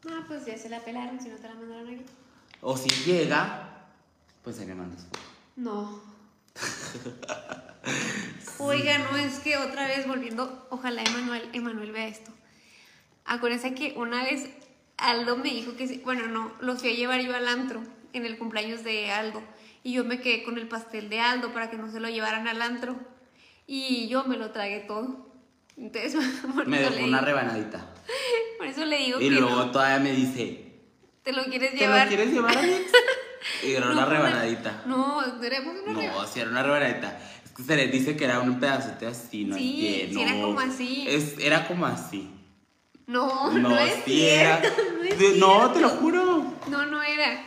B: Ah, pues ya se la pelaron si no te la mandaron aquí.
C: O si llega, pues ahí me mandas.
B: No. Oiga, no, es que otra vez volviendo, ojalá Emanuel, Emanuel vea esto. Acuérdense que una vez Aldo me dijo que, sí- bueno, no, los fui a llevar yo al antro en el cumpleaños de Aldo. Y yo me quedé con el pastel de Aldo para que no se lo llevaran al antro. Y yo me lo tragué todo. Entonces, por,
C: Me
B: eso,
C: dejó
B: le
C: una
B: digo,
C: rebanadita.
B: por eso le digo
C: Y
B: que
C: luego
B: no,
C: todavía me dice,
B: te lo quieres
C: ¿te
B: llevar.
C: lo quieres llevar a mí? Y "Eh, era una
B: No,
C: rebanadita.
B: No, tenemos una
C: No,
B: rebanadita.
C: si era una rebanadita. Es que se les dice que era un pedazote así, no
B: Sí,
C: lleno.
B: sí era como así.
C: Es- era como así.
B: No, no,
C: No,
B: es
C: sí era.
B: cierto, no es
C: De- no,
B: cierto.
C: te lo juro.
B: No, no era.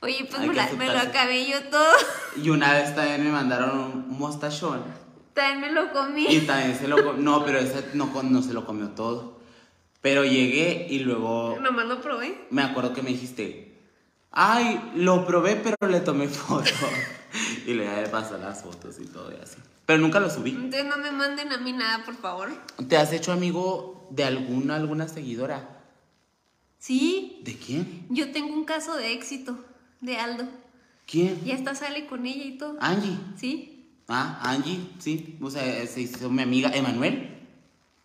B: Oye, pues
C: Hay
B: me,
C: que
B: la- me lo
C: aceptarse.
B: acabé yo todo.
C: Y una vez también me mandaron un mostachón.
B: También me lo comí.
C: Y también se lo com- No, pero ese no, com- no se lo comió todo. Pero llegué y luego
B: Nomás lo probé.
C: me acuerdo que me dijiste, ay, lo probé, pero le tomé foto. y le ya le pasó las fotos y todo y así. Pero nunca lo subí.
B: Entonces no me manden a mí nada, por favor.
C: ¿Te has hecho amigo de alguna, alguna seguidora?
B: Sí,
C: ¿De quién?
B: yo tengo un caso de éxito de Aldo.
C: ¿Quién?
B: Ya está sale con ella y todo.
C: Angie.
B: ¿Sí?
C: Ah, Angie, sí. O sea, eh, se hizo mi amiga. ¿Emanuel?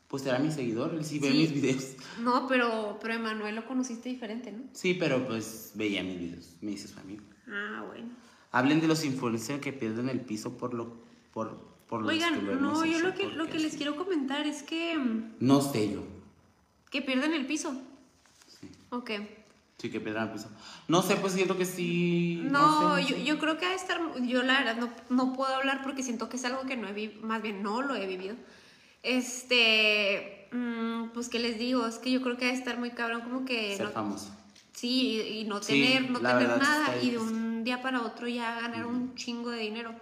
C: Pues era mi seguidor, él sí ve
B: Sí.
C: mis videos.
B: No, pero, pero Emanuel lo conociste diferente, ¿no?
C: Sí, pero pues veía mis videos, me dice su amigo.
B: Ah, bueno.
C: Hablen de los influencers que pierden el piso por lo por, por los que lo
B: Oigan,
C: hemos
B: no, yo
C: hecho,
B: lo que, lo
C: porque
B: que les
C: sí.
B: quiero comentar es que, mm,
C: No sé yo.
B: que pierden el piso. Ok.
C: Sí, que pierdan el piso. No sé, pues siento que sí.
B: No,
C: sé,
B: yo,
C: sé.
B: yo creo que ha de estar, yo la verdad no, no puedo hablar porque siento que es algo que no he vivido, más bien no lo he vivido. Este, mm, pues que les digo, es que yo creo que ha de estar muy cabrón como que...
C: Ser
B: no-
C: famoso.
B: Sí, y, y no
C: Sí,
B: tener, no
C: la
B: tener
C: verdad sí
B: nada
C: está
B: y de
C: difícil.
B: un día para otro ya ganar un chingo de dinero.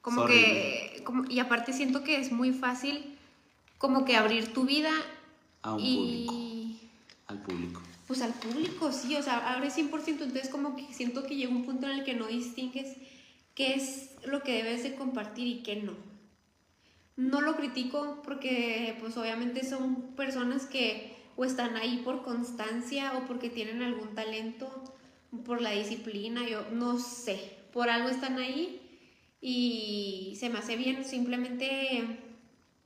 B: Como
C: Es
B: que, como, y aparte siento que es muy fácil como que abrir tu vida
C: A un
B: y
C: Al público.
B: pues al público, sí, o sea, abres 100%, entonces como que siento que llega un punto en el que no distingues qué es lo que debes de compartir y qué no. No lo critico porque pues obviamente son personas que o están ahí por constancia o porque tienen algún talento, por la disciplina, yo no sé, por algo están ahí y se me hace bien, simplemente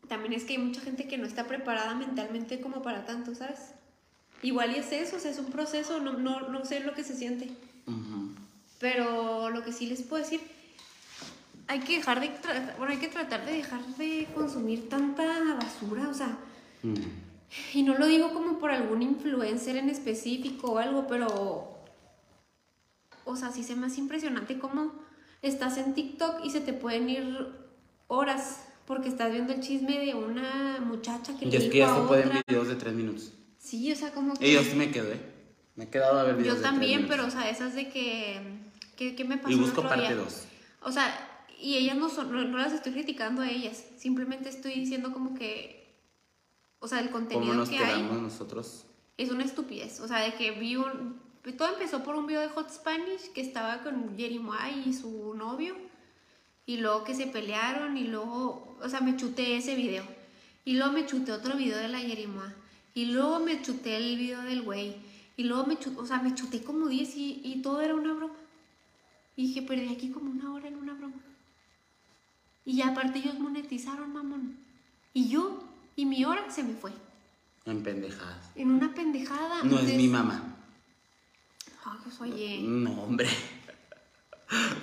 B: también es que hay mucha gente que no está preparada mentalmente como para tanto, ¿sabes? Igual y es eso, o sea, es un proceso, no, no, no sé lo que se siente.
C: Ujú.
B: Pero lo que sí les puedo decir, hay que dejar de tra- bueno, hay que tratar de dejar de consumir tanta basura, o sea,
C: Ujú.
B: y no lo digo como por algún influencer en específico o algo, pero o sea, sí se me hace impresionante cómo estás en TikTok y se te pueden ir horas porque estás viendo el chisme de una muchacha que
C: Y
B: le
C: es
B: dijo
C: que ya
B: a
C: se pueden
B: otra.
C: videos de tres minutos.
B: Sí, o sea, como que
C: Y yo sí me quedo, ¿eh? Me he quedado a ver videos
B: Yo
C: de tres
B: también,
C: minutos.
B: pero o sea, esas de que, que, que me pasó
C: Y
B: el
C: busco
B: otro
C: parte
B: día.
C: 2.
B: O sea, y ellas no son, no, no las estoy criticando a ellas, simplemente estoy diciendo como que, o sea, el
C: ¿Cómo
B: contenido
C: nos
B: que
C: quedamos
B: hay
C: nosotros?
B: es una estupidez. O sea, de que vi un, todo empezó por un video de Hot Spanish que estaba con Jeremiah y su novio, y luego que se pelearon, y luego, o sea, me chuté ese video, y luego me chuté otro video de la Jerimoa, y luego me chuté el video del güey, y luego me chuté, o sea, me chuté como 10 y, y todo era una broma. Y dije, perdí aquí como una hora en una broma. Y ya aparte ellos monetizaron, mamón. Y yo, y mi hora se me fue.
C: En pendejadas.
B: En una pendejada.
C: No es
B: Entonces-
C: mi mamá.
B: Ay, pues, oye,
C: No, hombre.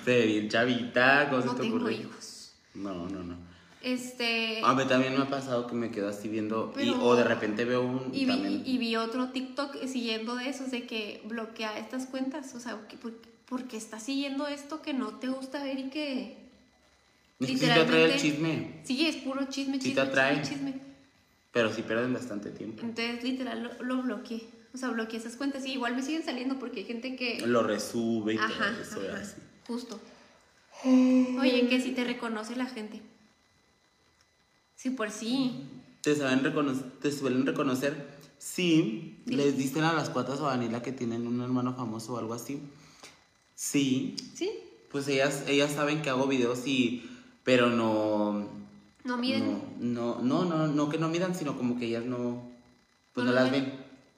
C: Se ve bien chavita, ¿cómo
B: no
C: se te
B: tengo
C: ocurre?
B: hijos.
C: No, no, no.
B: Este.
C: A mí también me ha pasado que me quedo así viendo y,
B: Pero-
C: o de repente veo un
B: Y vi,
C: también.
B: y vi otro TikTok siguiendo de esos, de que bloquea estas cuentas. O sea, que- por- porque estás siguiendo esto que no te gusta ver y que.
C: Es que sí te atrae el
B: literalmente-
C: chisme,
B: Sí, es puro chisme,
C: Sí te
B: chisme,
C: atrae.
B: chisme, chisme.
C: pero sí pierden bastante tiempo.
B: Entonces, literal, lo, lo bloqueé. O sea, bloqueé esas cuentas. Y igual me siguen saliendo porque hay gente que.
C: Lo resube y
B: Ajá,
C: todo eso
B: ajá,
C: así.
B: justo. Oye, que si te reconoce la gente. Sí, por sí.
C: Te saben reconoc- te suelen reconocer sí,
B: Sí.
C: les dicen a las cuatas o a Vanilla que tienen un hermano famoso o algo así. Sí,
B: Sí.
C: pues ellas ellas saben que hago videos y pero no
B: No miden.
C: No, no, no, no, no que no miran, sino como que ellas no, pues
B: No
C: no,
B: las
C: las
B: ven.
C: ven,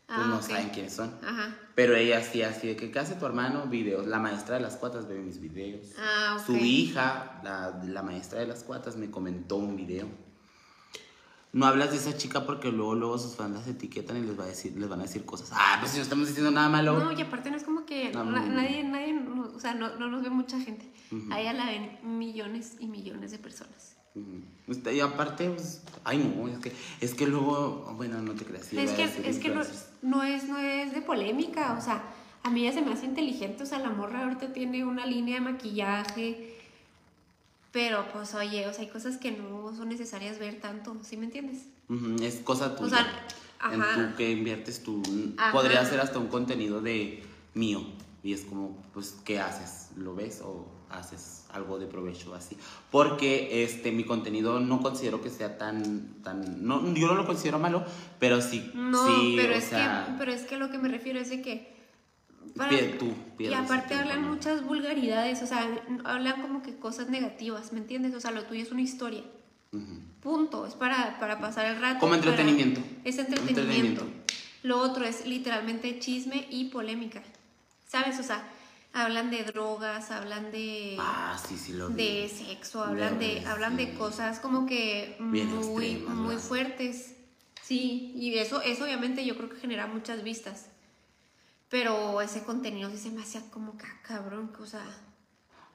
C: pues
B: Ah,
C: no
B: ok.
C: saben quiénes son.
B: Ajá.
C: Pero ellas sí, así de que, ¿qué hace tu hermano? Videos. La maestra de las cuatas ve mis videos.
B: Ah, ok.
C: Su hija, la, la maestra de las cuatas, me comentó un video. No hablas de esa chica porque luego, luego sus fans las etiquetan y les, va a decir, les van a decir cosas. Ah, pues si no estamos diciendo nada malo.
B: No, y aparte no es como que
C: No,
B: na-
C: no, no.
B: nadie, nadie, no- o sea, no, no nos ve mucha gente. A ella la ven millones y millones de personas.
C: Ujú. Está- Mm, Y aparte, pues, ay no, es que, es que luego, bueno, no te creas. sí,
B: es
C: iba a
B: que,
C: decir
B: es que no,
C: influencers.
B: no es, no es de polémica, o sea, a mí ella se me hace inteligente, o sea, la morra ahorita tiene una línea de maquillaje, pero pues oye, o sea, hay cosas que no son necesarias ver tanto, ¿sí me entiendes?
C: Ujú, Es cosa tuya.
B: O sea,
C: en
B: ajá.
C: tú que inviertes tú.
B: Ajá.
C: Podría ser hasta un contenido de mío. Y es como, pues, ¿qué haces? ¿Lo ves o haces algo de provecho así? Porque este, mi contenido no considero que sea tan. tan no, yo no lo considero malo, pero sí.
B: No,
C: sí,
B: pero,
C: o
B: es
C: sea,
B: que, pero es que lo que me refiero es de que... para-
C: pie- tú
B: Y
C: pierdes
B: aparte
C: el tiempo,
B: hablan
C: ¿no?
B: muchas vulgaridades, o sea, n- hablan como que cosas negativas, ¿me entiendes? O sea, lo tuyo es una historia. Punto, es para, para pasar el rato.
C: Como
B: para-
C: entretenimiento.
B: es entretenimiento.
C: Entretenimiento.
B: Lo otro es literalmente chisme y polémica. ¿Sabes? O sea, hablan de drogas, hablan de,
C: Ah, sí, sí, lo vi.
B: de sexo, hablan de,
C: Drogas,
B: hablan de
C: sí.
B: cosas como que muy,
C: Bien extremas,
B: muy
C: ¿verdad?
B: fuertes. Sí, y eso, eso obviamente yo creo que genera muchas vistas. Pero ese contenido sí se me hacía como ca- cabrón, o sea,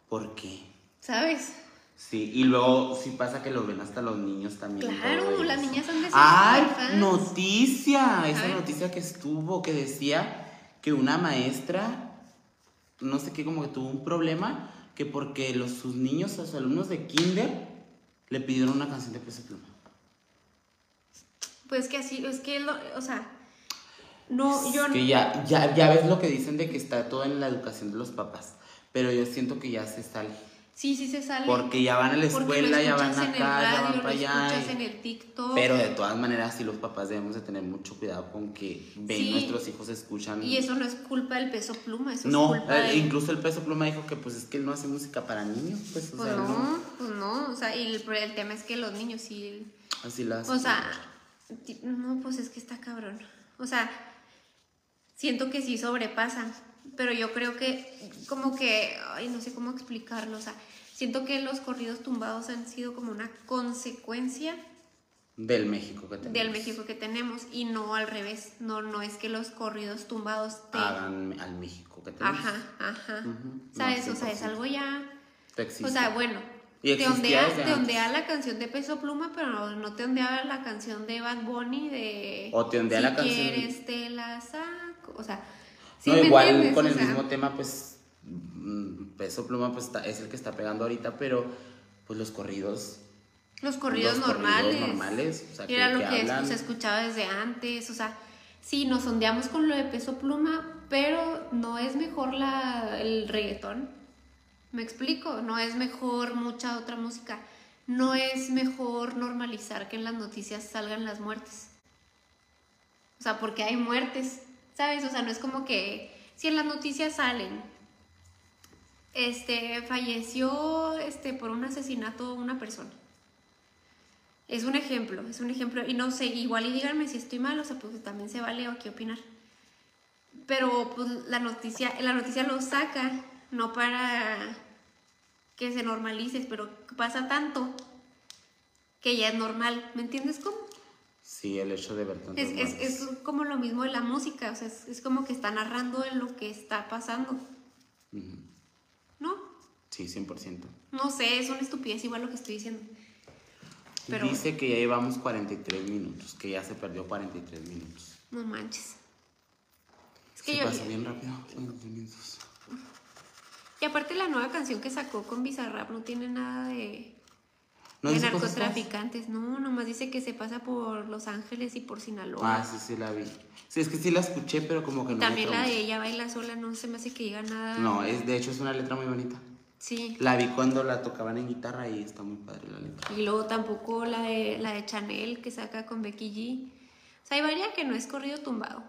C: ¿Por qué?
B: ¿sabes?
C: Sí, y luego sí pasa que lo ven hasta los niños también.
B: Claro,
C: todo
B: las
C: eso.
B: niñas han de ser
C: ¡Ay!
B: superfans.
C: Noticia. Esa
B: Ay.
C: noticia que estuvo, que decía que una maestra, no sé qué, como que tuvo un problema, que porque los, sus niños, sus alumnos de kinder, le pidieron una canción de peso pluma.
B: Pues que así, es que, lo- o sea, no, yo
C: Que ya, ya, ya ves lo que dicen de que está todo en la educación de los papás. Pero yo siento que ya se sale.
B: sí, sí se sale.
C: Porque ya van a la
B: Porque lo
C: escuela, ya van
B: escuchas en
C: acá,
B: el
C: ya van
B: radio,
C: para
B: lo
C: allá.
B: escuchas
C: y-
B: en el TikTok.
C: Pero de todas maneras, sí, los papás debemos de tener mucho cuidado con que ven
B: Sí.
C: nuestros hijos escuchan.
B: Y eso no es culpa del peso pluma, eso
C: no,
B: es culpa
C: eh,
B: de...
C: incluso el peso pluma dijo que pues es que él no hace música para niños, pues o
B: Pues
C: sea,
B: no,
C: no,
B: pues no, o sea, y el, pero el tema es que los niños sí,
C: así las.
B: o sea, ti- no, pues es que está cabrón, o sea, siento que sí sobrepasan, pero yo creo que como que, ay, no sé cómo explicarlo, o sea, siento que los corridos tumbados han sido como una consecuencia
C: del México que tenemos.
B: del México que tenemos y no al revés, no, no es que los corridos tumbados te...
C: Hagan al México que tenemos.
B: Ajá, ajá.
C: Ujú, no,
B: ¿Sabes? o sea,
C: 100%.
B: es algo ya...
C: Esto existe.
B: O sea, bueno,
C: Y
B: te
C: existía
B: ondea,
C: desde
B: te
C: antes.
B: ondea la canción de Peso Pluma, pero no, no te ondea la canción de Bad Bunny de...
C: O te ondea
B: "Si
C: la canción-
B: quieres te la saco, o sea... ¿sí
C: No,
B: me
C: igual
B: entiendes?
C: con
B: O
C: el
B: sea,
C: mismo tema, pues mm, peso pluma pues está- es el que está pegando ahorita, pero pues los corridos
B: Los corridos
C: los corridos
B: normales.
C: normales, o sea, que-
B: era lo
C: que
B: que, es-
C: hablan.
B: se escuchaba desde antes, o sea, sí, nos ondeamos con lo de Peso Pluma, pero no es mejor la, el reggaetón. Me explico, no es mejor mucha otra música. No es mejor normalizar que en las noticias salgan las muertes. O sea, porque hay muertes, ¿sabes? O sea, no es como que si en las noticias salen, este, falleció este, por un asesinato una persona. Es un ejemplo, es un ejemplo. Y no sé, igual y díganme si estoy mal, o sea, pues también se vale o qué opinar. Pero pues la noticia, la noticia lo saca, no para que se normalice, pero pasa tanto que ya es normal. ¿Me entiendes cómo?
C: sí el hecho de ver tantos
B: Es, es,
C: muertos.
B: es como lo mismo de la música, o sea, es, es como que está narrando en lo que está pasando. ¿No?
C: Sí, 100%.
B: No sé, es una estupidez igual lo que estoy diciendo. Pero
C: Dice que ya llevamos 43 minutos, que ya se perdió 43 minutos.
B: no manches. Es que
C: Se
B: yo.
C: pasó bien rápido. 43 minutos.
B: Y aparte, la nueva canción que sacó con Bizarrap no tiene nada de,
C: ¿No
B: de
C: dice cosas feas?
B: narcotraficantes. No, nomás dice que se pasa por Los Ángeles y por Sinaloa.
C: Ah, sí, sí la vi. Sí, es que sí la escuché, pero como que no me
B: También la
C: traumó.
B: de ella baila sola, no se me hace que diga nada.
C: No, es, de hecho es una letra muy bonita.
B: Sí.
C: La vi cuando la tocaban en guitarra y está muy padre la letra.
B: Y luego tampoco la de, la de Chanel que saca con Becky G. O sea, hay varias que no es corrido tumbado.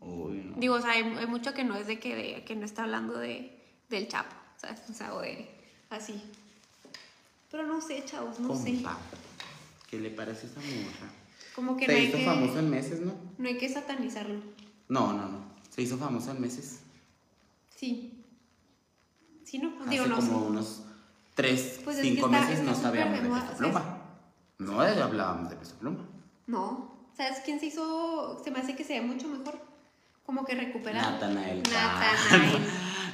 C: Uy, no.
B: Digo, o sea, hay, hay mucho que no es de que, de- que no está hablando de, del chapo, ¿sabes? O sea, o de así. Pero no sé, chavos, no sé.
C: Compa, ¿Qué le parece esa morra?
B: Como que no,
C: Se
B: hay
C: hizo
B: que
C: famoso en meses, ¿no?
B: no hay que satanizarlo.
C: No, no, no. Se hizo famoso en meses.
B: Sí. Sí, no,
C: Hace
B: digo, no.
C: como unos 3,
B: Pues es que
C: 5
B: está-
C: meses
B: Pues está
C: no
B: súper de
C: sabíamos de
B: moda,
C: Peso
B: o sea,
C: Pluma. No, eh, hablábamos de peso pluma.
B: No. ¿Sabes quién se hizo? Se me hace que se ve mucho mejor. Como que recuperado.
C: Natanael.
B: Natanael.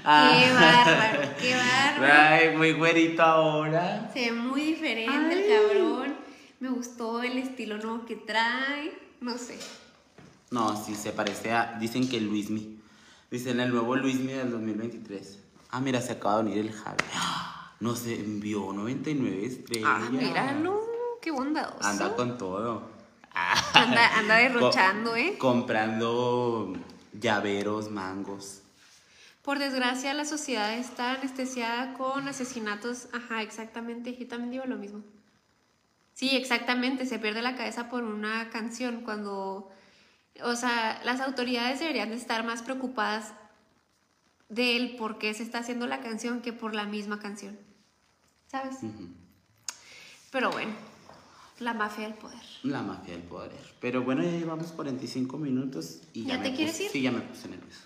C: Ah.
B: Qué bárbaro, qué bárbaro.
C: Ay, muy güerito ahora.
B: Se ve muy diferente el cabrón. Me gustó el estilo nuevo que trae. No sé.
C: No, sí, se parece a. Dicen que Luismi. Dicen el nuevo Luismi del 2023. Ah, mira, se acaba de unir el Javi. ¡Ah! Nos envió 99 estrellas.
B: Ah, míralo. Qué bondadoso.
C: Anda con todo.
B: Anda, anda derrochando,
C: Co-
B: ¿eh?
C: Comprando llaveros, mangos.
B: Por desgracia, la sociedad está anestesiada con asesinatos. Ajá, exactamente. Yo también digo lo mismo. Sí, exactamente. Se pierde la cabeza por una canción cuando... O sea, las autoridades deberían de estar más preocupadas del por qué se está haciendo la canción que por la misma canción. ¿Sabes? Pero bueno, la mafia del poder.
C: La mafia del poder. Pero bueno, ya llevamos 45 minutos y ya,
B: ¿Ya te
C: me
B: quieres
C: puse-
B: ir?
C: Sí, ya me puse nervioso.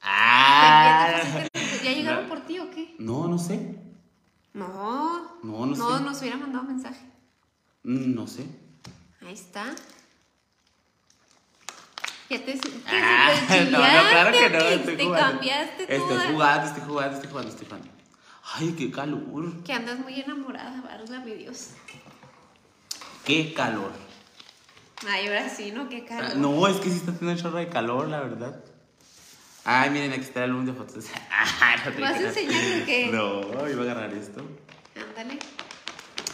C: Ah.
B: ¿Ya, ¿Ya llegaron por ti o qué?
C: No, no sé.
B: No.
C: No, no sé.
B: nos hubiera mandado mensaje.
C: Mm, No sé.
B: Ahí está. Ya te, te
C: Ah,
B: superchillaste,
C: no, no, claro que no.
B: te-
C: Estoy
B: te
C: jugando.
B: cambiaste
C: Estoy
B: toda.
C: jugando, estoy jugando, estoy jugando, estoy jugando. Ay, qué calor.
B: Que andas muy enamorada, válgame mi Dios.
C: Qué calor.
B: Ay, ahora sí, ¿no? Qué caro.
C: Ah, No, es que sí está haciendo un chorro de calor, la verdad. Ay, miren, aquí está el álbum de fotos. Ah, no te
B: ¿Vas a
C: creas.
B: enseñar o qué?
C: No, iba a agarrar esto
B: Ándale.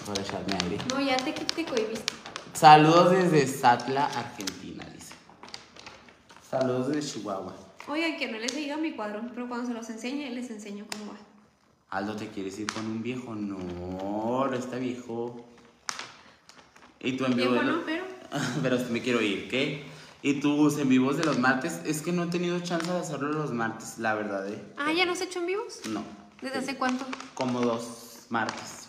C: para echarme aire.
B: No, ya te, te cohibiste.
C: Saludos desde Satla, Argentina, dice. Saludos desde Chihuahua.
B: Oigan, que no les he ido a mi cuadro, pero cuando se los enseñe, les enseño cómo va.
C: Aldo, ¿te quieres ir con un viejo? No, no está viejo. Y tú en vivo.
B: Viejo,
C: de lo-
B: no, pero.
C: Pero sí me quiero ir, ¿qué? Y tus en vivos de los martes. Es que no he tenido chance de hacerlo los martes, la verdad, ¿eh?
B: Ah, ¿ya nos hecho en vivos?
C: No.
B: ¿Desde hace cuánto?
C: Como dos martes.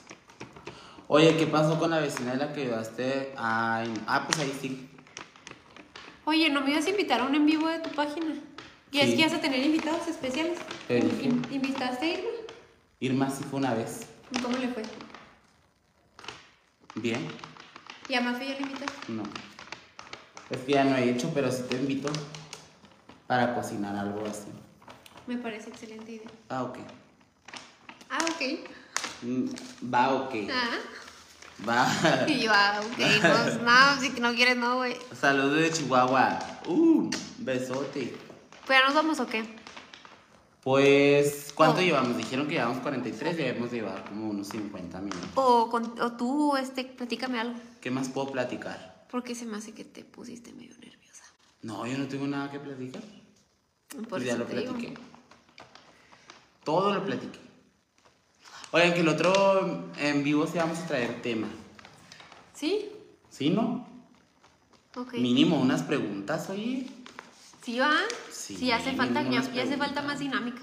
C: Oye, ¿qué pasó con la vecina de la que ayudaste? Ay, ah, pues ahí sí.
B: Oye, ¿no me ibas a invitar a un en vivo de tu página? Y es
C: Sí.
B: que ibas a tener invitados especiales.
C: Te dije.
B: In- ¿Invitaste a Irma?
C: Irma sí fue una vez.
B: ¿Y ¿Cómo le fue?
C: Bien.
B: ¿Y a Mafe ya le invité?
C: No. Es que ya no he hecho, pero sí te invito para cocinar algo así.
B: Me parece excelente idea.
C: Ah, ok.
B: Ah, ok.
C: Mm, Va, ok.
B: Ah.
C: Va.
B: Y yo, ah, ok. Pues no, si no quieres, no, güey.
C: Saludos de Chihuahua. Uh, besote.
B: ¿Pero ya nos vamos o qué?
C: Pues, ¿cuánto
B: Oh.
C: llevamos? Dijeron que llevamos 43, debemos llevar como unos 50 minutos.
B: O, con- o tú, este, platícame algo.
C: ¿Qué más puedo platicar?
B: Porque se me hace que te pusiste medio nerviosa.
C: No, yo no tengo nada que platicar.
B: Por
C: ya
B: eso
C: lo
B: te digo.
C: platiqué. Todo lo platiqué. Oigan, que el otro en vivo sí vamos a traer tema.
B: ¿Sí?
C: ¿Sí, no?
B: Ok.
C: Mínimo unas preguntas, oye.
B: ¿Sí va?
C: Sí,
B: Sí, hace falta,
C: mínimo
B: ya,
C: unas
B: ya hace falta
C: preguntas.
B: más dinámica.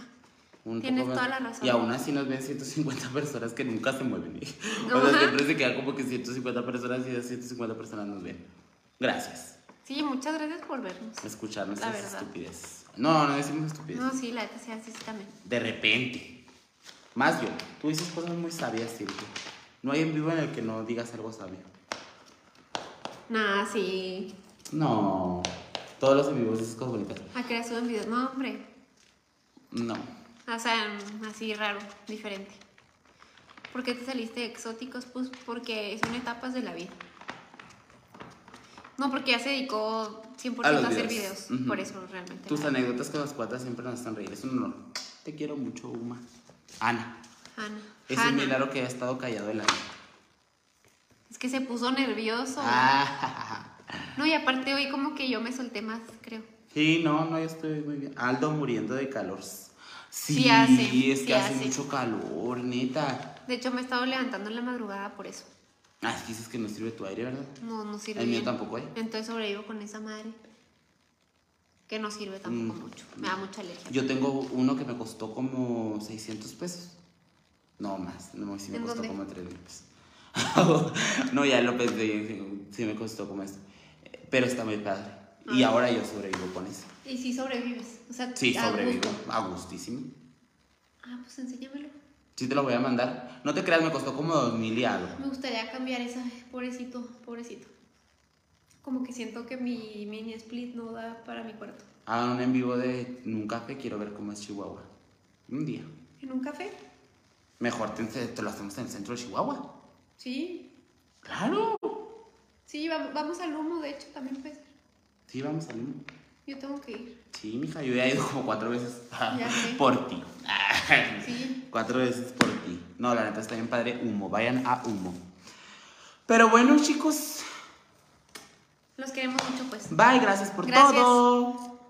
C: Un
B: Tienes
C: poco más.
B: toda la razón.
C: Y aún así nos ven 150 personas que nunca se mueven. ¿eh? O sea,
B: Ajá.
C: siempre se queda como que 150 personas y 150 personas nos ven. Gracias
B: Sí, muchas gracias por vernos.
C: por escuchar
B: La
C: nuestras
B: verdad.
C: estupideces. No, no decimos estupideces.
B: No, sí, la neta, sí, así sí también.
C: De repente. Más yo. Tú dices cosas muy sabias siempre. No hay en vivo en el que no digas algo sabio.
B: Nah, sí.
C: No. Todos los en vivos dices cosas bonitas.
B: ¿A qué hora suben videos? No, hombre.
C: No.
B: O sea, mm, así raro, diferente. ¿Por qué te saliste de exóticos? Pues porque son etapas de la vida. No, porque ya se dedicó 100% a,
C: A los
B: hacer
C: videos.
B: videos.
C: Ujú.
B: Por eso realmente. Ah,
C: Tus
B: nada.
C: anécdotas con las cuatas siempre nos hacen reír. Es un honor. Te quiero mucho, Uma. Ana.
B: Hanna.
C: Es
B: Hanna.
C: un milagro que haya estado callado el año.
B: Es que se puso nervioso.
C: Ah,
B: No, y aparte hoy como que yo me solté más, creo.
C: sí, no, no, yo estoy muy bien. Aldo muriendo de calor. Sí,
B: Sí hace,
C: es que
B: sí
C: hace,
B: hace.
C: mucho calor, neta.
B: De hecho, me he estado levantando en la madrugada por eso.
C: Ah, es que dices que no sirve tu aire, ¿verdad?
B: No, no sirve.
C: El mío
B: bien.
C: tampoco, ¿eh?
B: Entonces sobrevivo con esa madre. Que no sirve tampoco
C: Mm.
B: mucho. Me da mucha alergia.
C: Yo tengo uno que me costó como 600 pesos. No más, no si me
B: ¿En
C: costó
B: dónde?
C: como 3 mil pesos. no, ya lo pensé, sí, sí me costó como esto. Pero está muy padre.
B: Ah.
C: Y ahora yo sobrevivo con eso.
B: Y sí sobrevives. O sea,
C: Sí,
B: a
C: sobrevivo.
B: gusto.
C: A gustísimo.
B: Ah, pues enséñamelo.
A: Sí te lo voy a mandar. No te creas, me costó como dos mil y algo.
B: Me gustaría cambiar esa, pobrecito, pobrecito. Como que siento que mi mini split no da para mi cuarto.
A: Hagan un en vivo de un café, quiero ver cómo es Chihuahua. Un día.
B: ¿En un café?
A: Mejor te, te lo hacemos en el centro de Chihuahua.
B: Sí.
A: Claro.
B: Sí, va- vamos al humo, de hecho, también puede ser.
A: Sí, vamos al mismo.
B: Yo tengo que ir.
A: Sí, mija, yo ya he ido como cuatro veces
C: Ah,
B: Ya sé.
A: por ti.
B: Sí.
A: Cuatro veces por ti. No, la neta está bien padre. Humo, vayan a humo. Pero bueno, chicos,
B: Los queremos mucho, pues.
A: bye, gracias por
B: Gracias.
A: todo.